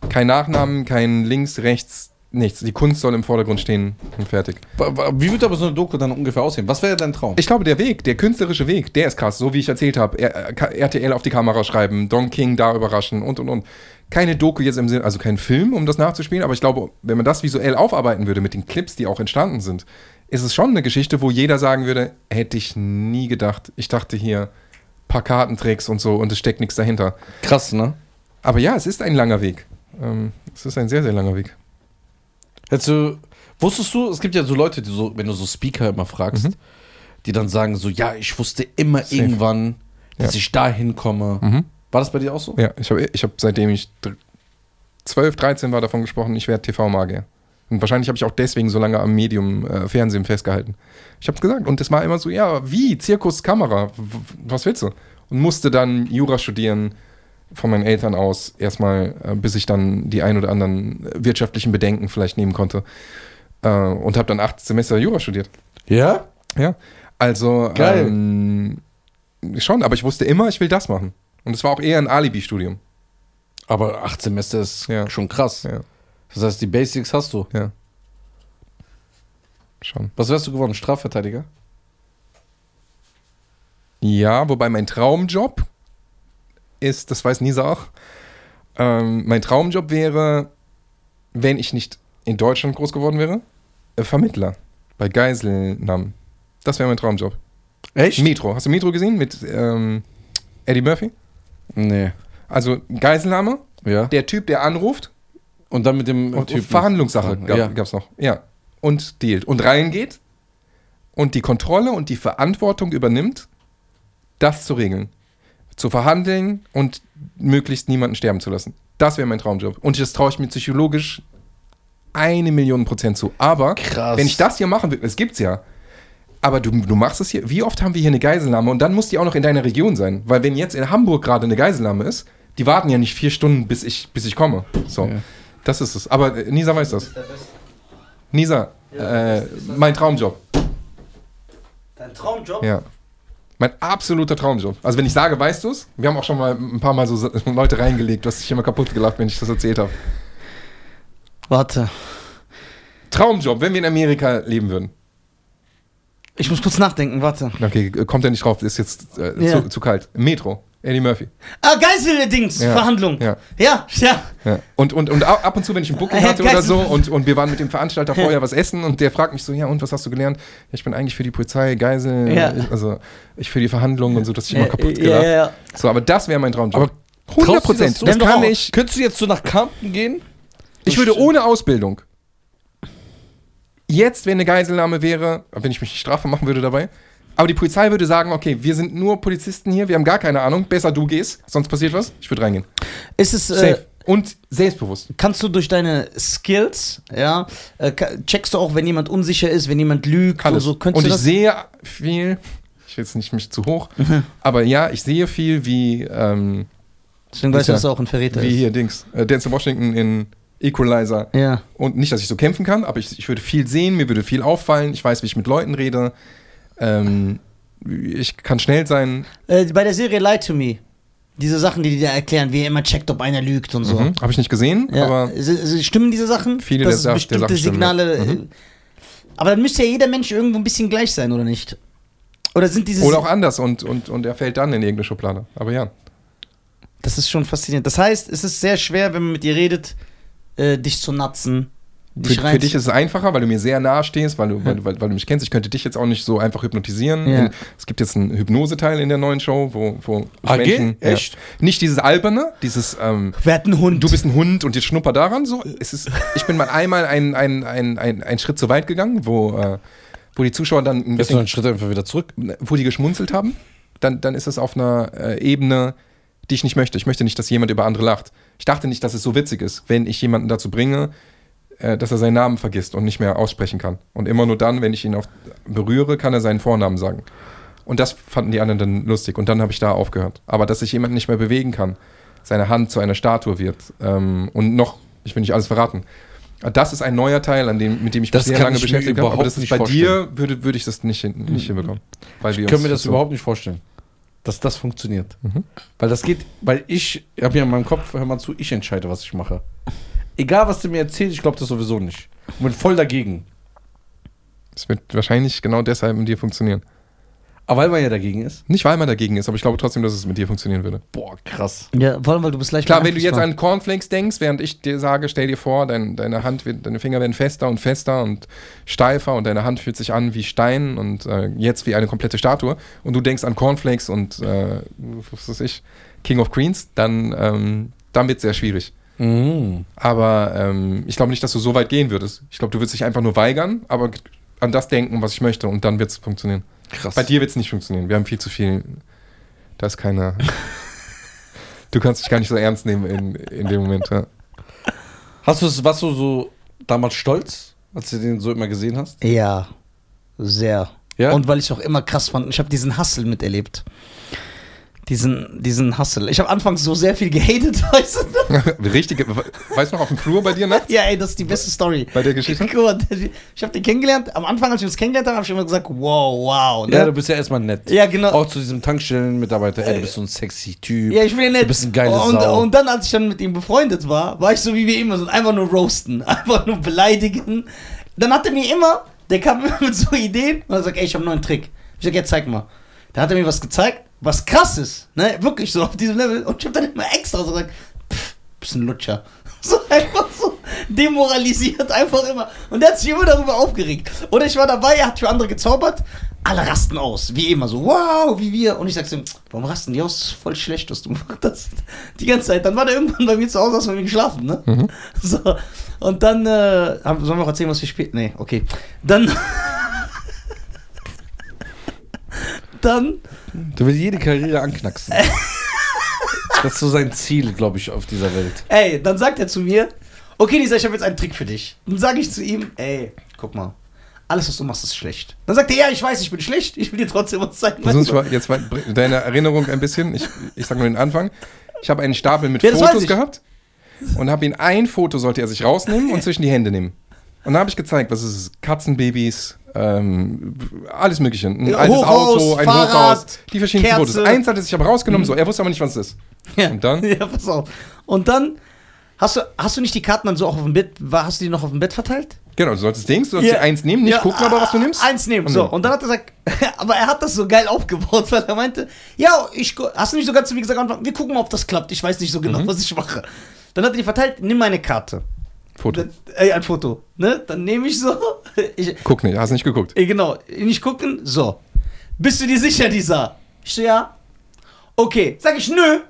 C: Kein Nachnamen, kein links, rechts, nichts. Die Kunst soll im Vordergrund stehen und fertig.
A: Wa- wa- Wie wird aber so eine Doku dann ungefähr aussehen? Was wäre dein Traum?
C: Ich glaube, der Weg, der künstlerische Weg, der ist krass. So wie ich erzählt habe, R- K- RTL auf die Kamera schreiben, Don King da überraschen und und und. Keine Doku jetzt im Sinne, also kein Film, um das nachzuspielen, aber ich glaube, wenn man das visuell aufarbeiten würde mit den Clips, die auch entstanden sind, ist es schon eine Geschichte, wo jeder sagen würde, hätte ich nie gedacht. Ich dachte hier, paar Kartentricks und so und es steckt nichts dahinter.
A: Krass, ne?
C: Aber ja, es ist ein langer Weg. Ähm, es ist ein sehr, sehr langer Weg.
A: Hättest du, wusstest du, es gibt ja so Leute, die so, wenn du so Speaker immer fragst, die dann sagen so, ja, ich wusste immer
C: Mhm. Safe.
A: irgendwann, dass
C: Ja.
A: ich da hinkomme.
C: Mhm.
A: War das bei dir auch so?
C: Ja, ich habe ich hab, seitdem ich dr- 12, 13 war davon gesprochen, ich werde TV-Magier. Und wahrscheinlich habe ich auch deswegen so lange am Medium äh, Fernsehen festgehalten. Ich habe es gesagt. Und es war immer so, ja, wie? Zirkus, Kamera. W- w- Was willst du? Und musste dann Jura studieren von meinen Eltern aus erstmal, äh, bis ich dann die ein oder anderen äh, wirtschaftlichen Bedenken vielleicht nehmen konnte. Äh, und habe dann acht Semester Jura studiert.
A: Ja?
C: Ja, also
A: Geil.
C: Ähm, schon, aber ich wusste immer, ich will das machen. Und es war auch eher ein Alibi-Studium.
A: Aber acht Semester ist
C: Ja.
A: schon krass.
C: Ja,
A: Das heißt, die Basics hast du.
C: ja. Schon.
A: Was wärst du geworden? Strafverteidiger?
C: Ja, wobei mein Traumjob ist, das weiß Nisa auch, ähm, mein Traumjob wäre, wenn ich nicht in Deutschland groß geworden wäre, äh, Vermittler bei Geiselnahmen. Das wäre mein Traumjob.
A: Echt?
C: Metro. Hast du Metro gesehen mit ähm, Eddie Murphy?
A: Nee.
C: Also Geiselnahme,
A: Ja.
C: der Typ, der anruft
A: Und dann mit dem
C: Und, und
A: Typen.
C: Verhandlungssache gab,
A: Ja.
C: gab's noch. Ja. Und dealt. Und reingeht und die Kontrolle und die Verantwortung übernimmt, das zu regeln. Zu verhandeln und möglichst niemanden sterben zu lassen. Das wäre mein Traumjob. Und das traue ich mir psychologisch eine Million Prozent zu. Aber
A: Krass.
C: wenn ich das hier machen will, es gibt's ja. Aber du, du machst es hier. Wie oft haben wir hier eine Geiselnahme? Und dann muss die auch noch in deiner Region sein. Weil wenn jetzt in Hamburg gerade eine Geiselnahme ist, die warten ja nicht vier Stunden, bis ich, bis ich komme. So.
A: Ja.
C: Das ist es. Aber äh, Nisa weiß das. Nisa, äh, mein Traumjob.
B: Dein Traumjob?
C: Ja. Mein absoluter Traumjob. Also wenn ich sage, weißt du es? Wir haben auch schon mal ein paar Mal so Sa- [laughs] Leute reingelegt, was sich immer kaputt gelacht, wenn ich das erzählt habe.
B: Warte.
C: Traumjob, wenn wir in Amerika leben würden.
B: Ich muss kurz nachdenken, warte.
C: Okay, kommt er nicht drauf, ist jetzt äh,
B: Ja.
C: zu, zu kalt. Metro, Eddie Murphy.
B: Ah, Geiseldings,
C: Ja,
B: Verhandlung.
C: ja.
B: ja. ja.
C: Ja. Und, und, und ab und zu, wenn ich ein Booking
B: Herr
C: hatte oder
B: Geisel.
C: so und, und wir waren mit dem Veranstalter vorher was essen und der fragt mich so, ja und, was hast du gelernt? Ja, ich bin eigentlich für die Polizei, Geisel,
B: Ja.
C: also ich für die Verhandlungen und so, dass ich immer kaputt
B: Ja, ja,
C: gelacht.
B: ja.
C: So, aber das wäre mein Traumjob.
A: Aber traust du dir das zu?
C: Das
B: Nimm doch
C: kann
B: auch.
C: ich.
A: Könntest du jetzt so nach Compton gehen?
C: Ich würde ohne Ausbildung. Jetzt, wenn eine Geiselnahme wäre, wenn ich mich nicht strafbar machen würde dabei, aber die Polizei würde sagen, okay, wir sind nur Polizisten hier, wir haben gar keine Ahnung, besser du gehst, sonst passiert was, ich würde reingehen.
B: Ist es, äh,
C: Safe. Und selbstbewusst.
B: kannst du durch deine Skills, ja, äh, ka- checkst du auch, wenn jemand unsicher ist, wenn jemand lügt
C: Alles.
B: oder so, könntest
C: Und
B: du
C: ich
B: das?
C: sehe viel, ich will jetzt nicht mich zu
B: [laughs]
C: hoch, aber ja, ich sehe viel wie, ähm,
B: Deswegen weißt du,
C: sicher.
B: dass er auch ein Verräter
C: wie
B: ist.
C: hier Dings, äh, Denzel Washington in Equalizer.
B: Ja.
C: Und nicht, dass ich so kämpfen kann, aber ich, ich würde viel sehen, mir würde viel auffallen, ich weiß, wie ich mit Leuten rede. Ähm, ich kann schnell sein.
B: Äh, bei der Serie Lie to Me. Diese Sachen, die die da erklären, wie er immer checkt, ob einer lügt und so.
C: Mhm. Habe ich nicht gesehen,
B: Ja.
C: aber
B: S- s- stimmen diese Sachen?
C: Viele
B: Dass
C: der
B: es
C: Sa- der
B: bestimmte
C: Sachen stimmen, ja. Mhm.
B: Signale. äh, Aber dann müsste ja jeder Mensch irgendwo ein bisschen gleich sein, oder nicht? Oder sind diese.
C: oder auch anders und, und, und er fällt dann in irgendeine Schublade. Aber ja.
B: das ist schon faszinierend. Das heißt, es ist sehr schwer, wenn man mit dir redet, äh, dich zu natzen.
C: Für,
B: Dich
C: für
B: reizt.
C: dich ist es einfacher, weil du mir sehr nahe stehst, weil du, weil, weil, weil du mich kennst. Ich könnte dich jetzt auch nicht so einfach hypnotisieren.
B: Ja.
C: Es gibt jetzt einen Hypnose-Teil in der neuen Show, wo, wo
A: Ah, geht?
C: ja,
A: Echt?
C: nicht dieses alberne, dieses ähm,
B: Wer hat einen Hund?
C: du bist ein Hund und jetzt schnupper daran. So, es ist, ich bin mal einmal einen ein, ein, ein, ein Schritt zu weit gegangen, wo, äh, wo die Zuschauer dann ein
A: Jetzt noch
C: bisschen,
A: einen Schritt einfach wieder zurück.
C: wo die geschmunzelt haben. Dann, dann ist es auf einer äh, Ebene, die ich nicht möchte. Ich möchte nicht, dass jemand über andere lacht. Ich dachte nicht, dass es so witzig ist, wenn ich jemanden dazu bringe, äh, dass er seinen Namen vergisst und nicht mehr aussprechen kann. Und immer nur dann, wenn ich ihn auf, berühre, kann er seinen Vornamen sagen. Und das fanden die anderen dann lustig. Und dann habe ich da aufgehört. Aber dass ich jemanden nicht mehr bewegen kann, seine Hand zu einer Statue wird ähm, und noch, ich will nicht alles verraten. Das ist ein neuer Teil, an dem, mit dem ich
A: Das
C: mich sehr
A: kann
C: lange
A: ich mir
C: beschäftigt habe. Aber
A: überhaupt
C: das ist
A: nicht
C: bei dir
A: vorstellen.
C: würde, würde ich das nicht, hin, nicht hinbekommen. Weil wir
A: Mhm. Können wir das
C: so-
A: überhaupt nicht vorstellen, dass das funktioniert. Weil das geht, weil ich, ich habe ja in meinem Kopf, hör mal zu, ich entscheide, was ich mache. Egal, was du mir erzählst, ich glaube das sowieso nicht. Und bin voll dagegen.
C: Es wird wahrscheinlich genau deshalb mit dir funktionieren.
A: Aber weil man ja dagegen ist.
C: Nicht, weil man dagegen ist, aber ich glaube trotzdem, dass es mit dir funktionieren würde.
A: Boah, krass.
B: ja, vor allem, weil du bist leicht
C: Klar, wenn du jetzt
B: beeinflussbar.
C: an Cornflakes denkst, während ich dir sage, stell dir vor, dein, deine Hand wird, deine Finger werden fester und fester und steifer und deine Hand fühlt sich an wie Stein und äh, jetzt wie eine komplette Statue und du denkst an Cornflakes und äh, was weiß ich, King of Queens, dann, ähm, dann wird es sehr schwierig.
A: Mhm.
C: Aber ähm, ich glaube nicht, dass du so weit gehen würdest. Ich glaube, du würdest dich einfach nur weigern, aber an das denken, was ich möchte und dann wird es funktionieren.
A: Krass.
C: Bei dir wird es nicht funktionieren. Wir haben viel zu viel. Da ist keiner. du kannst dich gar nicht so ernst nehmen in, in dem Moment. Ja.
A: Hast du es, warst du so damals stolz, als du den so immer gesehen hast?
B: Ja, sehr.
A: Ja?
B: Und weil ich es auch immer krass fand. Ich habe diesen Hassel miterlebt. Diesen, diesen Hassel. Ich habe anfangs so sehr viel gehatet, [laughs] weißt du?
C: Richtige. Weißt du noch, auf dem Flur bei dir ne?
B: Ja, ey, das ist die beste Story.
C: Bei der Geschichte?
B: Guck mal, ich habe den kennengelernt. Am Anfang, als ich uns kennengelernt habe, habe ich immer gesagt, wow, wow. Ne?
A: Ja, du bist ja erstmal nett.
B: Ja, genau.
A: Auch zu diesem Tankstellenmitarbeiter, ey, du bist so ein sexy Typ.
B: Ja, ich bin ja nett.
A: Du bist ein geiles
B: und,
A: Sau.
B: und dann, als ich dann mit ihm befreundet war, war ich so wie wir immer sind, einfach nur roasten, [laughs] einfach nur beleidigen. Dann hat er mir immer, der kam immer mit so Ideen und hat gesagt, ey, ich habe einen neuen Trick. Ich sag, ja, zeig mal. Da hat er mir was gezeigt, was krass ist, ne, wirklich so auf diesem Level. Und ich hab dann immer extra so gesagt, pff, bist ein Lutscher. [laughs] So einfach so demoralisiert, einfach immer. Und er hat sich immer darüber aufgeregt. Oder ich war dabei, er hat für andere gezaubert. Alle rasten aus, wie immer, so wow, wie wir. Und ich sag's ihm, warum rasten die aus? Das ist voll schlecht, was du [laughs] gemacht hast. Die ganze Zeit. Dann war der irgendwann bei mir zu Hause, hast bei mir geschlafen, ne? [laughs] So. Und dann, äh, haben, sollen wir auch erzählen, was wir spielen? Nee, okay. Dann. [laughs] dann.
A: Du willst jede Karriere anknacksen. das ist so sein Ziel, glaube ich, auf dieser Welt.
B: Ey, dann sagt er zu mir, okay, Lisa, ich habe jetzt einen Trick für dich. Dann sage ich zu ihm, ey, guck mal, alles, was du machst, ist schlecht. Dann sagt er, ja, ich weiß, ich bin schlecht, ich will dir trotzdem was zeigen.
C: Lass uns
B: Weißt du?
C: mal, jetzt mal br- deine Erinnerung ein bisschen. Ich, ich sag nur den Anfang. Ich habe einen Stapel mit
B: Ja, das weiß
C: Fotos
B: ich.
C: gehabt und habe ihn ein Foto sollte er sich rausnehmen und zwischen die Hände nehmen. Und da habe ich gezeigt, was es ist Katzenbabys, ähm, alles Mögliche. Ein
B: Ja,
C: altes
B: Hochhaus,
C: Auto, ein
B: Fahrrad,
C: Hochhaus, die verschiedenen
B: Kerze.
C: Fotos. Eins hatte sich aber rausgenommen, so. Er wusste aber nicht, was es ist.
B: ja.
C: und
B: [laughs]
C: dann?
B: Ja, pass auf. Und dann, hast du, hast du nicht die Karten dann so auch auf dem Bett, war, hast du die noch auf dem Bett verteilt?
C: Genau, du solltest Dings, du solltest
B: Ja.
C: dir eins nehmen, nicht
B: Ja, ah,
C: gucken, aber was du nimmst. Ah,
B: Eins nehmen,
C: Und
B: so.
C: dann-
B: Und dann hat er gesagt, [laughs] aber er hat das so geil aufgebaut, weil er meinte, ja, ich, gu- hast du nicht sogar zu mir gesagt, am Anfang, wir gucken mal, ob das klappt, ich weiß nicht so
C: Mhm.
B: genau, was ich mache. Dann hat er die verteilt, nimm meine Karte.
C: Foto.
B: Dann, ey, ein Foto. Ne? Dann nehme ich so. [laughs] Ich,
C: Guck nicht, hast nicht geguckt.
B: ey, genau, nicht gucken. So. Bist du dir sicher, dieser? Ich so, ja. Okay. Sag ich, nö,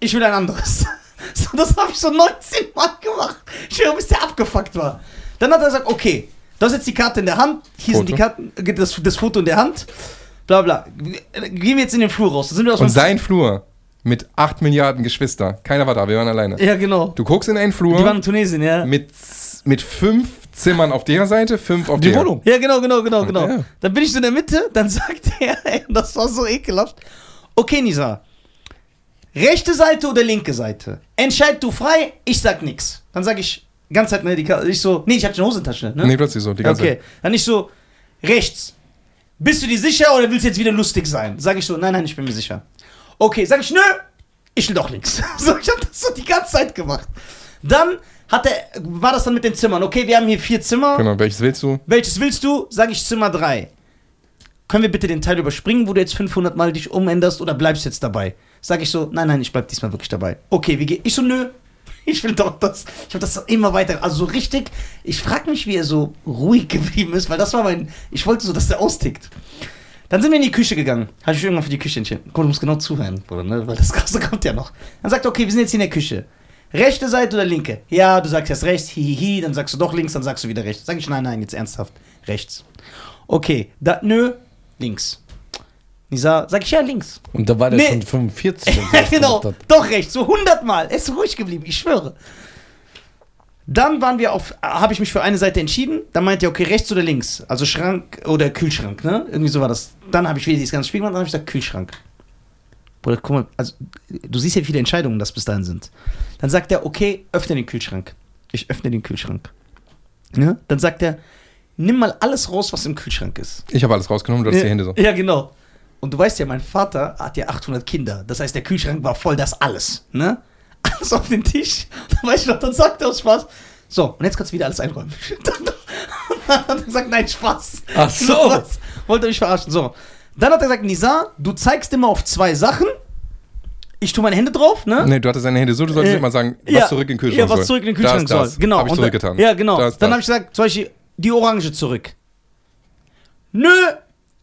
B: ich will ein anderes. [laughs] So, das habe ich so 19 Mal gemacht. Ich höre, bis der abgefuckt war. Dann hat er gesagt, okay, das ist jetzt die Karte in der Hand. Hier sind
C: Foto.
B: die Karten, äh, das, das Foto in der Hand. Bla bla. Gehen wir jetzt in den Flur raus. Dann sind wir aus
C: Und
B: dem-
C: sein Flur mit 8 Milliarden Geschwister. Keiner war da, wir waren alleine.
B: Ja, genau.
C: Du guckst in einen Flur.
B: Die waren in Tunesien, ja.
C: mit, mit fünf Zimmern auf der Seite, fünf auf
A: Die
C: der.
A: Wohnung.
B: Ja, genau, genau, genau, genau.
C: Ah, Ja.
B: Dann bin ich so in der Mitte, dann [laughs] sagt er, ey, und das war so ekelhaft. Okay, Nisa, rechte Seite oder linke Seite? Entscheid du frei, ich sag nix. Dann sag ich, ganz halt, ne, die Ka- ich so, nee, ich hatte eine Hosentasche, ne?
C: Nee, plötzlich so, die ganze
B: okay,
C: Zeit.
B: dann ich so, rechts. Bist du dir sicher oder willst du jetzt wieder lustig sein? Sag ich so, nein, nein, ich bin mir sicher. Okay, sag ich, nö, ich will doch links. [laughs] So, ich habe das so die ganze Zeit gemacht. Dann hat er, war das dann mit den Zimmern. Okay, wir haben hier vier Zimmer.
C: Genau, welches willst du?
B: Welches willst du? Sag ich Zimmer 3. Können wir bitte den Teil überspringen, wo du jetzt 500 Mal dich umänderst oder bleibst jetzt dabei? Sag ich so, nein, nein, ich bleib diesmal wirklich dabei. Okay, wie geh ich so, nö. [laughs] Ich will doch das. Ich habe das immer weiter. Also so richtig. Ich frage mich, wie er so ruhig [laughs] geblieben ist, weil das war mein. Ich wollte so, dass der austickt. Dann sind wir in die Küche gegangen. Habe ich irgendwann für die Küche entschieden. Guck, du musst genau zuhören, Bruder, ne? Weil das Krasse kommt ja noch. Dann sagt er, okay, wir sind jetzt hier in der Küche. Rechte Seite oder linke? Ja, du sagst erst rechts, hihihi, dann sagst du doch links, dann sagst du wieder rechts. Sag ich, nein, nein, jetzt ernsthaft. Rechts. Okay, da, nö, links. Nisa, sag ich, ja, links.
A: Und da war der
B: Nee.
A: schon
B: [laughs]
A: 45. als
C: [laughs]
A: er
B: Ja,
A: das
B: genau,
A: gemacht hat.
B: doch recht, so hundertmal. Er ist ruhig geblieben, ich schwöre. Dann waren wir auf, habe ich mich für eine Seite entschieden. Dann meinte er, okay, rechts oder links? Also Schrank oder Kühlschrank, ne? Irgendwie so war das. Dann habe ich wieder dieses ganze Spiel gemacht, dann habe ich gesagt, Kühlschrank. Bruder, guck mal, also, du siehst ja, wie viele Entscheidungen das bis dahin sind. Dann sagt er, okay, öffne den Kühlschrank. Ich öffne den Kühlschrank. Ne? Dann sagt er, nimm mal alles raus, was im Kühlschrank ist.
C: Ich habe alles rausgenommen, du hast die Hände so.
B: Ja, genau. Und du weißt ja, mein Vater hat ja 800 Kinder. Das heißt, der Kühlschrank war voll das alles, ne? [laughs] Alles auf den Tisch. Da weiß ich noch, dann sagt er aus Spaß. So, und jetzt kannst du wieder alles einräumen. [laughs] Und dann hat er gesagt, nein, Spaß.
A: Ach
B: [laughs]
A: so.
C: Genau.
B: Was? Wollte mich verarschen. So. Dann hat er gesagt, Nisa, du zeigst immer auf zwei Sachen. Ich tue meine Hände drauf, ne?
C: Nee, du hattest deine Hände so, du solltest
B: Äh,
C: immer sagen, was
B: ja,
C: zurück in den
B: Ja,
C: Kühlschrank soll.
B: was zurück in den Kühlschrank
C: das, das.
B: soll. Genau.
C: Habe ich
B: Und da-
C: zurückgetan.
B: Ja, genau.
C: Das,
B: Dann
C: das.
B: habe ich gesagt, zum Beispiel die Orange zurück. Nö,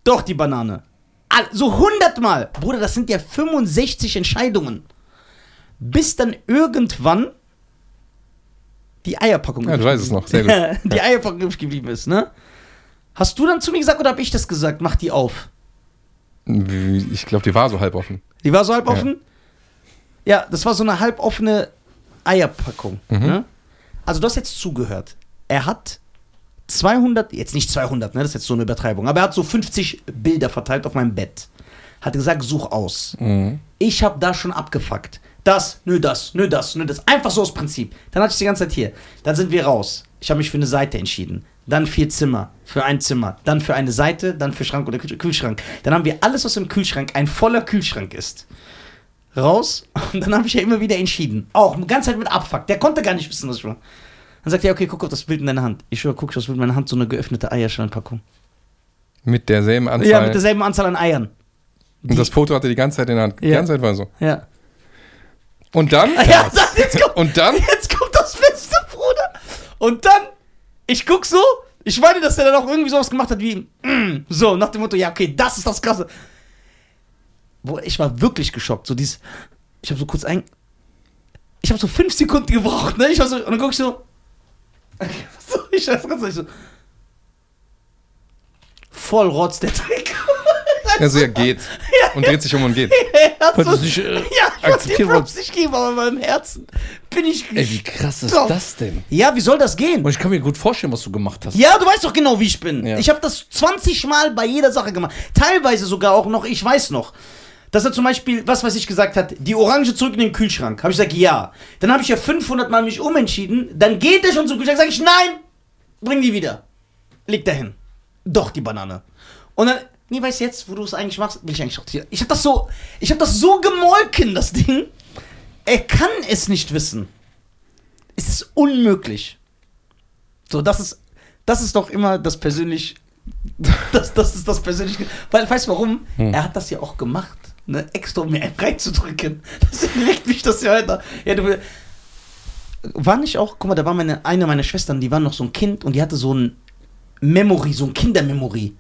B: doch die Banane. All- So hundertmal. Bruder, das sind ja 65 Entscheidungen. Bis dann irgendwann die Eierpackung
C: Ja, du weißt es
B: [laughs]
C: noch. Sehr gut.
B: ja, die Eierpackung übrig geblieben ist, ne? Hast du dann zu mir gesagt oder habe ich das gesagt? Mach die auf.
C: Wie- Ich glaube, die war so halb offen.
B: Die war so halb
C: Ja.
B: offen. Ja, das war so eine halb offene Eierpackung. Ne? Also du hast jetzt zugehört. Er hat 200, jetzt nicht 200, ne, das ist jetzt so eine Übertreibung, aber er hat so 50 Bilder verteilt auf meinem Bett. Hat gesagt, such aus. Ich habe da schon abgefuckt. Das, nö, das, nö, das, nö, das. Einfach so aus Prinzip. Dann hatte ich die ganze Zeit hier. Dann sind wir raus. Ich habe mich für eine Seite entschieden. Dann vier Zimmer. Für ein Zimmer. Dann für eine Seite. Dann für Schrank oder Kühl- Kühlschrank. Dann haben wir alles, was im Kühlschrank ein voller Kühlschrank ist. Raus. Und dann habe ich ja immer wieder entschieden. Auch die ganze Zeit mit Abfuck. Der konnte gar nicht wissen, was ich war. Dann sagt er, okay, guck auf das Bild in deiner Hand. Ich schwöre, guck ich auf das Bild in meiner Hand, so eine geöffnete Eierschallpackung.
C: Mit derselben Anzahl.
B: Ja, mit derselben Anzahl an Eiern.
C: und das Foto hatte die ganze Zeit in der Hand. Die
B: Ja.
C: ganze Zeit war so.
B: Ja.
C: Und dann?
B: [laughs] Ja, sag, jetzt kommt,
C: Genau. Und dann?
B: Jetzt kommt das Beste, Bruder. Und dann, ich guck so, ich meine, dass der dann auch irgendwie sowas gemacht hat wie, mm, so, nach dem Motto, ja, okay, das ist das Krasse. Boah, ich war wirklich geschockt, so dieses, ich habe so kurz ein, ich habe so fünf Sekunden gebraucht, ne, ich war so, und dann guck ich so, [laughs] so ich weiß ganz ehrlich so, voll rotz der
C: [laughs]
B: Trick.
C: Also er geht. Und dreht sich um und
B: [laughs]
C: geht.
B: Er hat so-
A: Wolltest du nicht, äh,
B: [laughs] ja, ich wollte dir
A: akzeptieren,
B: Props nicht geben, aber in meinem Herzen bin ich
A: Ey, wie krass ist
C: Genau.
B: So.
A: das denn?
B: Ja, wie soll das gehen?
A: Und ich kann mir gut vorstellen, was du gemacht hast.
B: Ja, du weißt doch genau, wie ich bin.
A: Ja.
B: Ich habe das 20 Mal bei jeder Sache gemacht. Teilweise sogar auch noch, ich weiß noch. Dass er zum Beispiel, was weiß ich, gesagt hat, die Orange zurück in den Kühlschrank. Habe ich gesagt, ja. Dann habe ich ja 500 Mal mich umentschieden. Dann geht er schon zum Kühlschrank, sage ich, nein, bring die wieder. Leg dahin. Doch die Banane. Und dann, nee, weißt du jetzt, wo du es eigentlich machst, will ich eigentlich auch hier. Ich habe das so, ich habe das so gemolken, das Ding. Er kann es nicht wissen. Es ist unmöglich. So, das ist, das ist doch immer das persönlich. [laughs] Das, das ist das persönlich. Weil, weißt du warum? Er hat das ja auch gemacht. Ne? Extra, um mir einen reinzudrücken. [laughs] Deswegen regt mich das ja weiter. Ja, du, war nicht auch, guck mal, da war meine, eine meiner Schwestern, die war noch so ein Kind und die hatte so ein Memory, so ein Kindermemory.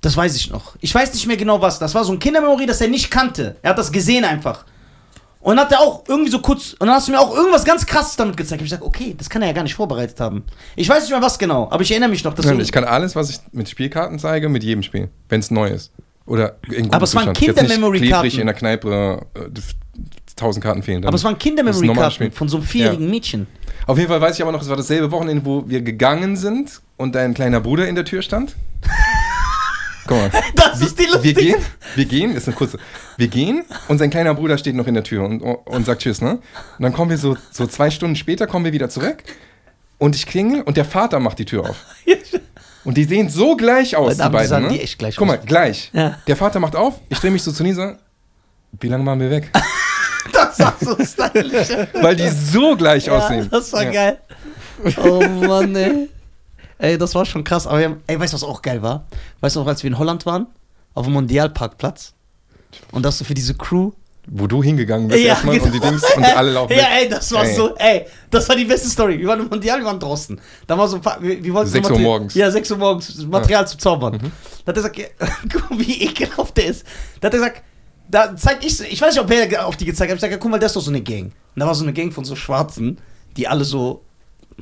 B: Das weiß ich noch. Ich weiß nicht mehr genau was. Das war so ein Kindermemory, das er nicht kannte. Er hat das gesehen einfach. Und hat er auch irgendwie so kurz, und dann hast du mir auch irgendwas ganz krasses damit gezeigt. Hab Ich habe gesagt, okay, das kann er ja gar nicht vorbereitet haben. Ich weiß nicht mehr was genau, aber ich erinnere mich noch, dass
C: Nein,
B: du,
C: Ich kann alles, was ich mit Spielkarten zeige, mit jedem Spiel, wenn es neu ist. Oder in gutem
B: Aber es waren
C: Zustand. Jetzt nicht
B: Kindermemory-Karten.
C: klebrig in der Kneipe äh, f- tausend Karten fehlen. dann.
B: aber es waren
C: Das ist ein normales Spiel.
B: Kindermemory-Karten von so einem vierjährigen
C: Ja.
B: Mädchen.
C: Auf jeden Fall weiß ich aber noch, es war dasselbe Wochenende, wo wir gegangen sind und dein kleiner Bruder in der Tür
B: [laughs]
C: stand. Guck mal.
B: Das ist die
C: Wir
B: lustige.
C: gehen, wir gehen, ist eine kurze. Wir gehen und sein kleiner Bruder steht noch in der Tür und, und sagt Tschüss, ne? Und dann kommen wir so, so zwei Stunden später, kommen wir wieder zurück und ich klingel und der Vater macht die Tür auf. Und die sehen so gleich aus, die
B: Verdammt,
C: beiden.
B: sahen
C: ne?
B: die echt gleich
C: Guck mal,
B: aus.
C: gleich.
B: Ja.
C: Der Vater macht auf, ich drehe mich so zu Nisa. Wie lange waren
B: [laughs]
C: wir weg?
B: Das war so
C: [laughs]
B: stylisch.
C: Weil die so gleich
B: Ja,
C: aussehen.
B: das war
C: Ja.
B: geil. Oh Mann, ey. Ey, das war schon krass. Aber wir haben, ey, weißt du, was auch geil war? Weißt du noch, als wir in Holland waren? Auf dem Mondialparkplatz. Und dass du für diese Crew
C: wo du hingegangen bist
B: Ja,
C: erstmal und die
B: genau.
C: Dings und alle laufen
B: Ja,
C: weg.
B: ey, das war
C: Ey.
B: so, ey, das war die beste Story. Wir waren im Mondial, wir waren draußen. Da war so ein paar, wir, wir wollten so
C: Sechs Uhr
B: Materi-
C: morgens. Mhm.
B: Ja, 6 Uhr morgens, Material zu zaubern. Da hat er gesagt, ja, [laughs] guck mal, wie ekelhaft der ist. Da hat er gesagt, da zeig ich, ich weiß nicht, ob er ge- auf die gezeigt hat, ich sag, ja, guck mal, der ist doch so eine Gang. Und da war so eine Gang von so Schwarzen, die alle so,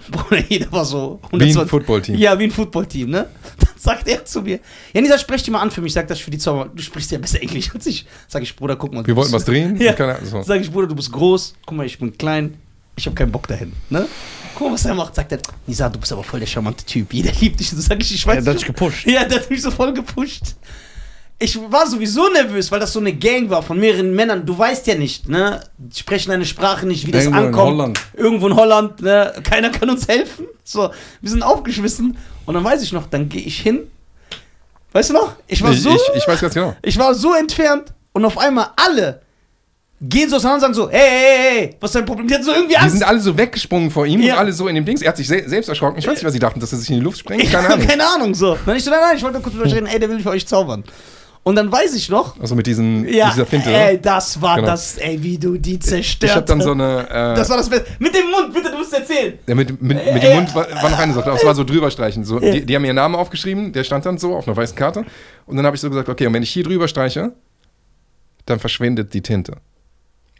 B: [laughs] Bruder, jeder war so
C: Wie ein Footballteam.
B: Ja, wie ein Footballteam, ne? [laughs] Dann sagt er zu mir, ja, Nisa, sprech dich mal an für mich, sag das für die Zauber, du sprichst ja besser Englisch als ich. Sag ich, Bruder, guck mal. du
C: Wir wollten
B: bist-
C: was drehen.
B: Ja.
C: Keine, so.
B: Sag ich, Bruder, du bist groß, guck mal, ich bin klein, ich habe keinen Bock dahin. Ne? Guck mal, was er macht. Sagt er, Nisa, du bist aber voll der charmante Typ. Jeder liebt dich. Und sag ich, ich weiß
A: Ja, das hat
B: nicht,
A: dich
B: ob- [laughs]
A: gepusht.
B: Ja, das hat mich so voll gepusht. Ich war sowieso nervös, weil das so eine Gang war von mehreren Männern. Du weißt ja nicht, ne? Die sprechen eine Sprache nicht, wie das
A: Irgendwo in
B: ankommt.
A: Holland.
B: Irgendwo in Holland, ne? Keiner kann uns helfen. So, wir sind aufgeschmissen. Und dann weiß ich noch, dann gehe ich hin. Weißt du noch? Ich war
C: Ich,
B: so.
C: ich, ich weiß ganz genau.
B: Ich war so entfernt und auf einmal alle gehen so auseinander und sagen so, hey, hey, hey, hey, was ist dein Problem? Die hatten so irgendwie
C: Die
B: Angst.
C: sind alle so weggesprungen vor ihm
B: Ja.
C: und alle so in dem Dings. Er hat sich se selbst erschrocken. Ich weiß nicht, was sie dachten, dass er sich in die Luft sprengt.
B: [laughs] ich
C: Keine
B: habe
C: Ahnung.
B: keine Ahnung so. Dann ich so, nein, nein, ich wollte nur kurz mit euch reden, ey, der will für euch zaubern. Und dann weiß ich noch,
C: Also mit diesem,
B: ja,
C: dieser Finte. ne?
B: ey, das war
C: Genau.
B: das, ey, wie du die zerstört
C: ich hab dann so
B: hast.
C: eine. Äh,
B: Das war das Beste. Mit dem Mund, bitte, du musst erzählen.
C: Ja, mit, mit, mit
B: Äh,
C: dem Mund war, war noch eine Sache, aber es war so drüberstreichen. So, die, die haben ihren Namen aufgeschrieben, der stand dann so auf einer weißen Karte. Und dann habe ich so gesagt, okay, und wenn ich hier drüber streiche, dann verschwindet die Tinte.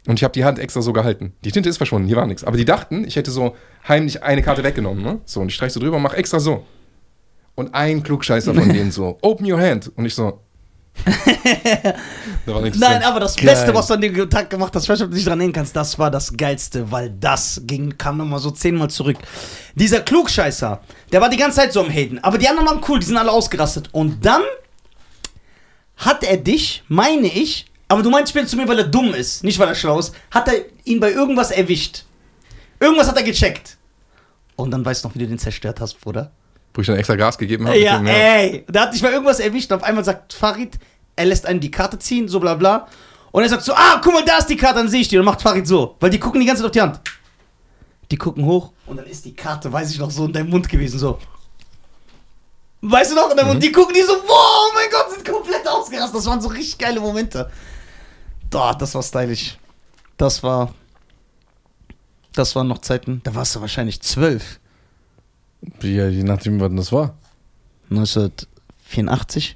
C: Und ich habe die Hand extra so gehalten. Die Tinte ist verschwunden, hier war nichts. Aber die dachten, ich hätte so heimlich eine Karte weggenommen. Ne? So, und ich streiche so drüber und mache extra so. Und ein Klugscheißer von
B: [laughs]
C: denen so, open your hand. Und ich so. da war nichts
B: Nein,
C: drin.
B: aber das
A: Geil.
B: Beste, was du an dem Tag gemacht hast, ich weiß nicht, ob du dich dran erinnern kannst, das war das Geilste, weil das ging, kam nochmal so zehnmal zurück. Dieser Klugscheißer, der war die ganze Zeit so am Haten, aber die anderen waren cool, die sind alle ausgerastet. Und dann hat er dich, meine ich, aber du meinst, ich bin zu mir, weil er dumm ist, nicht weil er schlau ist, hat er ihn bei irgendwas erwischt. Irgendwas hat er gecheckt. Und dann weißt du noch, wie du den zerstört hast, Bruder.
C: Wo ich dann extra Gas gegeben habe.
B: Ja, äh.
C: mit dem,
B: ey. Da hat dich mal irgendwas erwischt und auf einmal sagt Farid, er lässt einen die Karte ziehen, so bla bla. Und er sagt so, ah, guck mal, da ist die Karte, dann sehe ich die. Und dann macht Farid so, weil die gucken die ganze Zeit auf die Hand. Die gucken hoch und dann ist die Karte, weiß ich noch, so in deinem Mund gewesen, so. Weißt du noch? Und dann, und die gucken die so, wow, oh mein Gott, sind komplett ausgerastet. Das waren so richtig geile Momente. Da, das war stylisch. Das war. Das waren noch Zeiten, da warst du wahrscheinlich zwölf.
A: Ja, je nachdem, wann das war.
B: 1984.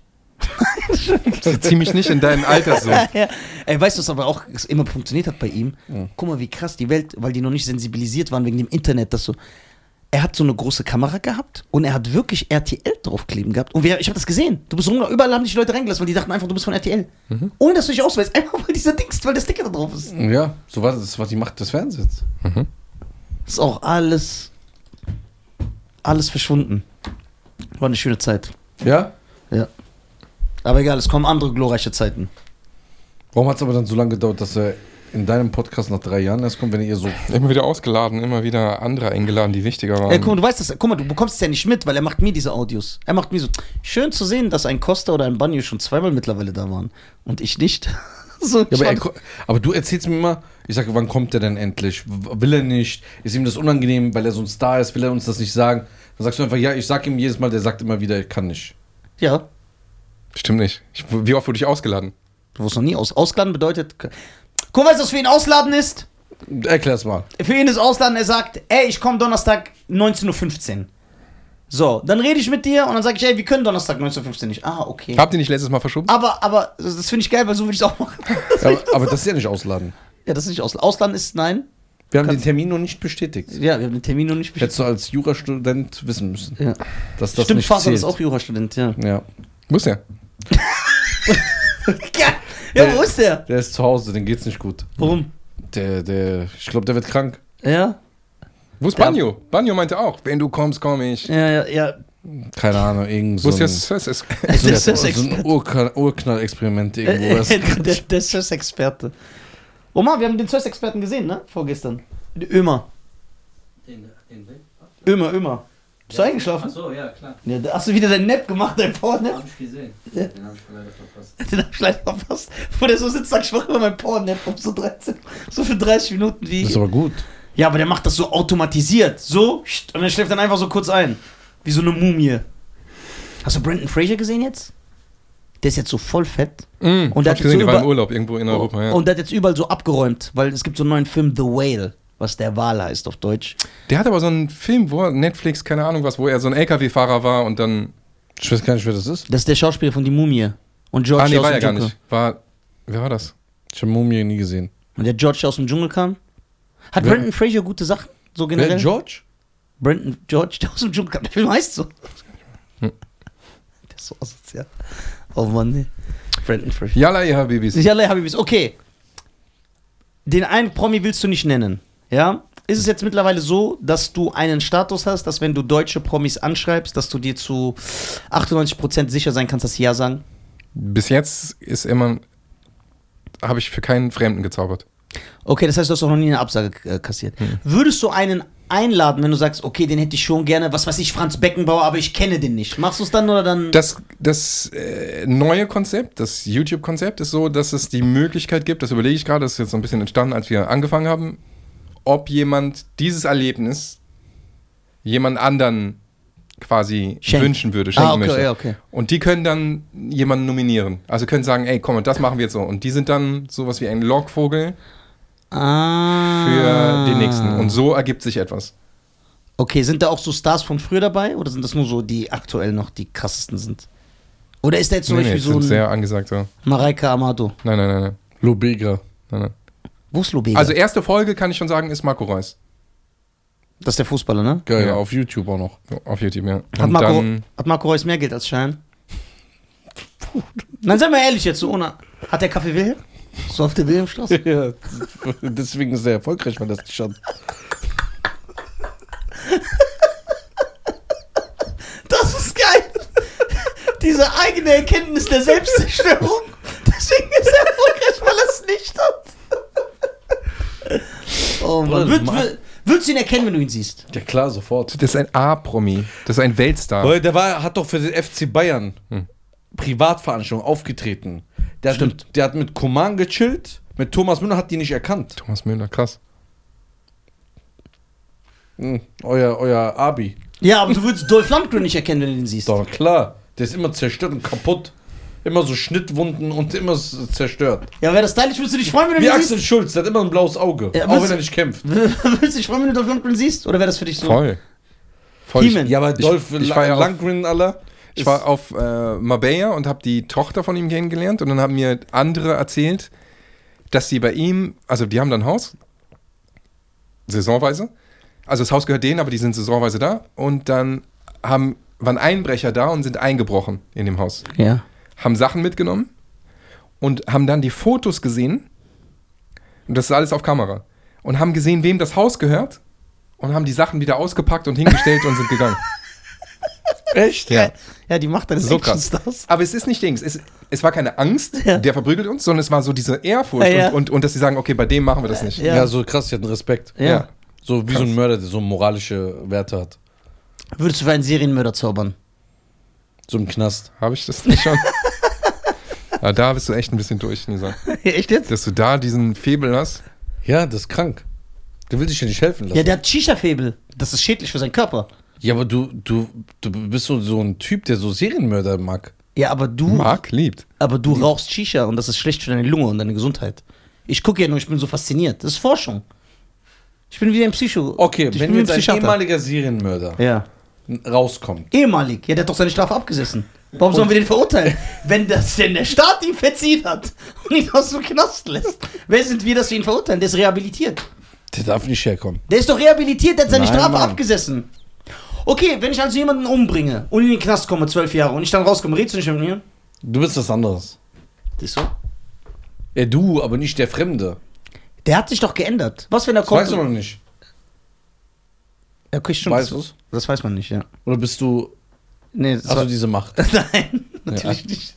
C: Zieh mich nicht in deinen Alter
B: [laughs]
C: so.
B: ja. Ey, weißt du, was aber auch immer funktioniert hat bei ihm? Guck mal, wie krass die Welt, weil die noch nicht sensibilisiert waren wegen dem Internet, dass so. Er hat so eine große Kamera gehabt und er hat wirklich RTL draufkleben gehabt. Und wir, ich habe das gesehen. Du bist rumgelaufen, überall haben dich Leute reingelassen, weil die dachten einfach, du bist von RTL. Ohne dass du dich ausweist. Einfach weil dieser Dings, weil der Sticker da drauf
A: [laughs]
B: ist.
A: Ja, so war das. Das war die Macht des Fernsehens.
B: Ist auch alles. Alles verschwunden. War eine schöne Zeit.
A: Ja?
B: Ja. Aber egal, es kommen andere glorreiche Zeiten.
A: Warum hat es aber dann so lange gedauert, dass er in deinem Podcast nach drei Jahren erst kommt, wenn ihr so.
C: Immer wieder ausgeladen, immer wieder andere eingeladen, die wichtiger waren.
B: Ey, guck mal, du weißt das. Guck mal, du bekommst es ja nicht mit, weil er macht mir diese Audios. Er macht mir so. Schön zu sehen, dass ein Costa oder ein Banjo schon zweimal mittlerweile da waren. Und ich nicht. [laughs] so,
A: Ja,
B: ich
A: aber,
B: war-
A: er, ko- aber du erzählst mir immer, ich sage, wann kommt er denn endlich? W- Will er nicht? Ist ihm das unangenehm, weil er so ein Star ist? Will er uns das nicht sagen? Dann sagst du einfach, ja, ich sag ihm jedes Mal, der sagt immer wieder, ich kann nicht.
B: ja.
C: Stimmt nicht. Ich, wie oft wurde ich ausgeladen?
B: Du wurdest noch nie aus. Ausladen bedeutet. Guck, weißt du, was für ihn Ausladen ist?
A: Erklär's mal.
B: Für ihn ist Ausladen, er sagt, ey, ich komme Donnerstag 19.15 Uhr. So, dann rede ich mit dir und dann sage ich, ey, wir können Donnerstag 19.15 Uhr nicht. Ah, okay.
C: Habt ihr nicht letztes Mal verschoben?
B: Aber, aber, das finde ich geil, weil so würde ich es auch machen. [laughs]
A: Ja, aber, aber das ist ja nicht ausladen.
B: ja, das ist nicht Ausladen. Ausladen ist, nein.
A: Wir haben
B: Kannst-
A: den Termin noch nicht bestätigt.
B: Ja, wir haben den Termin noch nicht
A: Hättest du als Jurastudent wissen müssen,
B: Ja.
A: dass das
B: Stimmt,
A: nicht
B: Vater
A: zählt.
B: ist auch Jurastudent, ja.
A: Ja,
C: Muss ja.
B: Ja, ja, wo ist der?
A: der ist zu Hause, dem geht's nicht gut.
B: Warum?
A: Der, der, ich glaube, der wird krank.
B: Ja,
C: Wo ist Banjo? Banjo meinte auch, wenn du kommst, komm ich.
B: ja, ja, ja.
A: Keine Ahnung, irgend so
C: Wo ist
A: ein,
C: jetzt [laughs] das? ist-
A: so
B: Der
A: ein,
B: ist
A: so
B: Sexperte.
A: ein Urknall-
B: [laughs]
A: Urknall-Experimente irgendwo. Das-
B: Äh, Der, der ist Sexperte. Oma, wir haben den Zeus-Experten gesehen, ne? Vorgestern. Ömer.
D: Den, den Bild?
B: Ömer, Ömer. Bist du eingeschlafen?
D: Achso, ja, klar.
B: Ja, da hast du wieder deinen Nap gemacht, dein Powernap? [laughs]
D: Hab ich gesehen. Den hab ich leider verpasst.
B: Den hab ich leider verpasst. Wo der so sitzt, sag ich, mach immer mein Powernap um so 13, so für 30 Minuten
A: Das ist
B: wie.
A: aber gut.
B: Ja, aber der macht das so automatisiert. So, und dann schläft dann einfach so kurz ein. Wie so eine Mumie. Hast du Brandon Fraser gesehen jetzt? der ist jetzt so voll fett. [laughs]
C: Mm,
B: Und
C: und
B: der hat
C: hab ich gesehen,
B: so
C: der war
B: über- Oh,
C: im Urlaub irgendwo in Europa. Ja.
B: Und der hat jetzt überall so abgeräumt, weil es gibt so einen neuen Film, The Whale, was der Wal heißt auf Deutsch.
C: Der hat aber so einen Film, wo er- Netflix, keine Ahnung was, wo er so ein LKW-Fahrer war und dann.
A: Ich weiß gar nicht, wer das ist.
B: Das ist der Schauspieler von Die Mumie. Und George
C: Ah, nee,
B: der aus
C: war
B: dem
C: ja gar
B: Dschungel.
C: nicht. War. Wer war das?
A: Ich habe Mumie nie gesehen.
B: Und der George der aus dem Dschungel kam. Hat
A: Wer-
B: Brandon Fraser gute Sachen? So generell?
A: Wer, George?
B: Brandon George der aus dem Dschungel kam. Der Film heißt so. [laughs]
C: Hm.
B: Der ist so asozial. Oh Mann, nee. Brandon Fraser.
C: Yalla, ja, Babys.
B: Nicht alle Habibis. Okay. Den einen Promi willst du nicht nennen. Ja? Ist es jetzt mittlerweile so, dass du einen Status hast, dass wenn du deutsche Promis anschreibst, dass du dir zu 98% sicher sein kannst, dass sie ja sagen?
C: Bis jetzt ist immer. Habe ich für keinen Fremden gezaubert.
B: Okay, das heißt, du hast auch noch nie eine Absage äh, kassiert.
C: Hm.
B: Würdest du einen einladen, wenn du sagst, okay, den hätte ich schon gerne, was weiß ich, Franz Beckenbauer, aber ich kenne den nicht. Machst du es dann oder dann?
C: Das, das äh, neue Konzept, das YouTube-Konzept ist so, dass es die Möglichkeit gibt, das überlege ich gerade, das ist jetzt so ein bisschen entstanden, als wir angefangen haben, ob jemand dieses Erlebnis jemand anderen quasi
B: Schenkt.
C: wünschen würde, schenken
B: Ah, okay,
C: möchte.
B: ja, okay.
C: Und die können dann jemanden nominieren. Also können sagen, ey, komm, und das machen wir jetzt so. Und die sind dann sowas wie ein Lockvogel
B: ah.
C: für den nächsten. Und so ergibt sich etwas.
B: Okay, sind da auch so Stars von früher dabei oder sind das nur so, die aktuell noch die krassesten sind? Oder ist da jetzt zum
C: Nee, nee,
B: Beispiel
C: sind
B: so ein
C: sehr angesagt. So.
B: Mareike Amado?
C: Nein, nein, nein, nein,
A: Lobega.
C: nein, nein.
B: Wo ist Lobega?
C: Also erste Folge kann ich schon sagen, ist Marco Reus.
B: das ist der Fußballer, ne?
A: Geil,
B: [laughs]
C: Ja.
A: auf [laughs] YouTube auch noch.
C: So, Auf YouTube, ja.
B: Hat
C: Und
B: Marco,
C: dann,
B: hat Marco Reus mehr Geld als Schein? Nein, seien wir ehrlich jetzt, so ohne. Hat der Kaffee Wilhelm? So auf der
C: [laughs]
B: Wilhelmstraße?
A: Ja, deswegen ist er erfolgreich, weil das nicht schon.
B: Das ist geil. [laughs] Diese eigene Erkenntnis der Selbstzerstörung. Deswegen ist er erfolgreich, weil er es nicht hat. [laughs] Oh Mann. Würd, wür- würdest du ihn erkennen, wenn du ihn siehst?
A: Ja klar, sofort.
C: das ist ein A-Promi. Das ist ein Weltstar.
A: Weil der war, hat doch für den FC Bayern Privatveranstaltung aufgetreten. Der hat,
B: Stimmt.
A: mit, der hat mit Koman gechillt, mit Thomas Müller hat die nicht erkannt.
C: Thomas Müller, krass.
A: Hm, euer, euer Abi.
B: Ja, aber du würdest Dolph Lundgren nicht erkennen, wenn du ihn siehst.
A: Doch klar, der ist immer zerstört und kaputt. Immer so Schnittwunden und immer s- zerstört.
B: Ja, wäre das stylisch, würdest du dich freuen, wenn du
A: Wie
B: ihn siehst?
A: Axel Schulz, der hat immer ein blaues Auge,
B: Ja,
A: auch
B: was-
A: wenn er nicht kämpft.
B: [laughs] würdest du dich freuen, wenn du Dolph Lundgren siehst? Oder wäre das für dich so?
C: Voll. Voll. Ich,
B: He-Man.
A: Ja, aber
C: Ich-
A: Dolph
C: ich war ja auch-
A: Langrin aller.
C: ich war auf äh, Marbella und habe die Tochter von ihm kennengelernt und dann haben mir andere erzählt, dass sie bei ihm, also die haben dann ein Haus, saisonweise. Also das Haus gehört denen, aber die sind saisonweise da und dann haben, waren Einbrecher da und sind eingebrochen in dem Haus.
B: Ja.
C: haben Sachen mitgenommen und haben dann die Fotos gesehen. Und das ist alles auf Kamera. Und haben gesehen, wem das Haus gehört. Und haben die Sachen wieder ausgepackt und hingestellt und sind
B: [laughs]
C: gegangen.
A: echt?
C: Ja.
B: Ja, die macht deines
C: So
B: so
C: krass.
B: Actionstars.
C: Aber es ist nicht Dings. Es, es war keine Angst,
B: Ja.
C: der verprügelt uns, sondern es war so diese Ehrfurcht.
B: Ja, ja.
C: Und, und, und dass sie sagen, okay, bei dem machen wir das nicht.
A: Ja.
B: Ja.
A: so krass, die hatten Respekt.
B: Ja.
C: Ja.
A: So wie so ein Mörder, der so moralische Werte hat.
B: Würdest du für einen Serienmörder zaubern?
A: So im Knast.
C: Habe ich das nicht
B: [laughs]
C: schon? ja, da bist du echt ein bisschen durch, Nisa.
B: Echt jetzt?
C: Dass du da diesen Febel hast.
A: Ja, das ist krank. Der will sich ja nicht helfen lassen.
B: Ja,
A: Ja,
B: der hat Shisha-Febel. Das ist schädlich für seinen Körper.
A: aber du, du, du bist so, so ein Typ, der so Serienmörder mag.
B: Ja, aber du.
C: Marc liebt.
B: Aber du rauchst Shisha und das ist schlecht für deine Lunge und deine Gesundheit. Ich gucke ja nur, ich bin so fasziniert. Das ist Forschung. Ich bin wieder ein Psycho.
A: Okay,
B: ich
A: wenn
B: bin wie
A: jetzt ein
B: Psychiater.
A: ehemaliger Serienmörder
B: Ja.
A: rauskommt.
B: Ehemalig. Ja, der hat doch seine Strafe abgesessen. Warum sollen wir den verurteilen? Wenn das denn der Staat ihn verziehen hat und ihn aus dem Knast lässt. Wer sind wir, dass wir ihn verurteilen? Der ist rehabilitiert.
A: Der darf nicht herkommen.
B: Der ist doch rehabilitiert, der hat seine
A: Nein,
B: Strafe
A: Mann.
B: abgesessen. Okay, wenn ich also jemanden umbringe und in den Knast komme, zwölf Jahre, und ich dann rauskomme, redest du nicht mit mir?
A: Du bist was anderes.
B: Das ist so.
A: Ja, du, aber nicht der Fremde.
B: Der hat sich doch geändert. Was, wenn er
A: Das
B: kommt?
A: weißt du noch nicht.
B: Ja, okay, stimmt.
A: Weißt du's?
B: Das weiß man nicht, ja.
A: Oder bist du.
B: Nee, das
A: Hast
B: war,
A: du diese Macht?
B: [laughs] Nein, natürlich nicht.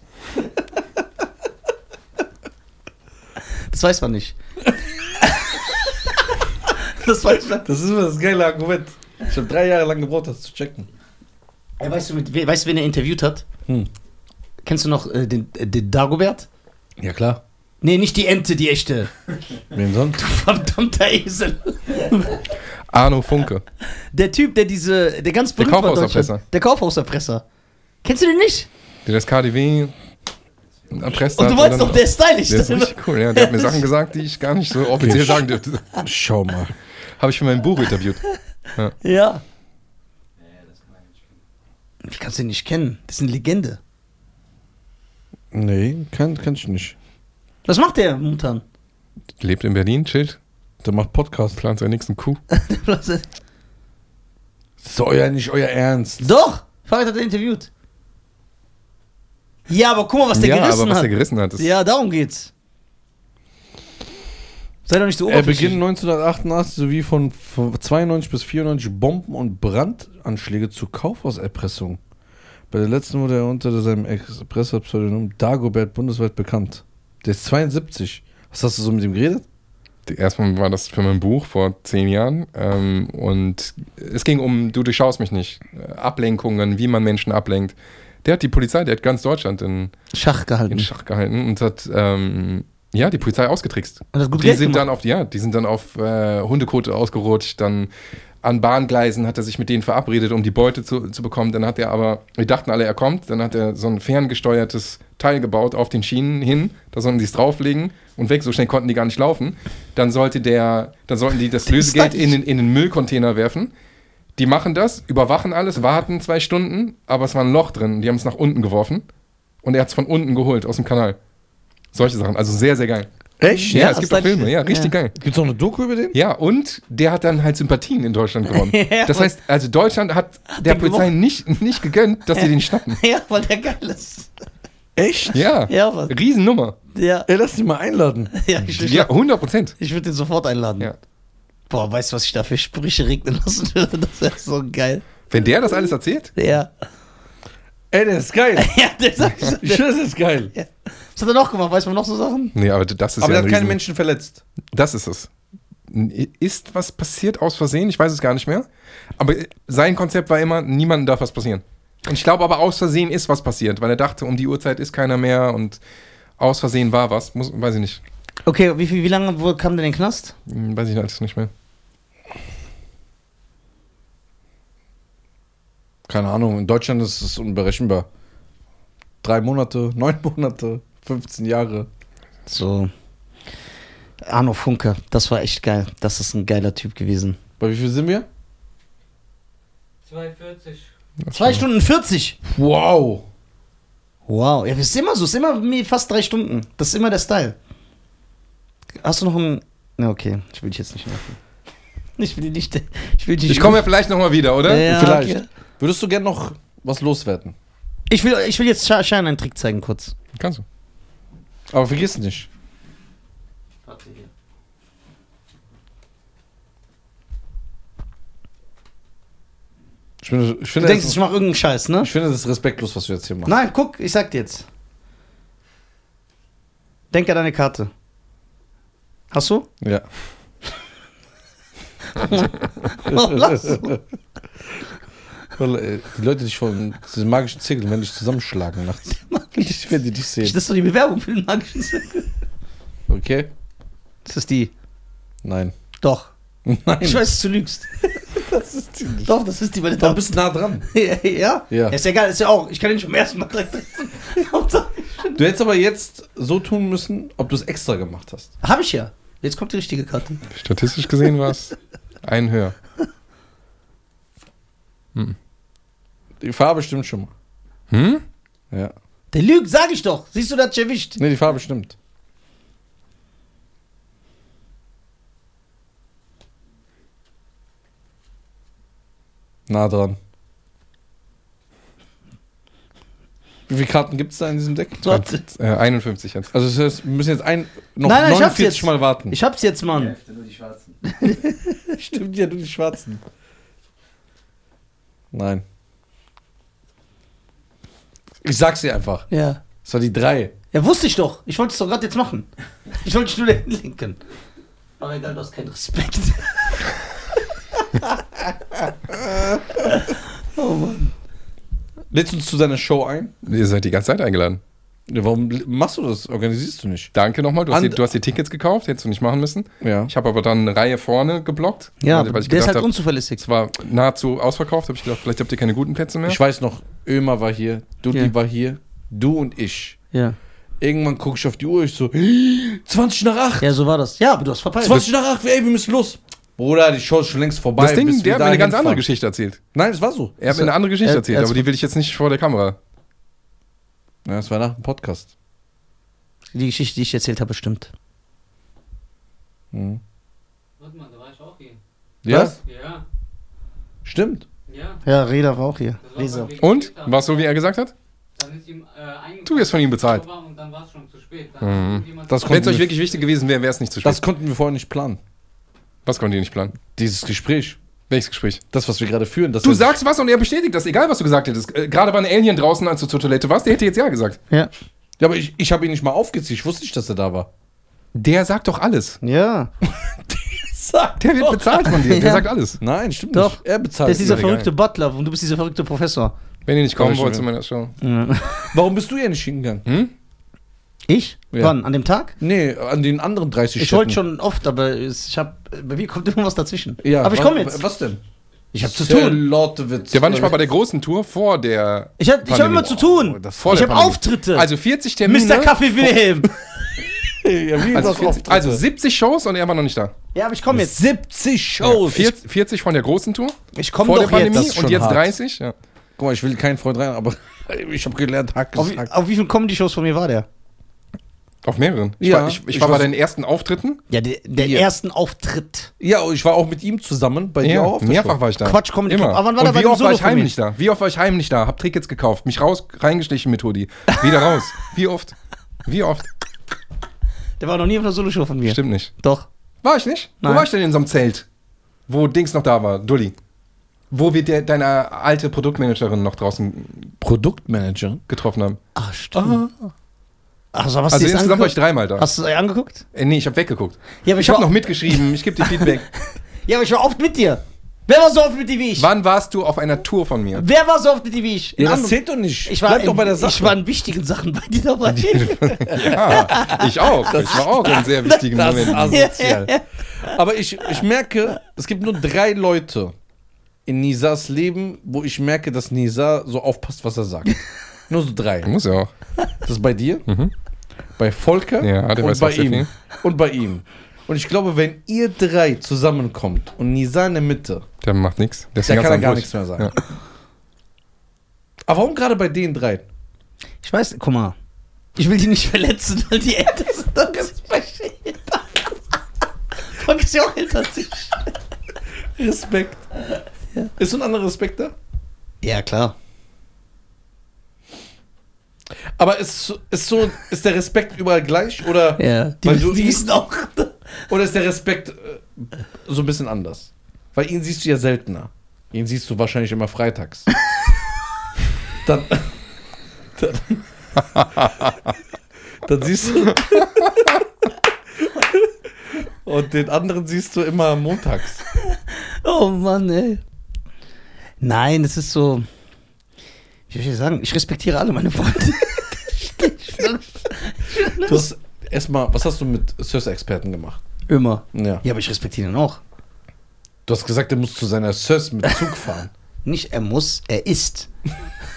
B: Das weiß man
C: [laughs]
B: nicht. das weiß man.
A: [laughs] Das ist immer das geile Argument. Ich habe drei Jahre lang gebraucht, das zu checken.
B: Ey, weißt, du, mit, we- weißt du, wen er interviewt hat?
A: Hm.
B: Kennst du noch äh, den, äh, den Dagobert?
A: Ja, klar.
B: Nee, nicht die Ente, die echte.
A: Wen sonst?
B: [laughs] Verdammter Esel.
C: Arno Funke.
B: Der Typ, der diese, der ganz berühmt war in Deutschland.
C: Kaufhauserpresser.
B: Der Kaufhauserpresser. Kennst du den nicht?
C: Der das KDW Und erpresst
B: Und
C: hat
B: du wolltest
C: dann-
B: doch der stylisch
C: Der ist
B: sein.
C: richtig cool, ja. Der hat [laughs] mir Sachen gesagt, die ich gar nicht so offiziell sagen dürfte.
A: Schau mal.
C: Habe ich für mein Buch interviewt.
B: Ja.
D: Nee, das kann man nicht spielen.
B: Wie kannst du ihn nicht kennen? Das ist eine Legende.
A: Nee, kann, kann ich nicht.
B: Was macht der momentan? [laughs]
C: Lebt in Berlin, chillt,
A: Der macht Podcast.
C: plant seinen nächsten Coup.
A: Das ist euer, nicht euer Ernst.
B: Doch, Farid hat ihn interviewt. Ja, aber guck mal, was der
C: ja,
B: gerissen
C: aber was
B: hat.
C: der gerissen hat, ist
B: ja, darum geht's. Sei doch nicht so
A: Er
B: oberflächlich.
A: beginnt 1988 Äh, sowie von, von 92 bis 94 Bomben- und Brandanschläge zu Kaufhauserpressung. Bei der letzten wurde er unter seinem Expressor-Pseudonym Dagobert bundesweit bekannt. Der ist 72. Was hast du so mit ihm geredet?
C: Erstmal war das für mein Buch vor zehn Jahren ähm, und es ging um, du durchschaust mich nicht, äh, Ablenkungen, wie man Menschen ablenkt. Der hat die Polizei, der hat ganz Deutschland in,
B: Schach gehalten.
C: in Schach gehalten und hat ähm, ja die Polizei ausgetrickst.
B: Und hat gut
C: die
B: Geld
C: sind
B: gemacht.
C: dann auf, ja, die sind dann auf äh, Hundekote ausgerutscht, dann an Bahngleisen hat er sich mit denen verabredet, um die Beute zu, zu bekommen. Dann hat er aber, wir dachten alle, er kommt, dann hat er so ein ferngesteuertes Teil gebaut auf den Schienen hin, da sollten die es drauflegen und weg, so schnell konnten die gar nicht laufen. Dann sollte der, dann sollten die das Lösegeld in den, in den Müllcontainer werfen. Die machen das, überwachen alles, warten zwei Stunden, aber es war ein Loch drin, die haben es nach unten geworfen und er hat es von unten geholt, aus dem Kanal. Solche Sachen, also sehr, sehr geil.
A: Echt?
C: Ja,
B: Ja,
C: es
B: das
C: gibt auch
B: sag ich
C: Filme,
B: dir.
C: ja, richtig geil.
A: Gibt's noch eine Doku über den?
C: Ja, und der hat dann halt Sympathien in Deutschland gewonnen.
B: Ja,
C: das
B: und-
C: heißt, also Deutschland hat der
B: den
C: Polizei nicht, nicht gegönnt, dass sie den schnappen.
B: [laughs] Ja, weil der geil ist.
A: Echt?
C: Ja,
B: Ja, Mann.
C: Riesennummer.
B: Ja,
A: Ey, lass ihn mal einladen.
B: ja ich, ich,
C: Ja, 100 Prozent.
B: ich würde den sofort einladen.
C: Ja.
B: Boah, weißt du, was ich da für Sprüche regnen lassen würde? [laughs] Das wäre so geil.
C: Wenn der das alles erzählt,
B: Ja. [laughs]
A: Ey, der ist geil.
B: Ja, der sagt, was
A: [laughs] Ich schwör, das ist geil.
B: hat er noch gemacht? Weiß man noch so Sachen?
C: nee, aber das ist
A: Aber
C: ja
A: er
C: ein
A: hat keine
C: Riesen-
A: Menschen verletzt.
C: Das ist es. Ist was passiert aus Versehen? Ich weiß es gar nicht mehr. Aber äh, sein Konzept war immer, niemandem darf was passieren. Und ich glaube aber, aus Versehen ist was passiert, weil er dachte, um die Uhrzeit ist keiner mehr und aus Versehen war was. Muss, weiß ich nicht.
B: Okay, wie, viel, wie lange wo- kam der in den Knast?
C: Hm, Weiß ich alles nicht mehr.
A: Keine Ahnung, in Deutschland ist es unberechenbar. Drei Monate, neun Monate, 15 Jahre.
B: So. Arno Funke, das war echt geil. Das ist ein geiler Typ gewesen.
A: Bei wie viel sind wir?
E: 2,40.
B: Zwei Stunden 40.
A: Wow.
B: Wow, ja, das ist immer so, ist immer mi- fast drei Stunden. Das ist immer der Style. Hast du noch einen. Na, okay, ich will dich jetzt nicht nerven. [laughs] Ich will dich nicht. Ich will dich
C: Ich komme ne? ja vielleicht nochmal wieder, oder?
B: Ja,
A: Vielleicht.
B: okay.
A: Würdest du gern noch was loswerden?
B: Ich will, ich will jetzt Sha- Shine einen Trick zeigen kurz.
C: Kannst du.
A: Aber vergiss nicht.
D: Warte hier.
A: Ich finde, ich
B: Du
A: finde,
B: denkst,
A: das,
B: ich mache irgendeinen Scheiß, ne?
A: ich finde das ist respektlos, was du jetzt hier machst.
B: Nein, guck, ich sag dir jetzt. Denk an deine Karte. Hast du?
A: Ja.
B: Warum lachst du?
A: Weil, äh, die Leute dich von diesen magischen Zirkeln werden dich zusammenschlagen nachts. Ich werde dich
B: Das
A: sehen.
B: ist doch die Bewerbung für den magischen Zirkel.
A: Okay?
B: Das ist die.
A: Nein.
B: Doch.
A: Nein.
B: Ich weiß, dass du lügst.
A: [laughs] das ist die nicht.
B: Doch, das ist die, meine
A: Du
B: Damen.
A: bist nah dran.
B: [laughs] Ja? ja?
A: Ja.
B: Ist ja geil, ist ja auch. Ich kann den nicht beim ersten Mal direkt treffen. [laughs] Hauptsache-
A: Du hättest aber jetzt so tun müssen, ob du es extra gemacht hast.
B: Hab ich ja. Jetzt kommt die richtige Karte.
C: Statistisch gesehen war es ein höher.
A: Die Farbe stimmt schon mal.
C: Hm?
A: Ja.
B: Der lügt, sag ich doch. Siehst du, der hat dich erwischt.
A: Nee, die Farbe stimmt. Nah dran. Wie viele Karten gibt es da in diesem Deck?
B: Warte.
C: Äh, 51 jetzt.
A: Also das heißt, wir müssen jetzt ein, noch
B: Nein, nein, ich hab's
A: 49
B: jetzt.
A: Mal warten.
B: Ich hab's jetzt,
D: Die
B: Mann.
D: Hälfte, nur die Schwarzen.
A: Stimmt ja, du die Schwarzen. Nein. Ich sag's dir einfach.
B: Ja.
A: Es war die 3.
B: Ja, wusste ich doch. Ich wollte es doch gerade jetzt machen. Ich wollte dich nur dahin lenken. Aber
D: Ah,
B: egal, du hast
A: [laughs]
B: keinen Respekt. oh Mann.
A: Lädst du uns zu deiner Show ein?
C: Ihr seid die ganze Zeit eingeladen.
A: Ja, warum l- machst du das? Organisierst du nicht?
C: Danke nochmal. Du, hast
A: And-
C: dir- du hast die Tickets gekauft, hättest du nicht machen müssen.
A: Ja.
C: Ich habe aber dann eine Reihe vorne geblockt.
B: Ja,
C: weil,
B: aber
C: weil ich
B: der ist
C: gedacht
B: halt
C: habe,
B: unzuverlässig.
C: es war nahezu ausverkauft. Habe ich gedacht, vielleicht habt ihr keine guten Plätze mehr.
A: Ich weiß noch, Ömer war hier, Dudi
B: Ja.
A: war hier, du und ich.
B: Ja.
A: Irgendwann gucke ich auf die Uhr, ich so, 20 nach 8.
B: Ja, so war das. Ja, aber du hast verpeilt.
A: 20 nach 8, ey, wir müssen los. Bruder, die Show ist schon längst vorbei.
C: Das Ding,
A: bis
C: der
A: wir
C: hat mir eine
A: dahin
C: ganz andere
A: fahren.
C: Geschichte erzählt.
A: Nein, es war so.
C: Er hat mir eine andere Geschichte
B: er-
C: erzählt,
B: er-
C: aber die will ich jetzt nicht vor der Kamera.
A: Ja, es war nach dem Podcast.
B: Die Geschichte, die ich erzählt habe, stimmt.
E: Warte mal, da war ich auch hier.
A: Ja,
B: Was?
E: Ja,
A: stimmt.
E: ja.
B: Ja, Reda war auch hier.
E: Das war
B: Lisa.
E: beim Weg
C: Und?
E: später.
C: War es so, wie er gesagt hat?
E: Dann ist ihm, äh, eingefallen,
C: Du wirst von ihm bezahlt. Mhm.
E: dass er war Und dann war es schon zu spät. Dann hat jemand-
A: Das
C: Wenn es
A: Konnten
C: euch
A: wir-
C: wirklich wichtig gewesen wäre, wäre es nicht zu spät.
A: Das konnten wir vorher nicht planen.
C: was konnte ihr nicht planen?
A: Dieses Gespräch,
C: Welches Gespräch?
A: das, was wir gerade führen. Das
C: Du
A: ist-
C: sagst was und er bestätigt das, egal was du gesagt hättest. Äh, Gerade war ein Alien draußen, als du zur Toilette warst, der hätte jetzt ja gesagt.
B: Ja.
A: Ja, aber ich, ich habe ihn nicht mal aufgezählt. Ich wusste nicht, dass er da war.
C: Der sagt doch alles.
B: Ja.
A: Sagt
C: Der wird bezahlt von
B: [laughs]
C: dir, der
B: Oh. Ja.
C: sagt alles.
A: Nein, stimmt
B: Doch.
A: nicht. Er
B: Das
A: bezahlt.
B: ist dieser
A: ihn.
C: egal.
B: verrückte Butler und du bist dieser verrückte Professor.
C: Wenn ihr nicht
A: Komm
C: kommen
A: ich
C: wollt
A: mit.
C: zu meiner Show.
A: Warum bist du ja nicht hingegangen?
C: Hm?
B: Ich?
A: Ja.
B: Wann? An dem Tag?
A: Nee, an den anderen 30
B: Ich wollte schon oft, aber es- ich hab, bei mir kommt immer was dazwischen.
A: Ja,
B: aber ich
A: wa-
B: komme jetzt.
A: Was denn?
B: Ich habe zu tun.
A: Charlottewitz.
C: Der war nicht mal bei der großen Tour vor der.
B: Ich habe ich hab
C: Pandemie. Oh,
B: immer zu tun.
C: das vor
B: ich
C: der
B: habe
C: Pandemie.
B: Auftritte.
C: Also 40 Termine.
B: Mr. Kaffee
C: [laughs]
B: Wilhelm.
A: Ja, wie
C: Also,
A: das
C: 40, also 70 Shows und er war noch nicht da.
B: ja, aber ich komme jetzt.
A: 70 Shows.
C: 40, 40 von der großen Tour
B: Ich komme
C: vor der
B: doch jetzt.
C: Pandemie
A: Das ist
C: und
A: schon
C: jetzt
A: hart.
C: 30. Ja.
A: Guck mal, ich will keinen Freund rein, aber [laughs] ich habe gelernt, Hack
B: Auf,
A: ist
B: wie-
A: Hack.
B: auf wie vielen Comedy-Shows von mir war der?
C: Auf mehreren. Ich
A: Ja,
C: war, ich, ich
A: ich
C: war bei
A: weiß-
C: deinen ersten Auftritten.
B: Ja, der, der
A: Hier.
B: ersten Auftritt.
A: Ja, und ich war auch mit ihm zusammen bei dir
C: Ja,
A: auch auf der
C: mehrfach
A: Show.
C: war ich da.
B: Quatsch, Comedy
C: Immer.
B: Club. Aber wann war der
C: und
B: bei
C: wie
B: dem
C: oft war
B: Solo
C: ich
B: von mir?
C: heimlich da? Wie oft war ich heimlich da? Hab Tickets gekauft, mich raus, reingeschlichen mit Hoodie. Wieder raus. Wie oft? Wie oft?
B: Der war noch nie auf einer Solo-Show von mir.
C: Stimmt nicht.
B: Doch.
C: War ich nicht?
B: Nein.
C: Wo war ich denn in so einem Zelt? Wo Dings noch da war, Dulli. Wo wir der, deine alte Produktmanagerin noch draußen
A: Produktmanager.
C: getroffen haben.
B: Ah, stimmt. Ach, so, was
C: also
B: dir jetzt
C: insgesamt war ich
B: angeguckt?
C: dreimal da.
B: Hast du es angeguckt?
C: Äh, nee, ich habe weggeguckt.
B: Ja, aber
C: Ich
B: ich,
C: habe
B: war,
C: noch mitgeschrieben, ich gebe dir Feedback.
B: ja, aber ich war oft mit dir. Wer war so oft mit dir wie ich?
C: Wann warst du auf einer Tour von mir?
B: Wer war so oft mit dir wie ich? In
A: Ja, das
B: anderen-
A: zählt doch nicht.
B: Ich war,
A: Bleib
B: in,
A: doch bei der Sache.
B: ich war in wichtigen Sachen bei dir dabei. [laughs] ja,
C: Ja, Ah, ich auch. Das war auch ein sehr wichtigen
A: das ist
C: Moment.
A: asozial. Aber ich, ich merke, es gibt nur drei Leute in Nisas Leben, wo ich merke, dass Nisa so aufpasst, was er sagt. Nur so drei.
C: Muss ja auch.
A: Das ist bei dir, bei Volker
C: Mhm. Ja, der
A: und
C: weiß
A: bei
C: auch sehr
A: ihm.
C: viel.
A: Und bei ihm. Und ich glaube, wenn ihr drei zusammenkommt und Nisa in der Mitte,
C: Der macht nichts. Der, ist
A: dann
C: den
A: kann er
C: ganzen
A: gar
C: Tag
A: nichts mehr sagen.
C: Ja.
A: Aber warum gerade bei den drei?
B: ich weiß, guck mal. Ich will die nicht verletzen, weil die älter sind. Dann ganz verstehen. Frank ist ja auch hinter sich.
A: Respekt. Ist so ein anderer Respekt da?
B: Ja, klar.
A: Aber ist, so- ist so, ist der Respekt überall gleich oder,
B: Ja. Die,
A: Weil du-
B: die wissen auch.
A: oder ist der Respekt äh, so ein bisschen anders? Weil ihn siehst du ja seltener. Ihn siehst du wahrscheinlich immer [laughs] freitags. dann, [laughs] dann, dann siehst du. [laughs] Und den anderen siehst du immer montags.
B: Oh Mann, ey. Nein, es ist so. Wie soll ich sagen? Ich respektiere alle meine Freunde.
A: Du hast erstmal, was hast du mit SUS-Experten gemacht?
B: [laughs] Immer.
A: Ja.
B: Ja, aber ich respektiere ihn auch.
A: Du hast gesagt, er muss zu seiner SUS mit Zug fahren.
B: Nicht er muss, er ist.
A: [laughs]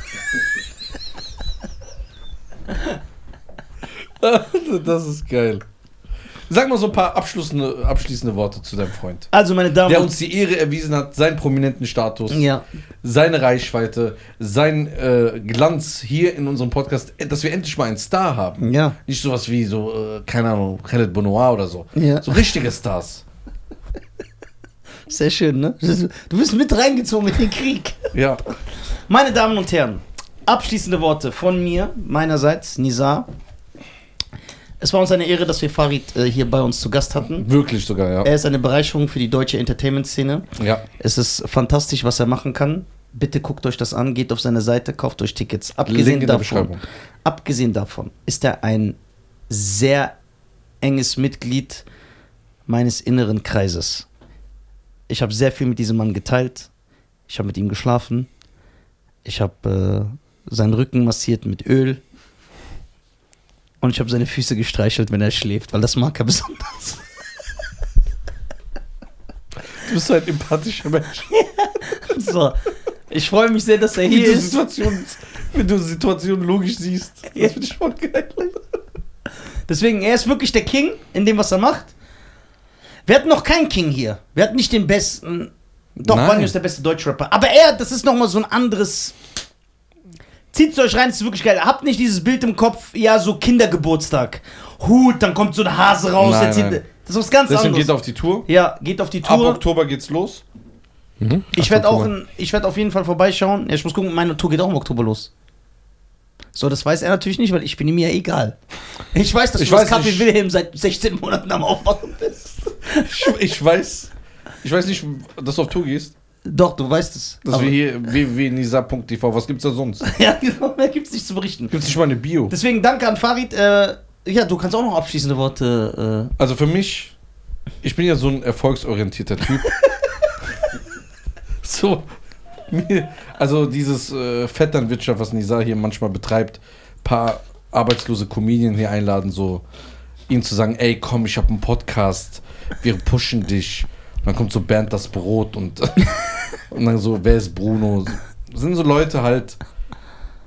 A: das ist geil. Sag mal so ein paar abschließende, abschließende Worte zu deinem Freund.
B: Also, meine Damen
A: Der uns die Ehre erwiesen hat, seinen prominenten Status,
B: Ja,
A: seine Reichweite, sein äh, Glanz hier in unserem Podcast, äh, dass wir endlich mal einen Star haben.
B: ja.
A: Nicht sowas wie so, äh, keine Ahnung, Khaled Bonoir oder so.
B: Ja.
A: So richtige Stars.
B: Sehr schön, ne? Du bist mit reingezogen in den Krieg.
A: Ja.
B: Meine Damen und Herren, abschließende Worte von mir, meinerseits, Nizar. Es war uns eine Ehre, dass wir Farid äh, hier bei uns zu Gast hatten.
A: Wirklich sogar, ja.
B: Er ist eine Bereicherung für die deutsche Entertainment-Szene.
A: ja.
B: Es ist fantastisch, was er machen kann. Bitte guckt euch das an, geht auf seine Seite, kauft euch Tickets. Abgesehen
A: in der
B: davon,
A: Beschreibung.
B: abgesehen davon ist er ein sehr enges Mitglied meines inneren Kreises. Ich habe sehr viel mit diesem Mann geteilt. Ich habe mit ihm geschlafen. Ich habe äh, seinen Rücken massiert mit Öl. Und ich habe seine Füße gestreichelt, wenn er schläft, weil das mag er besonders.
A: Du bist so ein empathischer Mensch.
B: [laughs] So. Ich freue mich sehr, dass er
A: Wie
B: hier
A: du
B: ist.
A: Situationen, wenn du Situationen logisch siehst.
B: Ja.
A: Das finde ich voll geil.
B: Deswegen, er ist wirklich der King in dem, was er macht. Wir hatten noch keinen King hier. Wir hatten nicht den besten. Doch,
C: Nein.
B: Banjo ist der beste Deutschrapper. Aber er, das ist nochmal so ein anderes. Zieht's euch rein, das ist wirklich geil. Habt nicht dieses Bild im Kopf, ja, so Kindergeburtstag. Hut, dann kommt so ein Hase raus.
A: Nein,
B: der zieht,
A: nein.
B: Das ist was ganz
A: Deswegen
B: anderes.
A: geht er auf die Tour.
B: ja, geht auf die
A: Ab
B: Tour.
A: Oktober geht's los.
B: Ich werde auch,
C: Oktober.
B: in, ich werde auf jeden Fall vorbeischauen. Ja, ich muss gucken, meine Tour geht auch im Oktober los. So, das weiß er natürlich nicht, weil ich bin ihm ja egal. Ich weiß, dass
A: Ich
B: du
A: weiß
B: das Kaffee
A: nicht.
B: Wilhelm seit 16 Monaten am Aufmachen bist.
A: Ich, ich weiß. Ich weiß nicht, dass du auf Tour gehst.
B: Doch, du weißt es.
A: Dass
B: Aber-
A: wir hier www.nisa.tv. Was gibt's da sonst?
B: [laughs] ja, genau, mehr gibt's nicht zu berichten.
A: Gibt's nicht mal eine Bio?
B: Deswegen danke an Farid. Äh, ja, du kannst auch noch abschließende Worte. äh,
A: Also für mich, ich bin ja so ein erfolgsorientierter Typ. [laughs] so, mir, also dieses äh, Vetternwirtschaft, was Nisa hier manchmal betreibt, paar arbeitslose Comedian hier einladen, so ihnen zu sagen, ey, komm, ich habe einen Podcast, wir pushen dich. Und dann kommt so Bernd das Brot und, [laughs] und dann so, wer ist Bruno? Das sind so Leute halt,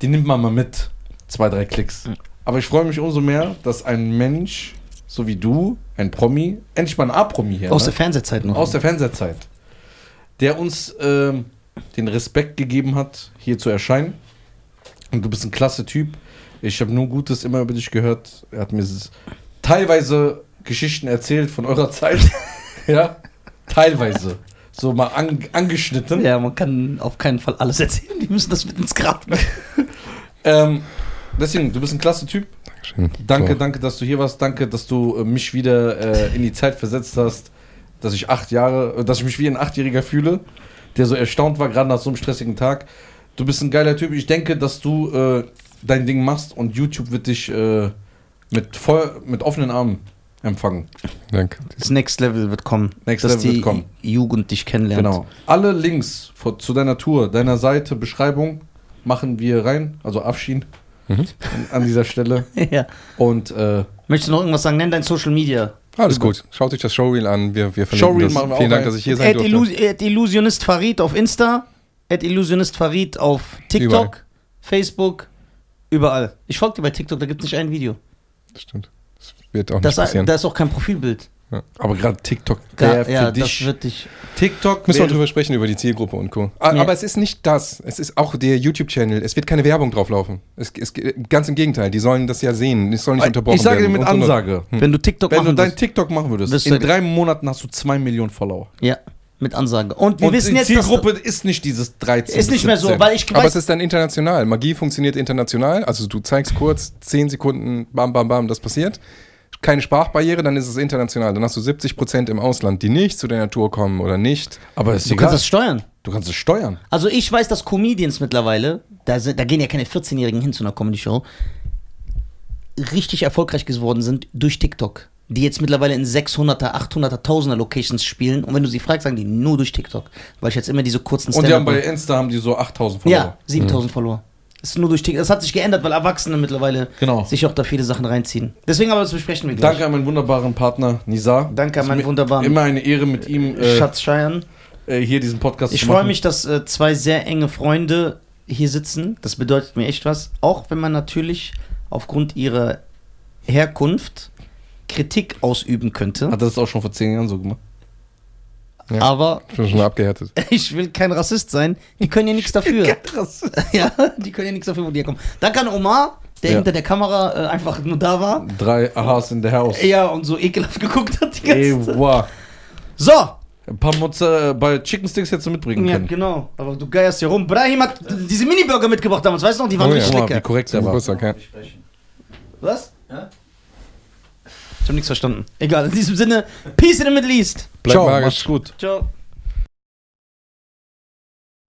A: die nimmt man mal mit. Zwei, drei Klicks. Aber ich freue mich umso mehr, dass ein Mensch, so wie du, ein Promi, endlich mal ein A-Promi hier,
B: Äh, aus
A: ne?
B: der Fernsehzeit noch.
A: aus der Fernsehzeit, der uns ähm, den Respekt gegeben hat, hier zu erscheinen. Und du bist ein klasse Typ. Ich habe nur Gutes immer über dich gehört. Er hat mir s- teilweise Geschichten erzählt von eurer [laughs] Zeit. ja, teilweise. So mal an, angeschnitten.
B: ja, man kann auf keinen Fall alles erzählen. Die müssen das mit ins Grab nehmen.
A: Ähm, deswegen, du bist ein klasse Typ.
C: Dankeschön.
A: Danke,
C: So.
A: danke, dass du hier warst. Danke, dass du äh, mich wieder äh, in die Zeit versetzt hast, dass ich acht Jahre, äh, dass ich mich wie ein Achtjähriger fühle, der so erstaunt war, gerade nach so einem stressigen Tag. Du bist ein geiler Typ. Ich denke, dass du äh, dein Ding machst und YouTube wird dich äh, mit, voll, mit offenen Armen empfangen.
C: Danke.
B: Das Next Level wird kommen.
A: Next
B: dass
A: Level wird
B: die
A: kommen.
B: Jugend dich kennenlernt.
A: Genau. Alle Links vor, zu deiner Tour, deiner Seite, Beschreibung machen wir rein, also Afschied
C: Mhm.
A: an, an dieser Stelle.
B: [laughs] ja.
A: Und äh,
B: Möchtest du noch irgendwas sagen? Nenn dein Social Media.
C: Alles gut. Schaut euch das Showreel an. Wir, wir verlinken
A: Showreel
C: das.
A: machen wir auch
C: Vielen Dank,
A: rein. Äh,
C: dass ich hier
B: At,
C: sein durfte.
B: Illus at Illusionist Farid auf Insta, at Illusionist Farid auf TikTok,
C: Überall.
B: Facebook, überall. Ich folge dir bei TikTok, da gibt es nicht ein Video.
C: Das stimmt. Das wird auch
B: Das,
C: nicht passieren.
B: da ist auch kein Profilbild.
A: aber gerade TikTok,
B: Gar,
A: der
B: ja,
A: für dich
B: das wird dich.
A: TikTok
C: Müssen wir
A: wäre-
C: drüber sprechen, über die Zielgruppe und Co. A-
B: Ja.
C: Aber es ist nicht das. Es ist auch der YouTube-Channel. Es wird keine Werbung drauflaufen. Es, es, ganz im Gegenteil. Die sollen das ja sehen. Es soll
B: Äh,
C: nicht unterbrochen
A: Äh, Ich sage dir
C: werden.
A: mit
C: und, und, und.
A: Ansage.
B: Wenn du TikTok
A: Hm. Wenn du
B: machen
A: dein
B: willst.
A: TikTok machen würdest,
B: Wirst
A: in
B: du-
A: drei Monaten hast du zwei Millionen Follower.
B: Ja, mit Ansage. Und wir
A: Und
B: wissen
A: die
B: jetzt,
A: Zielgruppe ist nicht dieses 13.
B: dass, ist nicht mehr so,
A: 17.
B: weil ich
C: Aber es
B: weiß,
C: ist dann international. Magie funktioniert international. Also du zeigst kurz, 10 Sekunden, bam, bam, bam, das passiert. Keine Sprachbarriere, dann ist es international. Dann hast du 70 Prozent im Ausland, die nicht zu deiner Tour kommen oder nicht.
A: aber ist
B: du
A: egal.
B: kannst das steuern.
A: du kannst es steuern.
B: Also ich weiß, dass Comedians mittlerweile, da, sind, da gehen ja keine 14-Jährigen hin zu einer Comedy-Show, richtig erfolgreich geworden sind durch TikTok. Die jetzt mittlerweile in 600er, 800er, 1000er Locations spielen. Und wenn du sie fragst, sagen die nur durch TikTok. Weil ich jetzt immer diese kurzen
A: Und die haben bei
B: Stand-up-
A: Insta haben die so 8000 Follower.
B: Ja, 7000 Follower. Das Ist nur durch TikTok. Das hat sich geändert, weil Erwachsene mittlerweile
A: Genau.
B: sich auch da viele Sachen reinziehen. Deswegen aber, das besprechen wir gleich.
A: Danke an meinen wunderbaren Partner Nizar.
B: Danke an
A: Ist
B: meinen
A: mir
B: wunderbaren-
A: Immer eine Ehre mit ihm äh,
B: Schatz Scheiern.
A: äh, hier diesen Podcast
B: Ich
A: zu machen.
B: freue mich, dass äh, zwei sehr enge Freunde hier sitzen. Das bedeutet mir echt was. Auch wenn man natürlich aufgrund ihrer Herkunft Kritik ausüben könnte.
A: Hat er das auch schon vor 10 Jahren so gemacht?
C: Ja.
B: Aber [laughs]
C: Ich bin schon abgehärtet.
B: ich will kein Rassist sein. Die können ja
A: [laughs]
B: nichts dafür.
A: Krass.
B: ja, die können ja nichts dafür, wo die herkommen. Danke an Omar, der
A: Ja.
B: hinter der Kamera äh, einfach nur da war.
A: Drei Aha's in der House.
B: Ja, und so ekelhaft [laughs] geguckt hat die ganze Zeit.
A: Ewa.
B: So,
A: Ein paar Mozza, äh, bei Chicken Sticks hättest du mitbringen
B: ja,
A: können.
B: genau. Aber du geierst hier rum. Brahim hat diese Mini-Burger mitgebracht damals, weißt du noch? Die waren
C: Oh ja.
B: richtig
A: Guck mal, wie
B: lecker.
A: korrekt
C: Zum
A: er war.
C: Geburtstag, ja.
D: Besprechen.
B: Was?
D: Ja?
B: Ich habe nichts verstanden. Egal, in diesem Sinne, Peace in the Middle East.
C: Bleib
A: Ciao,
C: magisch.
A: macht's gut.
B: Ciao.